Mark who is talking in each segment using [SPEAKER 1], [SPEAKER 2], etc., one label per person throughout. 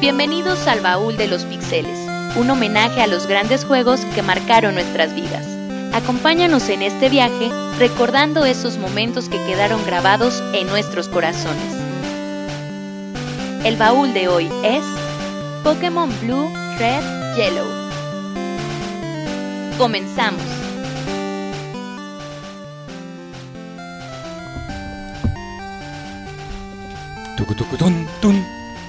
[SPEAKER 1] Bienvenidos al Baúl de los Pixeles, un homenaje a los grandes juegos que marcaron nuestras vidas. Acompáñanos en este viaje recordando esos momentos que quedaron grabados en nuestros corazones. El baúl de hoy es Pokémon Blue, Red, Yellow. Comenzamos.
[SPEAKER 2] Tucutun, tun,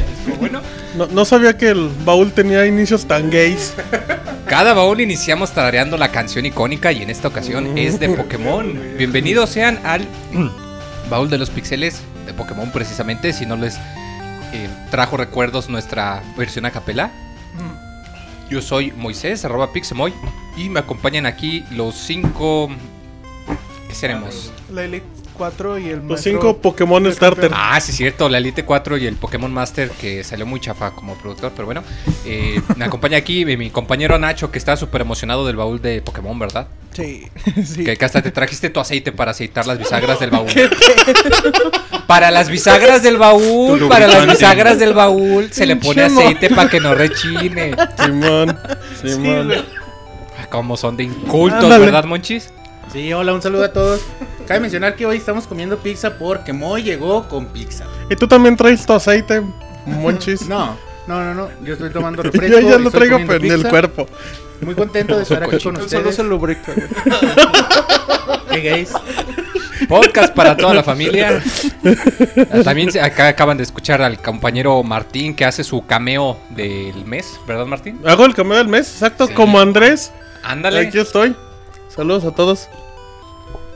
[SPEAKER 3] estuvo Bueno,
[SPEAKER 4] No, no sabía que el baúl tenía inicios tan gays.
[SPEAKER 3] cada baúl iniciamos tarareando la canción icónica y en esta ocasión es de Pokémon. Bienvenidos sean al baúl de los pixeles de Pokémon precisamente. Si no les eh, trajo recuerdos nuestra versión a capela. Mm. Yo soy Moisés, arroba Pixemoy, y me acompañan aquí los cinco... ¿Qué seremos?
[SPEAKER 5] La Elite 4 y el
[SPEAKER 4] Los
[SPEAKER 5] maestro-
[SPEAKER 4] cinco Pokémon
[SPEAKER 5] el
[SPEAKER 4] Starter.
[SPEAKER 5] campeón.
[SPEAKER 3] Ah, sí, es cierto, la Elite 4 y el Pokémon Master que salió muy chafa como productor, pero bueno. Eh, me acompaña aquí mi, mi compañero Nacho que está súper emocionado del baúl de Pokémon, ¿verdad?
[SPEAKER 5] Sí, sí.
[SPEAKER 3] Que, que hasta te trajiste tu aceite para aceitar las bisagras del baúl. Para las bisagras del baúl,
[SPEAKER 2] Tu
[SPEAKER 3] para las
[SPEAKER 2] lubricante.
[SPEAKER 3] bisagras del baúl, se le pone
[SPEAKER 4] Pinche mo-
[SPEAKER 3] aceite para que no rechine.
[SPEAKER 4] Simón,
[SPEAKER 5] Sí,
[SPEAKER 4] Simón.
[SPEAKER 5] güey.
[SPEAKER 3] Ah, Como son de incultos,
[SPEAKER 4] Ándale.
[SPEAKER 3] ¿verdad, Monchis?
[SPEAKER 6] Sí, hola, un saludo a todos. Cabe mencionar que hoy estamos comiendo pizza porque Moy llegó con pizza.
[SPEAKER 4] ¿Y tú también traes tu aceite, monchis?
[SPEAKER 6] No, no, no, no. Yo estoy tomando
[SPEAKER 4] Yo
[SPEAKER 6] refresco.
[SPEAKER 4] ya
[SPEAKER 6] y
[SPEAKER 4] lo
[SPEAKER 6] estoy
[SPEAKER 4] traigo
[SPEAKER 6] comiendo
[SPEAKER 4] pero en el
[SPEAKER 6] pizza.
[SPEAKER 4] cuerpo.
[SPEAKER 6] Muy contento de estar aquí con
[SPEAKER 5] Él solo
[SPEAKER 6] ustedes.
[SPEAKER 5] se lubrica. güey.
[SPEAKER 6] Qué gays.
[SPEAKER 3] Podcast para toda la familia. Ah, También se- acá acaban de escuchar al compañero Martín que hace su cameo del mes, ¿verdad, Martín?
[SPEAKER 4] Hago el cameo del mes, exacto,
[SPEAKER 3] Sí.
[SPEAKER 4] como Andrés.
[SPEAKER 3] Ándale.
[SPEAKER 4] Aquí estoy. Saludos a todos.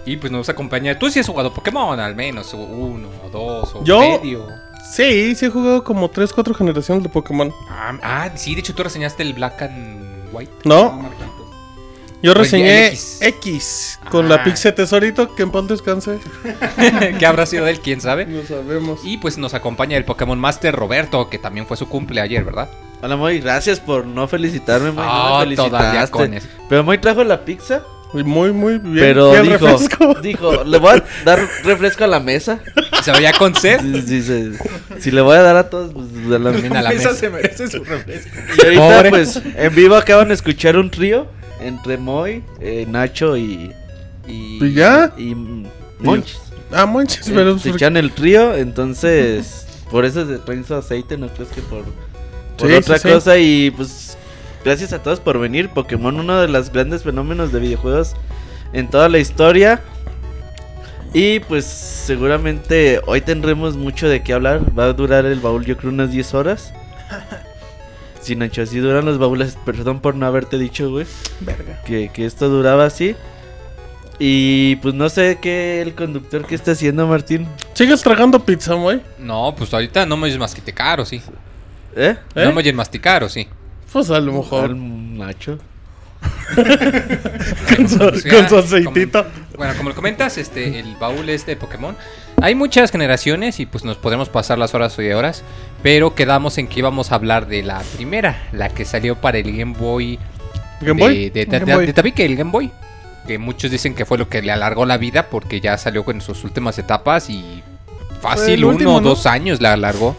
[SPEAKER 3] Y pues nos acompaña. Tú sí has jugado Pokémon, al menos o uno, o dos, o
[SPEAKER 4] Yo-
[SPEAKER 3] medio.
[SPEAKER 4] Sí, sí he jugado como 3, 4 generaciones de Pokémon.
[SPEAKER 3] Ah, ah, sí, de hecho tú reseñaste el Black and White.
[SPEAKER 4] No,
[SPEAKER 3] Pues ya
[SPEAKER 4] yo reseñé
[SPEAKER 3] el X.
[SPEAKER 4] X, con la
[SPEAKER 3] Ah.
[SPEAKER 4] Pixie Tesorito, que en paz descanse.
[SPEAKER 3] ¿Qué habrá sido de él? ¿Quién sabe?
[SPEAKER 4] No sabemos.
[SPEAKER 3] Y pues nos acompaña el Pokémon Master Roberto, que también fue su cumple ayer, ¿verdad?
[SPEAKER 7] Hola Moy, gracias por no felicitarme, Moy.
[SPEAKER 3] Ah,
[SPEAKER 7] no me
[SPEAKER 3] todavía
[SPEAKER 7] felicitaste.
[SPEAKER 3] con eso.
[SPEAKER 7] Pero Moy trajo la pizza,
[SPEAKER 4] Muy, muy bien.
[SPEAKER 7] pero
[SPEAKER 4] Bien
[SPEAKER 7] dijo,
[SPEAKER 4] refresco.
[SPEAKER 7] dijo, le voy a dar refresco a la mesa.
[SPEAKER 3] Se veía con sed.
[SPEAKER 7] Dice, si le voy a dar a todos, pues de la
[SPEAKER 3] También a la mesa.
[SPEAKER 6] merece su refresco.
[SPEAKER 7] Y ahorita
[SPEAKER 3] Pobre.
[SPEAKER 7] pues en vivo acaban de escuchar un trío entre Moy, eh, Nacho y y,
[SPEAKER 4] ¿Y ya?
[SPEAKER 7] y mm, Monch.
[SPEAKER 4] Ah, manches,
[SPEAKER 7] Eh,
[SPEAKER 4] pero.
[SPEAKER 7] se echan el trío, entonces por eso se traen su aceite, no crees que por, por
[SPEAKER 4] Sí,
[SPEAKER 7] otra
[SPEAKER 4] sí, sí.
[SPEAKER 7] cosa y pues gracias a todos por venir. Pokémon, uno de los grandes fenómenos de videojuegos en toda la historia. Y pues seguramente hoy tendremos mucho de qué hablar. Va a durar el baúl yo creo unas 10 horas. Sí, Nacho, así duran los baúles. Perdón por no haberte dicho, güey
[SPEAKER 5] Verga.
[SPEAKER 7] que, que esto duraba así. Y pues no sé qué el conductor que está haciendo, Martín.
[SPEAKER 4] ¿Sigues tragando pizza, güey?
[SPEAKER 3] No, pues ahorita no me oyes masticar, ¿o sí?
[SPEAKER 7] ¿Eh?
[SPEAKER 4] ¿Eh?
[SPEAKER 3] No me oyes masticar, ¿o sí?
[SPEAKER 4] Pues a lo mejor.
[SPEAKER 7] Al Nacho.
[SPEAKER 4] Con su,
[SPEAKER 3] O sea,
[SPEAKER 4] con su aceitito.
[SPEAKER 3] como- Ah, bueno, como lo comentas, este, el baúl es de Pokémon. Hay muchas generaciones y pues nos podemos pasar las horas y horas. Pero quedamos en que íbamos a hablar de la primera, la que salió para el Game Boy. de-
[SPEAKER 4] ¿Game Boy?
[SPEAKER 3] De, de-
[SPEAKER 5] Game Boy.
[SPEAKER 3] de tabique, el Game Boy. Que muchos dicen que fue lo que le alargó la vida porque ya salió en sus últimas etapas y
[SPEAKER 5] Fue el
[SPEAKER 3] fácil
[SPEAKER 5] último,
[SPEAKER 3] uno o
[SPEAKER 5] ¿no?
[SPEAKER 3] dos años la alargó.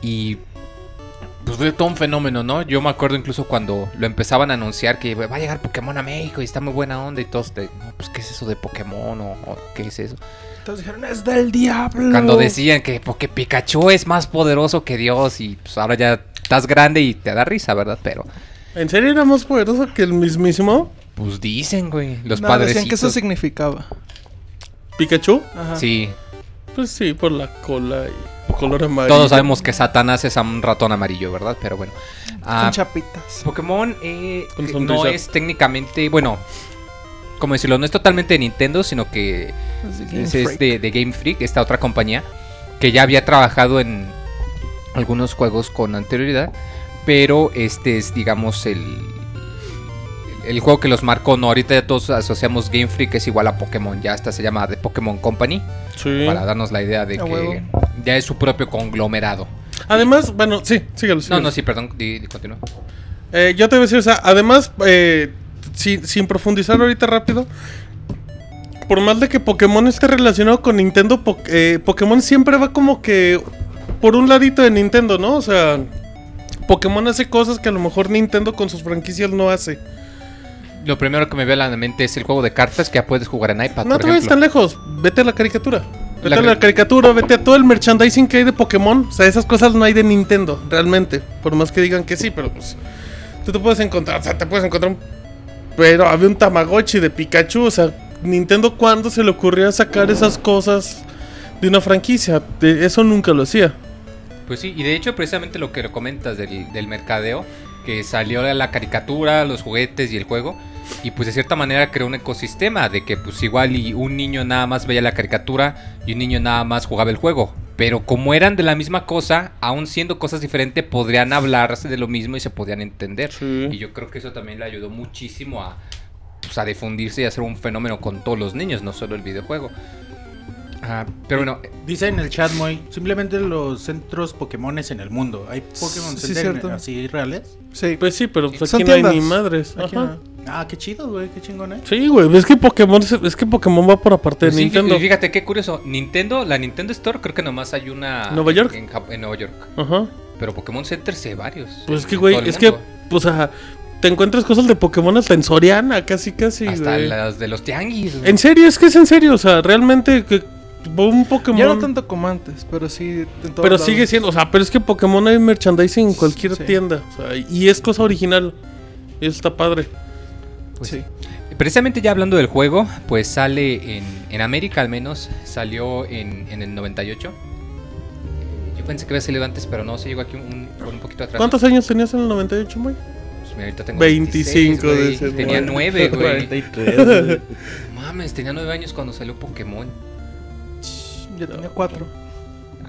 [SPEAKER 3] Y pues fue todo un fenómeno, ¿no? Yo me acuerdo incluso cuando lo empezaban a anunciar que va a llegar Pokémon a México y está muy buena onda y todos de, no, pues ¿qué es eso de Pokémon o, o qué es eso?
[SPEAKER 5] Entonces dijeron, es del diablo.
[SPEAKER 3] Cuando decían que porque Pikachu es más poderoso que Dios y pues ahora ya estás grande y te da risa, ¿verdad? Pero
[SPEAKER 4] ¿En serio era más poderoso que el mismísimo
[SPEAKER 3] pues dicen, güey, los
[SPEAKER 5] No,
[SPEAKER 3] padres
[SPEAKER 5] Decían que eso significaba.
[SPEAKER 4] Pikachu?
[SPEAKER 5] Ajá.
[SPEAKER 3] Sí,
[SPEAKER 4] Pues sí, por la cola y color amarillo.
[SPEAKER 3] todos sabemos que Satanás es a un ratón amarillo, ¿verdad? Pero bueno. Ah,
[SPEAKER 5] Con chapitas.
[SPEAKER 3] Pokémon eh,
[SPEAKER 4] Con
[SPEAKER 3] que
[SPEAKER 4] sonrisa.
[SPEAKER 3] no es técnicamente, bueno, como decirlo, no es totalmente de Nintendo, sino que
[SPEAKER 5] Así que
[SPEAKER 3] es,
[SPEAKER 5] un
[SPEAKER 3] es
[SPEAKER 5] freak.
[SPEAKER 3] de, de Game Freak, esta otra compañía, que ya había trabajado en algunos juegos con anterioridad, pero este es, digamos, el, el- el juego que los marcó, no, ahorita ya todos asociamos Game Freak es igual a Pokémon, ya hasta se llama The Pokémon Company,
[SPEAKER 4] Sí.
[SPEAKER 3] para darnos la idea de
[SPEAKER 5] A
[SPEAKER 3] que
[SPEAKER 5] huevo.
[SPEAKER 3] ya es su propio conglomerado.
[SPEAKER 4] Además, bueno, sí, síguelo.
[SPEAKER 3] No,
[SPEAKER 4] síguelo.
[SPEAKER 3] no, sí, perdón, di- di- continúa.
[SPEAKER 4] Eh, yo te voy a decir, o sea, además, eh, sin, sin profundizar ahorita rápido, por más de que Pokémon esté relacionado con Nintendo, po- eh, Pokémon siempre va como que por un ladito de Nintendo, ¿no? O sea, Pokémon hace cosas que a lo mejor Nintendo con sus franquicias no hace.
[SPEAKER 3] Lo primero que me viene a la mente es el juego de cartas que ya puedes jugar en iPad.
[SPEAKER 4] no
[SPEAKER 3] por
[SPEAKER 4] te vayas
[SPEAKER 3] ejemplo.
[SPEAKER 4] tan lejos, vete a la caricatura. Vete
[SPEAKER 3] La
[SPEAKER 4] a Ah, la
[SPEAKER 3] cari-
[SPEAKER 4] caricatura, vete a todo el merchandising que hay de Pokémon. O sea, esas cosas no hay de Nintendo, realmente. Por más que digan que sí, pero pues. Tú te puedes encontrar, o sea, te puedes encontrar un. Pero había un Tamagotchi de Pikachu, o sea, Nintendo, ¿cuándo se le ocurrió sacar esas cosas de una franquicia? De- eso nunca lo hacía.
[SPEAKER 3] Pues sí, y de hecho precisamente lo que comentas del, del mercadeo, que salió la caricatura, los juguetes y el juego, y pues de cierta manera creó un ecosistema de que pues igual y un niño nada más veía la caricatura y un niño nada más jugaba el juego. Pero como eran de la misma cosa, aún siendo cosas diferentes, podrían hablarse de lo mismo y se podían entender.
[SPEAKER 4] Sí.
[SPEAKER 3] Y yo creo que eso también le ayudó muchísimo a, pues, a difundirse y a ser un fenómeno con todos los niños, no solo el videojuego. Ah, pero bueno,
[SPEAKER 6] Dice en el chat, Moy, simplemente los centros Pokémones en el mundo. ¿Hay Pokémon
[SPEAKER 5] Sí,
[SPEAKER 6] Center
[SPEAKER 5] cierto.
[SPEAKER 6] así reales?
[SPEAKER 5] Sí.
[SPEAKER 4] Pues sí, pero pues,
[SPEAKER 5] Son
[SPEAKER 4] aquí no hay
[SPEAKER 5] tiendas.
[SPEAKER 4] ni madres.
[SPEAKER 5] Aquí
[SPEAKER 4] Ajá.
[SPEAKER 5] no.
[SPEAKER 6] Ah, qué chido, güey, qué chingón, ¿eh?
[SPEAKER 4] Sí, güey, es que Pokémon se- es que Pokémon va por aparte de
[SPEAKER 3] Pues Sí, fí-
[SPEAKER 4] Nintendo.
[SPEAKER 3] Y fíjate qué curioso. Nintendo, la Nintendo Store creo que nomás hay una.
[SPEAKER 4] ¿Nueva York?
[SPEAKER 3] En, Jap- en Nueva York.
[SPEAKER 4] Ajá.
[SPEAKER 3] Pero Pokémon Center sí hay varios.
[SPEAKER 4] Pues es que,
[SPEAKER 3] En
[SPEAKER 4] güey,
[SPEAKER 3] todo el
[SPEAKER 4] es que,
[SPEAKER 3] mundo.
[SPEAKER 4] pues, ajá, te encuentras cosas de Pokémon hasta en Soriana, casi, casi,
[SPEAKER 3] Hasta
[SPEAKER 4] güey.
[SPEAKER 3] las de los tianguis. güey.
[SPEAKER 4] En serio, es que es en serio, o sea, realmente que un Pokémon...
[SPEAKER 5] Ya no tanto como antes, pero sí. en todos
[SPEAKER 4] pero
[SPEAKER 5] lados.
[SPEAKER 4] sigue siendo, o sea, pero es que Pokémon hay merchandising en cualquier
[SPEAKER 5] Sí.
[SPEAKER 4] tienda, o sea, y es cosa original. Y eso está padre.
[SPEAKER 5] Sí.
[SPEAKER 3] Pues Precisamente ya hablando del juego, pues sale en, en América al menos. Salió en, en el 98. Eh, Yo pensé que había salido antes, pero no, se llegó aquí un, un- un poquito atrás.
[SPEAKER 4] ¿Cuántos años tenías en el 98, güey?
[SPEAKER 3] Pues mira, ahorita tengo
[SPEAKER 4] 25
[SPEAKER 3] 26,
[SPEAKER 4] de
[SPEAKER 3] güey.
[SPEAKER 4] ese
[SPEAKER 3] Tenía
[SPEAKER 4] nuevo.
[SPEAKER 3] 9, güey.
[SPEAKER 7] 43.
[SPEAKER 3] Mames, tenía 9 años cuando salió Pokémon.
[SPEAKER 5] Yo tenía cuatro.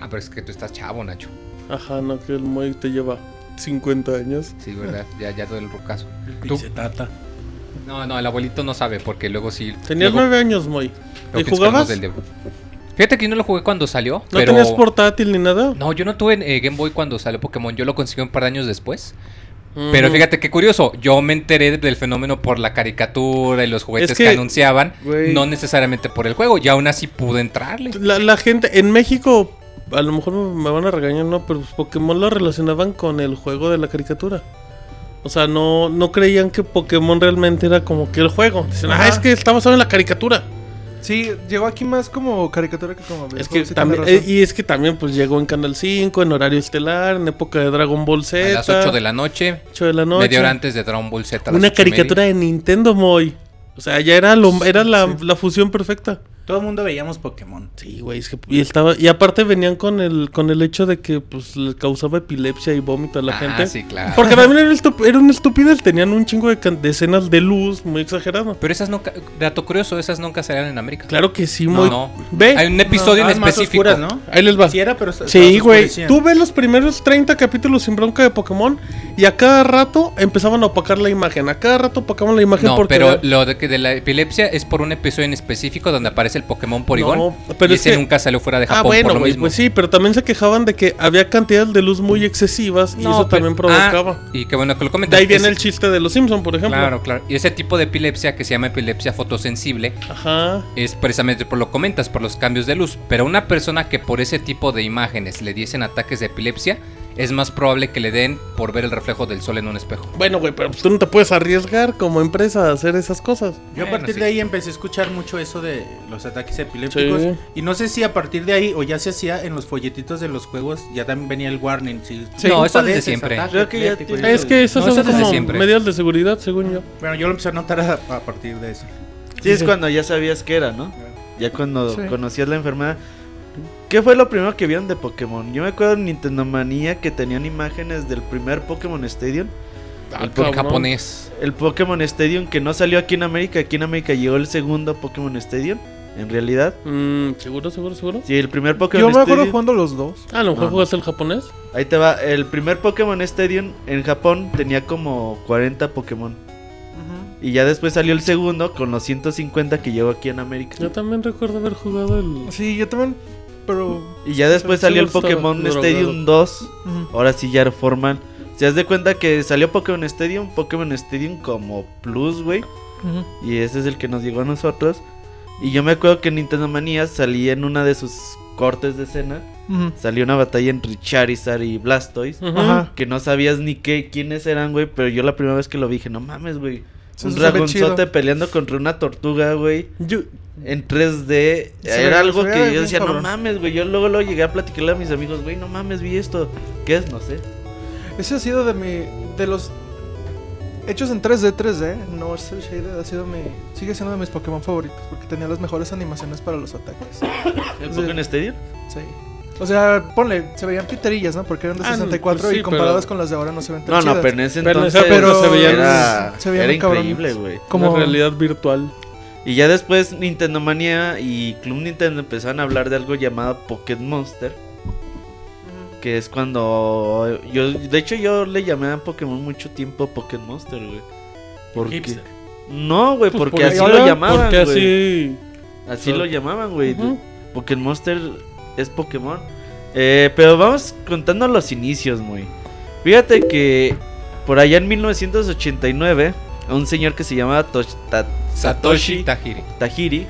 [SPEAKER 3] Ah, pero es que tú estás chavo, Nacho.
[SPEAKER 4] Ajá, no, que el Moy te lleva 50 años.
[SPEAKER 3] Sí, verdad, ya, ya todo el rocazo. ¿Tú?
[SPEAKER 6] Dice Tata.
[SPEAKER 3] No, no, el abuelito no sabe porque luego sí.
[SPEAKER 4] Tenías
[SPEAKER 3] luego-
[SPEAKER 4] 9 años, Moy.
[SPEAKER 3] luego
[SPEAKER 4] ¿Y
[SPEAKER 3] criticamos
[SPEAKER 4] jugabas?
[SPEAKER 3] del de- Fíjate que yo no lo jugué cuando salió.
[SPEAKER 4] ¿No
[SPEAKER 3] pero...
[SPEAKER 4] tenías portátil ni nada?
[SPEAKER 3] No, yo no tuve eh, Game Boy cuando salió Pokémon. Yo lo conseguí un par de años después.
[SPEAKER 4] Mm.
[SPEAKER 3] Pero fíjate qué curioso. Yo me enteré del fenómeno por la caricatura y los juguetes
[SPEAKER 4] Es
[SPEAKER 3] que,
[SPEAKER 4] que-
[SPEAKER 3] anunciaban.
[SPEAKER 5] Güey.
[SPEAKER 3] No necesariamente por el juego. Y aún así pude entrarle.
[SPEAKER 4] La, la gente en México, a lo mejor me me van a regañar, no, pero pues, Pokémon lo relacionaban con el juego de la caricatura. O sea, no, no creían que Pokémon realmente era como que el juego. Dicen, ah,
[SPEAKER 5] Ajá.
[SPEAKER 4] es que está basado en la caricatura.
[SPEAKER 5] Sí, llegó aquí más como caricatura que como.
[SPEAKER 4] Es
[SPEAKER 5] videojuego,
[SPEAKER 4] que
[SPEAKER 5] sí,
[SPEAKER 4] también,
[SPEAKER 5] tiene
[SPEAKER 4] eh,
[SPEAKER 5] razón.
[SPEAKER 4] y es que también pues llegó en Canal 5, en horario estelar, en época de Dragon Ball
[SPEAKER 3] A
[SPEAKER 4] Z.
[SPEAKER 3] las 8 de la noche.
[SPEAKER 4] 8 de la noche.
[SPEAKER 3] Media hora antes de Dragon Ball Z. a las
[SPEAKER 4] Una
[SPEAKER 3] ocho y media.
[SPEAKER 4] caricatura de Nintendo, Moy. O sea, ya era, lo, era la, la fusión perfecta.
[SPEAKER 6] Todo el mundo veíamos Pokémon.
[SPEAKER 4] Sí, güey, es que y estaba y aparte venían con el con el hecho de que pues le causaba epilepsia y vómito a la
[SPEAKER 3] Ah,
[SPEAKER 4] gente.
[SPEAKER 3] sí, claro.
[SPEAKER 4] Porque también era, estup- era un estupidez, tenían un chingo de can- de escenas de luz muy exagerado.
[SPEAKER 3] Pero esas nunca. Dato curioso, esas nunca salieron en América.
[SPEAKER 4] Claro que sí,
[SPEAKER 3] No,
[SPEAKER 4] muy.
[SPEAKER 3] no.
[SPEAKER 4] Ve,
[SPEAKER 3] Hay un episodio en
[SPEAKER 6] Estaban más
[SPEAKER 3] específico.
[SPEAKER 6] oscuras, ¿no?
[SPEAKER 4] ahí les va.
[SPEAKER 6] Sí era, pero... estaban
[SPEAKER 4] Sí, güey.
[SPEAKER 6] oscurecían.
[SPEAKER 4] Tú ves los primeros 30 capítulos sin bronca de Pokémon y a cada rato empezaban a opacar la imagen. A cada rato opacaban la imagen
[SPEAKER 3] No,
[SPEAKER 4] porque
[SPEAKER 3] pero
[SPEAKER 4] era-
[SPEAKER 3] lo de, que de la epilepsia es por un episodio en específico donde aparece el Pokémon Porygon.
[SPEAKER 4] No, pero
[SPEAKER 3] y
[SPEAKER 4] es
[SPEAKER 3] ese
[SPEAKER 4] que-
[SPEAKER 3] nunca salió fuera de Japón
[SPEAKER 4] Ah,
[SPEAKER 3] por
[SPEAKER 4] bueno,
[SPEAKER 3] lo
[SPEAKER 4] güey,
[SPEAKER 3] mismo.
[SPEAKER 4] pues sí, pero también se quejaban de que había cantidades de luz muy excesivas y
[SPEAKER 3] No,
[SPEAKER 4] eso
[SPEAKER 3] pero-
[SPEAKER 4] también provocaba.
[SPEAKER 3] Ah, y qué bueno que lo
[SPEAKER 4] de
[SPEAKER 3] comentas.
[SPEAKER 4] ahí viene el
[SPEAKER 3] Ese-
[SPEAKER 4] chiste de los Simpson, por ejemplo.
[SPEAKER 3] Claro, claro. Y ese tipo de epilepsia que se llama epilepsia fotosensible
[SPEAKER 4] Ajá.
[SPEAKER 3] es precisamente por lo que comentas, por los cambios de luz. Pero una persona que por ese tipo de imágenes le diesen ataques de epilepsia es más probable que le den por ver el reflejo del sol en un espejo.
[SPEAKER 4] Bueno, güey, pero pues tú no te puedes arriesgar como empresa a hacer esas cosas.
[SPEAKER 6] Yo a
[SPEAKER 3] Bueno,
[SPEAKER 6] partir
[SPEAKER 3] sí.
[SPEAKER 6] de ahí empecé a escuchar mucho eso de los ataques epilépticos.
[SPEAKER 4] Sí.
[SPEAKER 6] Y no sé si a partir de ahí o ya se hacía en los folletitos de los juegos, ya también venía el warning. Si, si
[SPEAKER 3] No, eso desde
[SPEAKER 6] padeces
[SPEAKER 3] siempre.
[SPEAKER 6] ataque
[SPEAKER 5] Creo que ya
[SPEAKER 6] epiléptico,
[SPEAKER 5] tiene-
[SPEAKER 4] Es que esas
[SPEAKER 3] No,
[SPEAKER 4] son
[SPEAKER 3] eso desde
[SPEAKER 4] como
[SPEAKER 3] siempre.
[SPEAKER 4] medidas de seguridad, según yo.
[SPEAKER 6] Bueno, yo lo empecé a notar a, a partir de eso.
[SPEAKER 7] Sí, es cuando ya sabías que era, ¿no? Ya cuando
[SPEAKER 5] Sí.
[SPEAKER 7] conocías la enfermedad. ¿Qué fue lo primero que vieron de Pokémon? Yo me acuerdo en Nintendo Manía que tenían imágenes del primer Pokémon Stadium.
[SPEAKER 3] el
[SPEAKER 4] cabrón.
[SPEAKER 3] japonés.
[SPEAKER 7] El Pokémon Stadium que no salió aquí en América. Aquí en América llegó el segundo Pokémon Stadium, en realidad.
[SPEAKER 4] Mm, ¿Seguro, seguro, seguro?
[SPEAKER 7] Sí, el primer
[SPEAKER 5] Yo
[SPEAKER 7] Pokémon
[SPEAKER 5] me acuerdo
[SPEAKER 7] Stadium.
[SPEAKER 5] jugando los dos.
[SPEAKER 4] Ah, a lo mejor
[SPEAKER 7] No.
[SPEAKER 4] jugaste el japonés.
[SPEAKER 7] Ahí te va. El primer Pokémon Stadium en Japón tenía como 40 Pokémon. Y ya después salió el segundo con los 150 que llegó aquí en América.
[SPEAKER 4] Yo también recuerdo haber jugado el.
[SPEAKER 5] Sí, yo también. Pero.
[SPEAKER 7] Y ya después
[SPEAKER 4] Sí,
[SPEAKER 7] salió el
[SPEAKER 4] estaba
[SPEAKER 7] Pokémon
[SPEAKER 4] drogado.
[SPEAKER 7] Stadium 2.
[SPEAKER 5] ujú.
[SPEAKER 7] Ahora sí ya formal. Se das de cuenta que salió Pokémon Stadium, Pokémon Stadium como Plus, güey.
[SPEAKER 5] Ujú.
[SPEAKER 7] Y ese es el que nos llegó a nosotros. Y yo me acuerdo que en Nintendo Manía salía en una de sus cortes de escena.
[SPEAKER 5] Ujú.
[SPEAKER 7] Salió una batalla entre Charizard y Blastoise.
[SPEAKER 5] Ajá.
[SPEAKER 7] Que no sabías ni qué, quiénes eran, güey. Pero yo la primera vez que lo vi dije, no mames, güey.
[SPEAKER 5] Sí,
[SPEAKER 7] Un
[SPEAKER 5] se ve chido.
[SPEAKER 7] dragonzote peleando contra una tortuga, güey.
[SPEAKER 4] Yo,
[SPEAKER 7] En 3D.
[SPEAKER 5] Se
[SPEAKER 7] era
[SPEAKER 5] ve-
[SPEAKER 7] algo
[SPEAKER 5] se ve
[SPEAKER 7] que yo
[SPEAKER 5] bien
[SPEAKER 7] decía, no
[SPEAKER 5] cabrón".
[SPEAKER 7] mames, güey. Yo luego, luego llegué a platicarle a mis amigos, güey, no mames, vi esto. ¿Qué es? No sé.
[SPEAKER 5] Ese ha sido de mi. De los. Hechos en 3D, 3D. No cel shaded. Ha sido mi. Sigue siendo de mis Pokémon favoritos. Porque tenía las mejores animaciones para los ataques.
[SPEAKER 7] ¿El
[SPEAKER 5] Sí.
[SPEAKER 7] Pokémon Stadium?
[SPEAKER 5] Sí. O sea, ponle, se veían piterillas, ¿no? Porque eran de
[SPEAKER 4] Ah, no,
[SPEAKER 5] 64
[SPEAKER 4] pues sí,
[SPEAKER 5] y comparadas
[SPEAKER 4] pero-
[SPEAKER 5] con las de ahora no se ven tan
[SPEAKER 7] No,
[SPEAKER 5] chidas.
[SPEAKER 7] no, pero en ese
[SPEAKER 4] Pero en
[SPEAKER 7] entonces
[SPEAKER 4] esa
[SPEAKER 5] época se veían-
[SPEAKER 7] era,
[SPEAKER 5] se veían
[SPEAKER 7] era
[SPEAKER 5] muy cabrones.
[SPEAKER 7] increíble, güey.
[SPEAKER 4] como
[SPEAKER 5] Como-
[SPEAKER 4] realidad virtual.
[SPEAKER 7] Y ya después Nintendo Manía y Club Nintendo empezaron a hablar de algo llamado Pocket Monster. Que es cuando yo, de hecho yo le llamé a Pokémon mucho tiempo Pocket Monster, güey. ¿Por qué?
[SPEAKER 6] Hipster.
[SPEAKER 7] No, güey, porque
[SPEAKER 4] Pues
[SPEAKER 7] así
[SPEAKER 4] era,
[SPEAKER 7] lo llamaban,
[SPEAKER 4] Porque
[SPEAKER 7] güey. Así...
[SPEAKER 4] así.
[SPEAKER 7] lo llamaban, güey.
[SPEAKER 4] Ujú.
[SPEAKER 7] Pocket Monster es Pokémon. Eh, pero vamos contando los inicios, muy. Fíjate que por allá en 1989 a un señor que se llamaba Tosh- Ta-
[SPEAKER 3] Satoshi Tajiri.
[SPEAKER 7] Tajiri.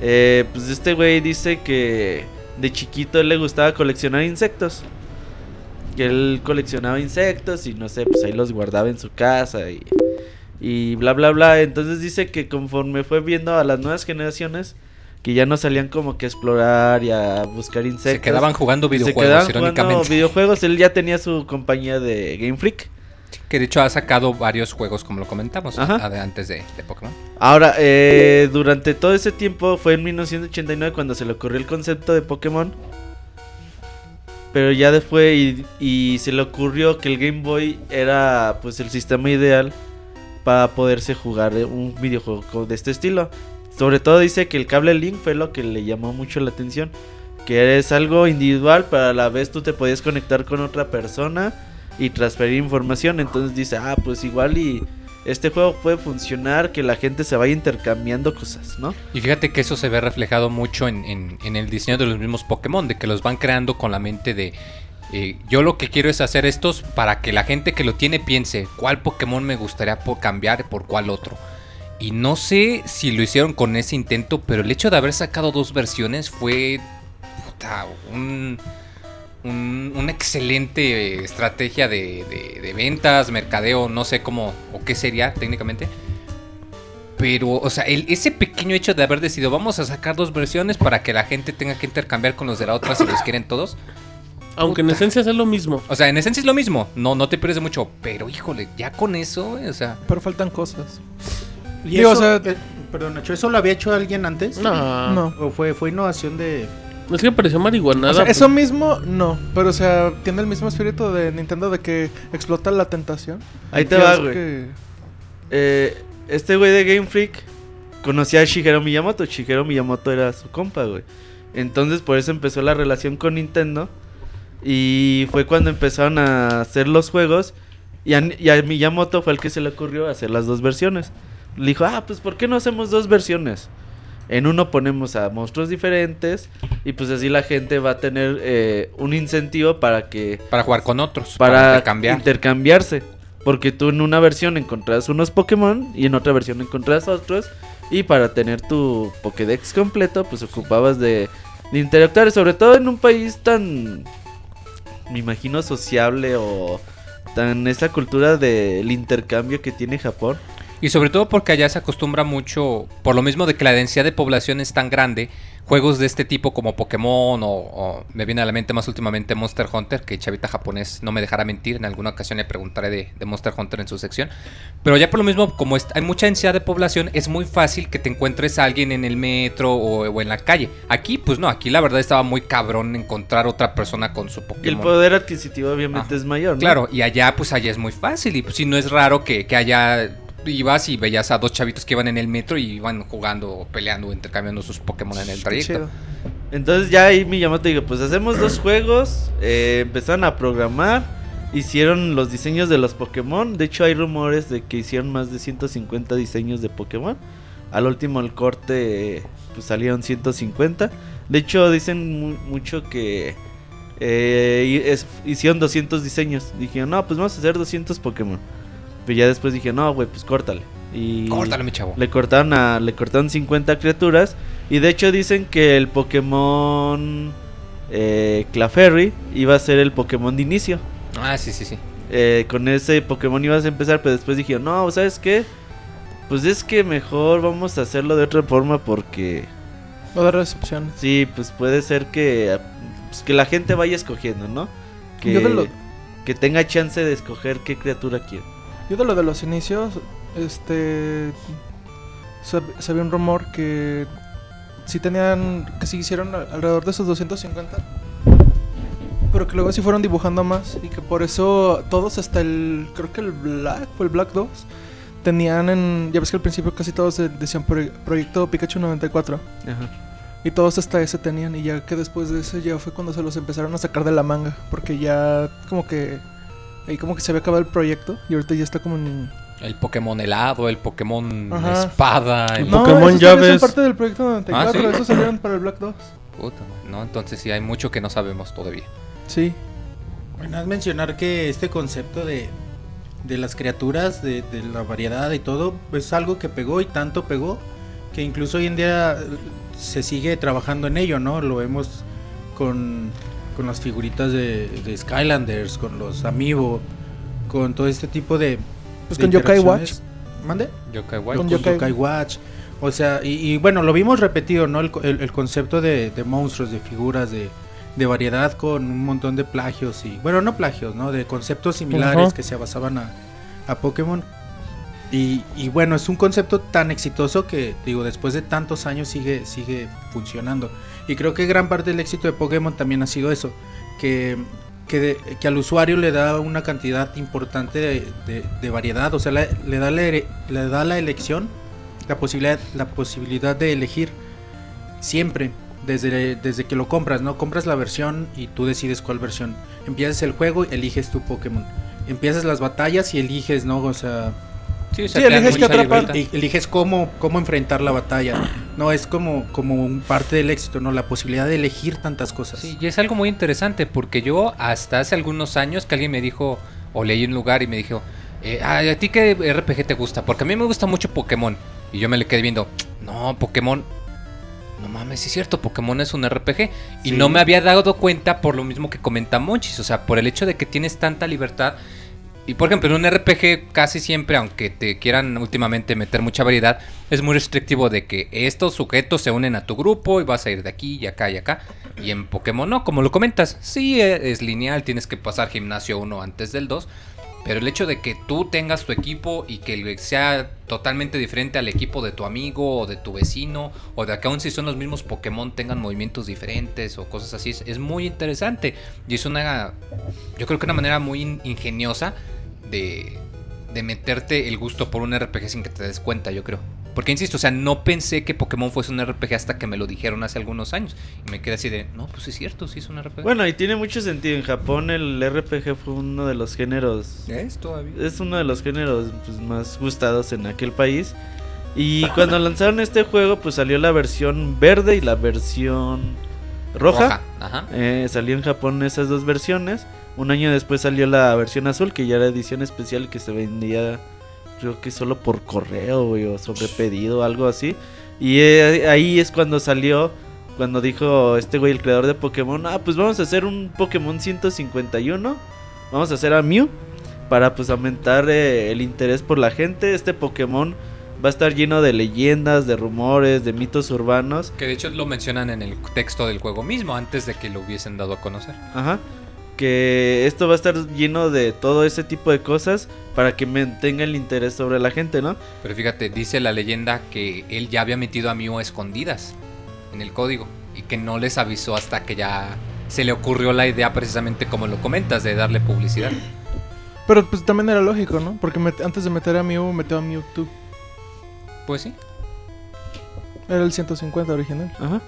[SPEAKER 7] eh, pues este güey dice que de chiquito él le gustaba coleccionar insectos. Que él coleccionaba insectos y no sé, pues ahí los guardaba en su casa y, y bla, bla, bla. Entonces dice que conforme fue viendo a las nuevas generaciones, que ya no salían como que a explorar y a buscar insectos.
[SPEAKER 3] Se quedaban jugando
[SPEAKER 7] y se
[SPEAKER 3] videojuegos,
[SPEAKER 7] quedaban jugando
[SPEAKER 3] irónicamente.
[SPEAKER 7] videojuegos. Él ya tenía su compañía de Game Freak.
[SPEAKER 3] Que de hecho ha sacado varios juegos, como lo comentamos
[SPEAKER 7] Ajá.
[SPEAKER 3] ade- antes de, de Pokémon.
[SPEAKER 7] Ahora, eh, durante todo ese tiempo fue en 1989 cuando se le ocurrió el concepto de Pokémon. Pero ya después y, y se le ocurrió que el Game Boy era pues el sistema ideal para poderse jugar eh, un videojuego co- de este estilo. Sobre todo dice que el cable Link fue lo que le llamó mucho la atención. Que es algo individual, pero a la vez tú te podías conectar con otra persona y transferir información. Entonces dice, ah, pues igual y este juego puede funcionar, que la gente se vaya intercambiando cosas, ¿no?
[SPEAKER 3] Y fíjate que eso se ve reflejado mucho en, en- en el diseño de los mismos Pokémon, de que los van creando con la mente de. eh, yo lo que quiero es hacer estos para que la gente que lo tiene piense cuál Pokémon me gustaría po- cambiar por cuál otro. Y no sé si lo hicieron con ese intento, pero el hecho de haber sacado dos versiones fue puta, un, un- una excelente eh, estrategia de, de- de ventas, mercadeo, no sé cómo o qué sería técnicamente. Pero, o sea, el- ese pequeño hecho de haber decidido, vamos a sacar dos versiones para que la gente tenga que intercambiar con los de la otra si los quieren todos.
[SPEAKER 4] Aunque en
[SPEAKER 3] Puta.
[SPEAKER 4] esencia es lo mismo.
[SPEAKER 3] O sea, en esencia es lo mismo, no, no te pierdes mucho. Pero, híjole, ya con eso, eh, o sea,
[SPEAKER 5] Pero faltan cosas.
[SPEAKER 6] Y
[SPEAKER 5] Digo,
[SPEAKER 6] eso-
[SPEAKER 5] o sea-
[SPEAKER 6] eh, perdón, Nacho, ¿eso lo había hecho alguien antes?
[SPEAKER 4] No.
[SPEAKER 5] No.
[SPEAKER 6] ¿O fue, fue innovación de...?
[SPEAKER 4] Es que pareció marihuanada.
[SPEAKER 5] O sea,
[SPEAKER 4] pues.
[SPEAKER 5] eso mismo, no. Pero, o sea, tiene el mismo espíritu de Nintendo de que explota la tentación.
[SPEAKER 7] Ahí te
[SPEAKER 5] Que
[SPEAKER 7] va,
[SPEAKER 5] es
[SPEAKER 7] güey.
[SPEAKER 5] que-
[SPEAKER 7] Eh, este güey de Game Freak conocía a Shigeru Miyamoto. Shigeru Miyamoto era su compa, güey. Entonces por eso empezó la relación con Nintendo. Y fue cuando empezaron a hacer los juegos. Y a, y a Miyamoto fue el que se le ocurrió hacer las dos versiones. Le dijo, ah, pues ¿por qué no hacemos dos versiones? En uno ponemos a monstruos diferentes. Y pues así la gente va a tener eh, un incentivo para que
[SPEAKER 3] para jugar con otros,
[SPEAKER 7] para
[SPEAKER 3] intercambiar.
[SPEAKER 7] intercambiarse. Porque tú en una versión encontrás unos Pokémon y en otra versión encontrás otros. Y para tener tu Pokédex completo, pues ocupabas de, de interactuar. Sobre todo en un país tan, me imagino, sociable o tan esa cultura del intercambio que tiene Japón.
[SPEAKER 3] Y sobre todo porque allá se acostumbra mucho, por lo mismo de que la densidad de población es tan grande, juegos de este tipo como Pokémon o, o me viene a la mente más últimamente Monster Hunter, que Chavita japonés no me dejará mentir, en alguna ocasión le preguntaré de, de Monster Hunter en su sección. Pero ya por lo mismo, como es- hay mucha densidad de población, es muy fácil que te encuentres a alguien en el metro o, o en la calle. Aquí, pues no, aquí la verdad estaba muy cabrón encontrar otra persona con su Pokémon.
[SPEAKER 7] Y el poder adquisitivo obviamente
[SPEAKER 3] Ah,
[SPEAKER 7] es mayor. ¿no?
[SPEAKER 3] Claro, y allá, pues allá es muy fácil. Y pues sí, no es raro que, que allá ibas y veías a dos chavitos que iban en el metro y iban jugando, peleando, intercambiando sus Pokémon en el
[SPEAKER 5] Qué
[SPEAKER 3] trayecto.
[SPEAKER 5] chido.
[SPEAKER 7] Entonces ya ahí Miyamoto dijo, pues hacemos dos juegos, eh, empezaron a programar hicieron los diseños de los Pokémon. De hecho, hay rumores de que hicieron más de 150 diseños de Pokémon. Al último, el corte, pues salieron 150. De hecho, dicen mu- mucho que eh, y- es- hicieron 200 diseños. Dijeron, no, pues vamos a hacer 200 Pokémon. Pero ya después dije, no, güey, pues córtale. Y
[SPEAKER 3] Córtale, mi chavo.
[SPEAKER 7] le cortaron a, le cortaron 50 criaturas. Y de hecho dicen que el Pokémon eh, Claferry iba a ser el Pokémon de inicio.
[SPEAKER 3] Ah, sí, sí, sí.
[SPEAKER 7] Eh, con ese Pokémon ibas a empezar, pero después dijeron, no, ¿sabes qué? Pues es que mejor vamos a hacerlo de otra forma porque
[SPEAKER 5] Va a dar las opciones.
[SPEAKER 7] sí, pues puede ser que, pues, que la gente vaya escogiendo, ¿no? Que,
[SPEAKER 5] Yo de lo-
[SPEAKER 7] que tenga chance de escoger qué criatura quiere.
[SPEAKER 5] Yo de lo de los inicios, este. Se, se había un rumor que. Sí tenían. Que sí hicieron al- alrededor de esos 250. Pero que luego sí fueron dibujando más. Y que por eso todos, hasta el. Creo que el Black o el Black 2. Tenían en. Ya ves que al principio casi todos de- decían "Proye- Proyecto Pikachu 94.
[SPEAKER 7] Ajá.
[SPEAKER 5] Y todos hasta ese tenían. Y ya que después de ese ya fue cuando se los empezaron a sacar de la manga. Porque ya como que. Ahí como que se había acabado el proyecto. Y ahorita ya está como en.
[SPEAKER 3] El Pokémon helado, el Pokémon
[SPEAKER 5] Ajá.
[SPEAKER 3] espada. el-
[SPEAKER 4] No. Pokémon
[SPEAKER 5] esos también
[SPEAKER 4] llaves.
[SPEAKER 5] son parte del proyecto 94,
[SPEAKER 3] Ah, ¿sí?
[SPEAKER 5] esos salieron para el Black 2.
[SPEAKER 3] Puta, no, entonces sí hay mucho que no sabemos todavía.
[SPEAKER 5] Sí.
[SPEAKER 6] Bueno, es mencionar que este concepto de, de las criaturas, de, de la variedad y todo, pues, es algo que pegó y tanto pegó que incluso hoy en día eh, se sigue trabajando en ello, ¿no? Lo vemos con, con las figuritas de, de Skylanders, con los Amiibo, con todo este tipo de.
[SPEAKER 5] Pues
[SPEAKER 6] de
[SPEAKER 5] con Yokai
[SPEAKER 6] interacciones. ¿Mande?
[SPEAKER 3] Yokai
[SPEAKER 6] Con,
[SPEAKER 3] Watch.
[SPEAKER 5] Con
[SPEAKER 6] Yokai,
[SPEAKER 5] Yokai-
[SPEAKER 6] Watch. O sea, y, y bueno, lo vimos repetido, ¿no? El, co- el- el concepto de, de monstruos, de figuras, de, de variedad con un montón de plagios y. Bueno, no plagios, ¿no? De conceptos similares
[SPEAKER 4] Ujú.
[SPEAKER 6] que se basaban a, a Pokémon. Y, y bueno, es un concepto tan exitoso que, digo, después de tantos años sigue, sigue funcionando. Y creo que gran parte del éxito de Pokémon también ha sido eso, que, que, de- que al usuario le da una cantidad importante de, de- de variedad, o sea, la- le, da la, ere- le da la elección, la posibilidad, la posibilidad de elegir siempre, desde, desde que lo compras, ¿no? Compras la versión y tú decides cuál versión. Empiezas el juego y eliges tu Pokémon. Empiezas las batallas y eliges, ¿no? O sea,
[SPEAKER 3] Sí, o
[SPEAKER 5] Sí,
[SPEAKER 3] te dan
[SPEAKER 5] eliges
[SPEAKER 3] mucha
[SPEAKER 5] que atrapar.
[SPEAKER 3] libertad.
[SPEAKER 6] y eliges cómo, cómo enfrentar la batalla. No es como, como un parte del éxito, ¿no? La posibilidad de elegir tantas cosas.
[SPEAKER 3] Sí, y es algo muy interesante porque yo hasta hace algunos años que alguien me dijo, o leí en un lugar y me dijo, eh, "Ay, ¿a ti qué RPG te gusta? Porque a mí me gusta mucho Pokémon. Y yo me le quedé viendo, no, Pokémon... No mames, sí es cierto, Pokémon es un RPG. Y
[SPEAKER 6] Sí.
[SPEAKER 3] no me había dado cuenta por lo mismo que comenta Monchis, o sea, por el hecho de que tienes tanta libertad. Y por ejemplo, en un RPG casi siempre, aunque te quieran últimamente meter mucha variedad, es muy restrictivo de que estos sujetos se unen a tu grupo y vas a ir de aquí y acá y acá. Y en Pokémon no, como lo comentas, sí eh, es lineal, tienes que pasar gimnasio 1 antes del 2. Pero el hecho de que tú tengas tu equipo y que el- sea totalmente diferente al equipo de tu amigo o de tu vecino, o de que aún si son los mismos Pokémon tengan movimientos diferentes o cosas así, es, es muy interesante. Y es una, yo creo que una manera muy in- ingeniosa de, de meterte el gusto por un RPG sin que te des cuenta, yo creo. Porque insisto, o sea, no pensé que Pokémon fuese un RPG hasta que me lo dijeron hace algunos años. Y me quedé así de, no, pues sí es cierto, sí es un RPG.
[SPEAKER 7] Bueno, y tiene mucho sentido. En Japón el RPG fue uno de los géneros
[SPEAKER 3] es todavía.
[SPEAKER 7] es uno de los géneros pues, más gustados en aquel país. Y cuando lanzaron este juego, pues salió la versión verde y la versión roja.
[SPEAKER 3] Ajá.
[SPEAKER 7] Eh, salió en Japón esas dos versiones. Un año después salió la versión azul, que ya era edición especial que se vendía, creo que solo por correo güey, o sobre pedido, algo así. Y eh, ahí es cuando salió, cuando dijo este güey, el creador de Pokémon, ah, pues vamos a hacer un Pokémon 151, vamos a hacer a Mew, para pues aumentar eh, el interés por la gente. Este Pokémon va a estar lleno de leyendas, de rumores, de mitos urbanos.
[SPEAKER 3] Que de hecho lo mencionan en el texto del juego mismo, antes de que lo hubiesen dado a conocer.
[SPEAKER 7] Ajá. Que esto va a estar lleno de todo ese tipo de cosas para que mantenga el interés sobre la gente, ¿no?
[SPEAKER 3] Pero fíjate, dice la leyenda que él ya había metido a Mew a escondidas en el código y que no les avisó hasta que ya se le ocurrió la idea precisamente como lo comentas de darle publicidad.
[SPEAKER 5] Pero pues también era lógico, ¿no? Porque met- antes de meter a Mew, metió a Mewtwo.
[SPEAKER 3] Pues sí.
[SPEAKER 5] Era el 150 original.
[SPEAKER 7] Ajá.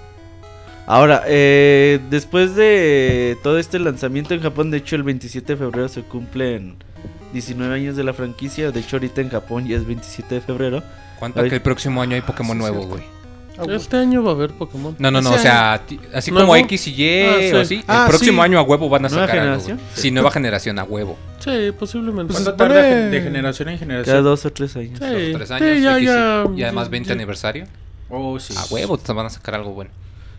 [SPEAKER 7] Ahora, eh, después de todo este lanzamiento en Japón, de hecho el 27 de febrero se cumplen 19 años de la franquicia, de hecho ahorita en Japón ya es 27 de febrero.
[SPEAKER 3] ¿Cuánto
[SPEAKER 7] Ay.
[SPEAKER 3] que el próximo año hay
[SPEAKER 5] Ah,
[SPEAKER 3] Pokémon nuevo, güey?
[SPEAKER 4] Este año va a haber Pokémon. Este
[SPEAKER 3] No, no, no,
[SPEAKER 5] Ese
[SPEAKER 3] o sea, ti- así como
[SPEAKER 4] ¿Nuevo?
[SPEAKER 3] X y Y
[SPEAKER 4] Ah, sí.
[SPEAKER 3] o así,
[SPEAKER 5] Ah,
[SPEAKER 3] el próximo
[SPEAKER 5] sí.
[SPEAKER 3] año a huevo van a
[SPEAKER 7] ¿Nueva
[SPEAKER 3] sacar
[SPEAKER 7] generación?
[SPEAKER 3] algo. güey. Sí, nueva generación a huevo.
[SPEAKER 4] Sí, posiblemente.
[SPEAKER 5] Pues-
[SPEAKER 6] ¿Cuánto
[SPEAKER 5] se
[SPEAKER 6] tarda
[SPEAKER 5] supone-
[SPEAKER 6] de generación en
[SPEAKER 7] Cada
[SPEAKER 6] generación?
[SPEAKER 7] dos o tres años.
[SPEAKER 4] Sí.
[SPEAKER 3] Los tres
[SPEAKER 4] sí,
[SPEAKER 3] años,
[SPEAKER 4] ya,
[SPEAKER 3] X
[SPEAKER 4] Ah, ya.
[SPEAKER 3] y, y además 20 aniversario.
[SPEAKER 6] Oh, sí.
[SPEAKER 3] A huevo te van a sacar algo bueno.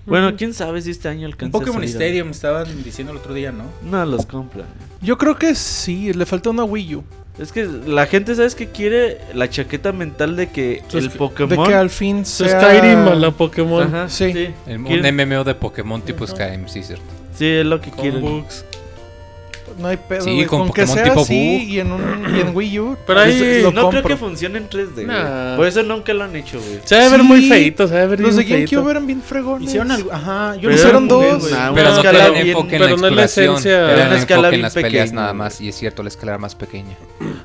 [SPEAKER 7] Bueno, quién sabe si este año alcanza.
[SPEAKER 6] Un
[SPEAKER 7] a
[SPEAKER 6] Pokémon
[SPEAKER 7] salir algo.
[SPEAKER 6] Stadium estaban diciendo el otro día, ¿no?
[SPEAKER 7] No los compran.
[SPEAKER 5] Yo creo que sí, le falta una Wii U.
[SPEAKER 7] Es que la gente, ¿sabes que quiere? La chaqueta mental de que
[SPEAKER 4] Pues
[SPEAKER 7] el
[SPEAKER 4] que-
[SPEAKER 5] De
[SPEAKER 7] Pokémon.
[SPEAKER 5] que al fin
[SPEAKER 4] Su
[SPEAKER 5] sea...
[SPEAKER 4] Skyrim a la Pokémon.
[SPEAKER 7] Ajá,
[SPEAKER 5] Sí.
[SPEAKER 7] sí.
[SPEAKER 3] El- un
[SPEAKER 7] Quieren-
[SPEAKER 3] MMO de Pokémon tipo Skyrim, sí, cierto.
[SPEAKER 7] Sí, es lo que
[SPEAKER 4] Con
[SPEAKER 7] quieren.
[SPEAKER 4] bugs.
[SPEAKER 5] No hay pedo,
[SPEAKER 3] Sí,
[SPEAKER 5] güey,
[SPEAKER 3] con
[SPEAKER 5] con, que
[SPEAKER 3] Pokémon
[SPEAKER 5] sea
[SPEAKER 3] tipo
[SPEAKER 5] así
[SPEAKER 3] bug.
[SPEAKER 5] y en, un, y en Wii U.
[SPEAKER 4] Pero ahí-
[SPEAKER 5] pues, lo
[SPEAKER 7] No creo
[SPEAKER 5] compro.
[SPEAKER 7] que funcione en 3D, güey.
[SPEAKER 4] Nah.
[SPEAKER 7] Por eso nunca lo han hecho, güey.
[SPEAKER 4] Se va a ver
[SPEAKER 5] Sí.
[SPEAKER 4] muy feito, se va a ver
[SPEAKER 5] Los de
[SPEAKER 4] bien feíto.
[SPEAKER 5] GameCube eran bien fregones.
[SPEAKER 6] Hicieron algo. Ajá, yo
[SPEAKER 7] Pero
[SPEAKER 5] hicieron
[SPEAKER 6] jugué,
[SPEAKER 5] dos.
[SPEAKER 6] güey.
[SPEAKER 3] Pero
[SPEAKER 7] Nah, una
[SPEAKER 3] no
[SPEAKER 7] escala
[SPEAKER 3] tenían
[SPEAKER 7] bien-
[SPEAKER 3] enfoque en la
[SPEAKER 4] pero no es la
[SPEAKER 3] exploración,
[SPEAKER 4] esencia.
[SPEAKER 3] era
[SPEAKER 4] Era
[SPEAKER 7] una
[SPEAKER 3] un
[SPEAKER 7] escala
[SPEAKER 3] enfoque en
[SPEAKER 7] bien
[SPEAKER 3] las peleas
[SPEAKER 7] pequeña,
[SPEAKER 3] nada
[SPEAKER 7] güey.
[SPEAKER 3] más. Y es cierto, la escala era más pequeña.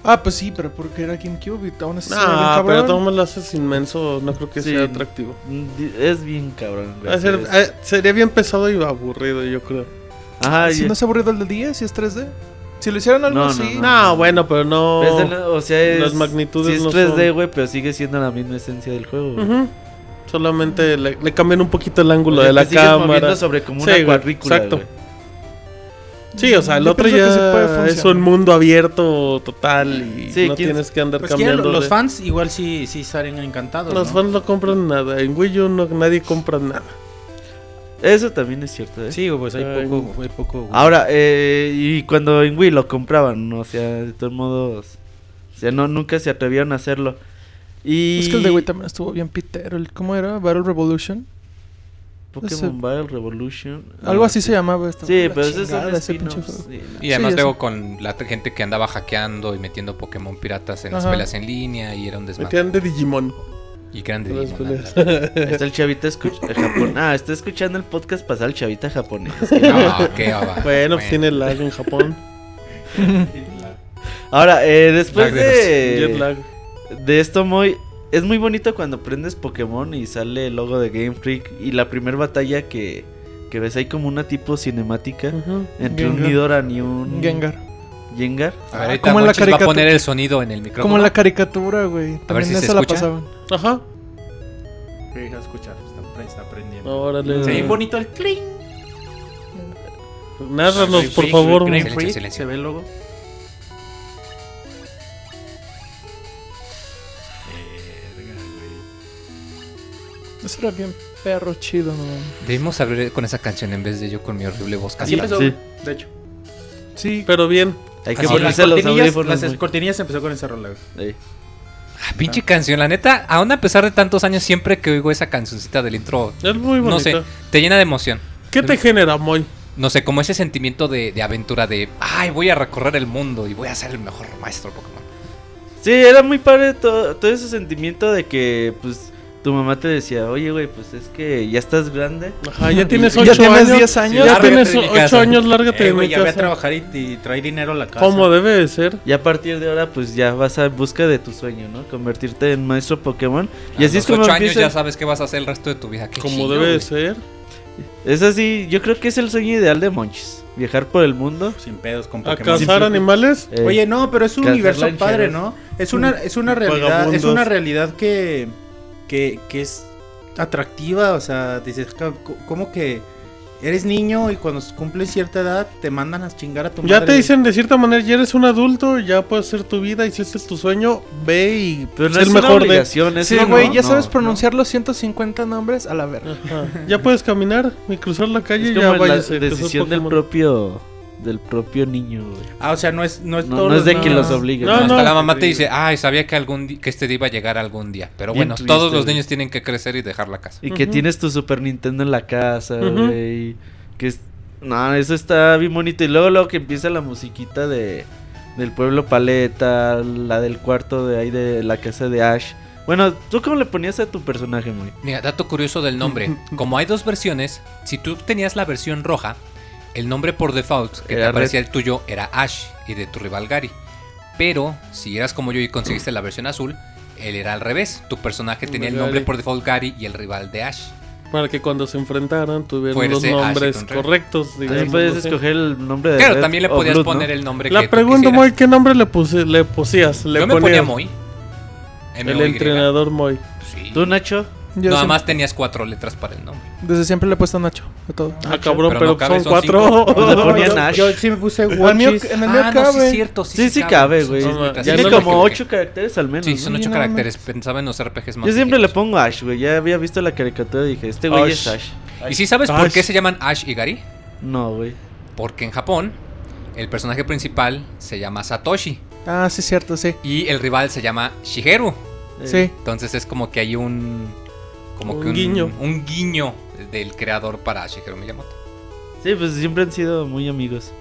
[SPEAKER 5] Ah, pues sí, pero porque era GameCube y aún así se veía bien
[SPEAKER 7] Ah,
[SPEAKER 4] No,
[SPEAKER 5] cabrón.
[SPEAKER 4] Ah, pero todo lo haces inmenso, no creo que
[SPEAKER 7] Sí.
[SPEAKER 4] sea atractivo.
[SPEAKER 7] Di- Es bien cabrón, güey. Pues,
[SPEAKER 4] Va a ser-
[SPEAKER 7] hacer eso.
[SPEAKER 4] eh, sería bien pesado y aburrido, yo creo.
[SPEAKER 7] Ajá,
[SPEAKER 5] Si
[SPEAKER 7] y-
[SPEAKER 5] no es aburrido el de 10, si es 3D. Si lo hicieran algo
[SPEAKER 7] No, no,
[SPEAKER 5] así...
[SPEAKER 7] no.
[SPEAKER 4] No, bueno, pero no.
[SPEAKER 7] pero es de- o sea, es,
[SPEAKER 4] Las magnitudes
[SPEAKER 7] sí es
[SPEAKER 4] no
[SPEAKER 7] 3D,
[SPEAKER 4] son-
[SPEAKER 7] güey, pero sigue siendo la misma esencia del juego. güey.
[SPEAKER 4] Ujú. Solamente le, le cambian un poquito el ángulo
[SPEAKER 7] O sea,
[SPEAKER 4] de la
[SPEAKER 7] te sigues
[SPEAKER 4] cámara.
[SPEAKER 7] moviendo sobre como
[SPEAKER 4] Sí,
[SPEAKER 7] una
[SPEAKER 4] güey,
[SPEAKER 7] cuadrícula.
[SPEAKER 4] exacto.
[SPEAKER 7] güey.
[SPEAKER 4] Sí, o sea, el
[SPEAKER 5] Yo
[SPEAKER 4] otro
[SPEAKER 5] pienso que sí puede
[SPEAKER 4] ya
[SPEAKER 5] funcionar.
[SPEAKER 4] es un mundo abierto total y
[SPEAKER 7] Sí,
[SPEAKER 4] no
[SPEAKER 7] ¿quién-
[SPEAKER 4] tienes que andar
[SPEAKER 6] Pues quieren-
[SPEAKER 4] cambiando.
[SPEAKER 6] los
[SPEAKER 4] de-
[SPEAKER 6] fans igual sí, sí salen encantados.
[SPEAKER 4] Los
[SPEAKER 6] ¿no?
[SPEAKER 4] fans no compran nada. En Wii U no- nadie compra nada.
[SPEAKER 7] Eso también es cierto, ¿eh?
[SPEAKER 6] Sí, pues hay
[SPEAKER 4] Ay.
[SPEAKER 6] poco, hay poco.
[SPEAKER 3] Ah,
[SPEAKER 6] güey.
[SPEAKER 7] Ahora, eh, y cuando en Wii lo compraban, o sea, de todos modos, o sea, no, nunca se atrevieron a hacerlo. Y
[SPEAKER 5] Es que el de Wii también estuvo bien pitero. el- ¿Cómo era? Battle Revolution. ese-
[SPEAKER 7] Pokémon Battle Revolution.
[SPEAKER 5] Algo
[SPEAKER 7] Ah,
[SPEAKER 5] así se llamaba. esta-
[SPEAKER 7] Sí,
[SPEAKER 5] la
[SPEAKER 7] pero ese es
[SPEAKER 5] chingada,
[SPEAKER 7] un
[SPEAKER 5] ese pinche
[SPEAKER 7] spin-off,
[SPEAKER 5] juego.
[SPEAKER 7] sí, no.
[SPEAKER 3] Y además
[SPEAKER 5] Sí,
[SPEAKER 3] luego con la t- gente que andaba hackeando y metiendo Pokémon piratas en las
[SPEAKER 5] Ajá.
[SPEAKER 3] peleas en línea y era un desmadre.
[SPEAKER 4] Metían de Digimon.
[SPEAKER 3] Y que eran de
[SPEAKER 4] Las
[SPEAKER 3] Digimon,
[SPEAKER 4] peleas.
[SPEAKER 7] Está el chavita escuch- eh, Japón. Ah, está escuchando el podcast pasado el chavita japonés.
[SPEAKER 3] Ah, ok, ah, va.
[SPEAKER 4] Bueno, pues tiene lag en Japón.
[SPEAKER 7] Ahora, eh,
[SPEAKER 3] Lag
[SPEAKER 7] después
[SPEAKER 3] de los-
[SPEAKER 4] Jet
[SPEAKER 7] de,
[SPEAKER 4] lag.
[SPEAKER 7] de esto muy... Es muy bonito cuando prendes Pokémon y sale el logo de Game Freak y la primera batalla que, que ves ahí como una tipo cinemática
[SPEAKER 4] Ujú.
[SPEAKER 7] entre un
[SPEAKER 5] Gengar.
[SPEAKER 7] Nidoran y un
[SPEAKER 5] Gengar.
[SPEAKER 7] Jengar.
[SPEAKER 3] A ver, ahorita
[SPEAKER 5] como en
[SPEAKER 3] Monchis
[SPEAKER 5] la
[SPEAKER 3] va a
[SPEAKER 5] caricatura.
[SPEAKER 3] poner el sonido en el micrófono.
[SPEAKER 5] Como la caricatura, güey. También
[SPEAKER 3] si se
[SPEAKER 5] esa la
[SPEAKER 3] escucha.
[SPEAKER 5] pasaban.
[SPEAKER 4] Ajá.
[SPEAKER 6] Sí, deja escuchar, está, está aprendiendo.
[SPEAKER 4] Órale.
[SPEAKER 6] Se ve bonito el cling.
[SPEAKER 4] Nárranos,
[SPEAKER 6] Sí,
[SPEAKER 4] por
[SPEAKER 6] sí,
[SPEAKER 4] favor.
[SPEAKER 6] Game
[SPEAKER 3] Silencio,
[SPEAKER 6] Freak,
[SPEAKER 3] silencio.
[SPEAKER 6] Se ve el logo.
[SPEAKER 5] Eso era bien perro chido, no mames.
[SPEAKER 3] Debimos abrir con esa canción en vez de yo con mi horrible voz.
[SPEAKER 6] Así
[SPEAKER 3] cantando.
[SPEAKER 6] empezó,
[SPEAKER 7] Sí.
[SPEAKER 6] de hecho.
[SPEAKER 5] Sí,
[SPEAKER 4] Pero bien.
[SPEAKER 7] Hay
[SPEAKER 3] Así
[SPEAKER 7] que
[SPEAKER 6] las
[SPEAKER 7] ponerse los
[SPEAKER 6] cortinillas,
[SPEAKER 7] audífonos.
[SPEAKER 6] las
[SPEAKER 7] güey.
[SPEAKER 6] cortinillas empezó con ese rol. güey.
[SPEAKER 7] Ahí.
[SPEAKER 3] Ah, pinche canción, la neta, aún a pesar de tantos años, siempre que oigo esa cancioncita del intro,
[SPEAKER 4] Es muy bonito.
[SPEAKER 3] no sé, te llena de emoción.
[SPEAKER 4] ¿Qué te genera, Moy?
[SPEAKER 3] No sé, como ese sentimiento de, de aventura de, ay, voy a recorrer el mundo y voy a ser el mejor maestro Pokémon.
[SPEAKER 7] Sí, era muy padre todo, todo ese sentimiento de que, pues, tu mamá te decía, oye, güey, pues es que ya estás grande.
[SPEAKER 4] Ajá, Ah, ya tienes
[SPEAKER 5] ya
[SPEAKER 4] 8
[SPEAKER 5] tienes
[SPEAKER 4] años.
[SPEAKER 5] 10 años.
[SPEAKER 4] ya
[SPEAKER 3] Lárgate
[SPEAKER 4] tienes
[SPEAKER 3] de mi
[SPEAKER 4] 8
[SPEAKER 3] casa.
[SPEAKER 4] años, lárgate
[SPEAKER 6] Eh,
[SPEAKER 4] de mi
[SPEAKER 6] güey, ya voy a
[SPEAKER 4] casa.
[SPEAKER 6] trabajar y, y trae dinero a la casa.
[SPEAKER 4] Como debe de ser.
[SPEAKER 7] Y a partir de ahora, pues ya vas a busca de tu sueño, ¿no? Convertirte en maestro Pokémon. Y
[SPEAKER 3] A
[SPEAKER 7] así es
[SPEAKER 3] los
[SPEAKER 7] como
[SPEAKER 3] ocho años
[SPEAKER 7] empieza.
[SPEAKER 3] ya sabes qué vas a hacer el resto de tu vida. Qué
[SPEAKER 4] Como
[SPEAKER 3] chido,
[SPEAKER 4] debe de
[SPEAKER 3] güey.
[SPEAKER 4] ser.
[SPEAKER 7] Es así, yo creo que es el sueño ideal de Monchis. Viajar por el mundo.
[SPEAKER 6] Sin pedos con
[SPEAKER 4] A
[SPEAKER 6] Pokémon.
[SPEAKER 4] cazar animales.
[SPEAKER 7] eh,
[SPEAKER 6] Oye, no, pero es un
[SPEAKER 7] Cazar
[SPEAKER 6] universo
[SPEAKER 7] lancheros.
[SPEAKER 6] padre, ¿no? Es una, es una realidad, es
[SPEAKER 4] Vagabundos.
[SPEAKER 6] una realidad que, que, que es atractiva, o sea, dices, ca- co- ¿cómo que eres niño y cuando cumples cierta edad te mandan a chingar a tu madre?
[SPEAKER 4] Ya te dicen de cierta manera, ya eres un adulto, ya puedes ser tu vida, y si este es tu sueño, ve y
[SPEAKER 7] pero no
[SPEAKER 4] sé
[SPEAKER 7] es
[SPEAKER 4] el
[SPEAKER 7] una
[SPEAKER 4] mejor de.
[SPEAKER 7] obligación, es
[SPEAKER 5] Sí,
[SPEAKER 7] como-
[SPEAKER 5] güey, ya
[SPEAKER 7] no,
[SPEAKER 5] sabes
[SPEAKER 7] no.
[SPEAKER 5] pronunciar los 150 nombres a la verga.
[SPEAKER 4] Ajá. Ya puedes caminar y cruzar la calle
[SPEAKER 7] Es
[SPEAKER 4] y ya
[SPEAKER 7] como la
[SPEAKER 4] vayas.
[SPEAKER 7] decisión del propio, del propio niño, güey.
[SPEAKER 6] Ah, o sea, no es, no es
[SPEAKER 7] No,
[SPEAKER 6] todos
[SPEAKER 7] no es
[SPEAKER 6] los
[SPEAKER 7] de
[SPEAKER 6] niños.
[SPEAKER 7] quien los obligue.
[SPEAKER 4] No,
[SPEAKER 3] Hasta
[SPEAKER 4] no.
[SPEAKER 3] la mamá te dice, ay, sabía que algún di- que este día iba a llegar algún día. Pero
[SPEAKER 7] Bien
[SPEAKER 3] bueno,
[SPEAKER 7] triste,
[SPEAKER 3] todos los
[SPEAKER 7] güey.
[SPEAKER 3] niños tienen que crecer y dejar la casa.
[SPEAKER 7] Y que
[SPEAKER 4] Ujú.
[SPEAKER 7] tienes tu Super Nintendo en la casa,
[SPEAKER 4] Ujú.
[SPEAKER 7] güey. Que es... No, eso está bien bonito. Y luego, luego que empieza la musiquita de... Del pueblo paleta, la del cuarto de ahí de la casa de Ash. Bueno, ¿tú cómo le ponías a tu personaje, güey?
[SPEAKER 3] Mira, dato curioso del nombre. Como hay dos versiones, si tú tenías la versión roja, el nombre por default que te
[SPEAKER 7] Era
[SPEAKER 3] aparecía el tuyo era Ash y de tu rival Gary. Pero si eras como yo y conseguiste la versión azul, él era al revés. Tu personaje tenía el
[SPEAKER 4] Gary.
[SPEAKER 3] nombre por default Gary y el rival de Ash.
[SPEAKER 4] Para que cuando se enfrentaran tuvieran
[SPEAKER 3] Fuerce,
[SPEAKER 4] los
[SPEAKER 3] Ash y
[SPEAKER 4] nombres
[SPEAKER 3] Contra.
[SPEAKER 4] correctos.
[SPEAKER 7] También
[SPEAKER 4] digamos,
[SPEAKER 7] puedes
[SPEAKER 4] así.
[SPEAKER 7] escoger el nombre de.
[SPEAKER 3] Claro,
[SPEAKER 7] Red
[SPEAKER 3] también le
[SPEAKER 7] o
[SPEAKER 3] podías
[SPEAKER 7] Blood, ¿no?
[SPEAKER 3] poner el nombre que
[SPEAKER 4] La
[SPEAKER 3] tú
[SPEAKER 4] pregunta,
[SPEAKER 3] quisieras.
[SPEAKER 4] Moy, ¿qué nombre le, puse, le pusías? Le
[SPEAKER 3] Yo me ponía
[SPEAKER 4] ponías.
[SPEAKER 3] Moy.
[SPEAKER 4] El entrenador Moy.
[SPEAKER 3] Sí.
[SPEAKER 7] Tú, Nacho.
[SPEAKER 5] Yo
[SPEAKER 3] Nada
[SPEAKER 5] siempre-
[SPEAKER 3] más tenías cuatro letras para el nombre.
[SPEAKER 5] Desde siempre le he puesto Nacho a todo.
[SPEAKER 4] Ah, cabrón,
[SPEAKER 3] Pero
[SPEAKER 4] pero,
[SPEAKER 3] no cabe,
[SPEAKER 4] son
[SPEAKER 3] son
[SPEAKER 4] cuatro.
[SPEAKER 7] Pues le ponían Ash.
[SPEAKER 6] Yo sí me puse
[SPEAKER 5] Al mío-
[SPEAKER 6] Watchis.
[SPEAKER 5] en el mío
[SPEAKER 3] ah, no, sí
[SPEAKER 5] cabe.
[SPEAKER 3] es cierto. Sí,
[SPEAKER 7] Sí, sí cabe, güey.
[SPEAKER 4] sí,
[SPEAKER 3] neta,
[SPEAKER 4] Ya
[SPEAKER 3] sí,
[SPEAKER 7] Tiene
[SPEAKER 3] no me
[SPEAKER 7] como
[SPEAKER 3] equivoqué.
[SPEAKER 7] ocho caracteres al menos.
[SPEAKER 3] Sí,
[SPEAKER 7] ¿no?
[SPEAKER 3] son
[SPEAKER 5] Sí,
[SPEAKER 3] ocho
[SPEAKER 5] no
[SPEAKER 3] caracteres. Pensaba en los RPGs más.
[SPEAKER 7] Yo siempre le
[SPEAKER 3] ligeros.
[SPEAKER 7] pongo Ash, güey. Ya había visto la caricatura y dije, este güey es Ash.
[SPEAKER 3] ¿Y si sabes por
[SPEAKER 4] Ash.
[SPEAKER 3] qué se llaman Ash y Gary?
[SPEAKER 7] No, güey.
[SPEAKER 3] Porque en Japón el personaje principal se llama Satoshi
[SPEAKER 5] Ah, sí, cierto, sí.
[SPEAKER 3] y el rival se llama Shigeru.
[SPEAKER 7] Eh,
[SPEAKER 5] Sí.
[SPEAKER 3] Entonces es como que hay un como
[SPEAKER 4] Un
[SPEAKER 3] que un
[SPEAKER 4] guiño.
[SPEAKER 3] un guiño del creador para Shigeru Miyamoto.
[SPEAKER 7] Sí, pues siempre han sido muy amigos.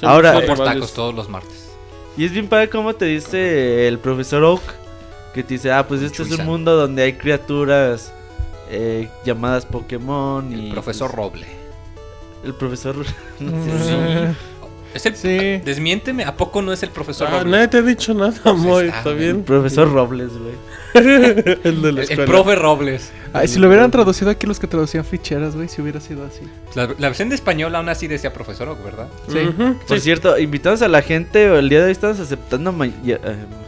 [SPEAKER 4] Son
[SPEAKER 7] Ahora-
[SPEAKER 4] los
[SPEAKER 7] Eh,
[SPEAKER 3] Por
[SPEAKER 4] rivales.
[SPEAKER 3] tacos todos los martes.
[SPEAKER 7] Y es bien padre cómo te dice el profesor Oak. Que te dice, ah, pues este es
[SPEAKER 3] Chuy-san.
[SPEAKER 7] un mundo donde hay criaturas eh, llamadas Pokémon.
[SPEAKER 3] El
[SPEAKER 7] y,
[SPEAKER 3] profesor
[SPEAKER 7] pues,
[SPEAKER 3] Roble.
[SPEAKER 7] El profesor. no sé, sí.
[SPEAKER 5] Mm,
[SPEAKER 3] Es el ah,
[SPEAKER 5] Sí.
[SPEAKER 3] Desmiénteme, ¿a poco no es el profesor
[SPEAKER 4] Ah,
[SPEAKER 3] Roble?
[SPEAKER 4] nadie te ha dicho nada, Moy.
[SPEAKER 3] Pues está,
[SPEAKER 4] Está
[SPEAKER 3] güey.
[SPEAKER 7] El
[SPEAKER 4] bien.
[SPEAKER 7] profesor Robles, güey.
[SPEAKER 4] el de la
[SPEAKER 3] El, el
[SPEAKER 4] escuela.
[SPEAKER 3] profe Robles.
[SPEAKER 5] Ay, si lo hubieran traducido aquí los que traducían ficheras, güey, si hubiera sido así.
[SPEAKER 3] La, la versión de español aún así decía profesor Oak, ¿verdad?
[SPEAKER 5] Sí.
[SPEAKER 4] Ujú,
[SPEAKER 7] Por
[SPEAKER 4] sí.
[SPEAKER 7] cierto, invitamos a la gente. El día de hoy estamos aceptando. ma- ya- eh,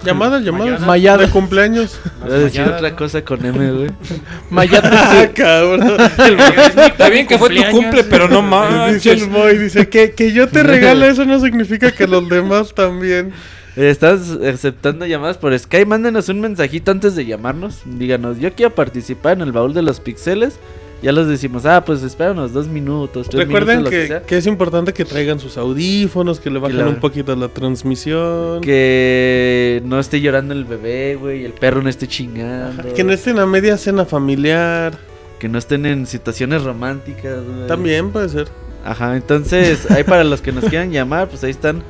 [SPEAKER 4] Llamadas, llamadas.
[SPEAKER 5] Mayada.
[SPEAKER 4] De cumpleaños.
[SPEAKER 7] Voy a decir otra cosa con M, güey.
[SPEAKER 5] Mayat,
[SPEAKER 4] Ah, cabrón.
[SPEAKER 3] Está bien que fue tu cumple, pero no
[SPEAKER 4] Dice
[SPEAKER 3] manches.
[SPEAKER 4] el Moy, dice que, que yo te regale eso no significa que los demás también.
[SPEAKER 7] Eh, Estás aceptando llamadas por Sky. Mándenos un mensajito antes de llamarnos. Díganos, yo quiero participar en el baúl de los pixeles. Ya los decimos, ah, pues espéranos dos minutos, tres
[SPEAKER 4] Recuerden
[SPEAKER 7] minutos, lo
[SPEAKER 4] que,
[SPEAKER 7] sea.
[SPEAKER 4] que es importante que traigan sus audífonos, que le bajen
[SPEAKER 7] Claro.
[SPEAKER 4] un poquito la transmisión.
[SPEAKER 7] Que no esté llorando el bebé, güey. El perro este no esté chingando.
[SPEAKER 4] Que no estén a media cena familiar.
[SPEAKER 7] que no estén en situaciones románticas, güey.
[SPEAKER 4] También puede ser.
[SPEAKER 7] Ajá, entonces, ahí para los que nos quieran llamar, pues ahí están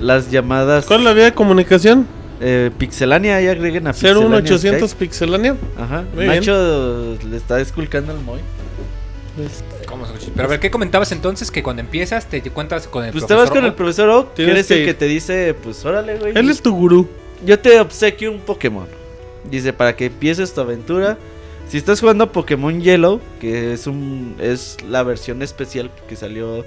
[SPEAKER 7] las llamadas.
[SPEAKER 4] ¿Cuál es la vía de comunicación?
[SPEAKER 7] Eh, pixelania, ahí agreguen a Pixelania en Skype.
[SPEAKER 4] 01800 Pixelania.
[SPEAKER 7] Ajá.
[SPEAKER 4] Muy
[SPEAKER 7] Nacho le está esculcando al Moy.
[SPEAKER 3] ¿Cómo se escucha? Pero a ver, ¿qué comentabas entonces? Que cuando empiezas te encuentras con el
[SPEAKER 7] Pues te
[SPEAKER 3] profesor
[SPEAKER 7] vas con el
[SPEAKER 3] Oak.
[SPEAKER 7] profesor Oak, que
[SPEAKER 4] Tienes
[SPEAKER 7] eres
[SPEAKER 4] que
[SPEAKER 7] el que
[SPEAKER 4] ir.
[SPEAKER 7] te dice, pues órale, güey.
[SPEAKER 4] Él es tu gurú.
[SPEAKER 7] Yo te obsequio un Pokémon. Dice, para que empieces tu aventura. Si estás jugando a Pokémon Yellow, que es un es la versión especial que salió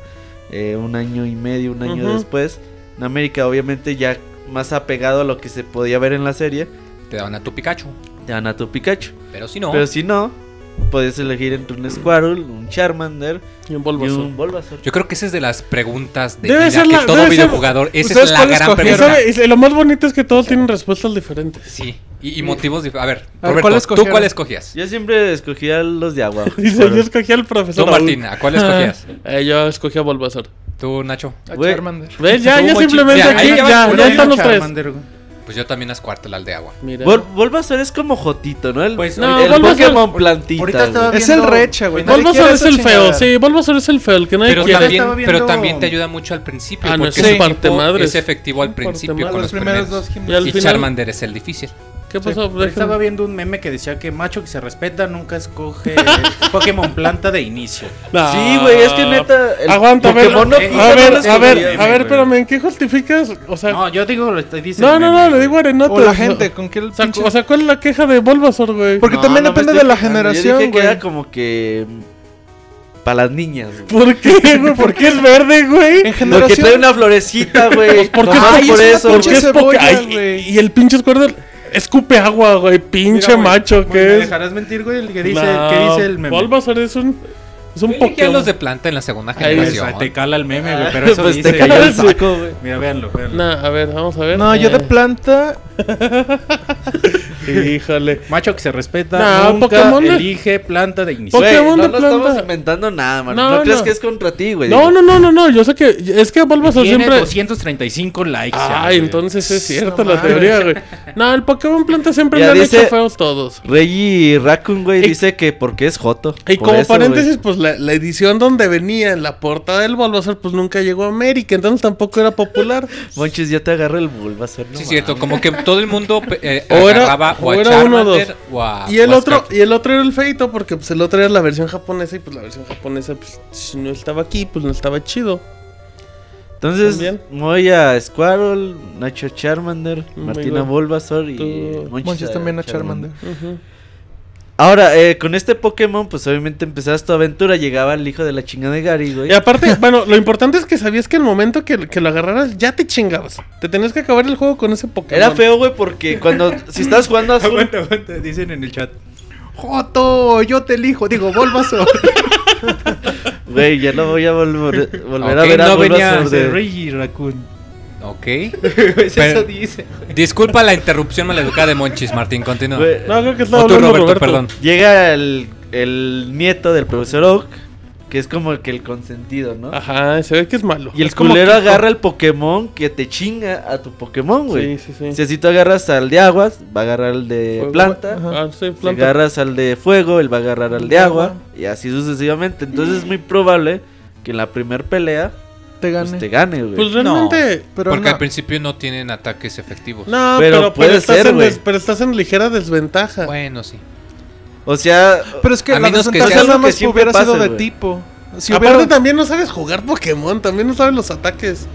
[SPEAKER 7] eh, un año y medio, un año
[SPEAKER 4] Ujú.
[SPEAKER 7] después. En América, obviamente, ya más apegado a lo que se podía ver en la serie,
[SPEAKER 3] Te daban a tu Pikachu.
[SPEAKER 7] te dan a tu Pikachu.
[SPEAKER 3] Pero si no,
[SPEAKER 7] Pero si no, puedes elegir entre un Squirtle, un Charmander
[SPEAKER 4] Y un
[SPEAKER 7] y
[SPEAKER 4] Bulbasaur.
[SPEAKER 7] un Bulbasaur.
[SPEAKER 3] yo creo que esa es de las preguntas de
[SPEAKER 4] Debe
[SPEAKER 3] vida
[SPEAKER 4] ser la-
[SPEAKER 3] que todo
[SPEAKER 4] debe ser- Pues
[SPEAKER 3] videojugador. Esa es
[SPEAKER 5] ¿Ustedes
[SPEAKER 3] la
[SPEAKER 5] cuál
[SPEAKER 3] gran
[SPEAKER 5] escogieron?
[SPEAKER 3] pregunta.
[SPEAKER 4] ¿Sabe? Y lo más bonito es que todos tienen respuestas diferentes.
[SPEAKER 3] Sí. Y, y motivos dif- A ver,
[SPEAKER 5] A ver,
[SPEAKER 3] Roberto,
[SPEAKER 5] ¿cuál
[SPEAKER 3] ¿tú
[SPEAKER 5] escogieron?
[SPEAKER 3] cuál escogías?
[SPEAKER 7] Yo siempre escogía los de agua.
[SPEAKER 4] Dice,
[SPEAKER 7] Fueron-
[SPEAKER 4] yo escogí al profesor.
[SPEAKER 3] Tú,
[SPEAKER 4] Raúl.
[SPEAKER 3] Martín, ¿a cuál escogías?
[SPEAKER 4] Eh, yo escogí a Bulbasaur.
[SPEAKER 3] Tú, Nacho.
[SPEAKER 5] a
[SPEAKER 7] Güey.
[SPEAKER 5] Charmander.
[SPEAKER 4] ¿Ves? Ya, ya
[SPEAKER 6] Mochi.
[SPEAKER 4] simplemente
[SPEAKER 3] Mira, ahí
[SPEAKER 4] aquí.
[SPEAKER 3] ya
[SPEAKER 4] Ya,
[SPEAKER 3] vas
[SPEAKER 4] ya,
[SPEAKER 3] por
[SPEAKER 6] Bueno,
[SPEAKER 4] están los tres.
[SPEAKER 6] Charmander, güey.
[SPEAKER 3] Pues yo también a Squirtle, al de agua.
[SPEAKER 4] Mira.
[SPEAKER 7] Bul- Bulbasaur es como Jotito, ¿no? El,
[SPEAKER 3] Pues,
[SPEAKER 7] el
[SPEAKER 4] no, Bulbasaur-
[SPEAKER 7] Pokémon plantita.
[SPEAKER 6] Ahorita estaba
[SPEAKER 7] güey.
[SPEAKER 5] Es
[SPEAKER 6] viendo-
[SPEAKER 5] el recha, güey. Nadie
[SPEAKER 4] Bulbasaur
[SPEAKER 5] quiere
[SPEAKER 4] es
[SPEAKER 5] esa
[SPEAKER 4] el feo.
[SPEAKER 5] chingadera.
[SPEAKER 4] Sí, Bulbasaur es el feo, el que nadie
[SPEAKER 3] Pero
[SPEAKER 4] quiere.
[SPEAKER 3] también,
[SPEAKER 6] estaba viendo-
[SPEAKER 3] pero también te ayuda mucho al principio.
[SPEAKER 4] Ah, no,
[SPEAKER 3] porque
[SPEAKER 4] es
[SPEAKER 3] ese
[SPEAKER 4] un
[SPEAKER 3] equipo
[SPEAKER 4] partemadres.
[SPEAKER 3] es efectivo al
[SPEAKER 4] Un
[SPEAKER 3] principio
[SPEAKER 4] partemadres.
[SPEAKER 3] con los
[SPEAKER 6] Los primeros
[SPEAKER 3] primeros.
[SPEAKER 6] dos
[SPEAKER 4] Y al
[SPEAKER 3] y
[SPEAKER 4] final-
[SPEAKER 3] Charmander es el difícil.
[SPEAKER 4] ¿Qué pasó?
[SPEAKER 6] Pero Estaba
[SPEAKER 4] Déjenme-
[SPEAKER 6] viendo un meme que decía que macho que se respeta nunca escoge Pokémon planta de inicio.
[SPEAKER 4] No.
[SPEAKER 7] Sí, güey, es que neta. el
[SPEAKER 4] Aguanta, a ver.
[SPEAKER 7] Pokémon no
[SPEAKER 6] eh,
[SPEAKER 7] quita
[SPEAKER 4] A ver,
[SPEAKER 7] las
[SPEAKER 4] a ver,
[SPEAKER 7] habilidades,
[SPEAKER 4] a ver,
[SPEAKER 7] güey.
[SPEAKER 4] espérame, ¿en qué justificas? O sea,
[SPEAKER 6] No, yo digo lo estoy diciendo.
[SPEAKER 4] no, no, no, le digo arenota.
[SPEAKER 5] O la gente, ¿con qué el
[SPEAKER 4] O sea,
[SPEAKER 5] pinche-
[SPEAKER 4] o sea, ¿cuál es la queja de Bulbasaur, güey?
[SPEAKER 5] Porque
[SPEAKER 7] No,
[SPEAKER 5] también
[SPEAKER 7] no me
[SPEAKER 5] depende
[SPEAKER 6] pues,
[SPEAKER 5] de
[SPEAKER 7] estoy
[SPEAKER 5] la
[SPEAKER 7] quejando, yo
[SPEAKER 5] generación,
[SPEAKER 7] dije que
[SPEAKER 5] güey.
[SPEAKER 7] era como que. mm, Para las niñas, güey.
[SPEAKER 4] ¿Por qué, güey? ¿Por qué es verde, güey? Pues,
[SPEAKER 5] En
[SPEAKER 7] Porque trae
[SPEAKER 5] generación.
[SPEAKER 7] una florecita, güey.
[SPEAKER 4] ¿Por qué
[SPEAKER 7] Nomás
[SPEAKER 5] Ay, es
[SPEAKER 7] por
[SPEAKER 5] una
[SPEAKER 7] eso,
[SPEAKER 4] ¿Por
[SPEAKER 5] pinche
[SPEAKER 4] qué es
[SPEAKER 5] cebolla,
[SPEAKER 4] poca- Ay,
[SPEAKER 5] güey.
[SPEAKER 4] Y el pinche Squirtle escupe agua, güey. Pinche
[SPEAKER 6] Mira, güey,
[SPEAKER 4] macho
[SPEAKER 6] güey, ¿Me
[SPEAKER 4] que es.
[SPEAKER 6] dejarás mentir, güey? El que dice,
[SPEAKER 4] No,
[SPEAKER 6] ¿qué dice el meme?
[SPEAKER 4] Bulbasaur es un. Es un
[SPEAKER 3] Yo elegí a
[SPEAKER 4] Pokémon.
[SPEAKER 3] los de planta en la segunda
[SPEAKER 4] Ahí
[SPEAKER 6] O
[SPEAKER 3] generación.
[SPEAKER 6] sea, te cala el meme, güey, pero eso
[SPEAKER 7] pues
[SPEAKER 6] dice.
[SPEAKER 7] te cayó el
[SPEAKER 4] Sí.
[SPEAKER 7] saco, güey.
[SPEAKER 6] Mira, véanlo, véanlo.
[SPEAKER 4] Nah, a ver, vamos a ver.
[SPEAKER 5] No, yo de
[SPEAKER 4] Eh,
[SPEAKER 5] planta.
[SPEAKER 4] Híjole.
[SPEAKER 6] Macho que se respeta
[SPEAKER 4] No,
[SPEAKER 6] nunca
[SPEAKER 4] Ah, Pokémon de-
[SPEAKER 6] elige planta de inicio.
[SPEAKER 4] Pokémon
[SPEAKER 7] Güey, no,
[SPEAKER 4] de
[SPEAKER 7] no
[SPEAKER 4] planta.
[SPEAKER 7] estamos inventando nada, man. No,
[SPEAKER 4] No,
[SPEAKER 7] creas
[SPEAKER 4] no.
[SPEAKER 7] que es contra ti, güey.
[SPEAKER 4] No, no, no, no, no. Yo sé que. Es que Bulbasaur
[SPEAKER 6] Tiene
[SPEAKER 4] siempre.
[SPEAKER 6] 235 likes. ya,
[SPEAKER 4] Ah,
[SPEAKER 6] güey.
[SPEAKER 4] entonces es cierta
[SPEAKER 5] No
[SPEAKER 4] la
[SPEAKER 5] mames.
[SPEAKER 4] teoría, güey. No, el Pokémon planta siempre
[SPEAKER 7] Ya
[SPEAKER 4] le han
[SPEAKER 7] dice-
[SPEAKER 4] hecho feos todos.
[SPEAKER 7] Reggie Raccoon, güey,
[SPEAKER 4] Y-
[SPEAKER 7] dice que porque es Joto.
[SPEAKER 4] Y
[SPEAKER 7] Por
[SPEAKER 4] como
[SPEAKER 7] eso, güey.
[SPEAKER 4] paréntesis, pues la, la edición donde venía en la portada del Bulbasaur, pues nunca llegó a América, entonces tampoco era popular.
[SPEAKER 7] Monchis, ya te agarra el Bulbasaur. no
[SPEAKER 3] Sí, cierto,
[SPEAKER 7] mames.
[SPEAKER 3] como que todo el mundo eh,
[SPEAKER 4] O era-
[SPEAKER 3] agarraba o a
[SPEAKER 4] o era uno o dos.
[SPEAKER 3] Charmander o a
[SPEAKER 4] y el
[SPEAKER 3] o a
[SPEAKER 4] otro,
[SPEAKER 3] Squirtle.
[SPEAKER 4] y el otro era el feito, porque pues el otro era la versión japonesa, y pues la versión japonesa, pues si no estaba aquí, pues no estaba chido.
[SPEAKER 7] Entonces,
[SPEAKER 4] También.
[SPEAKER 7] voy a Squirtle, Nacho Charmander,
[SPEAKER 4] Muy
[SPEAKER 7] Martina
[SPEAKER 4] bueno.
[SPEAKER 7] Bulbasaur y
[SPEAKER 4] Tú-
[SPEAKER 7] Monchis,
[SPEAKER 5] Monchis también a Charmander.
[SPEAKER 4] Ujú.
[SPEAKER 7] Ahora, eh, con este Pokémon, pues obviamente empezabas tu aventura. Llegaba el hijo de la chingada de Gary, güey.
[SPEAKER 4] Y aparte, bueno, lo importante es que sabías que el momento que, que lo agarraras ya te chingabas. Te tenías que acabar el juego con ese Pokémon.
[SPEAKER 7] Era feo, güey, porque cuando. Si estabas jugando azul.
[SPEAKER 6] Aguanta, aguanta, dicen en el chat.
[SPEAKER 5] "Oh,
[SPEAKER 6] Joto, yo te elijo, digo, Bulbasaur.
[SPEAKER 7] Güey, ya no voy a volver, volver a
[SPEAKER 3] Ok,
[SPEAKER 7] ver a
[SPEAKER 3] no
[SPEAKER 7] Bulbasaur
[SPEAKER 3] venías
[SPEAKER 7] de-
[SPEAKER 6] Reggie Raccoon.
[SPEAKER 3] Ok.
[SPEAKER 6] Eso
[SPEAKER 7] Pues
[SPEAKER 3] Pero-
[SPEAKER 6] dice.
[SPEAKER 3] Disculpa la interrupción maleducada de Monchis, Martín, continúa.
[SPEAKER 7] Güey,
[SPEAKER 4] No, creo que estaba
[SPEAKER 3] O tú,
[SPEAKER 4] hablando
[SPEAKER 3] Roberto,
[SPEAKER 4] Roberto.
[SPEAKER 3] perdón.
[SPEAKER 7] Llega el, el nieto del profesor Oak, que es como que el consentido, ¿no?
[SPEAKER 4] Ajá, se ve que es malo.
[SPEAKER 7] Y el
[SPEAKER 4] Es como
[SPEAKER 7] culero
[SPEAKER 4] Kiko.
[SPEAKER 7] agarra el Pokémon que te chinga a tu Pokémon, güey.
[SPEAKER 4] Sí, sí, sí.
[SPEAKER 7] Si así tú agarras al de aguas, va a agarrar al de
[SPEAKER 4] Fuego,
[SPEAKER 7] planta.
[SPEAKER 5] ajá.
[SPEAKER 4] Ah, sí,
[SPEAKER 7] Si
[SPEAKER 4] planta.
[SPEAKER 7] agarras al de fuego, él va a agarrar al de
[SPEAKER 5] Agua.
[SPEAKER 7] agua. Y así sucesivamente. Entonces es muy probable que en la primer pelea
[SPEAKER 5] Te
[SPEAKER 7] pues,
[SPEAKER 5] gane.
[SPEAKER 7] te gane, güey.
[SPEAKER 4] Pues realmente.
[SPEAKER 5] Pero
[SPEAKER 3] Porque
[SPEAKER 5] no.
[SPEAKER 3] al principio no tienen ataques efectivos.
[SPEAKER 4] No,
[SPEAKER 7] Pero
[SPEAKER 4] pero,
[SPEAKER 7] puede
[SPEAKER 4] estás
[SPEAKER 7] ser,
[SPEAKER 4] en
[SPEAKER 7] güey.
[SPEAKER 4] des- pero estás en ligera desventaja.
[SPEAKER 3] Bueno, sí.
[SPEAKER 7] O sea,
[SPEAKER 5] Pero es que
[SPEAKER 3] A
[SPEAKER 5] la
[SPEAKER 3] menos que
[SPEAKER 5] desventaja
[SPEAKER 3] sea algo
[SPEAKER 5] nada
[SPEAKER 7] que
[SPEAKER 5] más
[SPEAKER 7] siempre
[SPEAKER 5] hubiera sido
[SPEAKER 7] pasa,
[SPEAKER 5] de
[SPEAKER 7] güey.
[SPEAKER 5] tipo. Si
[SPEAKER 4] Aparte
[SPEAKER 5] hubiera...
[SPEAKER 4] también no sabes jugar Pokémon, también no sabes los ataques.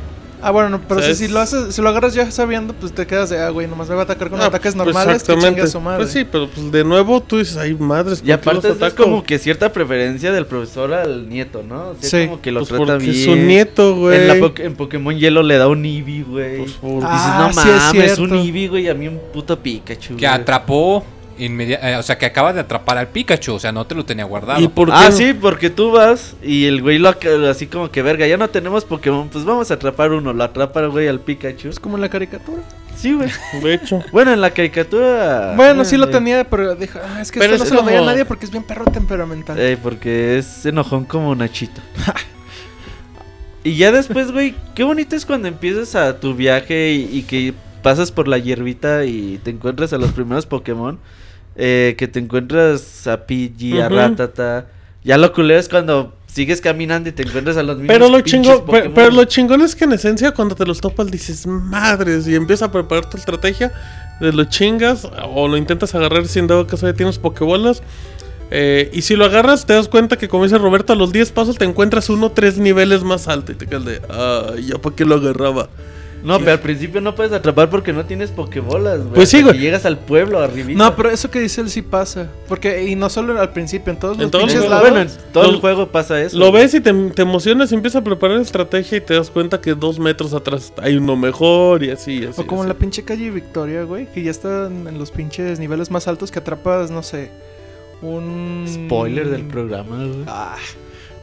[SPEAKER 5] Ah, bueno, no, pero si,
[SPEAKER 4] ¿Sabes?
[SPEAKER 5] si lo haces, si lo agarras ya sabiendo, pues te quedas de, ah, güey, nomás me va a atacar con
[SPEAKER 4] Ah,
[SPEAKER 5] ataques
[SPEAKER 4] pues,
[SPEAKER 5] normales que chingue a su madre.
[SPEAKER 4] Pues sí, pero pues de nuevo tú dices, ay madres, ¿por
[SPEAKER 7] y
[SPEAKER 4] qué
[SPEAKER 7] aparte
[SPEAKER 4] los
[SPEAKER 7] es
[SPEAKER 4] ataco?"
[SPEAKER 7] como que cierta preferencia del profesor al nieto, ¿no? O sea,
[SPEAKER 5] Sí.
[SPEAKER 7] como que lo
[SPEAKER 4] Pues
[SPEAKER 7] trata
[SPEAKER 4] porque
[SPEAKER 7] bien.
[SPEAKER 4] es su nieto, güey.
[SPEAKER 7] En, la po- en Pokémon Hielo le da un Eevee, güey.
[SPEAKER 4] Pues, por-
[SPEAKER 5] Ah,
[SPEAKER 7] Dices, no
[SPEAKER 5] sí es
[SPEAKER 7] mames, un
[SPEAKER 5] cierto.
[SPEAKER 7] Eevee, güey, y a mí un puto Pikachu.
[SPEAKER 3] Que
[SPEAKER 7] güey".
[SPEAKER 3] atrapó inmedia- eh, o sea, que acaba de atrapar al Pikachu, o sea, no te lo tenía guardado.
[SPEAKER 4] ¿Y por qué?
[SPEAKER 7] Ah, sí, porque tú vas y el güey lo ac- así como que verga, ya no tenemos Pokémon, pues vamos a atrapar uno, lo atrapa el güey al Pikachu.
[SPEAKER 5] Es como en la caricatura.
[SPEAKER 7] Sí, güey.
[SPEAKER 4] De hecho.
[SPEAKER 7] Bueno, en la caricatura.
[SPEAKER 5] Bueno, sí lo
[SPEAKER 7] eh,
[SPEAKER 5] tenía, pero dije, ah, es que
[SPEAKER 4] Pero
[SPEAKER 5] esto no
[SPEAKER 4] es
[SPEAKER 5] se lo veía a
[SPEAKER 4] como-
[SPEAKER 5] nadie porque es bien perro temperamental.
[SPEAKER 7] eh, porque es enojón como Nachito. y ya después, güey, qué bonito es cuando empiezas a tu viaje y, y que pasas por la hierbita y te encuentras a los primeros Pokémon. eh, que te encuentras a Pidgey, a
[SPEAKER 4] Ujú.
[SPEAKER 7] Ratata. Ya lo culero es cuando sigues caminando y te encuentras a los mismos
[SPEAKER 4] Pero lo,
[SPEAKER 7] pinches
[SPEAKER 4] chingo, pe-
[SPEAKER 7] Pokémon,
[SPEAKER 4] pero
[SPEAKER 7] güey.
[SPEAKER 4] lo chingón es que en esencia cuando te los topas dices madres y empiezas a preparar tu estrategia, de lo chingas o lo intentas agarrar sin dado caso de tienes pokebolas. eh, y si lo agarras te das cuenta que como dice Roberto a los 10 pasos te encuentras uno tres niveles más alto y te quedas de, ay, ya para qué lo agarraba.
[SPEAKER 7] No, pero al principio no puedes atrapar porque no tienes pokebolas, güey.
[SPEAKER 4] Pues sí,
[SPEAKER 7] hasta
[SPEAKER 4] güey.
[SPEAKER 7] que llegas al pueblo arribita.
[SPEAKER 5] No, pero eso que dice él sí pasa. Porque, y no solo al principio, en todos
[SPEAKER 4] En
[SPEAKER 5] los
[SPEAKER 4] todos
[SPEAKER 5] pinches
[SPEAKER 4] los-
[SPEAKER 5] lados.
[SPEAKER 7] bueno, en todo el
[SPEAKER 4] Lo-
[SPEAKER 7] juego pasa eso.
[SPEAKER 4] Lo
[SPEAKER 7] güey.
[SPEAKER 4] ves y te, te emocionas y empiezas a preparar estrategia y te das cuenta que dos metros atrás hay uno mejor y así. y así
[SPEAKER 5] o como
[SPEAKER 4] así.
[SPEAKER 5] en la pinche calle Victoria, güey, que ya están en los pinches niveles más altos que atrapas, no sé, un...
[SPEAKER 7] Spoiler del programa, güey.
[SPEAKER 5] Ah,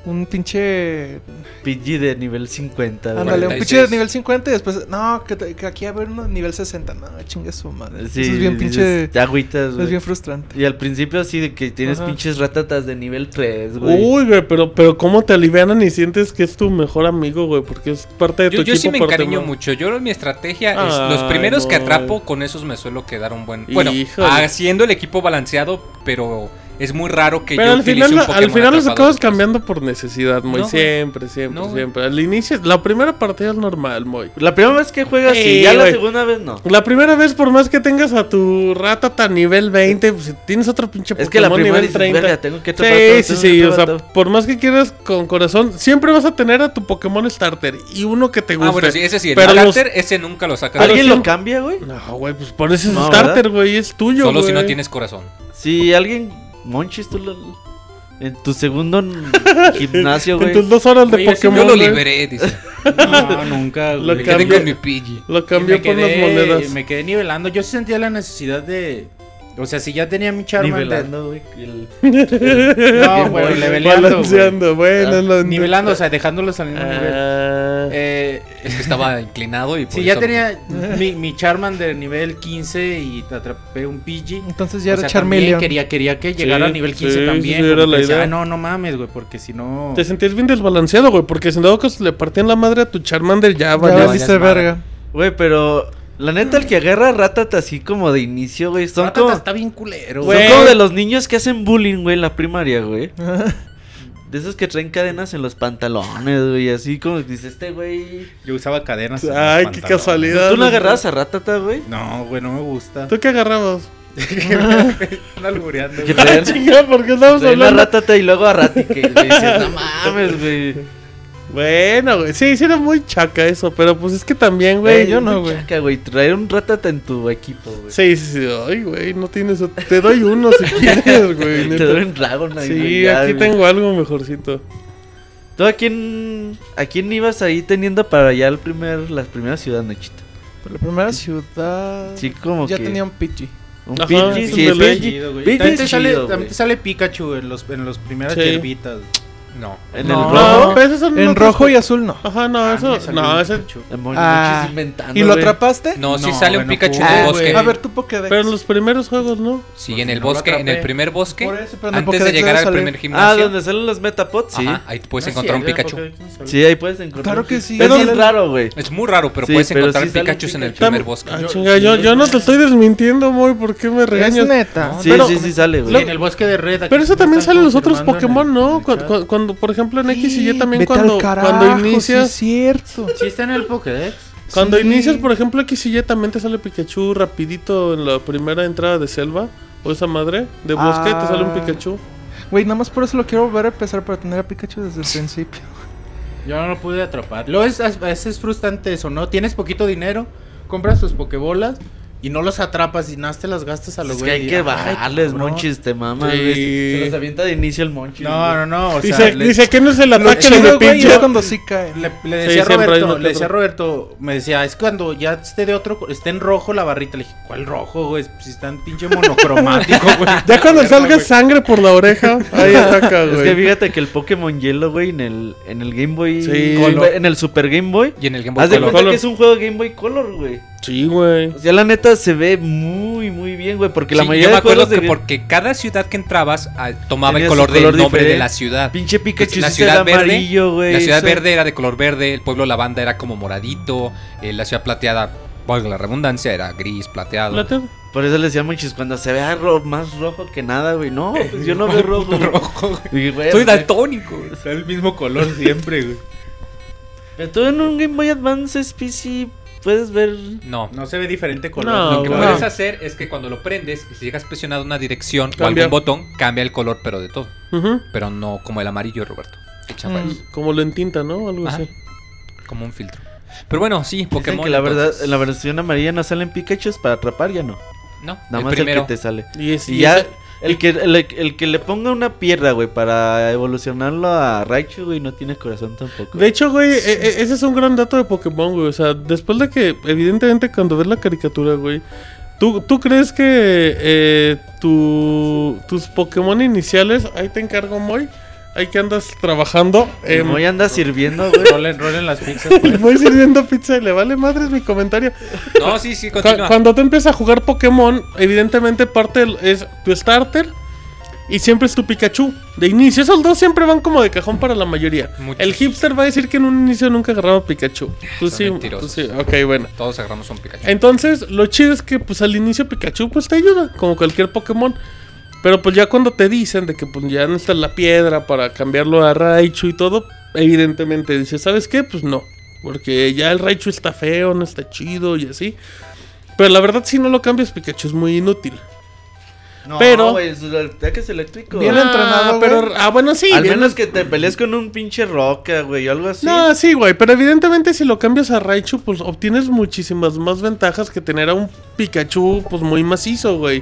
[SPEAKER 5] un pinche...
[SPEAKER 7] PG de nivel 50, güey.
[SPEAKER 5] Ándale, un
[SPEAKER 3] 46.
[SPEAKER 5] pinche de nivel 50 y después... No, que, te- que aquí va a haber uno de nivel 60. No, chinga su madre.
[SPEAKER 7] Sí,
[SPEAKER 5] Eso es bien
[SPEAKER 7] dices,
[SPEAKER 5] pinche...
[SPEAKER 7] te agüitas,
[SPEAKER 5] es
[SPEAKER 7] güey.
[SPEAKER 5] bien frustrante.
[SPEAKER 7] Y al principio así de que tienes
[SPEAKER 5] Ajá.
[SPEAKER 7] pinches ratatas de nivel 3, güey.
[SPEAKER 4] Uy, güey, pero, pero cómo te alivianan y sientes que es tu mejor amigo, güey, porque es parte de tu
[SPEAKER 3] Yo, yo
[SPEAKER 4] equipo.
[SPEAKER 3] sí me
[SPEAKER 4] parte
[SPEAKER 3] encariño
[SPEAKER 4] más.
[SPEAKER 3] mucho. Yo mi estrategia es los
[SPEAKER 4] Ay,
[SPEAKER 3] primeros que
[SPEAKER 4] no.
[SPEAKER 3] atrapo, con esos me suelo quedar un buen. Bueno,
[SPEAKER 4] Híjole.
[SPEAKER 3] haciendo el equipo balanceado, pero es muy raro que
[SPEAKER 4] Pero
[SPEAKER 3] yo
[SPEAKER 4] al
[SPEAKER 3] utilice
[SPEAKER 4] final,
[SPEAKER 3] un
[SPEAKER 4] al
[SPEAKER 3] Pokémon
[SPEAKER 4] final los
[SPEAKER 3] atrapado
[SPEAKER 4] acabas
[SPEAKER 3] después.
[SPEAKER 4] cambiando por necesidad, Moy.
[SPEAKER 3] No, güey.
[SPEAKER 4] siempre, siempre,
[SPEAKER 3] No, güey.
[SPEAKER 4] siempre. Al inicio, la primera partida es normal, Moy.
[SPEAKER 7] La primera vez que juegas
[SPEAKER 4] Sí,
[SPEAKER 7] sí, ya la
[SPEAKER 4] güey.
[SPEAKER 7] segunda vez no.
[SPEAKER 4] La primera vez, por más que tengas a tu rata a nivel 20, pues si tienes otro pinche
[SPEAKER 7] Es que la primera
[SPEAKER 4] nivel
[SPEAKER 7] dices,
[SPEAKER 4] 30.
[SPEAKER 7] "Verga, tengo que atrapar
[SPEAKER 4] Sí,
[SPEAKER 7] todo,
[SPEAKER 4] sí,
[SPEAKER 7] tengo
[SPEAKER 4] sí,
[SPEAKER 7] que
[SPEAKER 4] o sea,
[SPEAKER 7] atrapar todo".
[SPEAKER 4] por más que quieras con corazón, siempre vas a tener a tu Pokémon starter y uno que te guste.
[SPEAKER 3] Ah, bueno, sí, ese sí. El
[SPEAKER 4] Pero los-
[SPEAKER 3] starter, ese nunca lo sacas.
[SPEAKER 7] ¿Alguien
[SPEAKER 4] sí-
[SPEAKER 7] lo cambia, güey?
[SPEAKER 4] No, güey, pues pones ese
[SPEAKER 7] No,
[SPEAKER 4] starter, güey, es tuyo,
[SPEAKER 3] Solo si no
[SPEAKER 4] güey.
[SPEAKER 3] tienes corazón.
[SPEAKER 7] Si alguien Monchis tú lo- en tu segundo n- gimnasio, güey.
[SPEAKER 4] En tus dos horas de
[SPEAKER 3] Oye,
[SPEAKER 4] Pokémon,
[SPEAKER 3] yo lo
[SPEAKER 4] güey.
[SPEAKER 3] liberé, dice.
[SPEAKER 6] No, nunca.
[SPEAKER 4] Lo
[SPEAKER 6] güey.
[SPEAKER 3] Me quedé
[SPEAKER 4] Cambié.
[SPEAKER 3] con mi Pidgey.
[SPEAKER 4] Lo
[SPEAKER 6] Y
[SPEAKER 4] cambió
[SPEAKER 6] me
[SPEAKER 4] por las
[SPEAKER 6] quedé-
[SPEAKER 4] monedas.
[SPEAKER 6] Me quedé nivelando. Yo sí sentía la necesidad de. O sea, si ya tenía mi Charmander.
[SPEAKER 7] nivelando, güey. el-
[SPEAKER 6] No,
[SPEAKER 7] Bien,
[SPEAKER 6] güey,
[SPEAKER 7] güey.
[SPEAKER 6] leveleando. güey.
[SPEAKER 4] Balanceando, bueno,
[SPEAKER 7] Ah,
[SPEAKER 4] lo-
[SPEAKER 6] Nivelando, o sea, dejándolos al mismo nivel.
[SPEAKER 4] Ah,
[SPEAKER 6] Eh,
[SPEAKER 3] Es que estaba inclinado y por
[SPEAKER 6] si ya
[SPEAKER 3] eso-
[SPEAKER 6] tenía mi, mi Charmander nivel 15 y te atrapé un Pidgey.
[SPEAKER 5] Entonces ya
[SPEAKER 6] o sea,
[SPEAKER 5] era
[SPEAKER 6] también
[SPEAKER 5] Charmeleon.
[SPEAKER 6] quería, quería que llegara a nivel 15
[SPEAKER 4] sí,
[SPEAKER 6] también.
[SPEAKER 4] sí, era
[SPEAKER 6] como
[SPEAKER 4] la
[SPEAKER 6] que decía,
[SPEAKER 4] idea.
[SPEAKER 6] "Ah, no, no mames, güey, porque si no.
[SPEAKER 4] Te sentías bien desbalanceado, güey, porque si en dado caso le partían la madre a tu Charmander, ya
[SPEAKER 5] Ya
[SPEAKER 4] valió.
[SPEAKER 5] valiste
[SPEAKER 3] madre.
[SPEAKER 5] verga.
[SPEAKER 7] Güey, pero la neta, el que agarra a Ratata así como de inicio, güey, son
[SPEAKER 6] Ratata
[SPEAKER 7] como,
[SPEAKER 6] está bien culero.
[SPEAKER 7] son
[SPEAKER 6] güey.
[SPEAKER 7] como de los niños que hacen bullying, güey, en la primaria, güey. De esos que traen cadenas en los pantalones, güey, así como que dice este, güey.
[SPEAKER 6] Yo usaba cadenas. en los
[SPEAKER 4] Ay, qué
[SPEAKER 6] pantalones.
[SPEAKER 4] casualidad.
[SPEAKER 7] ¿Tú no agarras a Ratata, güey?
[SPEAKER 6] No, güey, no me gusta.
[SPEAKER 4] ¿Tú qué agarrabas?
[SPEAKER 6] Están albureando,
[SPEAKER 7] Que
[SPEAKER 6] güey.
[SPEAKER 4] Ah,
[SPEAKER 7] traen,
[SPEAKER 4] chinga, ¿por qué estamos
[SPEAKER 7] traen a
[SPEAKER 4] hablando?
[SPEAKER 7] Ratata y luego a Raticate, güey. Dices, no mames, güey.
[SPEAKER 4] Bueno, güey. Sí, sí era muy chaca eso, pero pues es que también, güey.
[SPEAKER 5] Eh, yo no,
[SPEAKER 7] muy
[SPEAKER 5] güey.
[SPEAKER 7] chaca, güey. Traer un ratata en tu equipo, güey.
[SPEAKER 4] Sí, sí, sí. Ay, güey, no tienes. Te doy uno si quieres, güey.
[SPEAKER 7] Te
[SPEAKER 4] neta.
[SPEAKER 7] doy un dragon ahí, güey,
[SPEAKER 4] Sí,
[SPEAKER 7] ya,
[SPEAKER 4] aquí
[SPEAKER 7] güey.
[SPEAKER 4] tengo algo mejorcito.
[SPEAKER 7] ¿Tú a quién, a quién ibas ahí teniendo para allá el primer, la primera ciudad, Nachita?
[SPEAKER 5] Por la primera ciudad.
[SPEAKER 7] Sí, como
[SPEAKER 5] ya
[SPEAKER 7] que...
[SPEAKER 5] tenía un Pidgey.
[SPEAKER 7] Un
[SPEAKER 4] Ajá,
[SPEAKER 7] Pidgey,
[SPEAKER 4] sí,
[SPEAKER 7] sí,
[SPEAKER 4] un Belay.
[SPEAKER 7] Pidgey.
[SPEAKER 6] Chido, güey.
[SPEAKER 7] Pidgey
[SPEAKER 6] También te,
[SPEAKER 7] es
[SPEAKER 6] sale,
[SPEAKER 7] chido,
[SPEAKER 6] también
[SPEAKER 7] güey.
[SPEAKER 6] te sale Pikachu en los, en los primeras
[SPEAKER 4] Sí.
[SPEAKER 6] hierbitas. güey.
[SPEAKER 3] No.
[SPEAKER 7] En
[SPEAKER 5] No.
[SPEAKER 7] el
[SPEAKER 4] No,
[SPEAKER 7] rojo.
[SPEAKER 4] pero esos son
[SPEAKER 5] En
[SPEAKER 4] otros
[SPEAKER 5] rojo y
[SPEAKER 4] co-
[SPEAKER 5] azul no.
[SPEAKER 4] Ajá, no,
[SPEAKER 6] Ah, me
[SPEAKER 4] eso.
[SPEAKER 6] salió
[SPEAKER 4] No,
[SPEAKER 6] un
[SPEAKER 4] ese.
[SPEAKER 6] Pikachu.
[SPEAKER 7] El mono
[SPEAKER 5] Ah,
[SPEAKER 7] Muchis inventando,
[SPEAKER 5] ¿Y lo
[SPEAKER 7] güey.
[SPEAKER 5] atrapaste?
[SPEAKER 3] No, sí
[SPEAKER 6] No,
[SPEAKER 3] sale un
[SPEAKER 6] bueno,
[SPEAKER 3] Pikachu
[SPEAKER 6] puta,
[SPEAKER 3] en el
[SPEAKER 5] Ah,
[SPEAKER 3] bosque.
[SPEAKER 5] güey. A ver, tú Pokédex.
[SPEAKER 4] Pero en los primeros juegos, ¿no?
[SPEAKER 3] Sí,
[SPEAKER 6] Pues
[SPEAKER 3] en el
[SPEAKER 6] no lo
[SPEAKER 3] bosque, en el
[SPEAKER 6] atrapé.
[SPEAKER 3] primer bosque.
[SPEAKER 5] Por eso, pero en el
[SPEAKER 3] Antes de
[SPEAKER 5] Pokédex
[SPEAKER 3] llegar
[SPEAKER 5] debe
[SPEAKER 3] al
[SPEAKER 5] salir.
[SPEAKER 3] primer
[SPEAKER 7] Ah,
[SPEAKER 3] gimnasio.
[SPEAKER 7] donde salen los Metapods, sí.
[SPEAKER 3] Ajá, ahí puedes
[SPEAKER 6] Ah,
[SPEAKER 3] encontrar
[SPEAKER 6] sí,
[SPEAKER 3] un
[SPEAKER 6] era
[SPEAKER 3] Pikachu.
[SPEAKER 6] Pokédex, no sale.
[SPEAKER 7] Sí, ahí puedes encontrar.
[SPEAKER 5] Claro que
[SPEAKER 7] un-
[SPEAKER 5] sí.
[SPEAKER 7] Es
[SPEAKER 5] Pero-
[SPEAKER 7] bien raro, güey.
[SPEAKER 3] Es muy raro, pero
[SPEAKER 7] Sí,
[SPEAKER 3] puedes
[SPEAKER 7] pero
[SPEAKER 3] encontrar
[SPEAKER 7] sí sale un
[SPEAKER 3] Pikachus en el
[SPEAKER 7] Pikachu.
[SPEAKER 3] primer bosque.
[SPEAKER 4] Ah, chinga, yo, yo no te estoy desmintiendo, Moy. ¿Por qué me
[SPEAKER 5] Es
[SPEAKER 4] regañas?
[SPEAKER 5] neta.
[SPEAKER 7] Sí,
[SPEAKER 4] Pero-
[SPEAKER 7] sí, sí sale, güey.
[SPEAKER 6] Y en el bosque de red. aquí
[SPEAKER 4] Pero eso
[SPEAKER 6] lo
[SPEAKER 4] también
[SPEAKER 6] están
[SPEAKER 4] sale en los otros
[SPEAKER 6] confirmando en
[SPEAKER 4] Pokémon,
[SPEAKER 6] el- en
[SPEAKER 4] ¿no?
[SPEAKER 6] el
[SPEAKER 4] Cuando,
[SPEAKER 6] chat.
[SPEAKER 4] cuando- cuando, por ejemplo, en X y Y también
[SPEAKER 5] Vete
[SPEAKER 4] cuando,
[SPEAKER 5] al carajo,
[SPEAKER 4] cuando
[SPEAKER 5] sí
[SPEAKER 4] inicias.
[SPEAKER 5] es cierto.
[SPEAKER 6] Sí está en el Pokédex.
[SPEAKER 4] Cuando
[SPEAKER 5] Sí.
[SPEAKER 4] inicias, por ejemplo, X y Y también te sale Pikachu rapidito en la primera entrada de selva. O esa madre de bosque,
[SPEAKER 5] Ah.
[SPEAKER 4] te sale un Pikachu.
[SPEAKER 5] Güey, nada más por eso lo quiero volver a empezar para tener a Pikachu desde el principio.
[SPEAKER 6] Yo no lo pude atrapar. Lo es, a veces es frustrante eso, ¿no? Tienes poquito dinero, compras tus Pokébolas y no los atrapas y nada, te las gastas a lo
[SPEAKER 7] Es
[SPEAKER 6] güey.
[SPEAKER 7] que hay
[SPEAKER 6] y-
[SPEAKER 7] que
[SPEAKER 6] ay,
[SPEAKER 7] bajarles,
[SPEAKER 6] cabrón.
[SPEAKER 7] Monchis, te mamas,
[SPEAKER 4] Sí.
[SPEAKER 7] güey. Se los avienta de inicio el Monchis.
[SPEAKER 6] No, no, no. O sea,
[SPEAKER 4] dice,
[SPEAKER 6] le-
[SPEAKER 4] dice que no es el
[SPEAKER 5] Lo
[SPEAKER 4] ataque
[SPEAKER 5] chido,
[SPEAKER 4] de
[SPEAKER 5] güey, es
[SPEAKER 4] pinche.
[SPEAKER 5] cuando sí cae.
[SPEAKER 6] Le, le decía a
[SPEAKER 4] siempre hay uno
[SPEAKER 6] Roberto,
[SPEAKER 4] que
[SPEAKER 6] le decía a
[SPEAKER 4] otro.
[SPEAKER 6] Roberto, me decía, es cuando ya esté de otro, esté en rojo la barrita. Le dije, ¿cuál rojo, güey? Si están pinche monocromático, güey.
[SPEAKER 4] Ya cuando
[SPEAKER 6] Verga,
[SPEAKER 4] salga
[SPEAKER 6] güey.
[SPEAKER 4] sangre por la oreja, ahí ataca,
[SPEAKER 7] Es que
[SPEAKER 4] güey.
[SPEAKER 7] fíjate que el Pokémon Hielo, güey, en el, en el Game Boy.
[SPEAKER 4] Sí.
[SPEAKER 7] Color- En el Super Game Boy.
[SPEAKER 3] Y en el Game Boy
[SPEAKER 7] Haz de
[SPEAKER 3] Color.
[SPEAKER 7] cuenta
[SPEAKER 4] Color.
[SPEAKER 7] que es un juego Game Boy Color, güey.
[SPEAKER 4] Sí, güey.
[SPEAKER 7] O sea, la neta se ve muy, muy bien, güey. Porque la
[SPEAKER 3] Sí,
[SPEAKER 7] mayoría
[SPEAKER 3] yo me
[SPEAKER 7] de
[SPEAKER 3] acuerdo
[SPEAKER 7] juegos
[SPEAKER 3] que
[SPEAKER 7] de
[SPEAKER 3] porque cada ciudad que entrabas ah, tomaba
[SPEAKER 7] Tenía
[SPEAKER 3] el
[SPEAKER 7] su
[SPEAKER 3] color del
[SPEAKER 7] color
[SPEAKER 3] nombre de
[SPEAKER 7] diferente.
[SPEAKER 3] la ciudad. Pues,
[SPEAKER 7] pinche Pikachu
[SPEAKER 3] La
[SPEAKER 7] la
[SPEAKER 3] ciudad verde,
[SPEAKER 7] amarillo, güey.
[SPEAKER 3] La ciudad
[SPEAKER 7] eso.
[SPEAKER 3] verde era de color verde, el pueblo lavanda era como moradito, eh, la ciudad plateada, valga la redundancia, era gris, plateado.
[SPEAKER 4] Plata-
[SPEAKER 7] Por eso le decía Monchis, cuando se vea ro- más rojo que nada, güey. No, pues yo no veo rojo. güey. Y, güey,
[SPEAKER 3] Soy
[SPEAKER 7] güey,
[SPEAKER 3] daltónico. güey.
[SPEAKER 6] Está el mismo color siempre, güey.
[SPEAKER 7] Pero tú en un Game Boy Advance SPC puedes ver.
[SPEAKER 3] No.
[SPEAKER 6] No se ve diferente color.
[SPEAKER 4] No,
[SPEAKER 3] Lo que
[SPEAKER 4] güey.
[SPEAKER 3] puedes hacer es que cuando lo prendes, si llegas presionado a una dirección
[SPEAKER 4] Cambia.
[SPEAKER 3] o algún botón, cambia el color, pero de todo.
[SPEAKER 4] Ujú.
[SPEAKER 3] Pero no como el amarillo, Roberto. Qué chafa eres.
[SPEAKER 4] mm, Como lo entinta, ¿no? Algo
[SPEAKER 3] Ajá.
[SPEAKER 4] así.
[SPEAKER 3] Como un filtro. Pero bueno, sí,
[SPEAKER 7] Dicen
[SPEAKER 3] Pokémon.
[SPEAKER 7] que la verdad,
[SPEAKER 3] entonces.
[SPEAKER 7] en la versión amarilla no salen Pikachus para atrapar, ya no.
[SPEAKER 3] No,
[SPEAKER 7] Nada
[SPEAKER 3] el
[SPEAKER 7] más
[SPEAKER 3] primero.
[SPEAKER 7] el que te sale.
[SPEAKER 4] Y, es,
[SPEAKER 7] Y
[SPEAKER 4] y
[SPEAKER 7] ya,
[SPEAKER 4] ese-
[SPEAKER 7] el que, el, el que le ponga una piedra, güey, para evolucionarlo a Raichu, güey, no tiene corazón tampoco.
[SPEAKER 4] De hecho, güey, e- e- ese es un gran dato de Pokémon, güey. O sea, después de que, evidentemente, cuando ves la caricatura, güey, ¿tú, tú crees que eh, tu- tus Pokémon iniciales, ahí te encargo, Moy, ahí que andas trabajando,
[SPEAKER 7] El
[SPEAKER 4] em,
[SPEAKER 7] Moy anda sirviendo, güey.
[SPEAKER 6] Rolen, rolen las pizzas.
[SPEAKER 4] el Moy sirviendo pizza y le vale madres mi comentario.
[SPEAKER 3] pues. No, sí, sí,
[SPEAKER 4] Cu-
[SPEAKER 3] continúa.
[SPEAKER 4] cuando tú empiezas a jugar Pokémon, evidentemente parte del- es tu starter y siempre es tu Pikachu. De inicio, esos dos siempre van como de cajón para la mayoría.
[SPEAKER 3] Muchos. Eh,
[SPEAKER 4] El hipster va a decir que en un inicio nunca agarraba Pikachu. Tú
[SPEAKER 3] Son
[SPEAKER 4] sí, tú
[SPEAKER 3] mentirosos.
[SPEAKER 4] sí. Ok, bueno.
[SPEAKER 3] Todos agarramos un Pikachu.
[SPEAKER 4] Entonces, lo chido es que pues al inicio Pikachu pues te ayuda, como cualquier Pokémon. Pero pues ya cuando te dicen de que pues ya no está la piedra para cambiarlo a Raichu y todo, evidentemente dices, ¿sabes qué? Pues no. Porque ya el Raichu está feo, no está chido y así. Pero la verdad, si no lo cambias, Pikachu es muy inútil.
[SPEAKER 7] No,
[SPEAKER 4] Pero-
[SPEAKER 7] güey, es el ataque es eléctrico.
[SPEAKER 5] Bien
[SPEAKER 7] Ah,
[SPEAKER 5] entrenado, güey.
[SPEAKER 4] pero. Ah, bueno, sí.
[SPEAKER 7] Al
[SPEAKER 4] bien-
[SPEAKER 7] menos que te pelees con un pinche roca, güey, o algo así.
[SPEAKER 4] No, sí, güey. Pero evidentemente, si lo cambias a Raichu, pues obtienes muchísimas más ventajas que tener a un Pikachu, pues muy macizo, güey.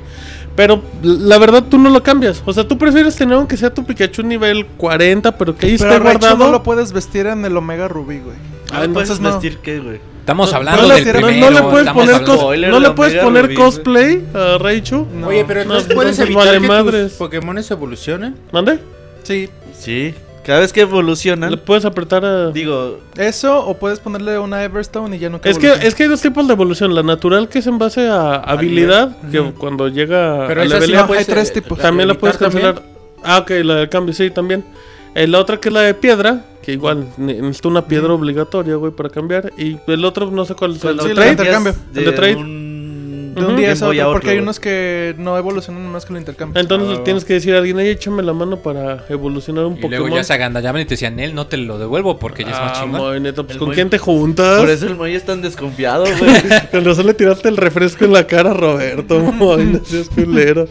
[SPEAKER 4] Pero la verdad, tú no lo cambias. O sea, tú prefieres tener aunque sea tu Pikachu nivel 40, pero que ahí
[SPEAKER 5] Pero
[SPEAKER 4] esté
[SPEAKER 5] a Raichu
[SPEAKER 4] guardado.
[SPEAKER 5] no lo puedes vestir en el Omega Rubí, güey.
[SPEAKER 7] Ah, puedes
[SPEAKER 5] entonces no.
[SPEAKER 7] vestir qué, güey.
[SPEAKER 3] Estamos
[SPEAKER 4] no-
[SPEAKER 3] hablando
[SPEAKER 4] no le-
[SPEAKER 3] del
[SPEAKER 5] no-
[SPEAKER 4] no
[SPEAKER 3] primero.
[SPEAKER 4] le puedes
[SPEAKER 3] estamos
[SPEAKER 4] poner,
[SPEAKER 3] hablando-
[SPEAKER 4] cos-
[SPEAKER 7] Spoiler
[SPEAKER 4] no
[SPEAKER 7] de
[SPEAKER 4] le
[SPEAKER 7] la
[SPEAKER 4] puedes
[SPEAKER 7] Omega
[SPEAKER 4] poner
[SPEAKER 7] Rubí, güey.
[SPEAKER 4] cosplay a Raichu.
[SPEAKER 5] No.
[SPEAKER 6] Oye, pero entonces
[SPEAKER 4] no,
[SPEAKER 6] puedes
[SPEAKER 4] entonces
[SPEAKER 6] evitar
[SPEAKER 4] vale
[SPEAKER 6] que
[SPEAKER 4] madres.
[SPEAKER 6] tus Pokémones evolucionen.
[SPEAKER 4] ¿Mande?
[SPEAKER 5] Sí.
[SPEAKER 7] Sí. Cada vez que evolucionan,
[SPEAKER 4] Le puedes apretar a.
[SPEAKER 7] digo,
[SPEAKER 5] Eso, o puedes ponerle una Everstone y ya nunca
[SPEAKER 4] Es que,
[SPEAKER 5] evoluciona.
[SPEAKER 4] es que hay dos tipos de evolución, la natural que es en base a habilidad, que cuando llega
[SPEAKER 6] Pero
[SPEAKER 4] a
[SPEAKER 6] esa sí
[SPEAKER 4] level
[SPEAKER 5] la
[SPEAKER 4] up,
[SPEAKER 5] puedes- hay tres
[SPEAKER 6] eh,
[SPEAKER 5] tipos.
[SPEAKER 4] También la puedes
[SPEAKER 6] evitar
[SPEAKER 4] cancelar. Ah, ok, la de cambio, sí, también. Eh, la otra que es la de piedra, que igual ne- necesito una piedra obligatoria, güey, para cambiar. Y el otro, no sé cuál es. El
[SPEAKER 7] cuando
[SPEAKER 5] sí,
[SPEAKER 4] de
[SPEAKER 5] Pues
[SPEAKER 4] trade.
[SPEAKER 5] la otra- intercambio.
[SPEAKER 7] cambias
[SPEAKER 4] El de trade.
[SPEAKER 7] un...
[SPEAKER 5] De un día
[SPEAKER 7] Game
[SPEAKER 5] a
[SPEAKER 7] Boy a
[SPEAKER 5] otro, porque hay
[SPEAKER 7] güey.
[SPEAKER 5] unos que no evolucionan más que lo intercambian.
[SPEAKER 4] Entonces
[SPEAKER 6] Ah,
[SPEAKER 4] le tienes que decir a alguien, ay, échame la mano para evolucionar un
[SPEAKER 3] Y luego
[SPEAKER 4] Pokémon.
[SPEAKER 3] ya se agandallaban y te decían, él no te lo devuelvo porque ya es más
[SPEAKER 4] Ah,
[SPEAKER 3] chingón.
[SPEAKER 4] muy neta, pues,
[SPEAKER 7] El
[SPEAKER 4] ¿con
[SPEAKER 7] muy-
[SPEAKER 4] quién te juntas?
[SPEAKER 7] Por eso el Moy es tan desconfiado, güey.
[SPEAKER 4] Con razón le tiraste el refresco en la cara a Roberto, muy, no seas culero.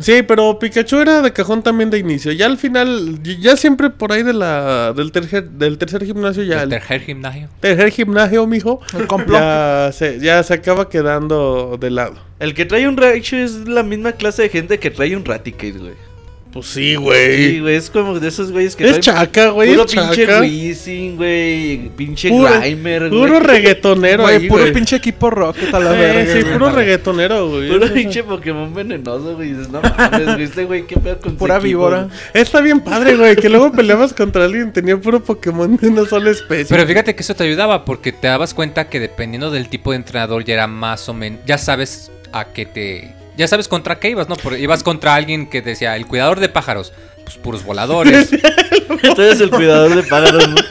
[SPEAKER 4] Sí, pero Pikachu era de cajón también de inicio. Ya al final, ya siempre por ahí de la, del, tercer, del tercer gimnasio, ya
[SPEAKER 3] El
[SPEAKER 4] el
[SPEAKER 3] tercer gimnasio.
[SPEAKER 4] tercer gimnasio, mijo,
[SPEAKER 5] El complot.
[SPEAKER 4] ya
[SPEAKER 7] Eh,
[SPEAKER 4] se, ya se acaba quedando de lado.
[SPEAKER 7] El que trae un Raichu es la misma clase de gente que trae un Raticate, güey.
[SPEAKER 4] Pues sí, güey.
[SPEAKER 7] Sí, güey, es como de esos güeyes que
[SPEAKER 4] es
[SPEAKER 7] traen
[SPEAKER 4] chaca, güey.
[SPEAKER 7] puro
[SPEAKER 4] Es
[SPEAKER 7] pinche
[SPEAKER 4] chaca.
[SPEAKER 7] Weezing, güey, pinche
[SPEAKER 4] Puro-
[SPEAKER 7] Grimer, güey.
[SPEAKER 4] Puro reggaetonero eh,
[SPEAKER 5] Güey,
[SPEAKER 4] ahí,
[SPEAKER 5] puro
[SPEAKER 4] güey.
[SPEAKER 5] pinche equipo rock, ¿qué tal la
[SPEAKER 4] Sí,
[SPEAKER 5] verga,
[SPEAKER 4] sí,
[SPEAKER 5] güey?
[SPEAKER 4] puro reggaetonero, güey.
[SPEAKER 7] Puro
[SPEAKER 4] Eso-
[SPEAKER 7] pinche Pokémon venenoso, güey. Dices, no mames, güey, este güey, qué pedo con su
[SPEAKER 5] Pura
[SPEAKER 7] equipo,
[SPEAKER 5] víbora.
[SPEAKER 7] güey.
[SPEAKER 4] Está bien padre, güey, que luego peleabas contra alguien tenía puro Pokémon de una sola especie.
[SPEAKER 3] Pero fíjate que eso te ayudaba porque te dabas cuenta que dependiendo del tipo de entrenador ya era más o menos... Ya sabes a qué te... Ya sabes contra qué ibas, ¿no? Porque ibas contra alguien que decía, el cuidador de pájaros. Pues puros voladores.
[SPEAKER 7] Entonces el cuidador de pájaros, güey.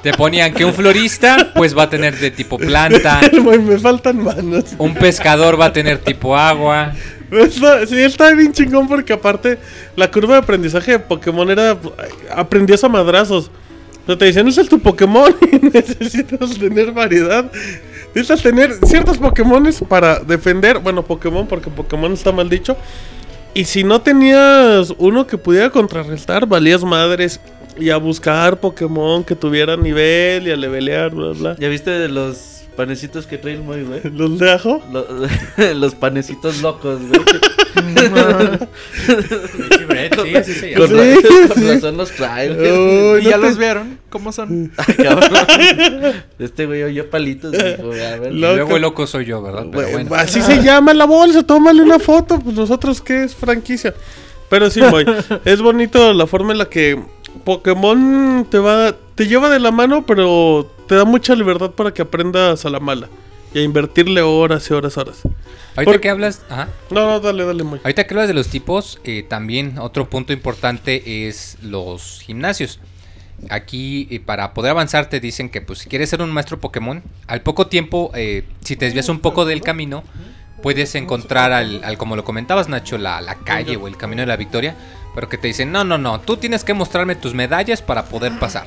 [SPEAKER 3] Te ponían que un florista, pues va a tener de tipo planta.
[SPEAKER 4] Güey, me faltan manos.
[SPEAKER 3] Un pescador va a tener tipo agua.
[SPEAKER 4] Está- sí, está bien chingón porque aparte la curva de aprendizaje de Pokémon era... ay, Aprendías a madrazos. Pero te dicen, ese es tu Pokémon y necesitas tener variedad. Necesitas tener ciertos Pokémones para defender. Bueno, Pokémon, porque Pokémon está mal dicho. Y si no tenías uno que pudiera contrarrestar, valías madres. Y a buscar Pokémon que tuviera nivel y a levelear, bla, bla.
[SPEAKER 7] ¿Ya viste de los panecitos que trae el Moy, güey?
[SPEAKER 4] Los de ajo.
[SPEAKER 7] Lo- Los, panecitos locos, güey. Con,
[SPEAKER 4] Sí,
[SPEAKER 7] razón,
[SPEAKER 4] sí.
[SPEAKER 7] con razón los trae, güey.
[SPEAKER 4] Uy,
[SPEAKER 5] ¿Y
[SPEAKER 4] no
[SPEAKER 5] ya
[SPEAKER 4] te-
[SPEAKER 5] los vieron? ¿Cómo son?
[SPEAKER 7] Ah, cabrón. Este güey oyó palitos, dijo, güey, a ver.
[SPEAKER 3] Y
[SPEAKER 4] Loco.
[SPEAKER 3] luego el loco soy yo, ¿verdad? Pero
[SPEAKER 4] Bueno,
[SPEAKER 3] bueno.
[SPEAKER 4] Así se llama la bolsa, tómale una foto, pues nosotros qué es franquicia. Pero sí, güey, es bonito la forma en la que Pokémon te va te lleva de la mano, pero te da mucha libertad para que aprendas a la mala y a invertirle horas y horas y horas.
[SPEAKER 3] Ahorita
[SPEAKER 4] por-
[SPEAKER 3] que hablas... Ajá.
[SPEAKER 4] No, no, dale, dale, muy.
[SPEAKER 3] Ahorita que hablas de los tipos, eh, también otro punto importante es los gimnasios. Aquí, eh, para poder avanzar, te dicen que pues, si quieres ser un maestro Pokémon, al poco tiempo, eh, si te desvías un poco del camino, puedes encontrar al, al- como lo comentabas, Nacho, la, la calle o el camino de la victoria. Pero que te dicen, no, no, no, tú tienes que mostrarme tus medallas para poder pasar.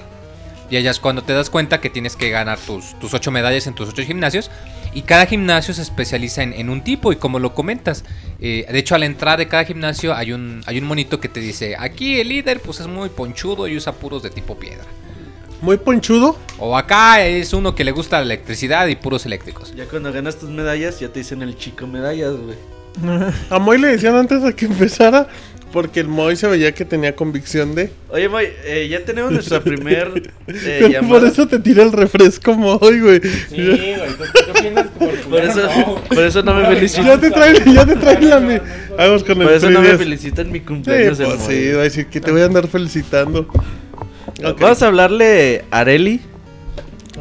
[SPEAKER 3] Y allá es cuando te das cuenta que tienes que ganar tus, tus ocho medallas en tus ocho gimnasios. Y cada gimnasio se especializa en, en un tipo. Y como lo comentas, eh, de hecho a la entrada de cada gimnasio hay un, hay un monito que te dice, aquí el líder pues es muy ponchudo y usa puros de tipo piedra.
[SPEAKER 4] Muy ponchudo.
[SPEAKER 3] O acá es uno que le gusta la electricidad y puros eléctricos.
[SPEAKER 7] Ya cuando ganas tus medallas, ya te dicen el chico medallas, güey.
[SPEAKER 4] A Moy le decían antes de que empezara porque el Moy se veía que tenía convicción de
[SPEAKER 7] Oye, Moy, eh, ya tenemos nuestra primer eh,
[SPEAKER 4] Por
[SPEAKER 7] llamada.
[SPEAKER 4] eso te tira el refresco Moy, güey.
[SPEAKER 7] Por eso, por eso no me felicitan.
[SPEAKER 4] ya te traen, ya te traen la mi- Vamos con el
[SPEAKER 7] Por eso no me
[SPEAKER 4] 3DS.
[SPEAKER 7] felicitan mi
[SPEAKER 4] Sí,
[SPEAKER 7] cumpleaños. el
[SPEAKER 4] pues
[SPEAKER 7] Moy.
[SPEAKER 4] sí, va a decir que te voy a andar felicitando. Ok.
[SPEAKER 7] Vamos a hablarle a Areli.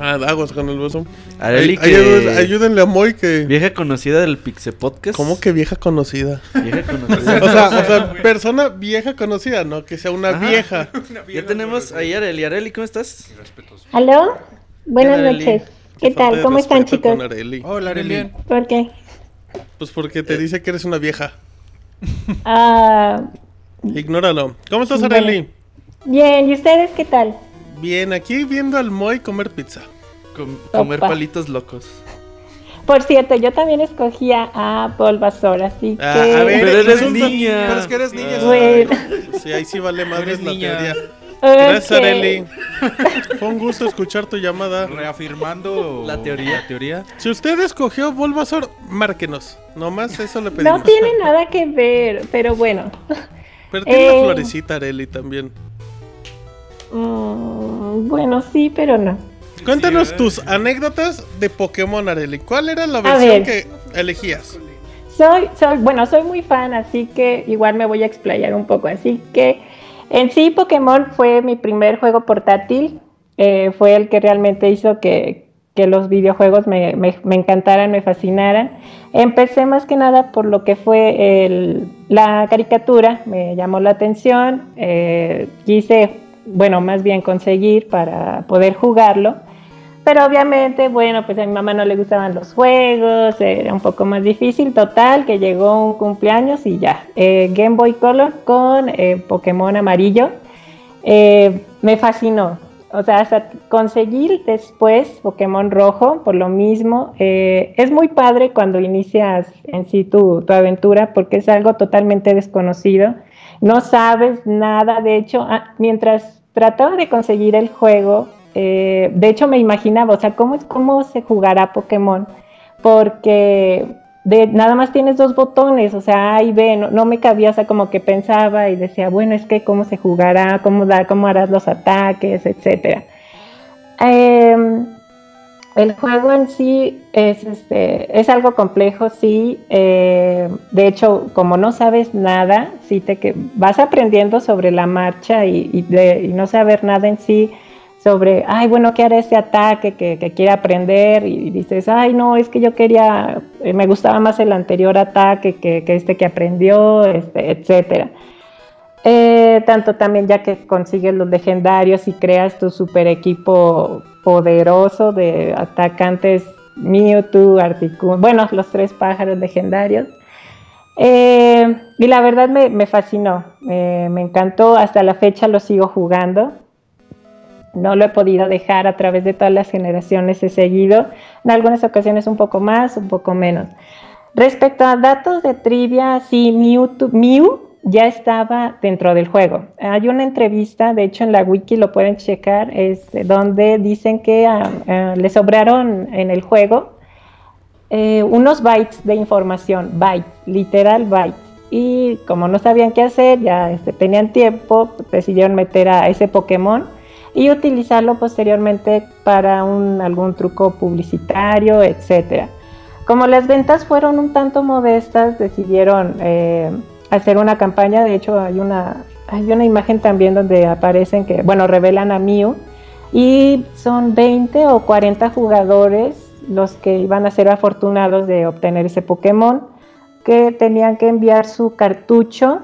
[SPEAKER 4] Ah, aguas con el beso.
[SPEAKER 7] Areli,
[SPEAKER 4] Ay- ayúdenle-
[SPEAKER 7] que
[SPEAKER 4] ayúdenle a Moy que...
[SPEAKER 7] vieja conocida del Pixe Podcast.
[SPEAKER 4] ¿Cómo que vieja conocida?
[SPEAKER 7] Vieja
[SPEAKER 4] O
[SPEAKER 7] conocida.
[SPEAKER 4] sea, o sea, persona vieja conocida, no que sea una
[SPEAKER 7] Ajá.
[SPEAKER 4] vieja.
[SPEAKER 7] ya tenemos ahí a Areli. Areli, ¿cómo estás?
[SPEAKER 8] ¿Aló? Buenas
[SPEAKER 7] tal, Areli?
[SPEAKER 8] noches. ¿Qué
[SPEAKER 4] Falta
[SPEAKER 8] tal?
[SPEAKER 4] de
[SPEAKER 8] ¿Cómo están,
[SPEAKER 4] respeto
[SPEAKER 8] chicos?
[SPEAKER 4] con Areli.
[SPEAKER 6] Hola, Arely.
[SPEAKER 8] ¿Por qué?
[SPEAKER 4] Pues porque te dice que eres una vieja.
[SPEAKER 8] Ah,
[SPEAKER 4] Ignóralo. ¿Cómo estás,
[SPEAKER 8] Bueno.
[SPEAKER 4] Areli?
[SPEAKER 8] bien, ¿y ustedes qué tal?
[SPEAKER 4] Bien, aquí viendo al Moy comer pizza.
[SPEAKER 7] Com- comer
[SPEAKER 8] Opa.
[SPEAKER 7] palitos locos.
[SPEAKER 8] Por cierto, yo también escogía a Bulbasaur, así
[SPEAKER 4] Ah,
[SPEAKER 8] que... Pues,
[SPEAKER 4] a ver,
[SPEAKER 7] Pero eres
[SPEAKER 4] insulta-
[SPEAKER 7] niña.
[SPEAKER 5] Pero es que eres niña.
[SPEAKER 8] Ah. Bueno,
[SPEAKER 4] Sí, ahí sí vale madres
[SPEAKER 3] Eres
[SPEAKER 4] la
[SPEAKER 3] niña.
[SPEAKER 4] teoría.
[SPEAKER 8] ok.
[SPEAKER 4] Gracias, Areli. Fue un gusto escuchar tu llamada.
[SPEAKER 6] Reafirmando
[SPEAKER 7] La teoría.
[SPEAKER 6] La teoría.
[SPEAKER 4] Si usted escogió Bulbasaur, márquenos. Nomás eso le pedimos.
[SPEAKER 8] No tiene nada que ver, pero bueno.
[SPEAKER 4] Pero tiene una
[SPEAKER 8] Eh.
[SPEAKER 4] florecita, Areli, también.
[SPEAKER 8] Mm, bueno, sí, pero no.
[SPEAKER 4] Cuéntanos tus anécdotas de Pokémon, Areli. ¿Cuál era la
[SPEAKER 8] A ver.
[SPEAKER 4] versión que elegías?
[SPEAKER 8] Soy, soy, bueno, soy muy fan, así que igual me voy a explayar un poco. Así que en sí Pokémon fue mi primer juego portátil. eh, fue el que realmente hizo que, que los videojuegos me, me- me encantaran, me fascinaran. Empecé más que nada por lo que fue el- la caricatura, me llamó la atención, eh, quise, bueno, más bien conseguir para poder jugarlo. Pero obviamente, bueno, pues a mi mamá no le gustaban los juegos, era un poco más difícil. Total, que llegó un cumpleaños y ya. Eh, Game Boy Color con eh, Pokémon amarillo. Eh, me fascinó. o sea, hasta conseguir después Pokémon Rojo, por lo mismo, eh, es muy padre cuando inicias en sí tu, tu aventura porque es algo totalmente desconocido, no sabes nada, de hecho, ah, mientras trataba de conseguir el juego, eh, de hecho me imaginaba, o sea, ¿cómo, cómo se jugará Pokémon? Porque de, nada más tienes dos botones, o sea, A y B, no, no me cabía, o sea, como que pensaba y decía, bueno, es que cómo se jugará, cómo, da, cómo harás los ataques, etcétera. Em, el juego en sí es, este, es algo complejo, sí. eh, de hecho, como no sabes nada, sí te que vas aprendiendo sobre la marcha y, y de- y no saber nada en sí sobre, ay, bueno, ¿qué hará este ataque que, que quiere aprender? Y, dices, ay, no, es que yo quería, eh, me gustaba más el anterior ataque que, que este que aprendió, este, etcétera. Eh, tanto también ya que consigues los legendarios y creas tu super equipo poderoso de atacantes Mewtwo, Articuno, bueno, los tres pájaros legendarios. Eh, y la verdad me, me fascinó, eh, me encantó, hasta la fecha lo sigo jugando. No lo he podido dejar a través de todas las generaciones, he seguido, en algunas ocasiones un poco más, un poco menos. Respecto a datos de trivia, sí, Mewtwo- Mew ya estaba dentro del juego. Hay una entrevista, de hecho en la wiki lo pueden checar, este, donde dicen que ah, ah, le sobraron en el juego eh, unos bytes de información, bytes, literal bytes. Y como no sabían qué hacer, ya este, tenían tiempo, decidieron meter a ese Pokémon y utilizarlo posteriormente para un, algún truco publicitario, etcétera. Como las ventas fueron un tanto modestas, decidieron eh, hacer una campaña. De hecho, hay una, hay una imagen también donde aparecen que, bueno, revelan a Mew. Y son 20 o 40 jugadores los que iban a ser afortunados de obtener ese Pokémon, que tenían que enviar su cartucho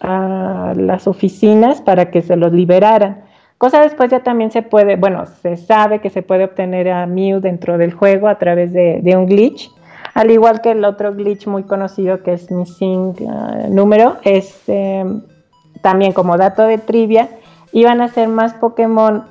[SPEAKER 8] a las oficinas para que se los liberaran. Cosa después ya también se puede, bueno, se sabe que se puede obtener a Mew dentro del juego a través de, de un glitch. Al igual que el otro glitch muy conocido que es Missing ah, Número, es em, también como dato de trivia, iban a ser más Pokémon.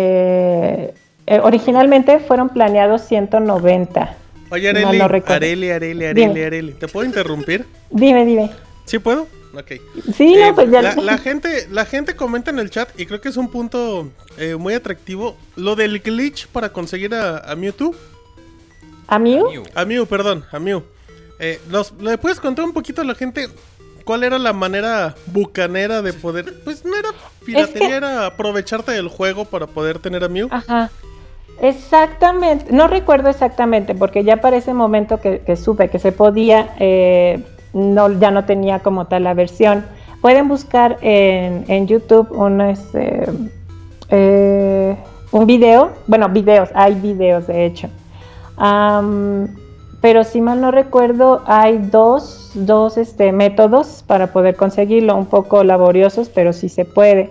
[SPEAKER 8] eh, eh, originalmente fueron planeados 190.
[SPEAKER 4] Oye,
[SPEAKER 8] No
[SPEAKER 4] Areli,
[SPEAKER 8] lo recuerdo.
[SPEAKER 4] Areli, Areli, Areli,
[SPEAKER 8] Dime.
[SPEAKER 4] Areli. ¿Te puedo interrumpir?
[SPEAKER 8] Dime, dime.
[SPEAKER 4] ¿Sí puedo? Ok.
[SPEAKER 8] Sí,
[SPEAKER 4] Eh,
[SPEAKER 8] no, pues ya.
[SPEAKER 4] la, la gente, la gente comenta en el chat y creo que es un punto eh, muy atractivo. Lo del glitch para conseguir a, a Mewtwo.
[SPEAKER 8] ¿A Mew?
[SPEAKER 3] Mew.
[SPEAKER 4] A Mew, perdón, a Mew. Eh, nos, ¿Le puedes contar un poquito a la gente cuál era la manera bucanera de poder... Pues no era piratería,
[SPEAKER 8] que-
[SPEAKER 4] era aprovecharte del juego para poder tener a Mew.
[SPEAKER 8] Ajá. Exactamente, no recuerdo exactamente, porque ya para ese momento que, que supe que se podía, eh, no, ya no tenía como tal la versión. Pueden buscar en, en YouTube un, este, eh, un video, bueno, videos, hay videos de hecho. Am, pero si mal no recuerdo, hay dos, dos este, métodos para poder conseguirlo, un poco laboriosos, pero sí se puede.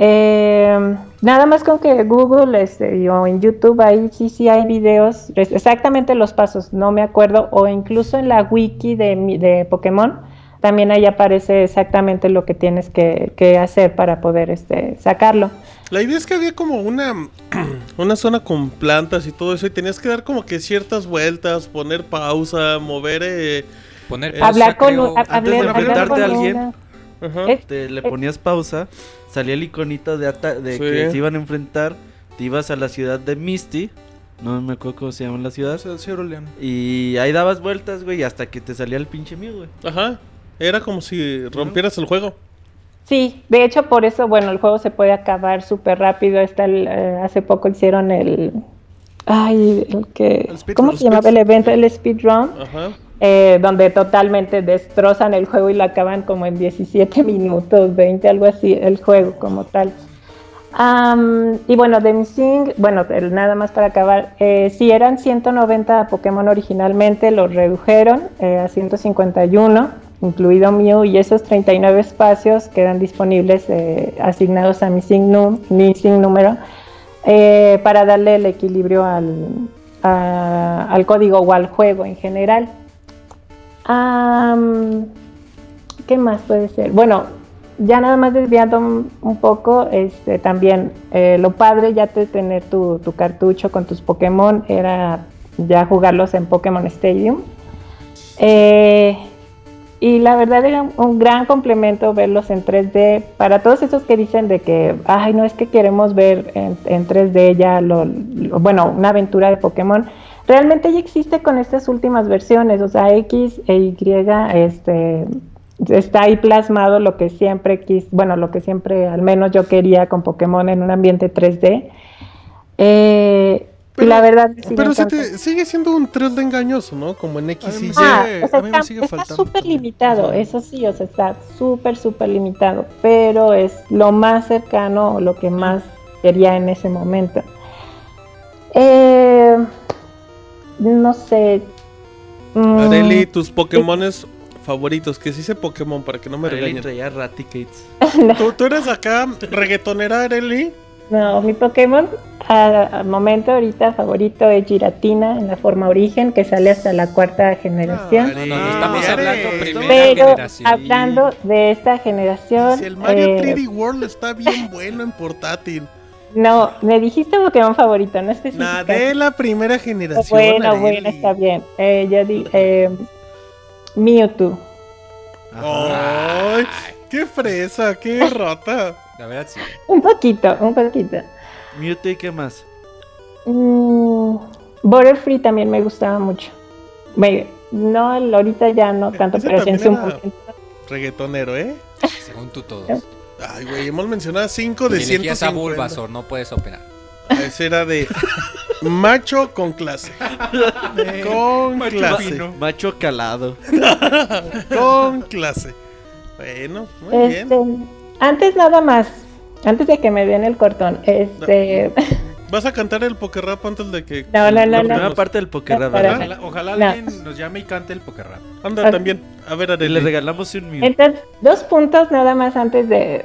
[SPEAKER 8] Eh, nada más con que Google este, o en YouTube ahí sí sí hay videos, es- exactamente los pasos, no me acuerdo, o incluso en la wiki de, mi- de Pokémon, también ahí aparece exactamente lo que tienes que, que hacer para poder este, sacarlo.
[SPEAKER 4] La idea es que había como una, una zona con plantas y todo eso y tenías que dar como que ciertas vueltas, poner pausa, mover... eh,
[SPEAKER 3] Poner
[SPEAKER 4] Eh,
[SPEAKER 3] pausa,
[SPEAKER 8] hablar con,
[SPEAKER 3] creo.
[SPEAKER 8] un- hab-
[SPEAKER 7] antes de
[SPEAKER 8] hablar- hablar
[SPEAKER 7] enfrentarte
[SPEAKER 8] con
[SPEAKER 7] a alguien,
[SPEAKER 8] una-
[SPEAKER 4] ajá.
[SPEAKER 8] es-
[SPEAKER 7] Te,
[SPEAKER 4] eh.
[SPEAKER 7] le ponías pausa, salía el iconito de, ata- de
[SPEAKER 4] Sí.
[SPEAKER 7] que se iban a enfrentar, te ibas a la ciudad de Misty, no me acuerdo cómo se llama la ciudad,
[SPEAKER 5] Sí, sí, Aurelian.
[SPEAKER 7] y ahí dabas vueltas, güey, hasta que te salía el pinche mío, güey.
[SPEAKER 4] Ajá. Era como si rompieras el juego.
[SPEAKER 8] Sí, de hecho por eso, bueno, el juego se puede acabar súper rápido. Está el, eh, hace poco hicieron el... Ay, el que...
[SPEAKER 5] El speedrun,
[SPEAKER 8] ¿Cómo
[SPEAKER 5] el
[SPEAKER 8] se llamaba el evento? El speedrun,
[SPEAKER 4] Ajá.
[SPEAKER 8] eh, donde totalmente destrozan el juego y lo acaban como en 17 minutos, 20, algo así, el juego como tal. Am, y bueno, de Missing, bueno, el- nada más para acabar, eh, sí eran 190 Pokémon originalmente, los redujeron eh, a 151, incluido Mew, y esos 39 espacios quedan disponibles eh, asignados a Missing, num- missing número eh, para darle el equilibrio al, a- al código o al juego en general. Am, ¿Qué más puede ser? Bueno, ya nada más desviando un, un poco, este, también eh, lo padre ya de tener tu, tu cartucho con tus Pokémon era ya jugarlos en Pokémon Stadium. Eh, y la verdad era un- un gran complemento verlos en 3D. Para todos esos que dicen de que, ay, no es que queremos ver en, en 3D ya, lo, lo- bueno, una aventura de Pokémon. Realmente ya existe con estas últimas versiones, o sea, X e Y, este, está ahí plasmado lo que siempre quis, bueno, lo que siempre al menos yo quería con Pokémon en un ambiente 3D. Eh, y la verdad, sí me
[SPEAKER 4] Pero se
[SPEAKER 8] encanta.
[SPEAKER 4] te- sigue siendo un 3D engañoso, ¿no? Como en X y
[SPEAKER 5] Ay,
[SPEAKER 4] Y.
[SPEAKER 5] Sí,
[SPEAKER 8] Ah,
[SPEAKER 5] sí,
[SPEAKER 8] o sea,
[SPEAKER 5] a mí me
[SPEAKER 8] está-
[SPEAKER 5] sigue
[SPEAKER 8] está
[SPEAKER 5] faltando
[SPEAKER 8] súper
[SPEAKER 5] también.
[SPEAKER 8] limitado,
[SPEAKER 5] Ajá.
[SPEAKER 8] eso sí, o sea, está súper, súper limitado, pero es lo más cercano o lo que más quería en ese momento. Eh, no sé. mm,
[SPEAKER 4] Areli, tus Pokémones favoritos. Que se dice Pokémon para que no me
[SPEAKER 7] Arely
[SPEAKER 4] regañen.
[SPEAKER 7] traía Raticates.
[SPEAKER 4] ¿Tú, tú eres acá reggaetonera, Areli.
[SPEAKER 8] No, mi Pokémon a- al momento ahorita favorito es Giratina en la forma origen que sale hasta la cuarta generación.
[SPEAKER 3] No, no, no, estamos
[SPEAKER 4] Ah,
[SPEAKER 3] hablando
[SPEAKER 4] eres,
[SPEAKER 3] primera
[SPEAKER 8] Pero
[SPEAKER 3] generación.
[SPEAKER 8] hablando de esta generación,
[SPEAKER 4] Si el Mario
[SPEAKER 8] eh,
[SPEAKER 4] 3D World está bien bueno en portátil.
[SPEAKER 8] no, me dijiste Pokémon favorito, no
[SPEAKER 4] La
[SPEAKER 8] especificaste.
[SPEAKER 4] de la primera generación.
[SPEAKER 8] Bueno,
[SPEAKER 4] Areli.
[SPEAKER 8] bueno, está bien. Eh, yo di, eh, Mewtwo.
[SPEAKER 4] ¡Ay! ¡Qué fresa! ¡Qué rata!
[SPEAKER 3] La verdad, sí.
[SPEAKER 8] Un poquito, un poquito.
[SPEAKER 7] Mewtwo y qué más.
[SPEAKER 8] Mm, Butterfree también me gustaba mucho. Me- no, el- ahorita ya no tanto,
[SPEAKER 4] Eh, Ese
[SPEAKER 8] pero sí en su
[SPEAKER 4] también era-
[SPEAKER 8] momento.
[SPEAKER 4] Reggaetonero, ¿eh?
[SPEAKER 3] Según tú todos.
[SPEAKER 4] Ay, güey, hemos mencionado 5 de
[SPEAKER 3] Elegías a
[SPEAKER 4] 150.
[SPEAKER 3] Bulbasaur, no puedes opinar.
[SPEAKER 4] Ese era de macho con clase. con clase.
[SPEAKER 7] Macho calado.
[SPEAKER 4] Con clase. Bueno, muy bien.
[SPEAKER 8] Este, antes nada más, antes de que me den el cortón, este,
[SPEAKER 4] ¿Vas a cantar el Pokerrap antes de que.?
[SPEAKER 8] No, no, no,
[SPEAKER 7] La
[SPEAKER 8] no.
[SPEAKER 7] primera parte del Pokerrap,
[SPEAKER 8] Para-
[SPEAKER 7] ¿verdad?
[SPEAKER 6] Ojalá, ojalá
[SPEAKER 8] No.
[SPEAKER 6] alguien nos llame y cante el poker rap.
[SPEAKER 4] Anda también. A ver,
[SPEAKER 7] Le
[SPEAKER 4] Arely.
[SPEAKER 7] regalamos un Mewtwo.
[SPEAKER 8] Entonces, dos puntos nada más antes de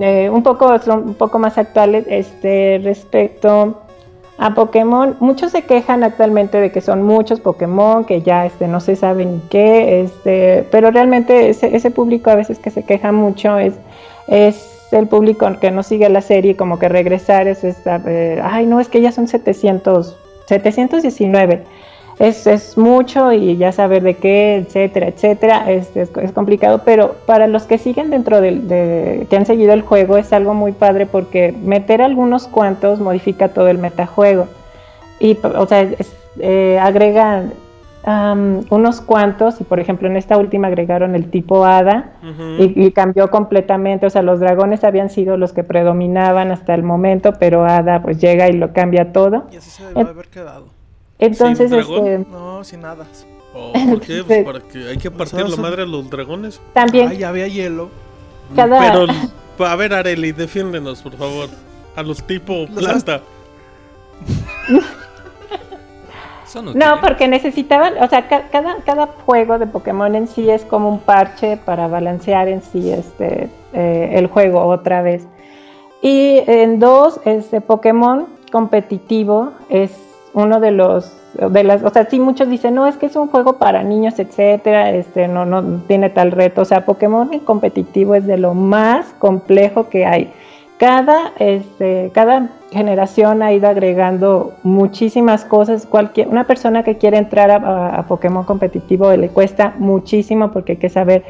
[SPEAKER 8] eh, un poco son un poco más actuales este respecto a Pokémon. Muchos se quejan actualmente de que son muchos Pokémon, que ya este no se sabe ni qué, este, pero realmente ese, ese público a veces que se queja mucho es es el público que no sigue la serie como que regresar es esta, eh, ay no, es que ya son 700 719 es, es mucho y ya saber de qué, etcétera, etcétera, es, es, es complicado, pero para los que siguen dentro del, de, que han seguido el juego es algo muy padre porque meter algunos cuantos modifica todo el metajuego. Y, p- o sea, es- eh, agregan am, unos cuantos, y por ejemplo en esta última agregaron el tipo hada,
[SPEAKER 4] Ujú.
[SPEAKER 8] y, y cambió completamente, o sea, los dragones habían sido los que predominaban hasta el momento, pero hada pues llega y lo cambia todo.
[SPEAKER 5] Y así se debe haber quedado.
[SPEAKER 8] Entonces,
[SPEAKER 4] dragón?
[SPEAKER 8] este,
[SPEAKER 5] No, sin nada.
[SPEAKER 4] Oh, ¿Por qué? Pues para que hay que partir la
[SPEAKER 5] Sabroso.
[SPEAKER 4] madre a los dragones.
[SPEAKER 8] también
[SPEAKER 5] Ay, había hielo.
[SPEAKER 8] Cada-
[SPEAKER 4] Pero, a ver, Areli, defiéndenos, por favor. A los tipo
[SPEAKER 5] Los
[SPEAKER 4] planta.
[SPEAKER 3] Son
[SPEAKER 8] No,
[SPEAKER 3] útiles.
[SPEAKER 8] porque necesitaban, o sea, ca- cada, cada juego de Pokémon en sí es como un parche para balancear en sí este, eh, el juego otra vez. Y en dos, este Pokémon competitivo es uno de los, de las, o sea, sí muchos dicen, no, es que es un juego para niños, etcétera, este, no, no tiene tal reto. O sea, Pokémon en competitivo es de lo más complejo que hay cada, este, cada generación ha ido agregando muchísimas cosas. Cualquier, una persona que quiere entrar a, a- a Pokémon competitivo le cuesta muchísimo porque hay que saber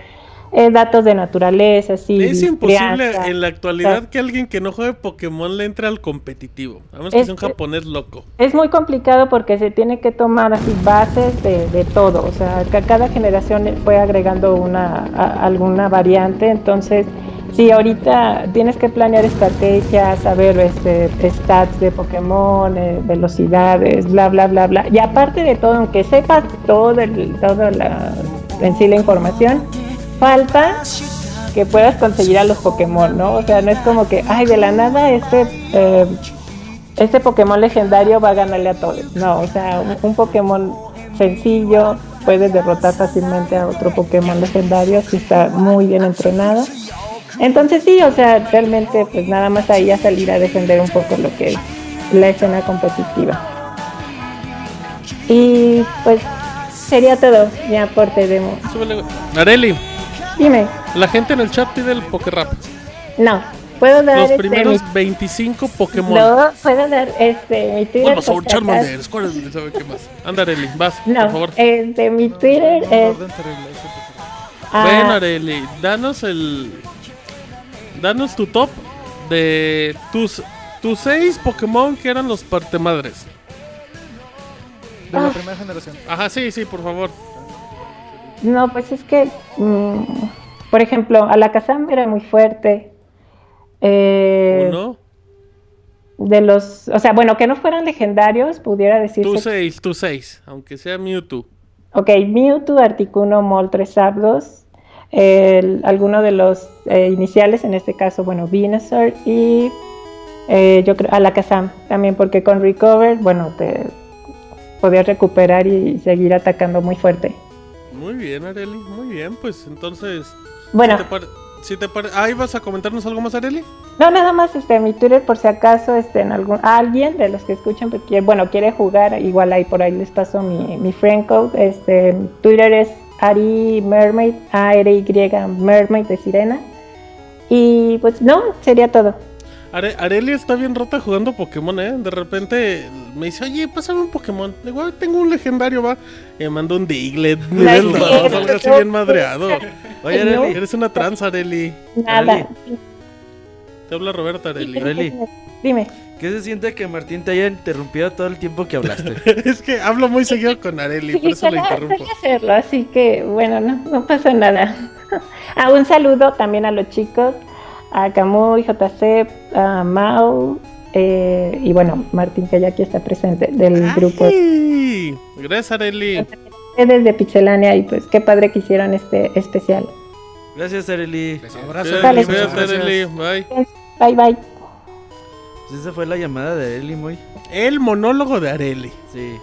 [SPEAKER 8] eh, datos de naturaleza, sí,
[SPEAKER 4] es imposible
[SPEAKER 8] crianza.
[SPEAKER 4] en la actualidad que alguien que no juegue Pokémon le entre al competitivo. A menos que sea un
[SPEAKER 8] Este-
[SPEAKER 4] japonés loco.
[SPEAKER 8] Es muy complicado porque se tiene que tomar así bases de, de todo, o sea, ca- cada generación fue agregando una a- alguna variante, entonces sí, ahorita tienes que planear estrategias, saber este, stats de Pokémon, eh, velocidades, bla, bla, bla, bla. Y aparte de todo, aunque sepas todo, el, todo la, en sí la información, falta que puedas conseguir a los Pokémon, ¿no? O sea, no es como que, ay, de la nada este... eh, este Pokémon legendario va a ganarle a todos. No, o sea, un, un Pokémon sencillo puede derrotar fácilmente a otro Pokémon legendario si está muy bien entrenado. Entonces sí, o sea, realmente pues nada más ahí a salir a defender un poco lo que es la escena competitiva. Y pues sería todo mi aporte de... mo-
[SPEAKER 4] Súbele, güey. Areli,
[SPEAKER 8] Dime,
[SPEAKER 4] La gente en el chat pide el Pokérap.
[SPEAKER 8] No, puedo dar
[SPEAKER 4] Los
[SPEAKER 8] este,
[SPEAKER 4] primeros
[SPEAKER 8] mi-
[SPEAKER 4] 25 Pokémon.
[SPEAKER 8] No, puedo dar este, mi Twitter.
[SPEAKER 5] pues,
[SPEAKER 4] Bulbasaur,
[SPEAKER 8] por si acaso.
[SPEAKER 4] Charmander, Squirtle, ¿sabe qué más? Ándale, Eli, vas,
[SPEAKER 8] No,
[SPEAKER 4] por favor.
[SPEAKER 8] este, mi Twitter
[SPEAKER 5] No,
[SPEAKER 8] es.
[SPEAKER 5] orden terrible, eso, por favor.
[SPEAKER 8] ah,
[SPEAKER 4] Ven, Areli, danos el. Danos tu top de tus tus seis Pokémon que eran los partemadres.
[SPEAKER 5] De la
[SPEAKER 8] Ah.
[SPEAKER 5] primera generación.
[SPEAKER 4] Ajá, sí, sí, por favor.
[SPEAKER 8] no, pues es que. mm, por ejemplo, Alakazam era muy fuerte. Eh,
[SPEAKER 4] Uno,
[SPEAKER 8] De los. O sea, bueno, que no fueran legendarios, pudiera
[SPEAKER 4] tú
[SPEAKER 8] decirse.
[SPEAKER 4] seis, tú seis, aunque sea Mewtwo.
[SPEAKER 8] Ok, Mewtwo, Articuno, Moltres, Zapdos. el- alguno de los eh, iniciales, en este caso, bueno, Venusaur y eh, yo creo Alakazam también, porque con Recover, bueno, te podías recuperar y seguir atacando muy fuerte.
[SPEAKER 4] Muy bien, Areli, muy bien, pues entonces.
[SPEAKER 8] Bueno,
[SPEAKER 4] ¿te pare- si te pare- ah, ¿ibas a comentarnos algo más, Areli?
[SPEAKER 8] no nada más este mi Twitter por si acaso este en algún alguien de los que escuchan porque quiere- bueno quiere jugar igual ahí por ahí les paso mi mi friend code este mi Twitter es Ari Mermaid A R Y Mermaid de sirena y pues no sería todo
[SPEAKER 4] Are- Areli está bien rota jugando Pokémon, ¿eh? De repente me dice, oye, pásame un Pokémon. Le digo, "Ay, tengo un legendario, va. Y me manda un Diglett, nivel
[SPEAKER 8] es
[SPEAKER 4] dos,
[SPEAKER 8] cierto.
[SPEAKER 4] algo así bien madreado.
[SPEAKER 7] Oye,
[SPEAKER 8] No.
[SPEAKER 7] Areli.
[SPEAKER 4] Eres una tranza, Areli.
[SPEAKER 8] nada
[SPEAKER 4] Te habla Roberta, Areli.
[SPEAKER 7] Areli.
[SPEAKER 8] dime
[SPEAKER 7] ¿Qué se siente que Martín te haya interrumpido todo el tiempo que hablaste?
[SPEAKER 4] es que hablo muy seguido con Areli, por eso la
[SPEAKER 8] suele-
[SPEAKER 4] interrumpo.
[SPEAKER 8] suele hacerlo, así que bueno, no, no pasa nada. ah, un saludo también a los chicos, a Camuy, JC, a Mau eh, y bueno, Martín que ya aquí está presente del grupo
[SPEAKER 4] Ay, Gracias, Areli.
[SPEAKER 8] desde Pixelania y pues qué padre que hicieron este especial.
[SPEAKER 7] Gracias, Areli.
[SPEAKER 6] Abrazo.
[SPEAKER 8] Dale.
[SPEAKER 4] Cuídate, cuídate, Areli. Bye.
[SPEAKER 8] Bye bye.
[SPEAKER 7] Pues Esa fue la llamada de Areli, muy.
[SPEAKER 4] El monólogo de Areli.
[SPEAKER 7] Sí.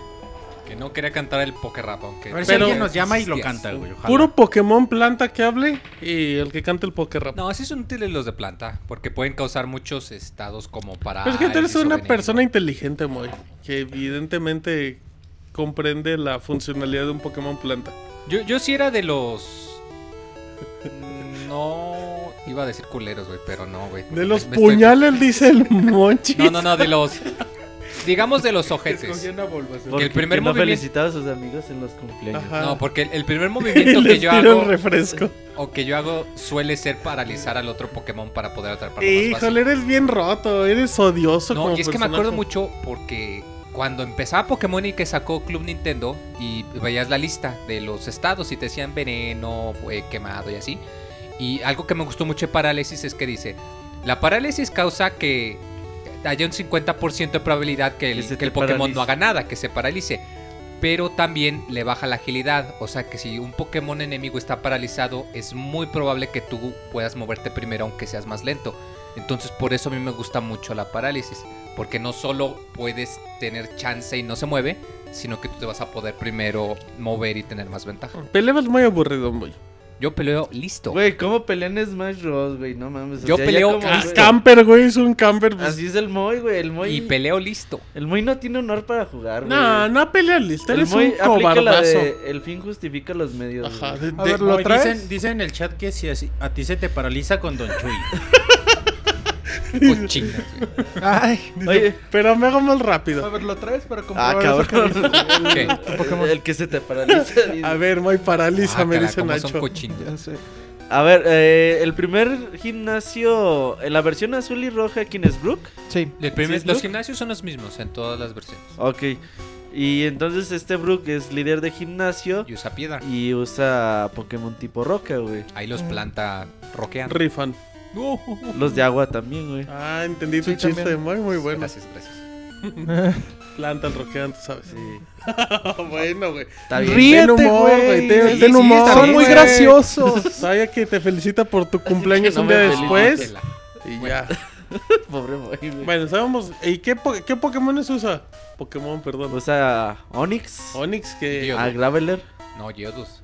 [SPEAKER 3] Que no quería cantar el poker rap, aunque.
[SPEAKER 6] A ver si
[SPEAKER 4] Pero-
[SPEAKER 6] alguien nos llama y lo canta, güey. ojalá.
[SPEAKER 4] Puro Pokémon planta que hable y el que cante el poker rap.
[SPEAKER 3] No, así son útiles los de planta, porque pueden causar muchos estados como para.
[SPEAKER 4] Pero es que tú eres una persona
[SPEAKER 3] inteligente.
[SPEAKER 4] inteligente, Moy, que evidentemente comprende la funcionalidad de un Pokémon planta.
[SPEAKER 3] Yo, yo sí era de los. No. Iba a decir culeros, güey, pero no, güey.
[SPEAKER 4] De los
[SPEAKER 3] Me- me estoy-
[SPEAKER 4] puñales, dice el Monchi.
[SPEAKER 3] No, no, no, de los. Digamos de los ojetes.
[SPEAKER 4] Escogieron a Bulbasaur.
[SPEAKER 3] Porque el primer
[SPEAKER 7] que no
[SPEAKER 3] movimiento-
[SPEAKER 7] felicitaba a sus amigos en los cumpleaños.
[SPEAKER 4] Ajá.
[SPEAKER 3] No, porque el, el primer
[SPEAKER 4] Y
[SPEAKER 3] movimiento que
[SPEAKER 4] les
[SPEAKER 3] yo
[SPEAKER 4] tiro el
[SPEAKER 3] hago
[SPEAKER 4] refresco.
[SPEAKER 3] o que yo hago suele ser paralizar al otro Pokémon para poder atraparlo más fácil.
[SPEAKER 4] Híjole, eres bien roto, eres odioso.
[SPEAKER 3] No,
[SPEAKER 4] como
[SPEAKER 3] y es que me acuerdo mucho
[SPEAKER 4] personaje.
[SPEAKER 3] porque cuando empezaba Pokémon y que sacó Club Nintendo y veías la lista de los estados y te decían veneno, fue quemado y así. Y algo que me gustó mucho de parálisis es que dice, la parálisis causa que haya un 50% de probabilidad que el,
[SPEAKER 7] Que se
[SPEAKER 3] que el
[SPEAKER 7] te
[SPEAKER 3] Pokémon
[SPEAKER 7] paralice.
[SPEAKER 3] no haga nada, que se paralice. Pero también le baja la agilidad. O sea que si un Pokémon enemigo está paralizado, es muy probable que tú puedas moverte primero aunque seas más lento. Entonces por eso a mí me gusta mucho la parálisis. Porque no solo puedes tener chance y no se mueve, sino que tú te vas a poder primero mover y tener más ventaja.
[SPEAKER 4] Peleo es muy aburrido, Moy.
[SPEAKER 3] Yo peleo listo.
[SPEAKER 7] Güey, ¿cómo pelean Smash Bros, güey? No mames.
[SPEAKER 3] Yo
[SPEAKER 7] ya
[SPEAKER 3] peleo
[SPEAKER 7] como,
[SPEAKER 4] Ah,
[SPEAKER 7] güey,
[SPEAKER 4] camper, güey, es un camper. pues.
[SPEAKER 7] Así es el Moy, güey. El Moy.
[SPEAKER 3] Y peleo listo.
[SPEAKER 7] El Moy no tiene honor para jugar, güey.
[SPEAKER 4] No, no peleas lista,
[SPEAKER 7] El
[SPEAKER 4] eres un
[SPEAKER 7] Moy aplica la
[SPEAKER 4] cobardazo.
[SPEAKER 7] de el fin justifica los medios.
[SPEAKER 4] Ajá,
[SPEAKER 7] güey.
[SPEAKER 4] de-
[SPEAKER 5] A
[SPEAKER 4] de-
[SPEAKER 5] ver, ¿lo
[SPEAKER 6] Oye,
[SPEAKER 5] traes?
[SPEAKER 6] Dicen, dicen en el chat que si así- a ti se te paraliza con Don Chuy.
[SPEAKER 3] Cochinas, güey.
[SPEAKER 5] Ay,
[SPEAKER 7] Oye,
[SPEAKER 4] pero me hago más
[SPEAKER 5] a
[SPEAKER 4] rápido.
[SPEAKER 5] ver, ¿lo traes para
[SPEAKER 7] ah,
[SPEAKER 5] comprobar eso que
[SPEAKER 7] cabrón.
[SPEAKER 3] ¿Qué?
[SPEAKER 5] Pokémon.
[SPEAKER 7] el que se te paraliza. dice.
[SPEAKER 4] A ver, Moy, paraliza,
[SPEAKER 3] Ah,
[SPEAKER 4] me
[SPEAKER 3] cara,
[SPEAKER 4] dice
[SPEAKER 3] cómo
[SPEAKER 4] Nacho.
[SPEAKER 3] son cochinas.
[SPEAKER 5] Ya sé.
[SPEAKER 7] A ver, eh, el primer gimnasio, en la versión azul y roja, ¿quién es Brook?
[SPEAKER 5] Sí.
[SPEAKER 3] El primer-
[SPEAKER 7] ¿Sí es
[SPEAKER 3] los
[SPEAKER 7] Brook?
[SPEAKER 3] gimnasios son los mismos en todas las versiones.
[SPEAKER 7] Ok. Y entonces este Brook es líder de gimnasio
[SPEAKER 3] Y usa piedra.
[SPEAKER 7] y usa Pokémon tipo roca, güey.
[SPEAKER 3] Ahí los planta roquean.
[SPEAKER 4] Mm. Rifan.
[SPEAKER 7] Los de agua también, güey.
[SPEAKER 4] Ah, entendí tu
[SPEAKER 5] Sí,
[SPEAKER 4] chiste,
[SPEAKER 5] también.
[SPEAKER 4] Moy, muy bueno.
[SPEAKER 3] Gracias, gracias.
[SPEAKER 4] Planta el roqueante, ¿sabes?
[SPEAKER 7] Sí.
[SPEAKER 4] bueno, güey.
[SPEAKER 7] Está bien.
[SPEAKER 5] Ríete,
[SPEAKER 4] Ten humor, güey,
[SPEAKER 5] güey.
[SPEAKER 4] ten-
[SPEAKER 5] Sí,
[SPEAKER 4] ten
[SPEAKER 5] sí,
[SPEAKER 4] humor,
[SPEAKER 5] Son muy
[SPEAKER 4] güey.
[SPEAKER 5] graciosos.
[SPEAKER 4] Sabía que te felicita por tu cumpleaños
[SPEAKER 7] no
[SPEAKER 4] un
[SPEAKER 7] me
[SPEAKER 4] día
[SPEAKER 7] felicite.
[SPEAKER 4] después.
[SPEAKER 3] Tela.
[SPEAKER 4] Y ya.
[SPEAKER 7] Pobre Moy, güey.
[SPEAKER 4] Bueno, sabemos. ¿Y qué, po- qué Pokémon usa? Pokémon, perdón.
[SPEAKER 7] Usa Onix,
[SPEAKER 4] Onix, que. Ah,
[SPEAKER 3] Yo-
[SPEAKER 7] a Graveler,
[SPEAKER 3] No, Yodus.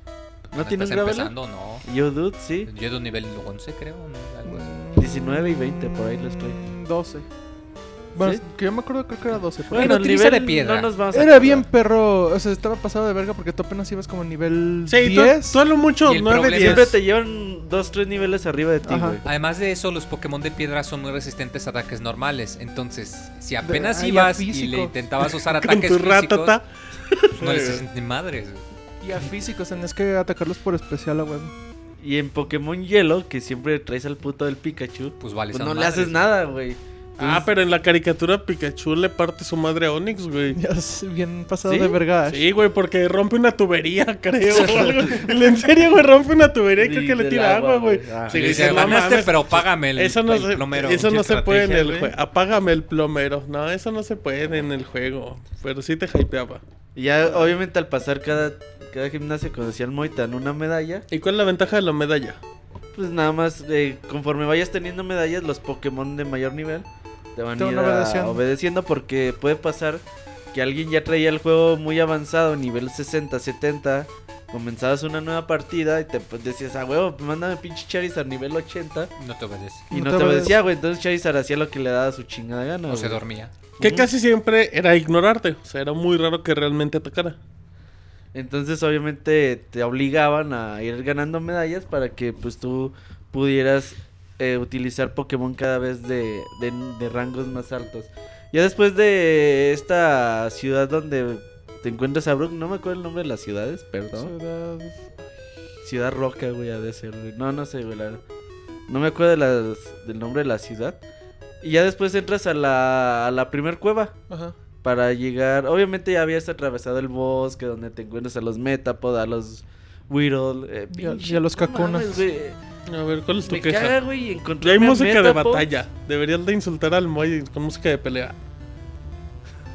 [SPEAKER 7] ¿No tiene un
[SPEAKER 3] estás
[SPEAKER 7] graveler?
[SPEAKER 3] empezando, no.
[SPEAKER 7] Yodud, sí.
[SPEAKER 3] Yodus
[SPEAKER 7] Mm,
[SPEAKER 3] nivel 11, creo. ¿no? Algo así.
[SPEAKER 7] 19 y 20, por ahí les estoy.
[SPEAKER 5] 12. Bueno,
[SPEAKER 7] ¿Sí?
[SPEAKER 5] que yo me acuerdo creo que era 12. por ahí.
[SPEAKER 3] Bueno,
[SPEAKER 7] Bueno,
[SPEAKER 3] utiliza
[SPEAKER 7] nivel
[SPEAKER 3] de piedra.
[SPEAKER 7] no nos vamos a
[SPEAKER 5] Era
[SPEAKER 7] acordar.
[SPEAKER 5] bien perro, o sea, estaba pasado de verga porque tú apenas ibas como nivel
[SPEAKER 4] Sí, tú,
[SPEAKER 5] 10.
[SPEAKER 4] tú a lo mucho
[SPEAKER 3] Y el
[SPEAKER 4] 9,
[SPEAKER 3] problema-
[SPEAKER 4] 10.
[SPEAKER 7] Siempre te llevan dos, tres niveles arriba de ti,
[SPEAKER 5] Ajá.
[SPEAKER 7] güey.
[SPEAKER 3] Además de eso, los Pokémon de piedra son muy resistentes a ataques normales. Entonces, si apenas
[SPEAKER 5] ah, ya
[SPEAKER 3] ibas y
[SPEAKER 5] físicos.
[SPEAKER 3] le intentabas usar
[SPEAKER 4] Con
[SPEAKER 3] ataques
[SPEAKER 4] tu
[SPEAKER 3] físicos,
[SPEAKER 4] ratata.
[SPEAKER 3] pues no les hacen ni madres. güey.
[SPEAKER 5] Y a físicos, tenías que atacarlos por especial a web.
[SPEAKER 7] Y en Pokémon Hielo, que siempre traes al puto del Pikachu,
[SPEAKER 3] Pues vale,
[SPEAKER 7] pues
[SPEAKER 3] son
[SPEAKER 7] no le
[SPEAKER 3] madres.
[SPEAKER 7] haces nada, güey.
[SPEAKER 4] Ah, pero en la caricatura Pikachu le parte su madre a Onix, güey.
[SPEAKER 5] Ya es bien pasado
[SPEAKER 7] ¿Sí?
[SPEAKER 5] de verga. Ash.
[SPEAKER 4] Sí, güey, porque rompe una tubería, creo. o algo. En serio, güey, rompe una tubería y creo
[SPEAKER 7] Y
[SPEAKER 4] que le
[SPEAKER 7] del
[SPEAKER 4] tira
[SPEAKER 7] agua,
[SPEAKER 4] agua, güey.
[SPEAKER 7] güey. Ah.
[SPEAKER 4] Sí,
[SPEAKER 3] Y le
[SPEAKER 4] dice,
[SPEAKER 3] dice,
[SPEAKER 4] "No
[SPEAKER 3] ganaste,
[SPEAKER 4] mames".
[SPEAKER 3] pero págame el,
[SPEAKER 4] eso no,
[SPEAKER 3] el
[SPEAKER 4] se,
[SPEAKER 3] plomero.
[SPEAKER 4] eso no se puede en el
[SPEAKER 3] güey.
[SPEAKER 4] juego. Apágame el plomero. No, eso no se puede en el juego. Pero sí te hypeaba.
[SPEAKER 7] Y ya, obviamente, al pasar cada, cada gimnasia, cuando hacía el Moitan una medalla,
[SPEAKER 4] ¿Y cuál es la ventaja de la medalla?
[SPEAKER 7] pues nada más, eh, conforme vayas teniendo medallas, los Pokémon de mayor nivel te van
[SPEAKER 5] Te
[SPEAKER 7] a
[SPEAKER 5] van
[SPEAKER 7] ir a-
[SPEAKER 5] obedeciendo.
[SPEAKER 7] obedeciendo. porque puede pasar que alguien ya traía el juego muy avanzado, nivel 60, 70, comenzabas una nueva partida y te pues, decías, ah, huevo, mándame pinche Charizard nivel 80
[SPEAKER 3] No te obedece.
[SPEAKER 7] y
[SPEAKER 5] No te
[SPEAKER 7] no, te,
[SPEAKER 5] obedece.
[SPEAKER 7] obedecía, güey, entonces Charizard hacía lo que le daba su chingada gana.
[SPEAKER 3] O se
[SPEAKER 7] güey.
[SPEAKER 3] dormía.
[SPEAKER 4] Que
[SPEAKER 7] Ujú.
[SPEAKER 4] casi siempre era ignorarte. O sea, era muy raro que realmente atacara.
[SPEAKER 7] Entonces obviamente te obligaban a ir ganando medallas para que pues tú pudieras eh, utilizar Pokémon cada vez de, de, de rangos más altos. Ya después de esta ciudad donde te encuentras a Brook, no me acuerdo el nombre de las ciudades, perdón.
[SPEAKER 5] Ciudad-
[SPEAKER 7] Ciudad Roca, güey, ha de ser, güey. No, no sé, güey, la verdad. No me acuerdo de las- del nombre de la ciudad. Y ya después entras a la, a la primer cueva.
[SPEAKER 5] Ajá.
[SPEAKER 7] Para llegar, obviamente ya habías atravesado el bosque donde te encuentras a los Metapod, a los Weedle, eh,
[SPEAKER 5] Y a-
[SPEAKER 7] pinche-
[SPEAKER 5] y a los
[SPEAKER 7] no mames,
[SPEAKER 5] Cacunas.
[SPEAKER 7] güey.
[SPEAKER 4] A ver, ¿cuál es tu
[SPEAKER 7] Me
[SPEAKER 4] queja?
[SPEAKER 7] caga, güey, encontré
[SPEAKER 4] Ya hay
[SPEAKER 7] a
[SPEAKER 4] música de
[SPEAKER 7] Metapod.
[SPEAKER 4] batalla. Deberías de insultar al Moy con música de pelea.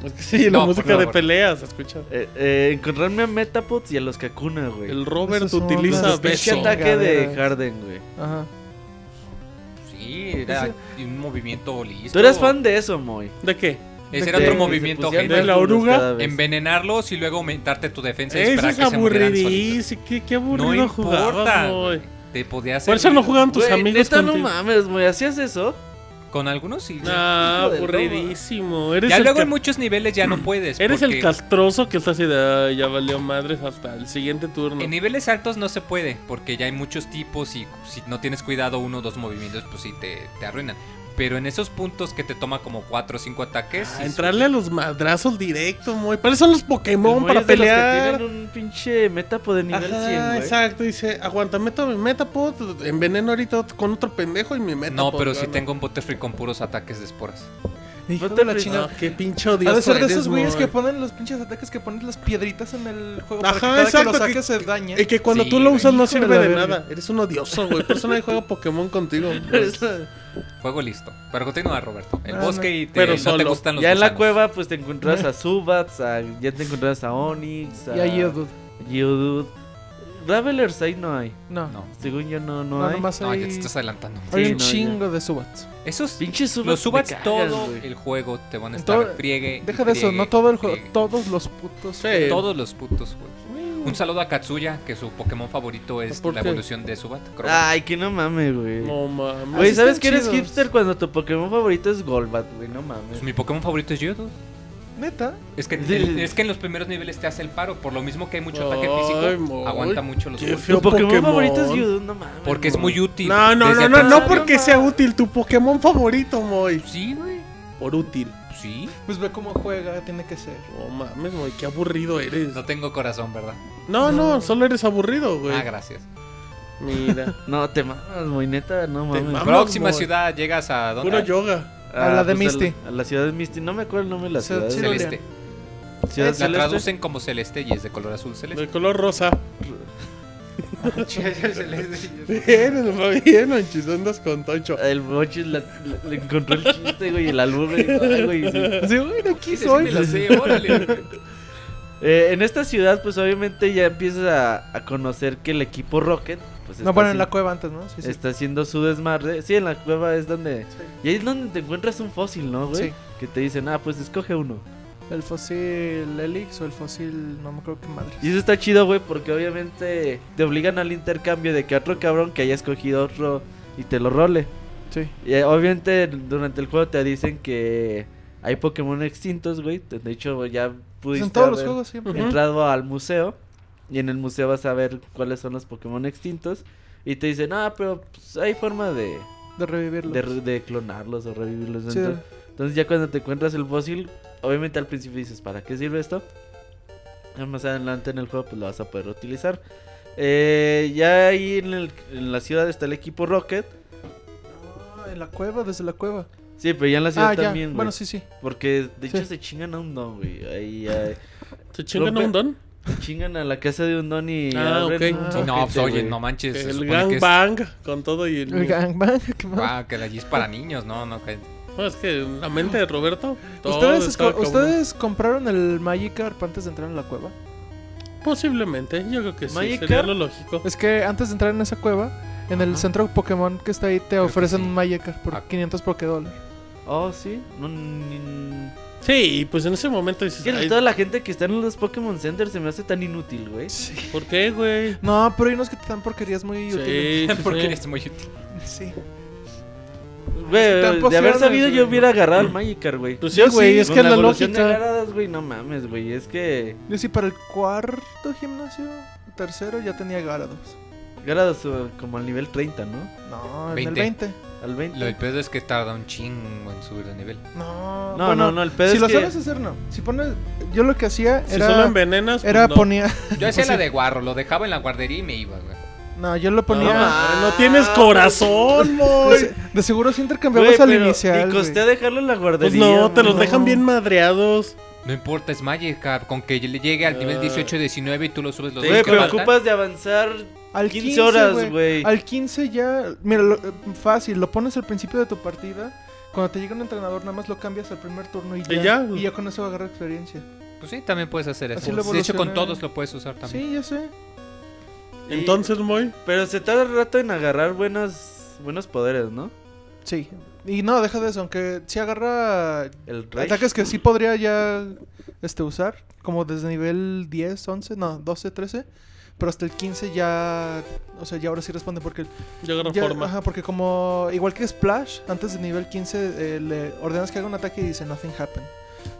[SPEAKER 4] Es que sí, la
[SPEAKER 3] No, por
[SPEAKER 4] música de
[SPEAKER 3] favor.
[SPEAKER 4] pelea pues se escucha.
[SPEAKER 7] Eh, eh, encontrarme a Metapods y a los Cacunas, güey.
[SPEAKER 4] El Robert
[SPEAKER 5] Esas son
[SPEAKER 4] utiliza
[SPEAKER 5] las
[SPEAKER 7] pinche
[SPEAKER 4] beso.
[SPEAKER 5] ataques.
[SPEAKER 7] ataque de
[SPEAKER 5] Chingaderas.
[SPEAKER 7] Harden, güey.
[SPEAKER 5] Ajá.
[SPEAKER 3] Sí, era un movimiento listo.
[SPEAKER 7] Tú eres fan de eso, Moy.
[SPEAKER 4] ¿De qué?
[SPEAKER 3] Ese
[SPEAKER 7] De
[SPEAKER 3] era
[SPEAKER 7] que
[SPEAKER 3] otro
[SPEAKER 7] se
[SPEAKER 3] movimiento
[SPEAKER 7] pusieran
[SPEAKER 3] genial.
[SPEAKER 4] de la
[SPEAKER 7] más duros
[SPEAKER 4] oruga.
[SPEAKER 7] cada vez.
[SPEAKER 3] Envenenarlos y luego aumentarte tu defensa y
[SPEAKER 4] Eso
[SPEAKER 3] esperar
[SPEAKER 4] es
[SPEAKER 3] que se murieran solitos.
[SPEAKER 4] aburridísimo. Qué, qué
[SPEAKER 3] No
[SPEAKER 4] aburrido
[SPEAKER 3] importa.
[SPEAKER 4] jugabas, Moy.
[SPEAKER 3] Te podía hacer.
[SPEAKER 4] Por eso no jugaban tus
[SPEAKER 7] Güey,
[SPEAKER 4] amigos
[SPEAKER 7] neta, no
[SPEAKER 4] contigo.
[SPEAKER 7] mames, güey. ¿Hacías eso?
[SPEAKER 3] Con algunos sí.
[SPEAKER 4] Ah,
[SPEAKER 7] Hijo de
[SPEAKER 4] aburridísimo. Eres,
[SPEAKER 3] ya
[SPEAKER 4] el,
[SPEAKER 3] luego
[SPEAKER 4] ca-
[SPEAKER 3] en muchos niveles ya no puedes.
[SPEAKER 4] eres el
[SPEAKER 3] porque
[SPEAKER 4] castroso que está así de. "Ay, ya valió madres hasta el siguiente turno.
[SPEAKER 3] En niveles altos no se puede, porque ya hay muchos tipos y si no tienes cuidado uno o dos movimientos, pues sí te, te arruinan. Pero en esos puntos que te toma como cuatro o cinco ataques.
[SPEAKER 4] Ah,
[SPEAKER 3] sí,
[SPEAKER 4] entrarle a los madrazos directo, Moy. Para eso son los
[SPEAKER 7] El
[SPEAKER 4] Pokémon,
[SPEAKER 7] Moy
[SPEAKER 4] para
[SPEAKER 7] es de los Que
[SPEAKER 4] pelear.
[SPEAKER 7] tienen un pinche Metapod de nivel
[SPEAKER 4] Ajá,
[SPEAKER 7] 100, güey.
[SPEAKER 4] exacto, dice, aguanta, meta, metapod, enveneno ahorita con otro pendejo y me meto.
[SPEAKER 3] No, pero sí tengo un Butterfree con puros ataques de esporas.
[SPEAKER 5] Hijo
[SPEAKER 7] te
[SPEAKER 5] de la
[SPEAKER 7] preocupes.
[SPEAKER 5] chingada.
[SPEAKER 4] qué pinche
[SPEAKER 5] Ha
[SPEAKER 4] odioso
[SPEAKER 5] de ser de
[SPEAKER 4] eres,
[SPEAKER 5] esos güeyes
[SPEAKER 4] güey.
[SPEAKER 5] que ponen los pinches ataques que ponen las piedritas en el juego
[SPEAKER 4] Ajá,
[SPEAKER 5] para
[SPEAKER 7] Ah,
[SPEAKER 5] que cada
[SPEAKER 4] exacto,
[SPEAKER 5] que lo
[SPEAKER 4] que-
[SPEAKER 5] saques se dañe.
[SPEAKER 4] Y que cuando
[SPEAKER 3] Sí,
[SPEAKER 4] tú lo
[SPEAKER 3] güey.
[SPEAKER 4] usas no
[SPEAKER 5] Hijo de
[SPEAKER 4] sirve
[SPEAKER 5] la
[SPEAKER 4] de
[SPEAKER 5] verga.
[SPEAKER 4] nada. Eres un odioso, güey. Por eso nadie juega Pokémon contigo. güey.
[SPEAKER 3] Juego listo. Pero continúa, Roberto. El
[SPEAKER 5] Ah,
[SPEAKER 3] bosque y te,
[SPEAKER 4] Pero
[SPEAKER 3] no te
[SPEAKER 4] solo.
[SPEAKER 3] gustan los
[SPEAKER 7] Ya en la
[SPEAKER 3] gusanos.
[SPEAKER 7] cueva, pues te encontrabas a Zubats, a- ya te encontrabas a Onix, a
[SPEAKER 5] Y ahí, dude.
[SPEAKER 7] Geodude. Ravelers ahí no hay.
[SPEAKER 5] No.
[SPEAKER 3] No.
[SPEAKER 5] No,
[SPEAKER 7] Según yo, no, no, hay.
[SPEAKER 5] nomás
[SPEAKER 3] No, ya
[SPEAKER 5] hay,
[SPEAKER 3] te estás adelantando.
[SPEAKER 5] hay
[SPEAKER 7] Sí,
[SPEAKER 5] un
[SPEAKER 7] no, ya.
[SPEAKER 5] chingo de subats.
[SPEAKER 3] Esos
[SPEAKER 7] Pinches Zubats.
[SPEAKER 3] Los
[SPEAKER 7] me
[SPEAKER 3] subats
[SPEAKER 7] cagas,
[SPEAKER 3] todo
[SPEAKER 7] güey.
[SPEAKER 3] el juego te van a
[SPEAKER 5] En
[SPEAKER 3] estar
[SPEAKER 5] todo-
[SPEAKER 3] friegue. y
[SPEAKER 5] Deja de eso,
[SPEAKER 3] friegue
[SPEAKER 5] no
[SPEAKER 3] y
[SPEAKER 5] todo el juego,
[SPEAKER 3] friegue.
[SPEAKER 5] todos los putos.
[SPEAKER 4] Sí.
[SPEAKER 3] Todos los putos juegos. Un saludo a Katsuya, que su Pokémon favorito es
[SPEAKER 4] ¿Por
[SPEAKER 3] la
[SPEAKER 4] qué?
[SPEAKER 3] evolución de Subat. creo.
[SPEAKER 7] Ay, que no mames, güey.
[SPEAKER 4] No mames.
[SPEAKER 7] Güey,
[SPEAKER 5] Así
[SPEAKER 7] ¿sabes
[SPEAKER 5] están
[SPEAKER 7] que eres
[SPEAKER 5] chidos.
[SPEAKER 7] hipster cuando tu Pokémon favorito es Golbat, güey? No
[SPEAKER 3] Pues
[SPEAKER 7] mames.
[SPEAKER 3] mi Pokémon favorito es Geodude.
[SPEAKER 5] Neta.
[SPEAKER 3] Es que,
[SPEAKER 7] Sí.
[SPEAKER 3] es que en los primeros niveles te hace el paro, por lo mismo que hay mucho ataque
[SPEAKER 4] Ay,
[SPEAKER 3] físico,
[SPEAKER 4] muy-
[SPEAKER 3] aguanta mucho los
[SPEAKER 4] qué
[SPEAKER 3] golpes.
[SPEAKER 4] feo.
[SPEAKER 7] Tu Pokémon,
[SPEAKER 4] Pokémon.
[SPEAKER 7] favorito es Geodude, no mames.
[SPEAKER 3] Porque es
[SPEAKER 7] güey.
[SPEAKER 3] muy útil.
[SPEAKER 4] No, no,
[SPEAKER 3] Desde Ah,
[SPEAKER 4] no, no,
[SPEAKER 3] el
[SPEAKER 4] no
[SPEAKER 3] principio-
[SPEAKER 4] porque sea útil tu Pokémon favorito, Moy.
[SPEAKER 3] Sí, güey.
[SPEAKER 4] Por útil.
[SPEAKER 3] Sí.
[SPEAKER 5] Pues ve cómo juega, tiene que ser.
[SPEAKER 4] No mames, Moy, qué aburrido eres.
[SPEAKER 3] No tengo corazón, ¿verdad?
[SPEAKER 4] No, no, solo eres aburrido, güey.
[SPEAKER 3] Ah, gracias.
[SPEAKER 4] Mira.
[SPEAKER 7] No, te mamas, muy neta, no
[SPEAKER 4] Te
[SPEAKER 7] mames.
[SPEAKER 4] mamas.
[SPEAKER 3] Próxima
[SPEAKER 4] amor.
[SPEAKER 3] ciudad, llegas a
[SPEAKER 4] Puro
[SPEAKER 3] dónde?
[SPEAKER 4] yoga.
[SPEAKER 7] Ah,
[SPEAKER 5] A la de
[SPEAKER 7] pues,
[SPEAKER 5] Misty.
[SPEAKER 7] A la, a la ciudad de Misty, no me acuerdo el nombre de la
[SPEAKER 5] Ciudad
[SPEAKER 7] ciudad.
[SPEAKER 5] Chile.
[SPEAKER 3] Celeste.
[SPEAKER 7] Ciudad
[SPEAKER 3] La
[SPEAKER 7] Celeste.
[SPEAKER 3] traducen como celeste y es de color azul celeste.
[SPEAKER 4] De color rosa.
[SPEAKER 3] Celeste.
[SPEAKER 4] Bien, nos va bien, Monchis, andas con Tocho.
[SPEAKER 7] El Mochis la- la- le encontró el chiste, güey, el albur, güey. Ay, güey, sí.
[SPEAKER 5] Sí, bueno, aquí
[SPEAKER 3] Sí,
[SPEAKER 5] soy.
[SPEAKER 3] me la sé, órale.
[SPEAKER 7] Eh, en esta ciudad, pues obviamente ya empiezas a, a conocer que el equipo Rocket, pues está,
[SPEAKER 5] No, bueno, en
[SPEAKER 7] haci-
[SPEAKER 5] la cueva antes, ¿no? Sí, sí.
[SPEAKER 7] está haciendo su desmadre. Sí, en la cueva es donde. Y ahí es donde te encuentras un fósil, ¿no, güey?
[SPEAKER 5] Sí.
[SPEAKER 7] Que te dicen, ah, pues escoge uno.
[SPEAKER 5] El fósil Helix o el fósil, no me acuerdo qué madre.
[SPEAKER 7] Y eso está chido, güey, porque obviamente te obligan al intercambio de que otro cabrón que haya escogido otro y te lo role.
[SPEAKER 5] Sí.
[SPEAKER 7] Y eh, obviamente durante el juego te dicen que Hay Pokémon extintos, güey. De hecho, ya
[SPEAKER 5] Pues
[SPEAKER 7] pudiste
[SPEAKER 5] en todos los
[SPEAKER 7] haber
[SPEAKER 5] juegos siempre.
[SPEAKER 4] Ujú.
[SPEAKER 7] entrado al museo. Y en el museo vas a ver cuáles son los Pokémon extintos. Y te dicen, ah, pero pues, hay forma de,
[SPEAKER 5] De revivirlo.
[SPEAKER 7] de, re- de clonarlos o revivirlos.
[SPEAKER 5] Sí,
[SPEAKER 7] Entonces, entonces ya cuando te encuentras el fósil, obviamente al principio dices, ¿para qué sirve esto? Ya Más adelante en el juego pues lo vas a poder utilizar. Eh, ya ahí en, el- en la ciudad está el equipo Rocket.
[SPEAKER 5] Ah, en la cueva, desde la cueva.
[SPEAKER 7] Sí, pero ya en la ciudad
[SPEAKER 5] Ah, ya.
[SPEAKER 7] también, güey.
[SPEAKER 5] bueno, sí, sí.
[SPEAKER 7] Porque de hecho
[SPEAKER 5] Sí.
[SPEAKER 7] se chingan a un don, güey. Ahí eh,
[SPEAKER 4] ¿Te chingan a
[SPEAKER 7] Rompe-
[SPEAKER 4] un don?
[SPEAKER 7] se chingan a la casa de un don y...
[SPEAKER 4] Ah,
[SPEAKER 7] abren
[SPEAKER 4] ok.
[SPEAKER 7] un
[SPEAKER 3] Sí, no, pues,
[SPEAKER 7] paquete,
[SPEAKER 3] oye,
[SPEAKER 7] güey.
[SPEAKER 3] no manches. se
[SPEAKER 4] El
[SPEAKER 3] supone
[SPEAKER 4] gang
[SPEAKER 3] que es-
[SPEAKER 4] bang con todo y el...
[SPEAKER 5] El gangbang, ¿qué más?
[SPEAKER 3] Ah, que allí es para niños, no, no. que-
[SPEAKER 4] No, es que en la mente de Roberto... todo
[SPEAKER 5] ¿Ustedes,
[SPEAKER 4] está
[SPEAKER 5] esco-
[SPEAKER 4] cabrón.
[SPEAKER 5] ¿Ustedes compraron el Magikarp antes de entrar en la cueva?
[SPEAKER 4] Posiblemente, yo creo que sí.
[SPEAKER 7] Magikarp.
[SPEAKER 4] Sería lo lógico.
[SPEAKER 5] Es que antes de entrar en esa cueva, en el
[SPEAKER 7] Ajá.
[SPEAKER 5] centro Pokémon que está ahí, te
[SPEAKER 3] que
[SPEAKER 5] ofrecen
[SPEAKER 3] sí.
[SPEAKER 5] un Magikarp por
[SPEAKER 3] Ah.
[SPEAKER 5] 500 Pokédólares.
[SPEAKER 7] Oh, sí. No, ni-
[SPEAKER 4] Sí, y pues en ese momento dices...
[SPEAKER 7] Es que
[SPEAKER 4] "Ay,
[SPEAKER 7] toda la gente que está en los Pokémon Center se me hace tan inútil, güey.
[SPEAKER 4] ¿Por qué, güey?
[SPEAKER 5] No, pero hay unos que te dan porquerías muy útiles.
[SPEAKER 4] Sí, sí,
[SPEAKER 3] Porque
[SPEAKER 4] sí.
[SPEAKER 3] es muy útil.
[SPEAKER 5] Sí. tan
[SPEAKER 7] Güey, de haber
[SPEAKER 5] pociones,
[SPEAKER 7] sabido yo
[SPEAKER 5] güey.
[SPEAKER 7] hubiera agarrado el Magikarp, güey.
[SPEAKER 4] Pues
[SPEAKER 5] Sí, güey, es
[SPEAKER 7] Con
[SPEAKER 5] que es la
[SPEAKER 7] evolución de
[SPEAKER 5] lógica.
[SPEAKER 7] Gyarados, güey, no mames, güey. Es que
[SPEAKER 5] Yo sí, para el cuarto gimnasio, tercero, ya tenía Garados.
[SPEAKER 7] Gyarados eh, como al nivel 30, ¿no?
[SPEAKER 5] No, en
[SPEAKER 3] 20.
[SPEAKER 5] el 20.
[SPEAKER 7] Al 20.
[SPEAKER 3] Lo del pedo es que tarda un chingo en subir de nivel.
[SPEAKER 5] No,
[SPEAKER 7] No,
[SPEAKER 5] bueno,
[SPEAKER 7] no, no, el pedo
[SPEAKER 5] Si
[SPEAKER 7] es
[SPEAKER 5] lo
[SPEAKER 7] que...
[SPEAKER 5] sabes hacer, no. Si pones. Yo lo que hacía
[SPEAKER 4] Si solo
[SPEAKER 5] era.
[SPEAKER 4] envenenas... pues
[SPEAKER 5] era
[SPEAKER 4] no.
[SPEAKER 5] ponía. Pues
[SPEAKER 3] Yo hacía la de guarro, lo dejaba en la guardería y me iba, güey.
[SPEAKER 5] No, yo lo
[SPEAKER 4] No,
[SPEAKER 5] ponía.
[SPEAKER 4] ma- no tienes corazón,
[SPEAKER 5] de,
[SPEAKER 4] boy.
[SPEAKER 5] se- de seguro sí intercambiamos
[SPEAKER 7] Güey,
[SPEAKER 5] al
[SPEAKER 7] pero-
[SPEAKER 5] inicial.
[SPEAKER 7] Y
[SPEAKER 5] güey.
[SPEAKER 7] costea dejarlo en la
[SPEAKER 4] Pues
[SPEAKER 7] guardería.
[SPEAKER 4] no, te los
[SPEAKER 7] mamá.
[SPEAKER 4] dejan bien madreados.
[SPEAKER 3] No importa, es Magikarp. Con que le llegue al nivel
[SPEAKER 4] Ah.
[SPEAKER 3] 18, 19 y tú lo subes los
[SPEAKER 4] Te
[SPEAKER 3] dos
[SPEAKER 7] Güey,
[SPEAKER 3] que
[SPEAKER 7] pero
[SPEAKER 3] faltan.
[SPEAKER 7] ocupas de avanzar
[SPEAKER 5] Al
[SPEAKER 7] 15 horas, güey.
[SPEAKER 5] Al 15 ya. Mira, lo- eh, fácil. Lo pones al principio de tu partida. Cuando te llega un entrenador, nada más lo cambias al primer turno y ya.
[SPEAKER 4] Y ya.
[SPEAKER 5] y con eso agarra experiencia.
[SPEAKER 3] Pues sí, también puedes hacer
[SPEAKER 5] Así
[SPEAKER 3] eso.
[SPEAKER 5] lo
[SPEAKER 3] De hecho, con
[SPEAKER 5] evolucioné.
[SPEAKER 3] todos lo puedes usar también.
[SPEAKER 5] Sí, ya sé.
[SPEAKER 7] Y-
[SPEAKER 4] Entonces, boy...
[SPEAKER 7] Pero se tarda rato en agarrar buenas, buenos poderes, ¿no?
[SPEAKER 5] Sí. Y no, deja de eso. Aunque si agarra
[SPEAKER 7] El Rage.
[SPEAKER 5] Ataques que sí podría ya este, usar, como desde nivel 10, 11, no, 12, 13. Pero hasta el 15 ya. O sea, ya ahora sí responde. Porque,
[SPEAKER 4] Yo agarro
[SPEAKER 5] ya-
[SPEAKER 4] forma.
[SPEAKER 5] ajá, porque como. Igual que Splash, antes del nivel 15, eh, le ordenas que haga un ataque y dice nothing happened.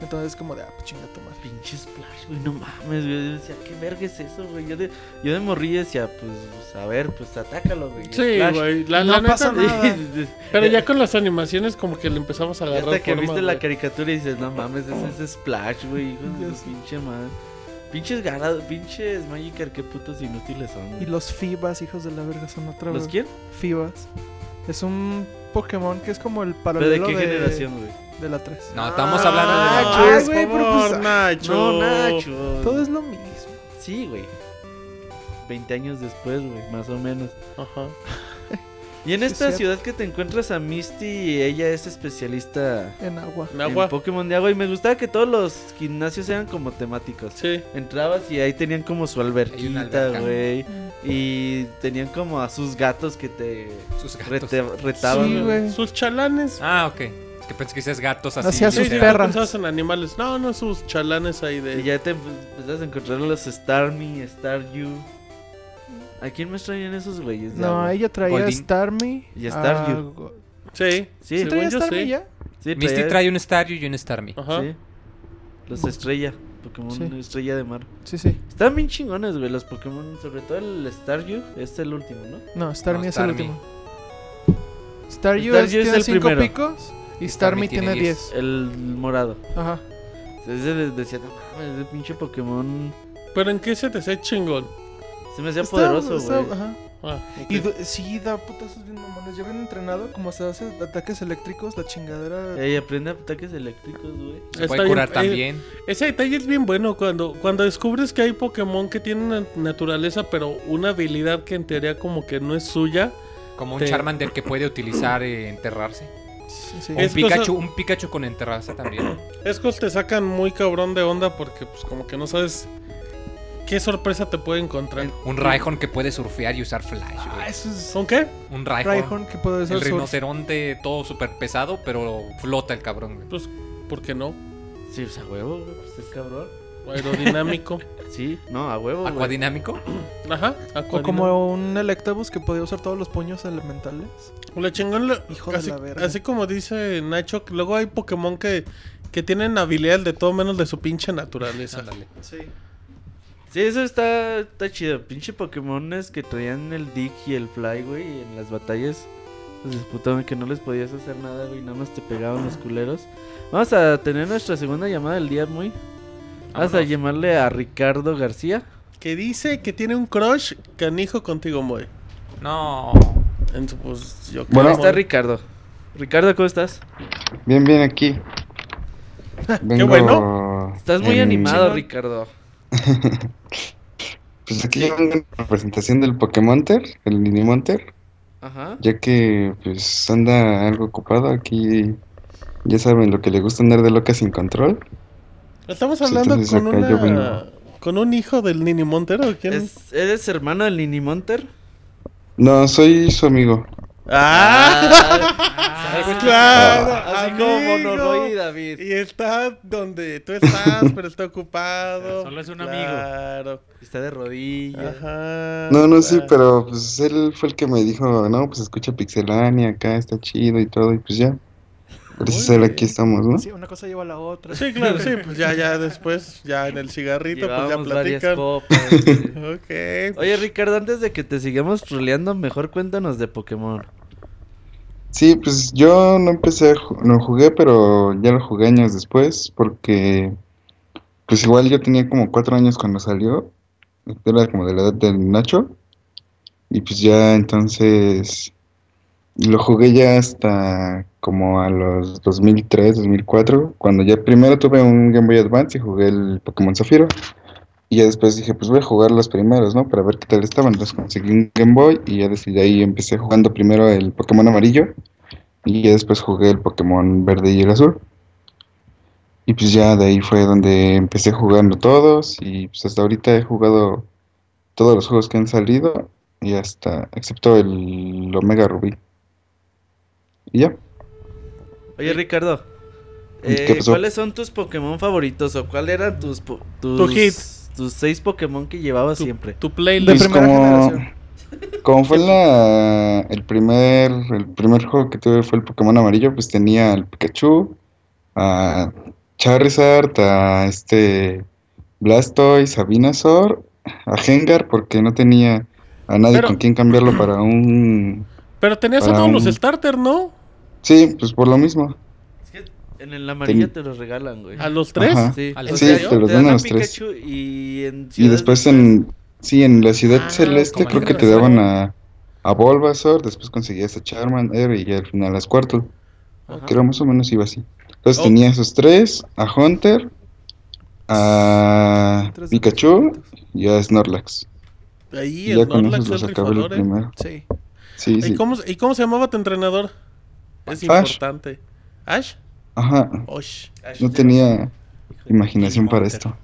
[SPEAKER 5] Entonces, como de, ah, pues chinga tu madre.
[SPEAKER 7] Pinche Splash, güey, no mames, güey. Yo decía, ¿qué verga es eso, güey? Yo de, yo de morrillo decía, pues, pues, a ver, pues atácalo, güey.
[SPEAKER 4] Sí,
[SPEAKER 7] Splash.
[SPEAKER 4] güey. La,
[SPEAKER 5] No
[SPEAKER 4] la neta,
[SPEAKER 5] pasa nada.
[SPEAKER 4] Pero ya con las animaciones como que le empezamos a
[SPEAKER 7] Ya
[SPEAKER 4] agarrar
[SPEAKER 7] hasta que
[SPEAKER 4] forma,
[SPEAKER 7] viste la
[SPEAKER 4] güey.
[SPEAKER 7] caricatura y dices, no mames, ese es Splash, güey. Hijo de su pinche madre. Pinches garados, pinches Magikarp, qué putos inútiles son.
[SPEAKER 5] Y
[SPEAKER 7] güey.
[SPEAKER 5] los Fibas, hijos de la verga, son otra
[SPEAKER 7] ¿Los
[SPEAKER 5] vez.
[SPEAKER 7] quién?
[SPEAKER 5] Fibas. Es un Pokémon que es como el
[SPEAKER 7] ¿Pero de
[SPEAKER 5] paralelo
[SPEAKER 7] qué generación, güey?
[SPEAKER 5] de la 3.
[SPEAKER 3] No, estamos hablando de.
[SPEAKER 5] Ah, Nacho,
[SPEAKER 7] Ah,
[SPEAKER 4] Ay,
[SPEAKER 5] es
[SPEAKER 4] güey,
[SPEAKER 5] por
[SPEAKER 4] pero pues,
[SPEAKER 5] favor,
[SPEAKER 4] Nacho.
[SPEAKER 7] No, Nacho.
[SPEAKER 5] Todo es lo mismo.
[SPEAKER 7] Sí, güey. 20 años después, güey, más o menos.
[SPEAKER 4] Ajá.
[SPEAKER 7] Y en
[SPEAKER 5] Sí,
[SPEAKER 7] esta
[SPEAKER 5] cierto.
[SPEAKER 7] ciudad que te encuentras a Misty, ella es especialista
[SPEAKER 5] En agua.
[SPEAKER 4] En agua.
[SPEAKER 7] en Pokémon de agua. Y me gustaba que todos los gimnasios eran como temáticos.
[SPEAKER 4] Sí.
[SPEAKER 7] Entrabas y ahí tenían como su alberquita,
[SPEAKER 3] alberca.
[SPEAKER 7] güey.
[SPEAKER 5] Mm.
[SPEAKER 7] Y tenían como a sus gatos que te
[SPEAKER 3] Sus gatos.
[SPEAKER 7] rete- retaban.
[SPEAKER 5] Sí,
[SPEAKER 7] güey.
[SPEAKER 5] güey.
[SPEAKER 4] Sus chalanes.
[SPEAKER 3] Ah, ok. Es que pensé que seas gatos así.
[SPEAKER 5] Hacía
[SPEAKER 3] o
[SPEAKER 5] sus
[SPEAKER 3] sea,
[SPEAKER 4] yo
[SPEAKER 5] perras.
[SPEAKER 4] pensabas en animales. No, no, sus chalanes ahí de...
[SPEAKER 7] Y ya te empezás a encontrar los Starmie, Staryu. ¿A quién me extrañan esos güeyes? de
[SPEAKER 5] No,
[SPEAKER 7] agua?
[SPEAKER 5] ella traía
[SPEAKER 3] Goldin.
[SPEAKER 5] Starmie.
[SPEAKER 7] Y Staryu.
[SPEAKER 5] a Go-
[SPEAKER 4] Sí.
[SPEAKER 7] Sí.
[SPEAKER 5] ¿Sí
[SPEAKER 7] Según
[SPEAKER 5] traía
[SPEAKER 4] yo,
[SPEAKER 5] Starmie
[SPEAKER 4] sí.
[SPEAKER 5] ya?
[SPEAKER 7] Sí,
[SPEAKER 3] Misty
[SPEAKER 7] traía-
[SPEAKER 3] trae un Staryu y un Starmie.
[SPEAKER 4] Ajá.
[SPEAKER 7] Sí. Los estrella, Pokémon
[SPEAKER 5] Sí.
[SPEAKER 7] estrella de mar.
[SPEAKER 5] Sí, sí.
[SPEAKER 7] Están bien chingones, güey, los Pokémon, sobre todo el Staryu, es el último, ¿no?
[SPEAKER 5] No, Starmie
[SPEAKER 3] No,
[SPEAKER 5] es
[SPEAKER 3] Starmie.
[SPEAKER 5] el último. Staryu,
[SPEAKER 7] Staryu
[SPEAKER 5] es-
[SPEAKER 7] es
[SPEAKER 5] tiene
[SPEAKER 7] el
[SPEAKER 5] 5
[SPEAKER 7] primero.
[SPEAKER 5] picos y Starmie tiene 10.
[SPEAKER 7] El morado.
[SPEAKER 5] Ajá.
[SPEAKER 7] Ese les decía, no mames, ese pinche Pokémon
[SPEAKER 4] Pero ¿en qué se te hace chingón?
[SPEAKER 7] se me hacía
[SPEAKER 5] Está-
[SPEAKER 7] poderoso,
[SPEAKER 5] está-
[SPEAKER 7] güey.
[SPEAKER 5] ajá.
[SPEAKER 4] Ah,
[SPEAKER 5] Y du- sí, da putazos bien mamones. Ya bien entrenado, como se hace ataques eléctricos, la chingadera.
[SPEAKER 7] Y aprende ataques eléctricos, güey.
[SPEAKER 3] Se
[SPEAKER 4] Está
[SPEAKER 3] puede
[SPEAKER 4] bien,
[SPEAKER 3] curar
[SPEAKER 4] eh,
[SPEAKER 3] también.
[SPEAKER 4] Ese detalle es bien bueno cuando, cuando descubres que hay Pokémon que tienen na- naturaleza, pero una habilidad que en teoría como que no es suya.
[SPEAKER 3] Como
[SPEAKER 4] te-
[SPEAKER 3] un Charmander que puede utilizar eh, enterrarse.
[SPEAKER 5] Sí, sí.
[SPEAKER 3] O
[SPEAKER 4] Es
[SPEAKER 3] un Pikachu,
[SPEAKER 4] cosa-
[SPEAKER 3] un Pikachu con enterrarse también.
[SPEAKER 4] Escos te sacan muy cabrón de onda porque pues como que no sabes qué sorpresa te puede encontrar.
[SPEAKER 3] Un Raijon que puede surfear y usar Flash,
[SPEAKER 5] Ah,
[SPEAKER 3] güey.
[SPEAKER 5] eso es
[SPEAKER 4] ¿Son qué?
[SPEAKER 3] Un
[SPEAKER 5] un
[SPEAKER 3] Raijon.
[SPEAKER 5] Raihorn que puede ser
[SPEAKER 3] El
[SPEAKER 5] surf.
[SPEAKER 3] rinoceronte todo súper pesado, pero flota el cabrón, güey.
[SPEAKER 4] Pues, ¿por qué no?
[SPEAKER 7] Sí, pues a huevo, güey, pues es cabrón.
[SPEAKER 4] Aerodinámico.
[SPEAKER 7] Sí, no, a huevo, güey.
[SPEAKER 3] Acuadinámico.
[SPEAKER 4] Ajá.
[SPEAKER 5] O
[SPEAKER 7] Ah,
[SPEAKER 4] acuadinámico.
[SPEAKER 5] como un Electabuzz que podía usar todos los puños elementales.
[SPEAKER 4] Lo chingón, lo-
[SPEAKER 5] Hijo de
[SPEAKER 4] así,
[SPEAKER 5] la verga.
[SPEAKER 4] así como dice Nacho, que luego hay Pokémon que, Que tienen habilidad de todo menos de su pinche naturaleza.
[SPEAKER 3] Ándale.
[SPEAKER 5] Sí.
[SPEAKER 7] Sí, eso está, está chido. Pinche Pokémones que traían el Dick y el Fly, güey, y en las batallas. Los disputaban que no les podías hacer nada, güey, nada más te pegaban los culeros. Vamos a tener nuestra segunda llamada del día, muy. Vamos a llamarle a Ricardo García.
[SPEAKER 4] Que dice que tiene un crush canijo contigo, Moy.
[SPEAKER 3] No.
[SPEAKER 4] Entonces, pues yo creo
[SPEAKER 7] ¿Cómo
[SPEAKER 9] Bueno.
[SPEAKER 7] está
[SPEAKER 4] Moy.
[SPEAKER 7] Ricardo? Ricardo, ¿cómo estás?
[SPEAKER 9] Bien, bien aquí. Vengo-
[SPEAKER 4] bueno.
[SPEAKER 7] Estás muy
[SPEAKER 9] en-
[SPEAKER 7] animado, Ricardo.
[SPEAKER 9] Pues aquí vengo en representación del Pokémonter, el Minimonter,
[SPEAKER 7] Ajá.
[SPEAKER 9] ya que pues anda algo ocupado aquí. Ya saben lo que le gusta andar de loca sin control.
[SPEAKER 4] Estamos
[SPEAKER 9] Sí,
[SPEAKER 4] hablando
[SPEAKER 9] entonces
[SPEAKER 4] con
[SPEAKER 9] acá yo
[SPEAKER 4] una...
[SPEAKER 9] vengo.
[SPEAKER 4] Con un hijo del Nini Montero, ¿quién?
[SPEAKER 7] ¿Es- ¿Eres hermano del Nini Monter?
[SPEAKER 9] No, soy su amigo.
[SPEAKER 4] ¡Ah!
[SPEAKER 7] ¿sabes?
[SPEAKER 4] claro,
[SPEAKER 7] Así como
[SPEAKER 4] amigo.
[SPEAKER 7] Monoroy y David.
[SPEAKER 4] Y está donde tú estás, pero está ocupado.
[SPEAKER 10] Solo es un
[SPEAKER 4] Claro.
[SPEAKER 7] Está de rodillas.
[SPEAKER 4] Ajá.
[SPEAKER 9] No, no, sí,
[SPEAKER 4] claro.
[SPEAKER 9] pero pues él fue el que me dijo, no, pues escucha Pixelania acá, está chido y todo, y pues ya. Gracias a él aquí estamos, ¿no?
[SPEAKER 5] Sí, una cosa lleva a la otra.
[SPEAKER 4] Sí, claro, sí, pues ya, ya después, ya en el cigarrito, pues ya
[SPEAKER 7] Llevábamos varias
[SPEAKER 4] platican.
[SPEAKER 7] copas.
[SPEAKER 4] Ok.
[SPEAKER 7] Oye, Ricardo, antes de que te sigamos troleando, mejor cuéntanos de Pokémon.
[SPEAKER 9] Sí, pues yo no empecé, a ju- no jugué, pero ya lo jugué años después, porque pues igual yo tenía como cuatro años cuando salió, era como de la edad del Nacho, y pues ya entonces lo jugué ya hasta como a los 2003, 2004, cuando ya primero tuve un Game Boy Advance y jugué el Pokémon Zafiro, y ya después dije, pues voy a jugar los primeros, ¿no? Para ver qué tal estaban, entonces conseguí un Game Boy y ya desde ahí empecé jugando primero el Pokémon amarillo. Y ya después jugué el Pokémon verde y el azul. Y pues ya de ahí fue donde empecé jugando todos. Y pues hasta ahorita he jugado todos los juegos que han salido. Y hasta, excepto el Omega Rubí. Y ya.
[SPEAKER 7] Oye, Ricardo,
[SPEAKER 9] ¿Qué
[SPEAKER 7] eh,
[SPEAKER 9] pasó?
[SPEAKER 7] ¿cuáles son tus Pokémon favoritos o cuáles eran tus po- tus,
[SPEAKER 4] hit.
[SPEAKER 7] tus seis Pokémon que llevabas
[SPEAKER 4] Tu-
[SPEAKER 7] siempre?
[SPEAKER 4] Tu playlist.
[SPEAKER 5] De
[SPEAKER 9] Pues
[SPEAKER 5] primera
[SPEAKER 9] como,
[SPEAKER 5] generación.
[SPEAKER 9] como fue la, el primer el primer juego que tuve fue el Pokémon amarillo, pues tenía al Pikachu, a Charizard, a este Blastoise, a Venusaur, a Gengar, porque no tenía a nadie
[SPEAKER 4] Pero-
[SPEAKER 9] con quien cambiarlo para un...
[SPEAKER 4] Pero tenías a
[SPEAKER 9] para
[SPEAKER 4] todos
[SPEAKER 9] un-
[SPEAKER 4] los starters, ¿no?
[SPEAKER 9] Sí, pues por lo mismo.
[SPEAKER 7] Es que en el amarillo
[SPEAKER 9] Ten-
[SPEAKER 7] te los regalan, güey.
[SPEAKER 4] A los tres.
[SPEAKER 9] Ajá.
[SPEAKER 7] Sí,
[SPEAKER 3] a
[SPEAKER 7] o
[SPEAKER 3] los
[SPEAKER 7] sea,
[SPEAKER 9] tres. Sí, te los dan a
[SPEAKER 7] dan
[SPEAKER 9] los tres.
[SPEAKER 7] Pikachu y en
[SPEAKER 9] Y
[SPEAKER 7] Ciudad
[SPEAKER 9] después en... Sí, en la ciudad
[SPEAKER 4] Ah,
[SPEAKER 9] celeste
[SPEAKER 4] como
[SPEAKER 9] creo
[SPEAKER 4] en
[SPEAKER 9] que
[SPEAKER 4] la
[SPEAKER 9] te
[SPEAKER 4] ciudad.
[SPEAKER 9] daban a, a Bulbasaur, después conseguías a Charmander y ya al final a Squirtle.
[SPEAKER 7] Ajá.
[SPEAKER 9] Creo más o menos iba así. Entonces
[SPEAKER 4] Oh.
[SPEAKER 9] tenía esos tres, a Hunter, a
[SPEAKER 5] Tres de los
[SPEAKER 9] Pikachu
[SPEAKER 5] favoritos.
[SPEAKER 9] y a Snorlax.
[SPEAKER 4] Ahí
[SPEAKER 9] Y ya
[SPEAKER 4] el
[SPEAKER 9] con
[SPEAKER 4] Norlax
[SPEAKER 9] esos
[SPEAKER 4] es
[SPEAKER 9] los acabé el
[SPEAKER 4] rifador, ¿eh?
[SPEAKER 9] primero.
[SPEAKER 5] Sí.
[SPEAKER 9] Sí,
[SPEAKER 4] ¿Y
[SPEAKER 9] sí.
[SPEAKER 4] cómo, ¿Y cómo se llamaba tu entrenador? Es
[SPEAKER 9] Ash.
[SPEAKER 4] importante. ¿Ash?
[SPEAKER 9] Ajá.
[SPEAKER 4] Osh.
[SPEAKER 9] No tenía imaginación para esto.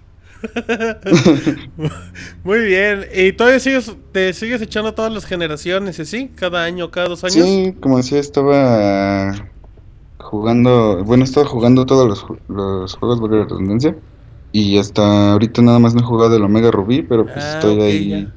[SPEAKER 4] Muy bien. ¿Y todavía sigues, te sigues echando a todas las generaciones, ¿eh? ¿sí? Cada año, cada dos años.
[SPEAKER 9] Sí, como decía, estaba jugando, bueno, estaba jugando todos los, ju- los juegos, valga la redundancia. Y hasta ahorita nada más no he jugado el Omega Rubí, pero pues
[SPEAKER 4] Ah,
[SPEAKER 9] estoy
[SPEAKER 4] ok,
[SPEAKER 9] ahí
[SPEAKER 4] ya.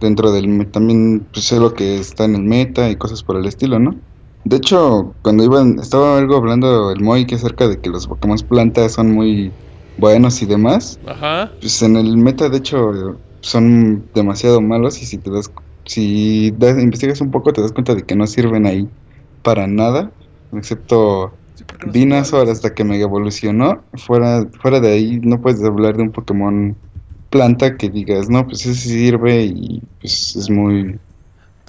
[SPEAKER 9] dentro del... me- También pues, sé lo que está en el meta y cosas por el estilo, ¿no? De hecho, cuando iban, estaba algo hablando el Moy que acerca de que los Pokémon plantas son muy buenos y demás.
[SPEAKER 4] Ajá.
[SPEAKER 9] Pues en el meta, de hecho, son demasiado malos y si te das, si das- investigas un poco te das cuenta de que no sirven ahí para nada, excepto
[SPEAKER 5] Sí, porque no son
[SPEAKER 9] Dinosaur
[SPEAKER 5] iguales.
[SPEAKER 9] hasta que mega evolucionó. Fuera, fuera de ahí no puedes hablar de un Pokémon planta que digas, no, pues ese sirve y pues es muy...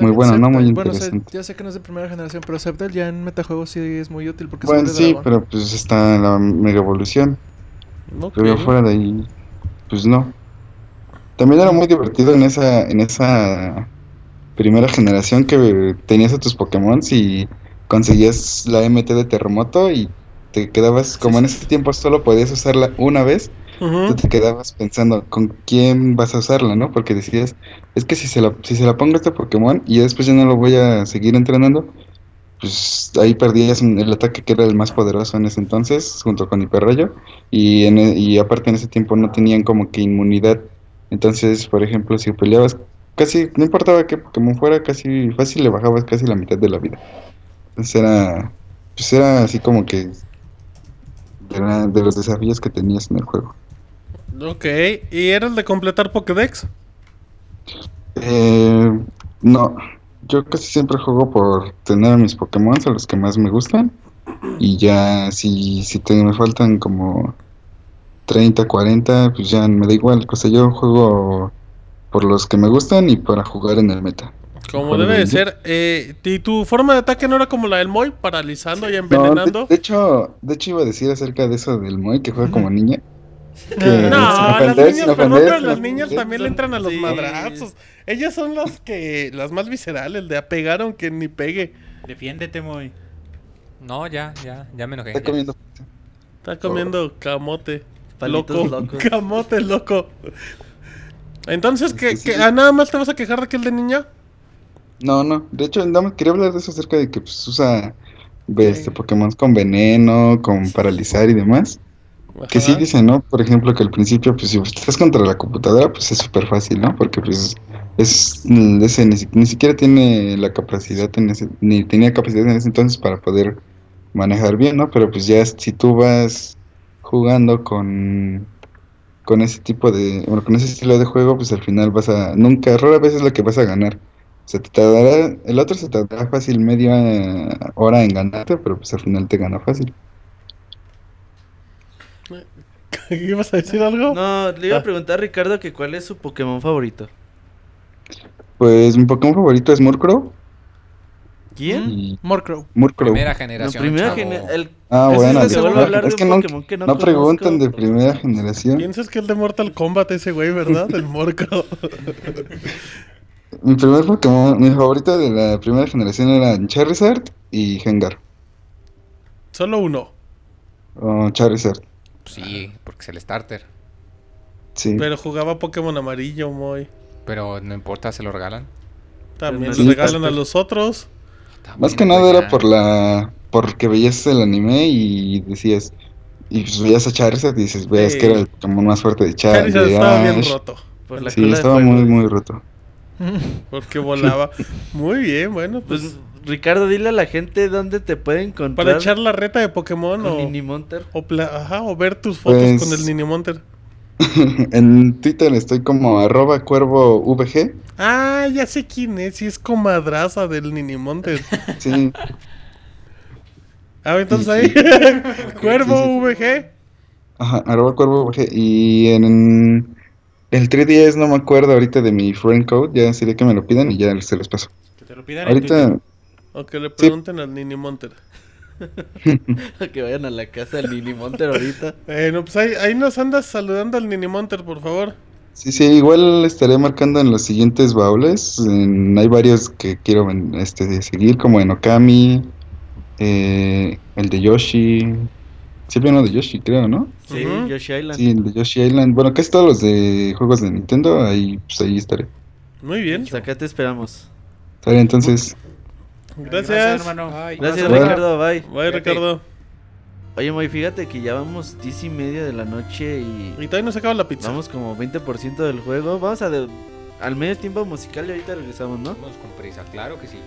[SPEAKER 9] Muy
[SPEAKER 5] También
[SPEAKER 9] bueno, ¿no?
[SPEAKER 5] Sceptile.
[SPEAKER 9] Muy
[SPEAKER 5] Bueno, o sea,
[SPEAKER 9] interesante.
[SPEAKER 5] ya sé que no es de primera generación, pero Sceptile ya en metajuegos sí es muy útil porque
[SPEAKER 9] Bueno,
[SPEAKER 5] se vuelve
[SPEAKER 9] sí,
[SPEAKER 5] dragón.
[SPEAKER 9] pero pues está la mega evolución.
[SPEAKER 4] Ok.
[SPEAKER 9] Pero fuera de ahí, pues no. También era muy divertido en esa, en esa primera generación que tenías a tus Pokémon y conseguías la MT de terremoto y te quedabas, como en ese tiempo solo podías usarla una vez, tú
[SPEAKER 4] Ujú.
[SPEAKER 9] te quedabas pensando con quién vas a usarla, ¿no? Porque decías, es que si se la, si se la pongo a este Pokémon y ya después ya no lo voy a seguir entrenando, pues ahí perdías un- el ataque que era el más poderoso en ese entonces, junto con Hiperrayo, y, en e- y aparte en ese tiempo no tenían como que inmunidad. Entonces, por ejemplo, si peleabas casi, no importaba qué Pokémon fuera, casi fácil le bajabas casi la mitad de la vida. Entonces era, pues era así como que de, la- de los desafíos que tenías en el juego.
[SPEAKER 4] Ok, ¿y era el de completar Pokédex?
[SPEAKER 9] Eh, no, yo casi siempre juego por tener a mis Pokémon, a los que más me gustan. Y ya, si, si te, me faltan como 30, 40, pues ya me da igual. O sea, yo juego por los que me gustan y para jugar en el meta.
[SPEAKER 4] Como
[SPEAKER 9] Por
[SPEAKER 4] debe de
[SPEAKER 9] el-
[SPEAKER 4] ser. Eh, ¿Y tu forma de ataque no era como la del Moy, paralizando y
[SPEAKER 9] No, de-
[SPEAKER 4] envenenando?
[SPEAKER 9] de, hecho, de hecho iba a decir acerca de eso del Moy que juega como niña.
[SPEAKER 4] No,
[SPEAKER 9] Que sin
[SPEAKER 4] Ah, las
[SPEAKER 9] ofender,
[SPEAKER 4] niñas,
[SPEAKER 9] sin
[SPEAKER 4] perdón,
[SPEAKER 9] ofender,
[SPEAKER 4] pero
[SPEAKER 9] sin
[SPEAKER 4] las niñas
[SPEAKER 9] ofender.
[SPEAKER 4] también le entran a los
[SPEAKER 7] Sí.
[SPEAKER 4] madrazos. Ellas son las que, las más viscerales, de apegaron que ni pegue.
[SPEAKER 6] Defiéndete, Moy.
[SPEAKER 3] No, ya, ya, ya me enojé.
[SPEAKER 9] Está comiendo
[SPEAKER 4] Está comiendo camote. Loco.
[SPEAKER 7] Palitos locos.
[SPEAKER 4] Camote loco. Entonces, ¿qué,
[SPEAKER 9] Sí, sí.
[SPEAKER 4] qué- ah, nada más te vas a quejar de aquel de niña?
[SPEAKER 9] No, no. De hecho, nada más quería hablar de eso acerca de que pues, usa ve, este, Pokémon con veneno, con paralizar y demás. Que sí
[SPEAKER 4] Ajá.
[SPEAKER 9] dice, ¿no? Por ejemplo, que al principio, pues si estás contra la computadora, pues es súper fácil, ¿no? Porque pues es, mm, ese ni, si- ni siquiera tiene la capacidad, en ese- ni tenía capacidad en ese entonces para poder manejar bien, ¿no? Pero pues ya si tú vas jugando con con ese tipo de, bueno, con ese estilo de juego, pues al final vas a, nunca, rara vez es lo que vas a ganar. O sea, te tardará, el otro se tardará fácil media hora en ganarte, pero pues al final te gana fácil.
[SPEAKER 4] ¿Ibas a decir algo? Ah.
[SPEAKER 7] No, le iba a preguntar a Ricardo que cuál es su Pokémon favorito.
[SPEAKER 9] Pues mi Pokémon favorito es Murkrow.
[SPEAKER 7] ¿Quién?
[SPEAKER 9] Y
[SPEAKER 5] Morcrow.
[SPEAKER 9] Murkrow.
[SPEAKER 3] Primera
[SPEAKER 7] La
[SPEAKER 3] generación.
[SPEAKER 7] primera
[SPEAKER 3] chavo.
[SPEAKER 7] generación. El...
[SPEAKER 9] Ah,
[SPEAKER 7] Ese
[SPEAKER 9] bueno,
[SPEAKER 7] es el que vuelvo a
[SPEAKER 9] disculpa,
[SPEAKER 7] hablar
[SPEAKER 9] es
[SPEAKER 7] de
[SPEAKER 9] que
[SPEAKER 7] un
[SPEAKER 9] no,
[SPEAKER 7] Pokémon que no
[SPEAKER 9] no,
[SPEAKER 7] conozco.
[SPEAKER 9] preguntan de primera generación.
[SPEAKER 4] Piensas que el de Mortal Kombat ese güey, ¿verdad? El Morco.
[SPEAKER 9] Mi primer Pokémon, mi favorito de la primera generación eran Charizard y Hengar.
[SPEAKER 4] Solo uno.
[SPEAKER 9] O Charizard,
[SPEAKER 3] Pues Sí, porque es el starter.
[SPEAKER 9] sí.
[SPEAKER 4] Pero jugaba Pokémon amarillo, Moy.
[SPEAKER 3] Pero no importa, se lo regalan.
[SPEAKER 4] También
[SPEAKER 7] Sí,
[SPEAKER 4] le regalan
[SPEAKER 9] está-
[SPEAKER 4] a los otros.
[SPEAKER 9] Más
[SPEAKER 3] También,
[SPEAKER 9] que nada
[SPEAKER 3] pues,
[SPEAKER 9] era
[SPEAKER 3] ya.
[SPEAKER 9] por la. porque veías el anime y decías. Y pues veías a Charizard y dices, veas
[SPEAKER 4] Sí.
[SPEAKER 9] que era el Pokémon más fuerte de Char
[SPEAKER 4] Charizard
[SPEAKER 9] de
[SPEAKER 4] estaba bien
[SPEAKER 9] Ash".
[SPEAKER 4] roto.
[SPEAKER 7] Por la
[SPEAKER 9] Sí,
[SPEAKER 7] cola de
[SPEAKER 9] estaba
[SPEAKER 7] fuego.
[SPEAKER 9] muy, muy roto.
[SPEAKER 4] Porque volaba.
[SPEAKER 9] Mm.
[SPEAKER 4] Muy bien, bueno, pues.
[SPEAKER 7] Pues, Ricardo, dile a la gente dónde te puede encontrar.
[SPEAKER 4] para echar la reta de Pokémon
[SPEAKER 7] con
[SPEAKER 4] o,
[SPEAKER 7] Minimonter.
[SPEAKER 4] o pla- ajá, o ver tus fotos
[SPEAKER 9] Pues-
[SPEAKER 4] con el Ninimonter.
[SPEAKER 9] en Twitter estoy como arroba cuervo VG.
[SPEAKER 4] Ah, ya sé quién es, si es comadraza del Ninimonter.
[SPEAKER 9] Sí,
[SPEAKER 4] Ah, entonces
[SPEAKER 9] Sí,
[SPEAKER 4] ahí.
[SPEAKER 9] sí.
[SPEAKER 4] Cuervo VG.
[SPEAKER 9] ajá, arroba cuervo VG. Y en el 3DS no me acuerdo ahorita de mi friend code. Ya sería que me lo pidan y ya se los paso.
[SPEAKER 6] Que te lo pidan en Twitter.
[SPEAKER 9] Ahorita,
[SPEAKER 4] O que le pregunten al Ninimonter.
[SPEAKER 7] Que vayan a la casa del Minimonter ahorita.
[SPEAKER 4] Bueno, pues ahí, ahí nos andas saludando al Ninimonter, por favor.
[SPEAKER 9] Sí, sí, igual estaré marcando en los siguientes baúles. en- hay varios que quiero ven- este, seguir, como en Okami, eh, el de Yoshi. Siempre uno de Yoshi, creo, ¿no?
[SPEAKER 7] Sí,
[SPEAKER 4] Ujú.
[SPEAKER 7] Yoshi Island.
[SPEAKER 9] Sí, el de Yoshi Island. Bueno, casi todos los de juegos de Nintendo, ahí, pues, ahí estaré.
[SPEAKER 4] Muy bien.
[SPEAKER 7] Pues acá te esperamos.
[SPEAKER 9] Sale, entonces,
[SPEAKER 4] Gracias.
[SPEAKER 6] hermano.
[SPEAKER 7] Gracias,
[SPEAKER 9] Bueno.
[SPEAKER 7] Ricardo. Bye.
[SPEAKER 4] Bye, Ricardo.
[SPEAKER 7] Oye, Moy, fíjate que ya vamos 10 y media de la noche y
[SPEAKER 4] Y todavía no se acaba la pizza.
[SPEAKER 7] vamos como 20% del juego. Vamos a de- al medio tiempo musical y ahorita regresamos, ¿no?
[SPEAKER 3] Vamos con prisa, claro que sí.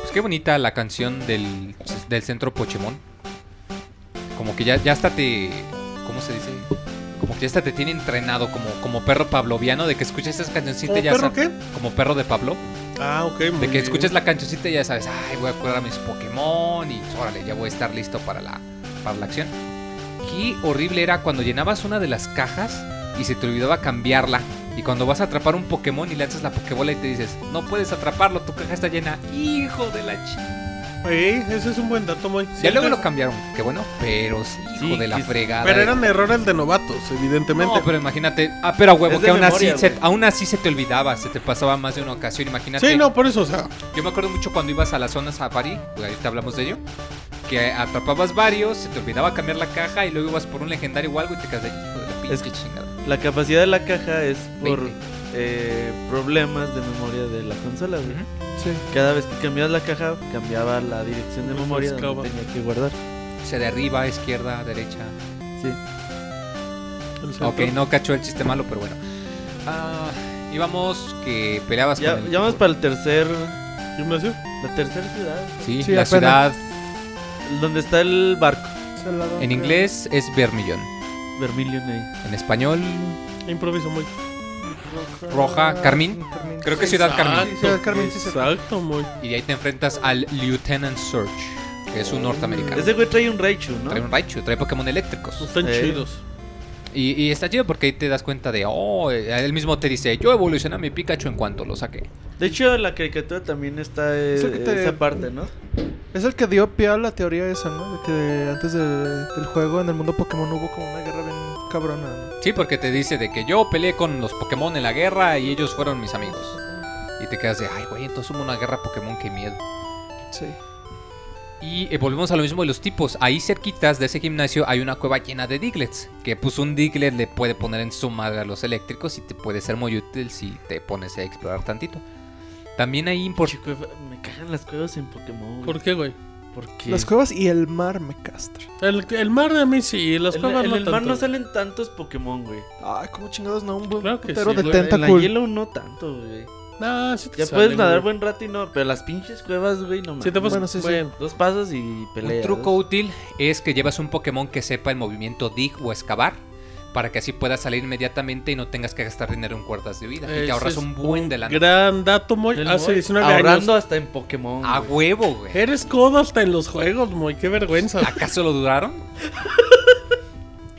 [SPEAKER 3] Pues qué bonita la canción del, del centro Pochemón. Como que ya, ya hasta te. ¿Cómo se dice? Como que ya hasta te tiene entrenado como, como perro pavloviano de que escuches esas cancioncitas
[SPEAKER 4] ¿Como
[SPEAKER 3] ya
[SPEAKER 4] perro
[SPEAKER 3] sab-
[SPEAKER 4] qué?
[SPEAKER 3] Como perro de Pablo.
[SPEAKER 4] Ah, ok, muy
[SPEAKER 3] De que
[SPEAKER 4] bien.
[SPEAKER 3] escuches la cancioncita y ya sabes, ay, voy a cuidar a mis Pokémon y pues, órale, ya voy a estar listo para la, para la acción. Qué horrible era cuando llenabas una de las cajas y se te olvidaba cambiarla. Y cuando vas a atrapar un Pokémon y lanzas la Pokébola y te dices, no puedes atraparlo, tu caja está llena. Hijo de la chi.
[SPEAKER 4] Ey, ese es un buen dato, muy.
[SPEAKER 3] Ya luego lo cambiaron, qué bueno, pero sí, hijo
[SPEAKER 7] Sí,
[SPEAKER 3] de la
[SPEAKER 7] sí,
[SPEAKER 3] fregada.
[SPEAKER 4] Pero eran errores de novatos, evidentemente.
[SPEAKER 3] No, pero imagínate, ah, pero a huevo,
[SPEAKER 7] Es de
[SPEAKER 3] que aún,
[SPEAKER 7] memoria,
[SPEAKER 3] así se,
[SPEAKER 7] güey.
[SPEAKER 3] aún así se te olvidaba, se te pasaba más de una ocasión, imagínate.
[SPEAKER 4] Sí, no, por eso, o sea,
[SPEAKER 3] Yo me acuerdo mucho cuando ibas a las zonas a Bari, ahorita hablamos de ello, que atrapabas varios, se te olvidaba cambiar la caja y luego ibas por un legendario o algo y te quedas de hijo de la pinche
[SPEAKER 7] Es que-
[SPEAKER 3] chingada.
[SPEAKER 7] La capacidad de la caja es por
[SPEAKER 3] 20.
[SPEAKER 7] eh, problemas de memoria de la consola, güey.
[SPEAKER 3] Ujú.
[SPEAKER 5] Sí.
[SPEAKER 7] Cada vez que cambiabas la caja, cambiaba la dirección de
[SPEAKER 4] Me
[SPEAKER 7] memoria
[SPEAKER 4] ofuscaba.
[SPEAKER 7] donde tenía que guardar.
[SPEAKER 3] O sea, de arriba, izquierda, derecha.
[SPEAKER 7] Sí.
[SPEAKER 4] el centro.
[SPEAKER 3] Ok, no cachó el chiste malo, pero bueno. Ah, íbamos que peleabas
[SPEAKER 7] Ya,
[SPEAKER 3] con el...
[SPEAKER 7] ya vamos para el tercer,
[SPEAKER 4] ¿Gimnasio?
[SPEAKER 7] la tercera ciudad,
[SPEAKER 3] Sí,
[SPEAKER 5] Sí,
[SPEAKER 3] la ciudad
[SPEAKER 5] apenas.
[SPEAKER 7] donde está el barco.
[SPEAKER 5] Es al lado,
[SPEAKER 3] en
[SPEAKER 5] creo.
[SPEAKER 3] inglés es Vermillon.
[SPEAKER 7] Vermilion eh. ahí.
[SPEAKER 3] En español,
[SPEAKER 4] Improviso muy.
[SPEAKER 3] Roja, Carmín. creo que es Ciudad Carmen.
[SPEAKER 5] Ciudad Carmen, sí, sí.
[SPEAKER 4] Exacto, muy.
[SPEAKER 3] Y de ahí te enfrentas al Lieutenant Surge, que es un norteamericano.
[SPEAKER 7] Ese güey trae un Raichu, ¿no?
[SPEAKER 3] Trae un Raichu, trae Pokémon eléctricos.
[SPEAKER 4] Pues Están
[SPEAKER 7] Eh.
[SPEAKER 4] chidos.
[SPEAKER 3] Y, y está chido porque ahí te das cuenta de, oh, eh, él mismo te dice, yo evolucioné a mi Pikachu en cuanto lo saqué.
[SPEAKER 7] De hecho, la caricatura también está eh,
[SPEAKER 5] Es el que te-
[SPEAKER 7] esa parte, ¿no?
[SPEAKER 5] Es el que dio pie a la teoría esa, ¿no? De que antes de- del juego en el mundo Pokémon hubo como una guerra bien cabrona, ¿no?
[SPEAKER 3] Sí, porque te dice de que yo peleé con los Pokémon en la guerra y ellos fueron mis amigos. Y te quedas de, ay, güey, entonces hubo una guerra Pokémon, qué miedo.
[SPEAKER 5] Sí.
[SPEAKER 3] Y eh, volvemos a lo mismo de los tipos. Ahí cerquitas de ese gimnasio hay una cueva llena de Diglets. Que pues un Diglet le puede poner en su madre a los eléctricos y te puede ser muy útil si te pones a explorar tantito. También ahí importante...
[SPEAKER 7] Chico, me cagan las cuevas en Pokémon.
[SPEAKER 4] ¿Por qué, güey?
[SPEAKER 7] ¿Por qué?
[SPEAKER 5] Las cuevas y el mar me castra.
[SPEAKER 4] El, el mar de mí sí, las
[SPEAKER 7] En,
[SPEAKER 4] cuevas
[SPEAKER 7] en
[SPEAKER 4] no
[SPEAKER 7] el mar
[SPEAKER 4] tanto.
[SPEAKER 7] no salen tantos Pokémon, güey.
[SPEAKER 5] Ay, cómo chingados no, un buen
[SPEAKER 4] Claro que
[SPEAKER 5] putero
[SPEAKER 4] sí,
[SPEAKER 5] de
[SPEAKER 4] güey. En la
[SPEAKER 7] En la
[SPEAKER 5] tentacool.
[SPEAKER 7] hielo no tanto, güey.
[SPEAKER 4] Ah, sí te
[SPEAKER 7] Ya
[SPEAKER 4] sale,
[SPEAKER 7] puedes nadar
[SPEAKER 4] güey.
[SPEAKER 7] buen rato y no, pero las pinches cuevas, güey, no mames.
[SPEAKER 4] Sí te vas-
[SPEAKER 5] Bueno, sí, sí.
[SPEAKER 4] bueno.
[SPEAKER 7] Dos pasos y
[SPEAKER 3] Un
[SPEAKER 7] peleas.
[SPEAKER 3] truco útil es que llevas un Pokémon que sepa el movimiento dig o excavar para que así puedas salir inmediatamente y no tengas que gastar dinero en cuerdas de vida. y
[SPEAKER 4] Ese
[SPEAKER 3] te ahorras
[SPEAKER 4] es
[SPEAKER 3] un buen delante.
[SPEAKER 4] Gran dato, muy.
[SPEAKER 7] El
[SPEAKER 4] Hace
[SPEAKER 7] Moy
[SPEAKER 4] 19
[SPEAKER 7] Ahorrando
[SPEAKER 4] años.
[SPEAKER 7] hasta en Pokémon.
[SPEAKER 3] A
[SPEAKER 7] güey.
[SPEAKER 3] huevo, güey.
[SPEAKER 4] Eres codo hasta en los juegos, muy. Qué vergüenza.
[SPEAKER 3] ¿Acaso lo dudaron?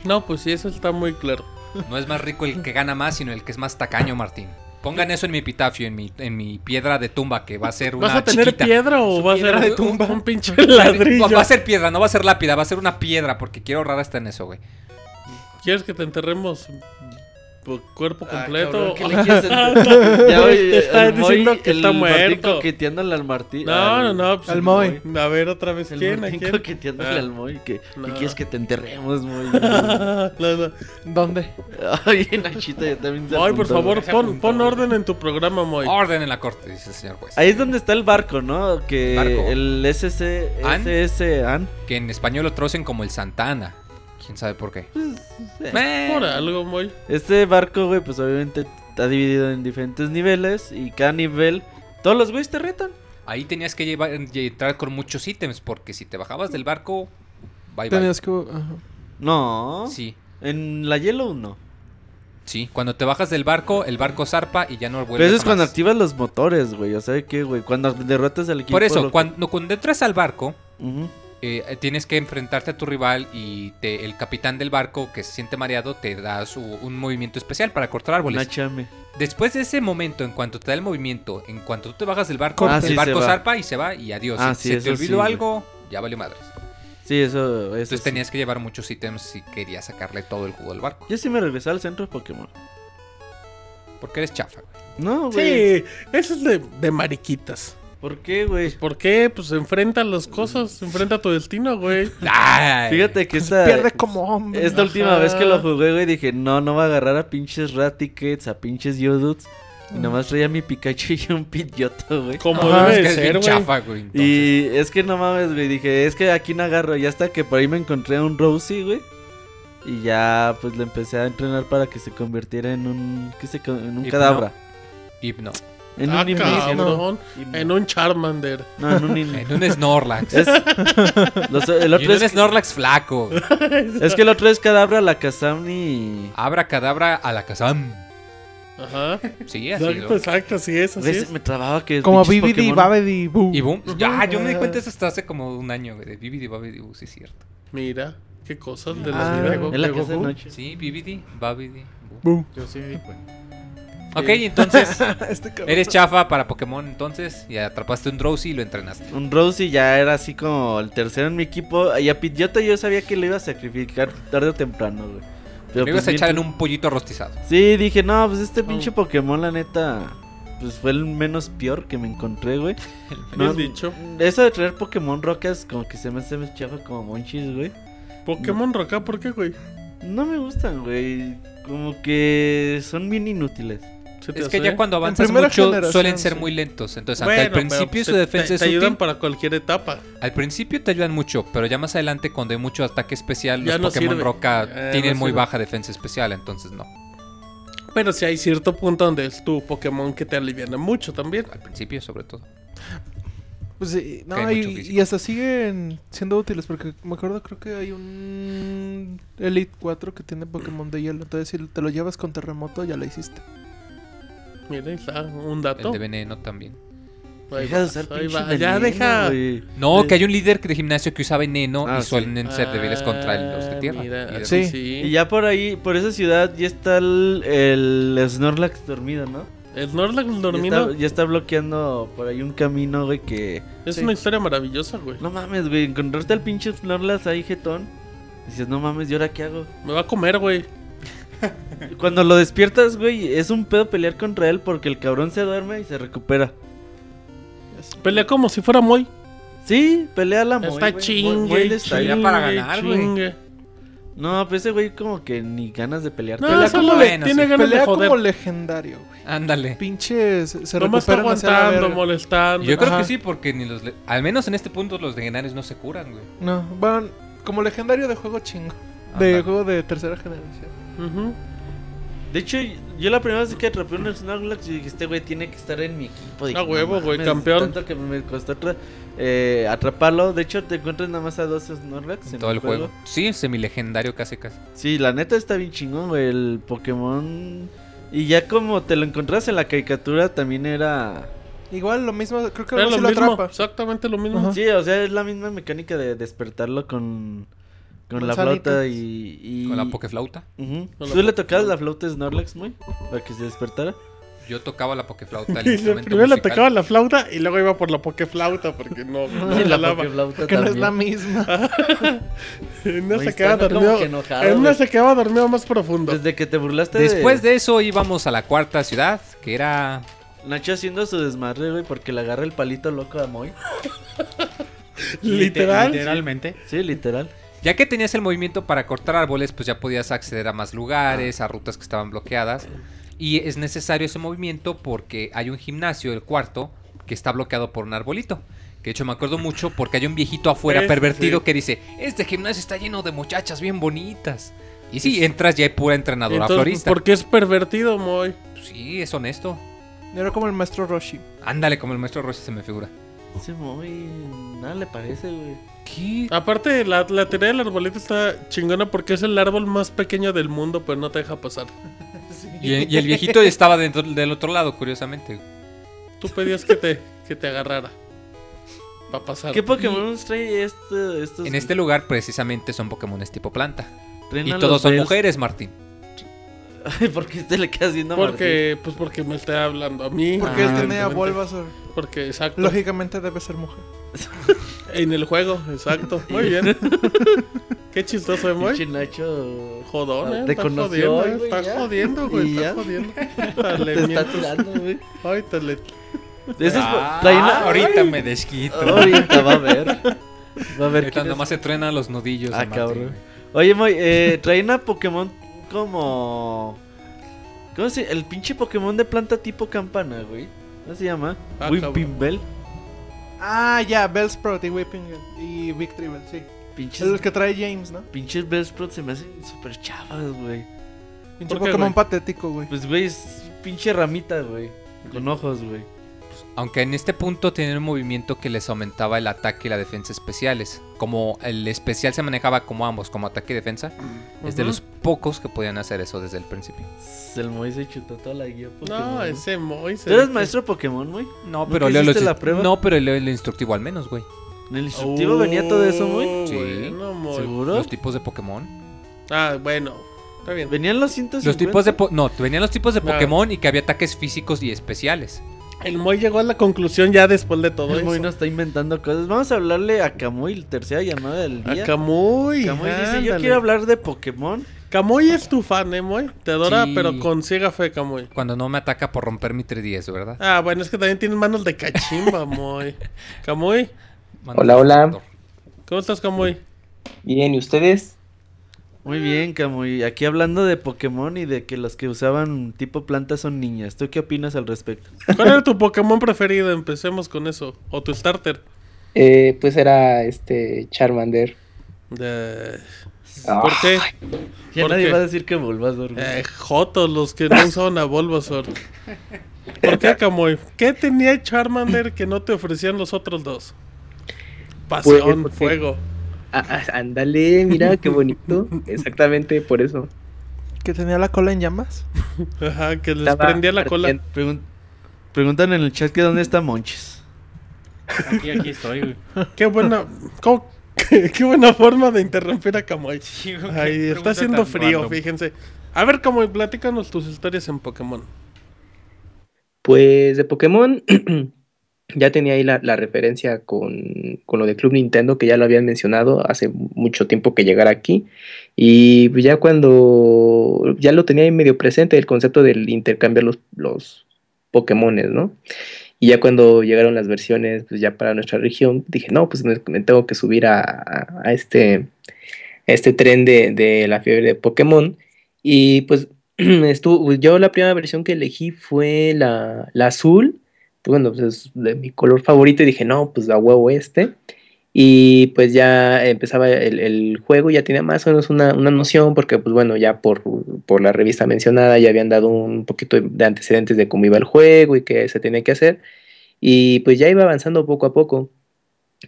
[SPEAKER 4] No, pues sí, eso está muy claro.
[SPEAKER 3] No es más rico el que gana más, sino el que es más tacaño, Martín. Pongan eso en mi epitafio, en mi, en mi piedra de tumba, que va a ser una
[SPEAKER 4] ¿Vas a tener
[SPEAKER 3] chiquita.
[SPEAKER 4] piedra o va a ser
[SPEAKER 3] piedra de
[SPEAKER 4] un-
[SPEAKER 3] tumba.
[SPEAKER 4] un pinche ladrillo?
[SPEAKER 3] Va a ser piedra, no va a ser lápida, va a ser una piedra, porque quiero ahorrar hasta en eso, güey.
[SPEAKER 4] ¿Quieres que te enterremos por cuerpo
[SPEAKER 7] Ah,
[SPEAKER 4] completo?
[SPEAKER 7] cabrón, ¿qué le quieres hacer? ya, oye,
[SPEAKER 4] Te está
[SPEAKER 7] el Moy-
[SPEAKER 4] diciendo que
[SPEAKER 7] el
[SPEAKER 4] está
[SPEAKER 7] Martín
[SPEAKER 4] muerto.
[SPEAKER 7] coqueteándole al Martín.
[SPEAKER 4] no, no,
[SPEAKER 7] al-
[SPEAKER 4] no. pues,
[SPEAKER 5] al Moy.
[SPEAKER 4] A ver, otra vez.
[SPEAKER 7] El
[SPEAKER 4] ¿Quién? ¿A
[SPEAKER 7] Martín
[SPEAKER 4] quién?
[SPEAKER 7] coqueteándole
[SPEAKER 4] Ah.
[SPEAKER 7] al Moy. Que, que
[SPEAKER 4] No.
[SPEAKER 7] quieres que te enterremos, Moy.
[SPEAKER 4] No, no.
[SPEAKER 5] ¿Dónde?
[SPEAKER 7] Ay, Nachito, ya también se
[SPEAKER 4] Moy, por
[SPEAKER 7] apuntó,
[SPEAKER 4] favor,
[SPEAKER 7] güey.
[SPEAKER 4] pon, pon orden en tu programa, Moy.
[SPEAKER 3] Orden en la corte, dice el señor juez.
[SPEAKER 7] Ahí es donde está el barco, ¿no? Que
[SPEAKER 3] Barco.
[SPEAKER 7] el SC,
[SPEAKER 3] ¿An?
[SPEAKER 7] SS AN.
[SPEAKER 3] Que en español lo trocen como el Santana. ¿Quién sabe por qué? Eh.
[SPEAKER 4] Pues, Por algo, Moy.
[SPEAKER 7] Este barco, güey, pues obviamente está dividido en diferentes niveles y cada nivel, todos los güeyes te retan.
[SPEAKER 3] Ahí tenías que llevar, y entrar con muchos ítems, porque si te bajabas del barco, bye bye.
[SPEAKER 5] Tenías que... ajá.
[SPEAKER 7] No.
[SPEAKER 3] Sí,
[SPEAKER 7] En la Yellow no.
[SPEAKER 3] sí. Cuando te bajas del barco, el barco zarpa y ya no vuelve.
[SPEAKER 7] Pero eso pues, es cuando
[SPEAKER 3] jamás.
[SPEAKER 7] activas los motores, güey. O sea, que, güey, cuando derrotas al equipo.
[SPEAKER 3] Por eso,
[SPEAKER 7] lo-
[SPEAKER 3] cuando, cuando entras al barco,
[SPEAKER 7] Ujú.
[SPEAKER 3] eh, eh, tienes que enfrentarte a tu rival y te- el capitán del barco, que se siente mareado, te da su- un movimiento especial para cortar árboles.
[SPEAKER 7] Una chame.
[SPEAKER 3] Después de ese momento, en cuanto te da el movimiento, en cuanto tú te bajas del barco,
[SPEAKER 7] Ah,
[SPEAKER 3] el
[SPEAKER 7] sí, se
[SPEAKER 3] barco
[SPEAKER 7] va.
[SPEAKER 3] zarpa y se va y adiós.
[SPEAKER 7] Ah,
[SPEAKER 3] Si
[SPEAKER 7] sí,
[SPEAKER 3] se te
[SPEAKER 7] eso sí,
[SPEAKER 3] olvidó
[SPEAKER 7] güey.
[SPEAKER 3] algo, ya valió madres.
[SPEAKER 7] Sí, eso. eso
[SPEAKER 3] Entonces
[SPEAKER 7] sí.
[SPEAKER 3] tenías que llevar muchos ítems si querías sacarle todo el jugo al barco.
[SPEAKER 7] Yo sí me regresé al centro de Pokémon.
[SPEAKER 3] Porque eres chafa, güey.
[SPEAKER 7] No, güey.
[SPEAKER 4] Sí, eso es de, de mariquitas.
[SPEAKER 7] ¿Por qué, güey?
[SPEAKER 4] ¿Por qué? Pues enfrenta las cosas, enfrenta tu destino, güey. Pues,
[SPEAKER 3] Ay.
[SPEAKER 7] Fíjate que esta.
[SPEAKER 5] Pierde como hombre.
[SPEAKER 7] Esta última
[SPEAKER 4] Ajá.
[SPEAKER 7] vez que lo jugué, güey, dije, no, no va a agarrar a pinches Raticats, a pinches Yoduts. Y nomás traía mi Pikachu y un Pidgeotto, güey.
[SPEAKER 4] Como
[SPEAKER 5] Ajá,
[SPEAKER 4] debe
[SPEAKER 3] Mm. Es que
[SPEAKER 4] de
[SPEAKER 3] es bien
[SPEAKER 4] ser, güey.
[SPEAKER 3] chafa, güey. entonces.
[SPEAKER 7] Y es que no mames, güey, dije, es que aquí no agarro. Y hasta que por ahí me encontré un Rosie, güey. Y ya, pues, le empecé a entrenar para que se convirtiera en un... ¿Qué se con- En un
[SPEAKER 3] Hipno-
[SPEAKER 7] cadabra.
[SPEAKER 3] Hipno.
[SPEAKER 7] En
[SPEAKER 4] Ah,
[SPEAKER 7] un Invincible.
[SPEAKER 4] cabrón.
[SPEAKER 7] Invincible.
[SPEAKER 4] En un Charmander.
[SPEAKER 7] No, en un Invincible.
[SPEAKER 3] En un Snorlax.
[SPEAKER 7] Es, los- el
[SPEAKER 3] Y en
[SPEAKER 7] otro
[SPEAKER 3] un
[SPEAKER 7] es,
[SPEAKER 3] Snorlax flaco.
[SPEAKER 7] es que el otro es Cadabra, la Kazamni.
[SPEAKER 3] Abra cadabra a la Kazam.
[SPEAKER 4] Ajá.
[SPEAKER 3] Sí, así.
[SPEAKER 4] Exacto,
[SPEAKER 3] ¿no?
[SPEAKER 4] exacto, así es, así
[SPEAKER 7] ¿Ves?
[SPEAKER 4] es.
[SPEAKER 7] Me trababa que.
[SPEAKER 5] Como
[SPEAKER 7] pinches
[SPEAKER 5] Bibidi
[SPEAKER 7] Pokémon-
[SPEAKER 5] Babidi Boo.
[SPEAKER 3] Y boom. Pues Ya, yo me di cuenta de eso hasta hace como un año, güey. De BBD Babidi, uh, sí, es cierto.
[SPEAKER 4] Mira, qué cosas de la
[SPEAKER 5] Ah,
[SPEAKER 4] vida de Go-
[SPEAKER 7] Es la
[SPEAKER 4] de
[SPEAKER 7] casa de
[SPEAKER 4] Goku.
[SPEAKER 7] noche.
[SPEAKER 3] Sí, BBD Babidi. bu.
[SPEAKER 5] Boo.
[SPEAKER 6] Yo sí me di cuenta.
[SPEAKER 3] Ok, entonces.
[SPEAKER 5] Este cabrón.
[SPEAKER 3] Eres chafa para Pokémon, entonces. Y atrapaste un Drowsy y lo entrenaste.
[SPEAKER 7] Un Rousey ya era así como el tercero en mi equipo. Y a Pidgeotto yo sabía que lo iba a sacrificar tarde o temprano, güey. Pero
[SPEAKER 3] Lo ibas
[SPEAKER 7] pues,
[SPEAKER 3] a echar en
[SPEAKER 7] bien-
[SPEAKER 3] un pollito rostizado.
[SPEAKER 7] Sí, dije, no, pues este pinche Pokémon, la neta. Pues fue el menos peor que me encontré, güey.
[SPEAKER 4] Bien
[SPEAKER 7] No,
[SPEAKER 4] dicho.
[SPEAKER 7] Eso de traer Pokémon rocas, como que se me hace más chafa como monchis, güey.
[SPEAKER 4] Pokémon Roca, ¿por qué, güey?
[SPEAKER 7] No me gustan, güey. Como que son bien inútiles.
[SPEAKER 4] ¿Se te
[SPEAKER 3] Es que
[SPEAKER 4] hace?
[SPEAKER 3] ya cuando avanzas
[SPEAKER 5] primera
[SPEAKER 3] mucho
[SPEAKER 5] generación,
[SPEAKER 3] suelen ser
[SPEAKER 5] sí.
[SPEAKER 3] muy lentos. Entonces,
[SPEAKER 4] Bueno,
[SPEAKER 3] ante al
[SPEAKER 4] pero,
[SPEAKER 3] principio
[SPEAKER 4] pues,
[SPEAKER 3] su
[SPEAKER 4] te-
[SPEAKER 3] defensa
[SPEAKER 4] te,
[SPEAKER 3] es
[SPEAKER 4] te ayudan
[SPEAKER 3] útil.
[SPEAKER 4] para cualquier etapa.
[SPEAKER 3] Al principio te ayudan mucho, pero ya más adelante cuando hay mucho ataque especial,
[SPEAKER 4] Ya
[SPEAKER 3] los
[SPEAKER 4] no
[SPEAKER 3] Pokémon
[SPEAKER 4] sirve.
[SPEAKER 3] Roca
[SPEAKER 4] Ya
[SPEAKER 3] tienen
[SPEAKER 4] no
[SPEAKER 3] muy
[SPEAKER 4] sirve.
[SPEAKER 3] baja defensa especial, entonces no.
[SPEAKER 4] Pero si hay cierto punto donde es tu Pokémon que te aliviana mucho también.
[SPEAKER 3] Al principio, sobre todo.
[SPEAKER 5] Pues, sí,
[SPEAKER 3] Que
[SPEAKER 5] no,
[SPEAKER 3] hay
[SPEAKER 5] y,
[SPEAKER 3] mucho físico.
[SPEAKER 5] y hasta siguen siendo útiles porque me acuerdo creo que hay un Elite 4 que tiene Pokémon de hielo, entonces si te lo llevas con terremoto ya la hiciste.
[SPEAKER 4] Mira, ahí está un
[SPEAKER 3] El
[SPEAKER 4] dato.
[SPEAKER 3] de veneno también.
[SPEAKER 4] Ahí
[SPEAKER 7] Deja de
[SPEAKER 4] va,
[SPEAKER 7] usar
[SPEAKER 4] ahí
[SPEAKER 7] pinche
[SPEAKER 4] va, Ya
[SPEAKER 7] veneno,
[SPEAKER 4] deja.
[SPEAKER 7] güey.
[SPEAKER 3] No,
[SPEAKER 4] Eh.
[SPEAKER 3] que hay un líder de gimnasio que usa veneno
[SPEAKER 7] Ah,
[SPEAKER 3] y
[SPEAKER 7] sí.
[SPEAKER 3] suelen ser débiles contra los de
[SPEAKER 4] Ah,
[SPEAKER 3] tierra.
[SPEAKER 4] mira,
[SPEAKER 3] Y de-
[SPEAKER 5] Sí.
[SPEAKER 7] Y
[SPEAKER 4] sí.
[SPEAKER 7] ya por ahí, por esa ciudad, ya está el, el Snorlax dormido, ¿no?
[SPEAKER 4] El Snorlax
[SPEAKER 7] Ya
[SPEAKER 4] dormido
[SPEAKER 7] está, ya está bloqueando por ahí un camino, güey, que...
[SPEAKER 4] es
[SPEAKER 5] sí.
[SPEAKER 4] una historia maravillosa, güey.
[SPEAKER 7] No mames, güey, encontrarte al pinche Snorlax ahí, jetón. Dices, no mames, ¿y ahora qué hago?
[SPEAKER 4] Me va a comer, güey.
[SPEAKER 7] Cuando lo despiertas, güey, es un pedo pelear contra él porque el cabrón se duerme y se recupera.
[SPEAKER 4] Pelea como si fuera Moy.
[SPEAKER 7] Sí, pelea la Moy,
[SPEAKER 4] Está
[SPEAKER 7] güey.
[SPEAKER 4] chingue.
[SPEAKER 7] Moy- Moy le está-
[SPEAKER 3] chingue. Ya para ganar, güey.
[SPEAKER 4] chingue.
[SPEAKER 7] No, pero ese güey como que ni ganas de pelear.
[SPEAKER 4] No,
[SPEAKER 5] Pelea
[SPEAKER 4] solo
[SPEAKER 5] como
[SPEAKER 4] le
[SPEAKER 3] bueno,
[SPEAKER 4] tiene
[SPEAKER 3] sí.
[SPEAKER 4] ganas de
[SPEAKER 5] Pelea
[SPEAKER 4] joder.
[SPEAKER 5] como legendario, güey.
[SPEAKER 3] Ándale.
[SPEAKER 5] Pinches se
[SPEAKER 4] no me está
[SPEAKER 5] recuperan hacia la
[SPEAKER 4] aguantando,
[SPEAKER 5] verga.
[SPEAKER 4] molestando.
[SPEAKER 3] Yo creo
[SPEAKER 5] Ajá.
[SPEAKER 3] que sí, porque ni los le- al menos en este punto los legendarios no se curan, güey.
[SPEAKER 5] No, van como legendario de juego chingo, de
[SPEAKER 3] Ándale.
[SPEAKER 5] juego de tercera generación.
[SPEAKER 4] Ujú.
[SPEAKER 7] De hecho, yo la primera vez que atrapé un Snorlax y dije, este güey tiene que estar en mi equipo. Dije,
[SPEAKER 4] A Ah, huevo, güey,
[SPEAKER 7] mames,
[SPEAKER 4] campeón.
[SPEAKER 7] Tanto que me costó atra- eh, atraparlo. De hecho, te encuentras nada más a dos Snorlax
[SPEAKER 3] En todo el juego. Sí, semilegendario casi casi.
[SPEAKER 7] Sí, la neta está bien chingón, güey, el Pokémon. Y ya como te lo encontrás en la caricatura, también era...
[SPEAKER 5] Igual lo mismo, creo que
[SPEAKER 4] Era lo
[SPEAKER 5] algo sí lo
[SPEAKER 4] mismo,
[SPEAKER 5] atrapa.
[SPEAKER 4] exactamente lo mismo.
[SPEAKER 5] Ajá.
[SPEAKER 7] Sí, o sea, es la misma mecánica de despertarlo con, con la
[SPEAKER 5] Manzanitas.
[SPEAKER 7] flauta y... y-
[SPEAKER 3] Con la Pokeflauta.
[SPEAKER 7] Ujú.
[SPEAKER 4] Con la
[SPEAKER 7] ¿Tú le
[SPEAKER 4] poke-
[SPEAKER 7] tocabas la flauta de Snorlax, muy? Para que se despertara.
[SPEAKER 3] Yo tocaba la Pokeflauta. el
[SPEAKER 4] Y lo-
[SPEAKER 3] instrumento
[SPEAKER 4] primero le
[SPEAKER 3] musical.
[SPEAKER 4] tocaba la flauta y luego iba por la pokeflauta porque no, no
[SPEAKER 7] Y la
[SPEAKER 4] jalaba.
[SPEAKER 7] pokeflauta
[SPEAKER 5] Que no es
[SPEAKER 7] también.
[SPEAKER 5] la misma.
[SPEAKER 4] No
[SPEAKER 7] Güey,
[SPEAKER 4] se quedaba
[SPEAKER 7] están como
[SPEAKER 4] dormido.
[SPEAKER 7] que enojados,
[SPEAKER 4] en una
[SPEAKER 7] güey.
[SPEAKER 4] se quedaba dormido más profundo.
[SPEAKER 7] Desde que te burlaste
[SPEAKER 3] Después
[SPEAKER 7] de...
[SPEAKER 3] de eso íbamos a la cuarta ciudad, que era
[SPEAKER 7] Ah. Nacho haciendo su desmadre, güey, porque le agarra el palito loco a Moy.
[SPEAKER 4] Literal.
[SPEAKER 6] Literalmente.
[SPEAKER 7] Sí, literal.
[SPEAKER 3] Ya que tenías el movimiento para cortar árboles, pues ya podías acceder a más lugares, a rutas que estaban bloqueadas. Y es necesario ese movimiento porque hay un gimnasio, el cuarto, que está bloqueado por un arbolito. Que de hecho me acuerdo mucho porque hay un viejito afuera
[SPEAKER 4] Es-
[SPEAKER 3] pervertido
[SPEAKER 4] sí.
[SPEAKER 3] que dice, este gimnasio está lleno de muchachas bien bonitas. Y sí, entras y hay pura entrenadora
[SPEAKER 4] Entonces,
[SPEAKER 3] florista.
[SPEAKER 4] porque es pervertido, Moy.
[SPEAKER 3] Sí, es honesto.
[SPEAKER 5] Era como el maestro Roshi.
[SPEAKER 3] Ándale, como el maestro Rossi se me figura.
[SPEAKER 7] Ese Moy, nada le parece, güey.
[SPEAKER 3] ¿Qué?
[SPEAKER 4] Aparte, la, la teoría del arbolito está chingona porque es el árbol más pequeño del mundo, pero no te deja pasar.
[SPEAKER 3] Y, y el viejito estaba dentro- del otro lado, curiosamente.
[SPEAKER 4] Tú pedías que te, que te agarrara. Para pasar.
[SPEAKER 7] ¿Qué Pokémon nos trae este, estos?
[SPEAKER 3] En este lugar precisamente son Pokémones tipo planta.
[SPEAKER 7] Traen
[SPEAKER 3] Y
[SPEAKER 7] a
[SPEAKER 3] todos
[SPEAKER 7] los
[SPEAKER 3] son
[SPEAKER 7] Bells.
[SPEAKER 3] mujeres, Martín.
[SPEAKER 7] Ay, ¿por qué este le queda haciendo
[SPEAKER 4] porque, pues porque me está hablando a mí.
[SPEAKER 5] Porque él tenía
[SPEAKER 4] evidentemente.
[SPEAKER 5] Bulbasaur.
[SPEAKER 4] Porque, exacto.
[SPEAKER 5] Lógicamente debe ser mujer.
[SPEAKER 4] En el juego, exacto. Muy bien. Qué chistoso, ¿eh,
[SPEAKER 7] Martín?
[SPEAKER 4] Moy.
[SPEAKER 7] Pinche Nacho.
[SPEAKER 4] Jodón,
[SPEAKER 7] Ah,
[SPEAKER 4] ¿eh?
[SPEAKER 7] te
[SPEAKER 4] Está
[SPEAKER 7] conoció
[SPEAKER 4] jodiendo,
[SPEAKER 7] hoy,
[SPEAKER 4] ¿eh?
[SPEAKER 7] güey,
[SPEAKER 4] Está
[SPEAKER 7] ya.
[SPEAKER 4] jodiendo, güey.
[SPEAKER 7] Y
[SPEAKER 4] Está
[SPEAKER 7] ya.
[SPEAKER 4] jodiendo.
[SPEAKER 7] Te
[SPEAKER 4] Dale,
[SPEAKER 7] está
[SPEAKER 4] mierda.
[SPEAKER 7] tirando, güey.
[SPEAKER 4] Ay, dale.
[SPEAKER 7] De esos
[SPEAKER 3] Ah,
[SPEAKER 7] traen a-
[SPEAKER 3] ahorita
[SPEAKER 7] Ay.
[SPEAKER 3] me desquito.
[SPEAKER 7] Ahorita va a ver. Va a ver
[SPEAKER 3] Ahorita
[SPEAKER 7] quién es.
[SPEAKER 3] nomás se truenan los nudillos.
[SPEAKER 7] Ah,
[SPEAKER 3] a Martín,
[SPEAKER 7] cabrón.
[SPEAKER 3] güey.
[SPEAKER 7] Oye, Moy, eh, traen a Pokémon como. ¿Cómo se El pinche Pokémon de planta tipo campana, güey. ¿Cómo se llama?
[SPEAKER 4] Ah, cabrón.
[SPEAKER 7] Whipping Bell.
[SPEAKER 5] Ah, ya, Bellsprout y Whipping y Big Tribble, sí.
[SPEAKER 7] Pinches,
[SPEAKER 5] El que trae James, ¿no?
[SPEAKER 7] pinches Bellsprout se me hacen súper chavas, güey.
[SPEAKER 5] Pinche
[SPEAKER 4] ¿Por qué, güey?
[SPEAKER 5] Pokémon patético, güey.
[SPEAKER 7] Pues, güey, es pinche ramita, güey. Con ojos, güey.
[SPEAKER 3] Aunque en este punto tenían un movimiento que les aumentaba el ataque y la defensa especiales. Como el especial se manejaba como ambos, como ataque y defensa, es de
[SPEAKER 4] Ujú.
[SPEAKER 3] los pocos que podían hacer eso desde el principio.
[SPEAKER 7] El Moy se chutó toda la guía Pokémon.
[SPEAKER 4] No, ese Moisés.
[SPEAKER 7] ¿Tú eres maestro Pokémon, Moy?
[SPEAKER 3] No,
[SPEAKER 7] ¿Nunca
[SPEAKER 3] pero leo, los
[SPEAKER 7] hiciste la
[SPEAKER 3] inst-
[SPEAKER 7] prueba?
[SPEAKER 3] no, pero leo el instructivo al menos, güey.
[SPEAKER 7] ¿En el instructivo venía todo eso, Moy?
[SPEAKER 4] muy
[SPEAKER 3] Sí.
[SPEAKER 4] Bueno, Moy.
[SPEAKER 7] ¿Seguro?
[SPEAKER 3] Los tipos de Pokémon.
[SPEAKER 4] Ah, bueno. Está bien.
[SPEAKER 7] Venían los 150.
[SPEAKER 3] Los tipos de po- no, venían los tipos de
[SPEAKER 4] Claro.
[SPEAKER 3] Pokémon y que había ataques físicos y especiales.
[SPEAKER 4] El Moy llegó a la conclusión ya después de todo
[SPEAKER 7] El Moy
[SPEAKER 4] eso.
[SPEAKER 7] no está inventando cosas. Vamos a hablarle a Camuy, tercera llamada del día.
[SPEAKER 4] Camuy.
[SPEAKER 7] Camuy dice, yo quiero hablar de Pokémon.
[SPEAKER 4] Camuy es tu fan, ¿eh, Moy? Te adora,
[SPEAKER 3] Sí.
[SPEAKER 4] pero con ciega fe, Camuy.
[SPEAKER 3] Cuando no me ataca por romper mi 3DS, ¿verdad?
[SPEAKER 4] Ah, bueno, es que también tienes manos de cachimba, Moy. Camuy,
[SPEAKER 3] Mándame
[SPEAKER 10] hola.
[SPEAKER 3] un factor.
[SPEAKER 4] ¿cómo estás, Camuy?
[SPEAKER 10] Bien, ¿y ustedes?
[SPEAKER 7] Muy bien, Camuy. Aquí hablando de Pokémon y de que los que usaban tipo planta son niñas. ¿Tú qué opinas al respecto?
[SPEAKER 4] ¿Cuál era tu Pokémon preferido? Empecemos con eso. O tu starter.
[SPEAKER 10] Eh, pues era este Charmander.
[SPEAKER 4] De-
[SPEAKER 10] Ah,
[SPEAKER 4] ¿Por qué?
[SPEAKER 7] Ya
[SPEAKER 4] ¿Por
[SPEAKER 7] nadie
[SPEAKER 4] qué?
[SPEAKER 7] va a decir que Bulbasaur. güey.
[SPEAKER 4] Eh, jotos los que no usaban a Bulbasaur. ¿Por qué, Camuy? ¿Qué tenía Charmander que no te ofrecían los otros dos?
[SPEAKER 7] Pues,
[SPEAKER 4] Pasión,
[SPEAKER 10] porque-
[SPEAKER 4] fuego.
[SPEAKER 10] ah, ándale, mira qué bonito. Exactamente por eso.
[SPEAKER 5] Que tenía la cola en llamas.
[SPEAKER 4] Ajá, que les
[SPEAKER 10] Estaba
[SPEAKER 4] prendía la cola.
[SPEAKER 10] ardiendo.
[SPEAKER 7] Pregun- preguntan en el chat que dónde está Monches.
[SPEAKER 11] Aquí, aquí estoy, güey.
[SPEAKER 4] Qué buena. cómo- qué, qué buena forma de interrumpir a Camuy.
[SPEAKER 11] Sí, güey, qué
[SPEAKER 4] Ay, está
[SPEAKER 11] pregunta
[SPEAKER 4] haciendo
[SPEAKER 11] tan
[SPEAKER 4] frío,
[SPEAKER 11] random.
[SPEAKER 4] fíjense. A ver, Camuy, platícanos tus historias en Pokémon.
[SPEAKER 10] Pues de Pokémon, ya tenía ahí la, la referencia con, con lo de Club Nintendo, que ya lo habían mencionado hace mucho tiempo que llegara aquí. Y pues, ya cuando ya lo tenía ahí medio presente, el concepto del intercambiar los, los Pokémones, ¿no? Y ya cuando llegaron las versiones, pues ya para nuestra región, dije, no, pues me, me tengo que subir a, a- a este, a este tren de, de la fiebre de Pokémon. Y pues estuvo, yo la primera versión que elegí fue la, la azul. Bueno, pues es de mi color favorito y dije, no, pues a huevo este. Y pues ya empezaba el, el juego, ya tenía más o menos una, una noción, porque pues bueno, ya por, por la revista mencionada ya habían dado un poquito de antecedentes de cómo iba el juego y qué se tenía que hacer. Y pues ya iba avanzando poco a poco.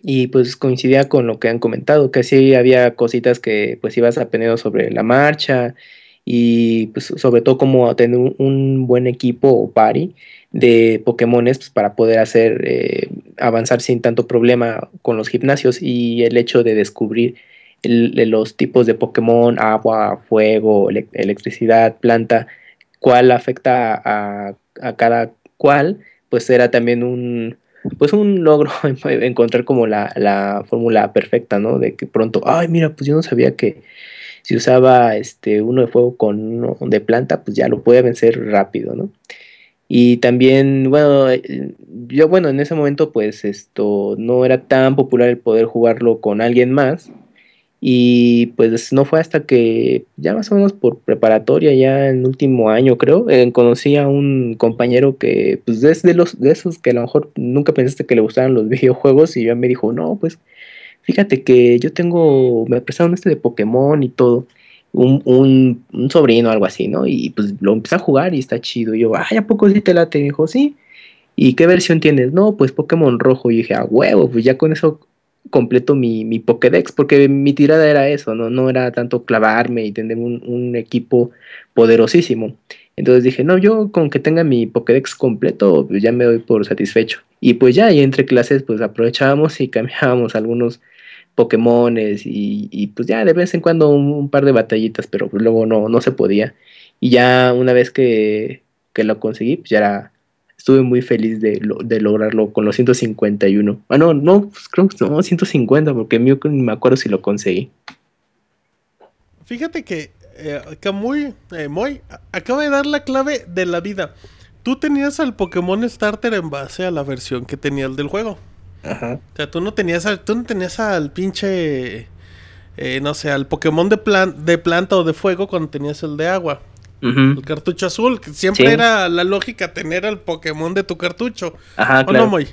[SPEAKER 10] Y pues coincidía con lo que han comentado, que sí había cositas que pues ibas aprendiendo sobre la marcha, y pues, sobre todo como tener un, un buen equipo o party de Pokémones pues, para poder hacer eh, avanzar sin tanto problema con los gimnasios y el hecho de descubrir el- de los tipos de Pokémon, agua, fuego, elec- electricidad, planta, cuál afecta a, a- a cada cual, pues era también un pues un logro encontrar como la, la fórmula perfecta, ¿no? De que pronto, ay, mira, pues yo no sabía que, si usaba este uno de fuego con uno de planta, pues ya lo puede vencer rápido, ¿no? Y también, bueno, eh, yo bueno, en ese momento pues esto no era tan popular el poder jugarlo con alguien más. Y pues no fue hasta que ya más o menos por preparatoria, ya en último año creo, eh, conocí a un compañero que pues es de, los, de esos que a lo mejor nunca pensaste que le gustaban los videojuegos y ya me dijo, no, pues Fíjate que yo tengo, me prestaron este de Pokémon y todo, un, un, un sobrino, algo así, ¿no? Y pues lo empecé a jugar y está chido. Y yo, ay, ¿a poco sí te late? Me dijo, sí. ¿Y qué versión tienes? No, pues Pokémon rojo. Y dije, a huevo, pues ya con eso completo mi, mi Pokédex, porque mi tirada era eso, ¿no? No era tanto clavarme y tener un, un equipo poderosísimo. Entonces dije, no, yo con que tenga mi Pokédex completo, pues ya me doy por satisfecho. Y pues ya, y entre clases, pues aprovechábamos y cambiábamos algunos Pokémones y, y, pues ya de vez en cuando un, un par de batallitas, pero pues luego no, no se podía. Y ya una vez que, que lo conseguí, pues ya era- estuve muy feliz de, lo- de lograrlo con los 151. Ah, no, no, pues creo que no, 150, porque mío que ni me acuerdo si lo conseguí.
[SPEAKER 4] Fíjate que eh, Camuy, eh, Moy, a- acaba de dar la clave de la vida. Tú tenías al Pokémon Starter en base a la versión que tenía el del juego.
[SPEAKER 10] Ajá.
[SPEAKER 4] O sea, tú no tenías al, tú no tenías al pinche, eh, no sé, al Pokémon de, plan, de planta o de fuego cuando tenías el de agua. El cartucho azul, que siempre
[SPEAKER 10] Sí.
[SPEAKER 4] era la lógica tener al Pokémon de tu cartucho.
[SPEAKER 10] Ajá,
[SPEAKER 4] ¿O no,
[SPEAKER 10] claro.
[SPEAKER 4] Moy?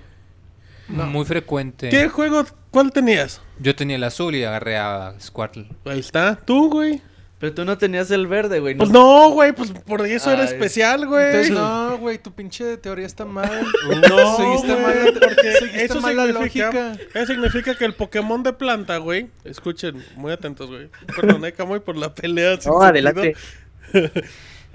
[SPEAKER 3] Muy frecuente.
[SPEAKER 4] ¿Qué juego, cuál tenías?
[SPEAKER 3] Yo tenía el azul y agarré a Squirtle.
[SPEAKER 4] Ahí está, tú, güey.
[SPEAKER 7] Pero tú no tenías el verde, güey.
[SPEAKER 4] Pues no, güey, pues por eso era
[SPEAKER 7] Ay.
[SPEAKER 4] especial, güey.
[SPEAKER 5] Entonces, no, güey, tu pinche teoría está mal.
[SPEAKER 4] No,
[SPEAKER 5] seguiste
[SPEAKER 4] güey,
[SPEAKER 5] mal la-
[SPEAKER 4] porque
[SPEAKER 5] seguiste
[SPEAKER 4] eso
[SPEAKER 5] mal la
[SPEAKER 4] significa,
[SPEAKER 5] lógica.
[SPEAKER 4] eso significa que el Pokémon de planta, güey. Escuchen, muy atentos, güey. Perdón, eh, Camuy, por la pelea. sin
[SPEAKER 10] No,
[SPEAKER 4] sentido.
[SPEAKER 10] adelante.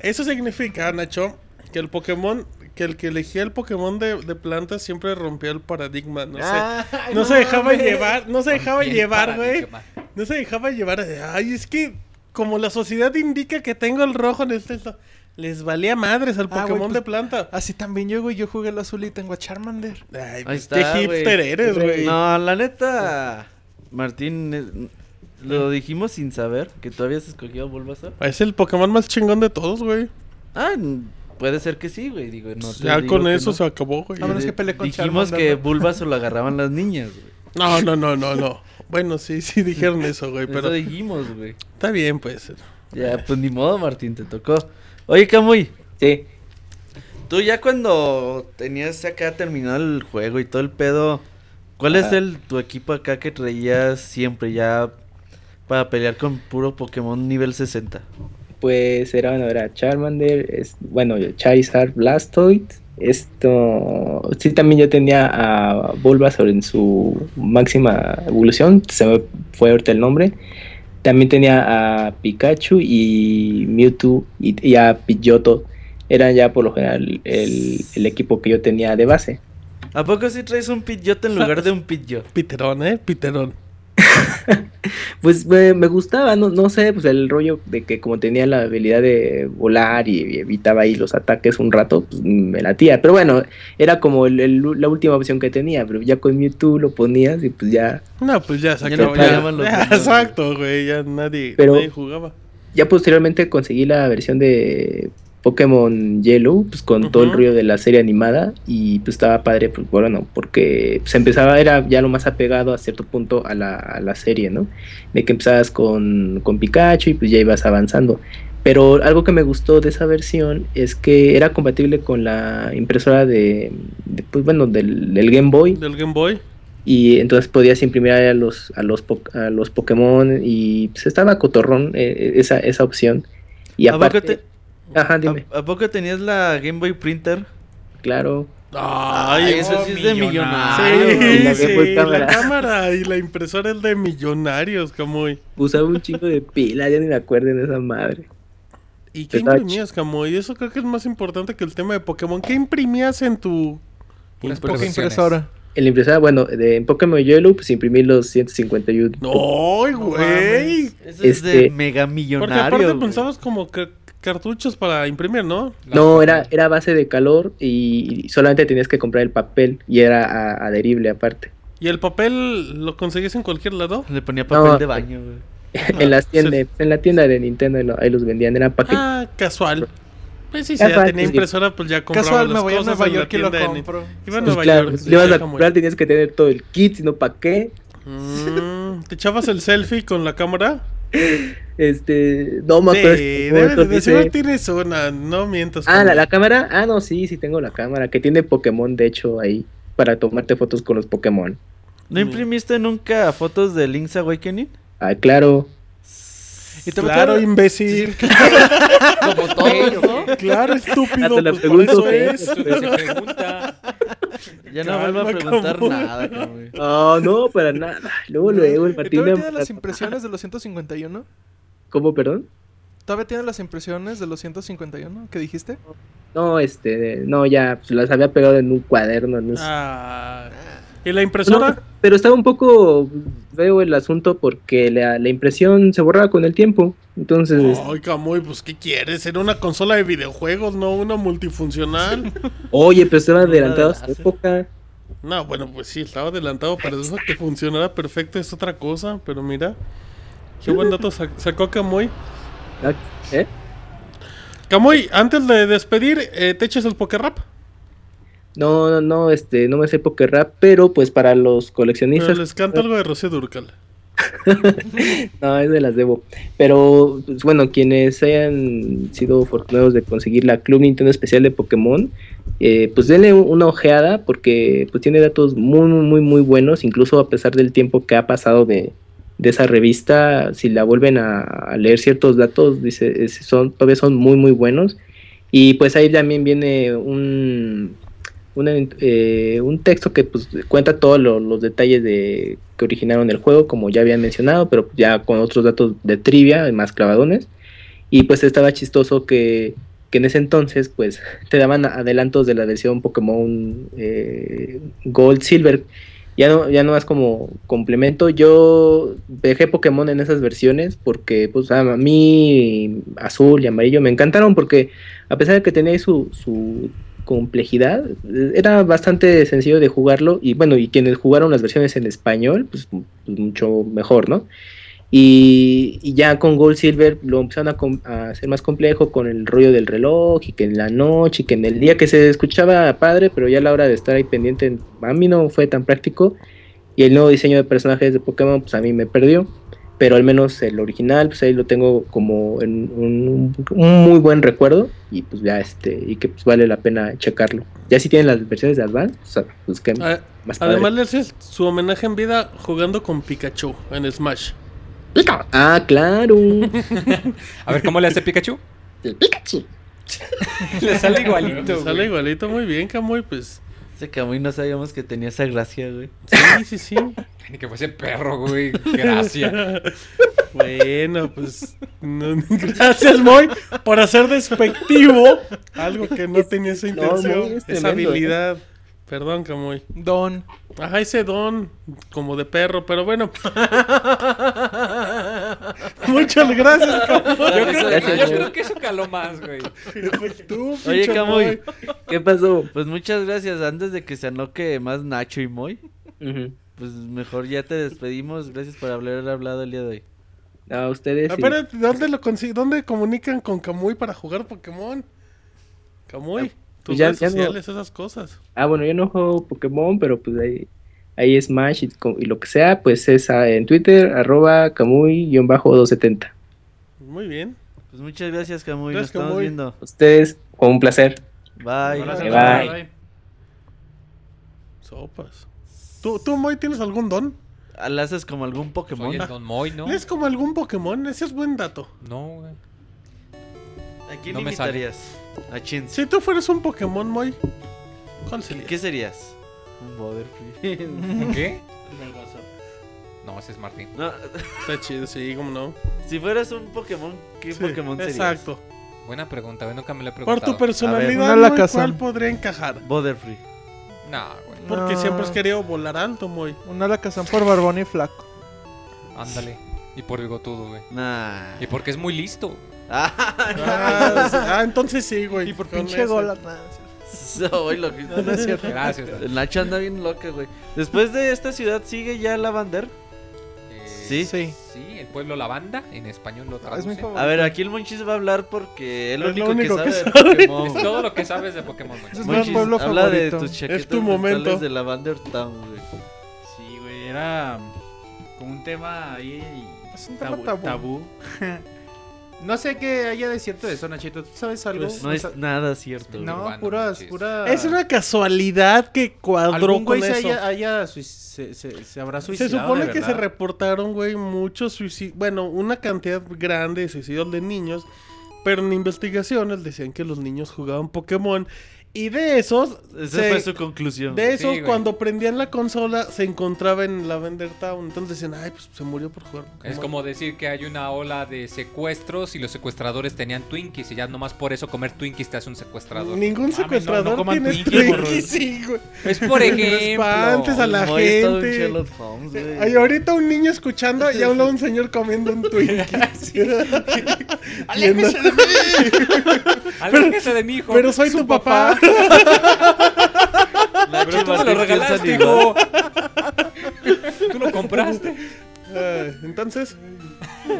[SPEAKER 4] Eso significa, Nacho, que el Pokémon, que el que elegía el Pokémon de, de planta siempre rompía el paradigma, no sé.
[SPEAKER 5] Ay,
[SPEAKER 4] no, se dejaba
[SPEAKER 5] mames.
[SPEAKER 4] llevar, no se dejaba
[SPEAKER 3] Bien
[SPEAKER 4] llevar, güey.
[SPEAKER 3] paradigma.
[SPEAKER 4] No se dejaba llevar. de, Ay, es que como la sociedad indica que tengo el rojo en este... esto", Les valía madres al
[SPEAKER 5] Ah, güey,
[SPEAKER 4] Pokémon
[SPEAKER 5] pues-
[SPEAKER 4] de planta.
[SPEAKER 5] Así también yo, güey, yo jugué el azul y tengo a Charmander.
[SPEAKER 4] Ay,
[SPEAKER 7] Ahí
[SPEAKER 4] pues
[SPEAKER 7] está,
[SPEAKER 4] qué hipster
[SPEAKER 7] güey.
[SPEAKER 4] eres, güey.
[SPEAKER 7] No, la neta. Martín, es- lo dijimos sin saber que tú habías escogido Bulbasaur.
[SPEAKER 4] Es el Pokémon más chingón de todos, güey.
[SPEAKER 7] Ah, n- puede ser que sí, güey. Digo, no te
[SPEAKER 4] ya
[SPEAKER 7] digo
[SPEAKER 4] con
[SPEAKER 7] que
[SPEAKER 4] eso
[SPEAKER 7] no.
[SPEAKER 4] se acabó, güey.
[SPEAKER 5] A menos que pelee con
[SPEAKER 7] Dijimos
[SPEAKER 5] Charmander,
[SPEAKER 7] que
[SPEAKER 5] ¿no?
[SPEAKER 7] Bulbasaur lo agarraban las niñas, güey.
[SPEAKER 4] No, no, no, no, no. Bueno, sí, sí dijeron eso, güey,
[SPEAKER 7] Eso
[SPEAKER 4] pero
[SPEAKER 7] dijimos, güey.
[SPEAKER 4] está bien, pues.
[SPEAKER 7] Ya, pues ni modo, Martín, te tocó. Oye, Camuy,
[SPEAKER 10] Sí.
[SPEAKER 7] tú ya cuando tenías acá terminado el juego y todo el pedo, ¿cuál es
[SPEAKER 10] Ajá.
[SPEAKER 7] el tu equipo acá que traías siempre ya para pelear con puro Pokémon nivel 60?
[SPEAKER 10] Pues era, bueno, era Charmander, es, bueno, Charizard, Blastoid. Esto. Sí, también yo tenía a Bulbasaur en su máxima evolución. Se me fue ahorita el nombre. También tenía a Pikachu y Mewtwo y, y a Pidgeotto. Eran ya por lo general el, el equipo que yo tenía de base.
[SPEAKER 7] ¿A poco sí traes un Pidgeot en lugar de un Pidgeot?
[SPEAKER 4] Piterón, ¿eh? Piterón.
[SPEAKER 10] Pues me, me gustaba, no, no sé, pues el rollo de que como tenía la habilidad de volar y, y evitaba ahí los ataques un rato, pues me latía. Pero bueno, era como el- el- la última opción que tenía, pero ya con Mewtwo lo ponías y pues ya,
[SPEAKER 4] No, pues ya se
[SPEAKER 7] Ya no
[SPEAKER 4] acabó. Ya
[SPEAKER 7] peleaban los
[SPEAKER 4] Ya,
[SPEAKER 7] demás, güey.
[SPEAKER 4] exacto, güey. Ya nadie,
[SPEAKER 10] Pero-
[SPEAKER 4] nadie jugaba.
[SPEAKER 10] ya posteriormente conseguí la versión de Pokémon Yellow, pues con todo el
[SPEAKER 4] Ujú.
[SPEAKER 10] rollo de la serie animada y pues estaba padre, pues bueno, porque se empezaba, era ya lo más apegado a cierto punto a la, a la serie, ¿no? De que empezabas con, con Pikachu y pues ya ibas avanzando. Pero algo que me gustó de esa versión es que era compatible con la impresora de, de, pues bueno, del, del Game Boy
[SPEAKER 4] Del Game Boy.
[SPEAKER 10] y entonces podías imprimir a los a los po- a los Pokémon y pues estaba cotorrón eh, eh, esa esa opción y
[SPEAKER 7] ¿A poco
[SPEAKER 10] aparte
[SPEAKER 7] te-
[SPEAKER 10] ajá dime
[SPEAKER 7] ¿A, a poco tenías la Game Boy Printer?
[SPEAKER 10] claro
[SPEAKER 4] Ay,
[SPEAKER 7] eso sí es de millonario.
[SPEAKER 4] Sí,
[SPEAKER 10] güey, la
[SPEAKER 4] sí,
[SPEAKER 10] Game Boy
[SPEAKER 4] la
[SPEAKER 10] cámara.
[SPEAKER 4] cámara y la impresora es de millonarios, Camuy.
[SPEAKER 10] usaba un chico de pila ya ni me acuerdo de esa madre
[SPEAKER 4] ¿Y qué
[SPEAKER 10] Exacto.
[SPEAKER 4] imprimías, Camuy? Eso creo que es más importante que el tema de Pokémon. ¿Qué imprimías en tu
[SPEAKER 3] Puras
[SPEAKER 5] Poca
[SPEAKER 3] profesiones.
[SPEAKER 5] impresora.
[SPEAKER 10] en la impresora bueno de en Pokémon Yellow pues imprimí los 151
[SPEAKER 5] Oh,
[SPEAKER 4] No, güey.
[SPEAKER 7] Eso es de
[SPEAKER 10] Este-
[SPEAKER 7] mega
[SPEAKER 4] Porque
[SPEAKER 7] millonario.
[SPEAKER 4] aparte pues,
[SPEAKER 7] güey.
[SPEAKER 4] pensabas como ca- cartuchos para imprimir, ¿no?
[SPEAKER 10] no era era base de calor y y solamente tenías que comprar el papel y era a- adherible aparte
[SPEAKER 4] ¿Y el papel lo conseguías en cualquier lado?
[SPEAKER 7] Le ponía papel
[SPEAKER 10] No,
[SPEAKER 7] de baño, güey.
[SPEAKER 10] en las tiendas en la tienda de Nintendo ahí lo- ahí los vendían era paquete
[SPEAKER 4] Ah, casual. Pues sí, si ya
[SPEAKER 10] Casual,
[SPEAKER 4] tenía
[SPEAKER 10] pues,
[SPEAKER 4] impresora, pues ya compraba
[SPEAKER 5] Casual, me
[SPEAKER 4] las
[SPEAKER 5] voy a
[SPEAKER 4] cosas
[SPEAKER 5] Nueva
[SPEAKER 4] en la
[SPEAKER 5] York y lo
[SPEAKER 4] tienda de Nin-
[SPEAKER 5] compro.
[SPEAKER 4] Iba a
[SPEAKER 10] Pues
[SPEAKER 4] Nueva
[SPEAKER 10] claro,
[SPEAKER 4] York.
[SPEAKER 10] si le ibas
[SPEAKER 4] decía
[SPEAKER 10] a
[SPEAKER 4] Camuy.
[SPEAKER 10] comprar tenías que tener todo el kit, sino para qué.
[SPEAKER 4] Mm, ¿Te echabas el selfie con la cámara?
[SPEAKER 10] Este, no me
[SPEAKER 4] Sí,
[SPEAKER 10] acuerdo.
[SPEAKER 4] debe de
[SPEAKER 10] Otro dice-
[SPEAKER 4] decir, tienes una, no mientas.
[SPEAKER 10] Ah,
[SPEAKER 4] Camuy.
[SPEAKER 10] la, la cámara. Ah, no, sí, sí tengo la cámara que tiene Pokémon, de hecho, ahí para tomarte fotos con los Pokémon.
[SPEAKER 7] ¿No
[SPEAKER 4] Mm.
[SPEAKER 7] imprimiste nunca fotos de Link's Awakening?
[SPEAKER 10] Ah, claro.
[SPEAKER 5] Y te
[SPEAKER 4] Claro,
[SPEAKER 5] metieron-
[SPEAKER 4] imbécil.
[SPEAKER 3] Como todos, ¿no?
[SPEAKER 4] Claro, estúpido.
[SPEAKER 10] te la
[SPEAKER 4] pues, por
[SPEAKER 10] pregunto,
[SPEAKER 4] eso
[SPEAKER 10] ¿eh?
[SPEAKER 4] es.
[SPEAKER 11] Se pregunta.
[SPEAKER 7] Ya no
[SPEAKER 4] Calma,
[SPEAKER 7] vuelvo a preguntar
[SPEAKER 4] Camuy.
[SPEAKER 7] nada, Camuy.
[SPEAKER 10] No, Ah, no, para nada. Luego, luego, el
[SPEAKER 5] ¿Y
[SPEAKER 10] Martín.
[SPEAKER 5] ¿Todavía
[SPEAKER 10] me-
[SPEAKER 5] tiene las impresiones de los 151?
[SPEAKER 10] ¿Cómo, perdón?
[SPEAKER 5] ¿Todavía tiene las impresiones de los 151 que dijiste?
[SPEAKER 10] No, este, no, ya pues, las había pegado en un cuaderno. No sé.
[SPEAKER 4] Ah, ¿Y la
[SPEAKER 10] No,
[SPEAKER 4] impresora?
[SPEAKER 10] pero estaba un poco veo el asunto porque la, la impresión se borraba con el tiempo. Entonces, este,
[SPEAKER 4] Ay, Camuy, pues ¿qué quieres? Era una consola de videojuegos, no una multifuncional.
[SPEAKER 10] oye, pero estaba
[SPEAKER 7] No,
[SPEAKER 10] adelantado a su
[SPEAKER 7] adelante.
[SPEAKER 10] época.
[SPEAKER 4] No, bueno, pues sí, estaba adelantado para eso que funcionara perfecto es otra cosa, pero mira. Qué buen dato sa- sacó Camuy.
[SPEAKER 10] Ah, ¿Eh?
[SPEAKER 4] Camuy, antes de despedir, eh, ¿te echas el poker rap?
[SPEAKER 10] No, no, no, este, no me sé Poker Rap, pero pues para los
[SPEAKER 4] Pero
[SPEAKER 10] coleccionistas,
[SPEAKER 4] les canta algo de Rocío Durcal.
[SPEAKER 10] no, es de las debo. Pero pues, bueno, quienes hayan sido afortunados de conseguir la Club Nintendo especial de Pokémon, eh, pues denle un- una ojeada porque pues tiene datos muy, muy, muy, muy buenos, incluso a pesar del tiempo que ha pasado de, de esa revista, si la vuelven a, a leer ciertos datos, dice, es- son, todavía son muy, muy buenos. Y pues ahí también viene un, un, eh, un texto que pues, cuenta todos lo- los detalles de, que originaron el juego, como ya habían mencionado, pero ya con otros datos de trivia, más clavadones. Y pues estaba chistoso que, que en ese entonces pues te daban adelantos de la versión Pokémon eh, Gold Silver. Ya no, ya no es como complemento. Yo dejé Pokémon en esas versiones porque pues a mí azul y amarillo me encantaron porque a pesar de que tenía ahí su, su complejidad, eh, era bastante sencillo de jugarlo y bueno, y quienes jugaron las versiones en español, pues, m- pues, mucho mejor, ¿no? Y, y ya con Gold Silver lo empezaron a, com- a hacer más complejo con el rollo del reloj y que en la noche y que en el día que se escuchaba padre, pero ya a la hora de estar ahí pendiente a mí no fue tan práctico. Y el nuevo diseño de personajes de Pokémon pues a mí me perdió, pero al menos el original pues ahí lo tengo como en un, un muy buen recuerdo y pues ya este y que pues vale la pena checarlo. Ya si tienen las versiones de Advance, pues, ah, pues que
[SPEAKER 4] A-
[SPEAKER 10] más padre.
[SPEAKER 4] Además le haces su homenaje en vida jugando con Pikachu en Smash.
[SPEAKER 10] Ah, claro.
[SPEAKER 3] A ver, ¿cómo le hace Pikachu? Le sale igualito,
[SPEAKER 4] Le sale igualito muy bien, Camuy, pues.
[SPEAKER 7] Ese Camuy no sabíamos que tenía esa gracia, güey.
[SPEAKER 4] Sí, sí, sí.
[SPEAKER 3] Ni que fuese perro, güey. Gracias.
[SPEAKER 4] Bueno, pues no- gracias, Moy, por hacer despectivo algo que no tenía esa
[SPEAKER 10] no,
[SPEAKER 4] intención,
[SPEAKER 10] Moy, es
[SPEAKER 4] esa
[SPEAKER 10] tremendo, ¿eh?
[SPEAKER 4] habilidad. Perdón, Camuy.
[SPEAKER 5] Don.
[SPEAKER 4] Ajá, ese don como de perro, pero bueno. Muchas gracias, Camuy.
[SPEAKER 3] Yo creo,
[SPEAKER 10] Gracias,
[SPEAKER 3] yo
[SPEAKER 10] güey.
[SPEAKER 3] creo que eso caló más, güey.
[SPEAKER 4] Tú,
[SPEAKER 7] Oye,
[SPEAKER 4] pinche
[SPEAKER 7] Camuy,
[SPEAKER 10] ¿Qué pasó?
[SPEAKER 7] pues muchas gracias. Antes de que se anoque más Nacho y Moy,
[SPEAKER 10] Ujú.
[SPEAKER 7] pues mejor ya te despedimos. Gracias por haber hablado el día de hoy.
[SPEAKER 10] A ustedes. sí.
[SPEAKER 4] Espérate, ¿dónde lo consi- ¿Dónde comunican con Camuy para jugar Pokémon? Camuy, tus
[SPEAKER 10] Ah, ya-
[SPEAKER 4] redes
[SPEAKER 10] ya no-
[SPEAKER 4] sociales, esas cosas.
[SPEAKER 10] Ah, bueno, yo no juego Pokémon, pero pues ahí, ahí Smash y, co- y lo que sea, pues es ah, en Twitter, arroba Kamui-270.
[SPEAKER 4] Muy bien.
[SPEAKER 7] Pues muchas gracias, Camuy. Nos
[SPEAKER 4] Gracias,
[SPEAKER 7] estamos
[SPEAKER 4] Camuy.
[SPEAKER 7] viendo.
[SPEAKER 10] Ustedes, con un placer.
[SPEAKER 7] Bye.
[SPEAKER 11] Ahora
[SPEAKER 10] Bye.
[SPEAKER 11] se va.
[SPEAKER 4] Sopas. ¿Tú, tú Moy, tienes algún don?
[SPEAKER 7] Ah, ¿La haces como algún Pokémon?
[SPEAKER 3] Soy el Pues, Don Moy, ¿no?
[SPEAKER 4] ¿Lees como algún Pokémon? Ese es buen dato.
[SPEAKER 3] No, güey.
[SPEAKER 7] ¿A quién
[SPEAKER 3] No me sale.
[SPEAKER 7] invitarías? A Chin.
[SPEAKER 4] Si tú fueras un Pokémon, Moy, ¿cuál sería?
[SPEAKER 7] ¿Qué serías? Un Butterfree.
[SPEAKER 3] ¿Un ¿Qué? No, ese es Martín.
[SPEAKER 7] no,
[SPEAKER 4] Está chido, sí, como no.
[SPEAKER 7] si fueras un Pokémon, ¿qué
[SPEAKER 4] Sí,
[SPEAKER 7] Pokémon serías?
[SPEAKER 4] Exacto.
[SPEAKER 3] Buena pregunta, güey. Nunca me la he
[SPEAKER 4] Por
[SPEAKER 3] preguntado.
[SPEAKER 4] tu personalidad,
[SPEAKER 5] A ver, una
[SPEAKER 4] Moy,
[SPEAKER 5] lacazón.
[SPEAKER 4] ¿cuál podría encajar?
[SPEAKER 7] Butterfree.
[SPEAKER 3] No, güey.
[SPEAKER 4] Porque
[SPEAKER 5] No.
[SPEAKER 4] siempre has querido volar alto, Moy.
[SPEAKER 5] Un alacazán por barbón y flaco.
[SPEAKER 3] Ándale. Y por bigotudo, güey.
[SPEAKER 7] Nah.
[SPEAKER 3] Y porque es muy listo.
[SPEAKER 4] Ah, sí. Ah, entonces sí, güey.
[SPEAKER 5] Y por
[SPEAKER 4] Con
[SPEAKER 5] pinche
[SPEAKER 4] ese.
[SPEAKER 5] gola. nada, sí.
[SPEAKER 7] No, hoy lo que-
[SPEAKER 5] No es cierto.
[SPEAKER 3] Gracias.
[SPEAKER 7] El Nacho anda bien loca, güey. Después de esta ciudad sigue ya Lavander.
[SPEAKER 3] Eh,
[SPEAKER 7] Sí.
[SPEAKER 5] Sí.
[SPEAKER 3] Sí, el pueblo Lavanda. En español lo
[SPEAKER 5] Ah, Es mi
[SPEAKER 3] traduce.
[SPEAKER 5] favorito.
[SPEAKER 7] A ver, aquí el Monchis va a hablar porque es lo
[SPEAKER 4] Es
[SPEAKER 7] único,
[SPEAKER 4] lo único
[SPEAKER 7] que
[SPEAKER 4] que
[SPEAKER 7] sabe de Pokémon.
[SPEAKER 3] Es todo lo que sabes de Pokémon, güey.
[SPEAKER 5] Es mi
[SPEAKER 7] Monchis,
[SPEAKER 5] pueblo
[SPEAKER 7] habla
[SPEAKER 5] favorito.
[SPEAKER 7] de tus chaquetas
[SPEAKER 4] Es tu momento.
[SPEAKER 7] mentales de Lavander Town, güey.
[SPEAKER 11] Sí, güey, era como un tema ahí
[SPEAKER 5] Es un tema
[SPEAKER 11] tabú.
[SPEAKER 5] tabú.
[SPEAKER 11] tabú.
[SPEAKER 6] No sé qué haya de cierto de eso, Nachito. ¿Tú sabes algo?
[SPEAKER 7] Pues no
[SPEAKER 6] O sea,
[SPEAKER 7] es nada cierto.
[SPEAKER 6] no,
[SPEAKER 3] urbano,
[SPEAKER 6] puras,
[SPEAKER 3] chis.
[SPEAKER 6] puras.
[SPEAKER 4] Es una casualidad que cuadró
[SPEAKER 6] Algún
[SPEAKER 4] con
[SPEAKER 6] güey se,
[SPEAKER 4] eso.
[SPEAKER 6] haya, haya sui- se, se- se habrá
[SPEAKER 4] Se
[SPEAKER 6] suicidado.
[SPEAKER 4] supone
[SPEAKER 6] de
[SPEAKER 4] que se
[SPEAKER 6] verdad.
[SPEAKER 4] reportaron, güey, muchos suicidios. Bueno, una cantidad grande de suicidios de niños. Pero en investigaciones decían que los niños jugaban Pokémon. Y de esos.
[SPEAKER 7] güey. Esa
[SPEAKER 4] se-
[SPEAKER 7] fue su conclusión.
[SPEAKER 4] De esos,
[SPEAKER 3] güey.
[SPEAKER 4] cuando prendían la consola, se encontraba en Lavender Town. Entonces decían, ay, pues se murió por jugar Pokémon.
[SPEAKER 3] Es como decir que hay una ola de secuestros y los secuestradores tenían Twinkies y ya nomás por eso comer Twinkies te hace un secuestrador. Ah,
[SPEAKER 4] Ningún
[SPEAKER 11] no- no
[SPEAKER 4] secuestrador
[SPEAKER 11] coman
[SPEAKER 4] tiene
[SPEAKER 11] Twinkies,
[SPEAKER 4] Twinkies,
[SPEAKER 11] morros.
[SPEAKER 4] sí, güey.
[SPEAKER 3] Es por ejemplo.
[SPEAKER 4] espantes a la
[SPEAKER 7] Moy es todo un
[SPEAKER 4] gente.
[SPEAKER 7] Sherlock Holmes, güey.
[SPEAKER 4] Hay ahorita un niño escuchando y habla un señor comiendo un Twinkie.
[SPEAKER 3] ¡Aléjese de mí! ¡Aléjese de mí, hijo!
[SPEAKER 4] Pero soy tu papá.
[SPEAKER 3] Pero
[SPEAKER 7] Nacho
[SPEAKER 3] tú me lo
[SPEAKER 7] Martín piensa
[SPEAKER 3] regalaste,
[SPEAKER 7] igual.
[SPEAKER 3] hijo. Tú lo compraste.
[SPEAKER 4] Ay, Ah, Entonces,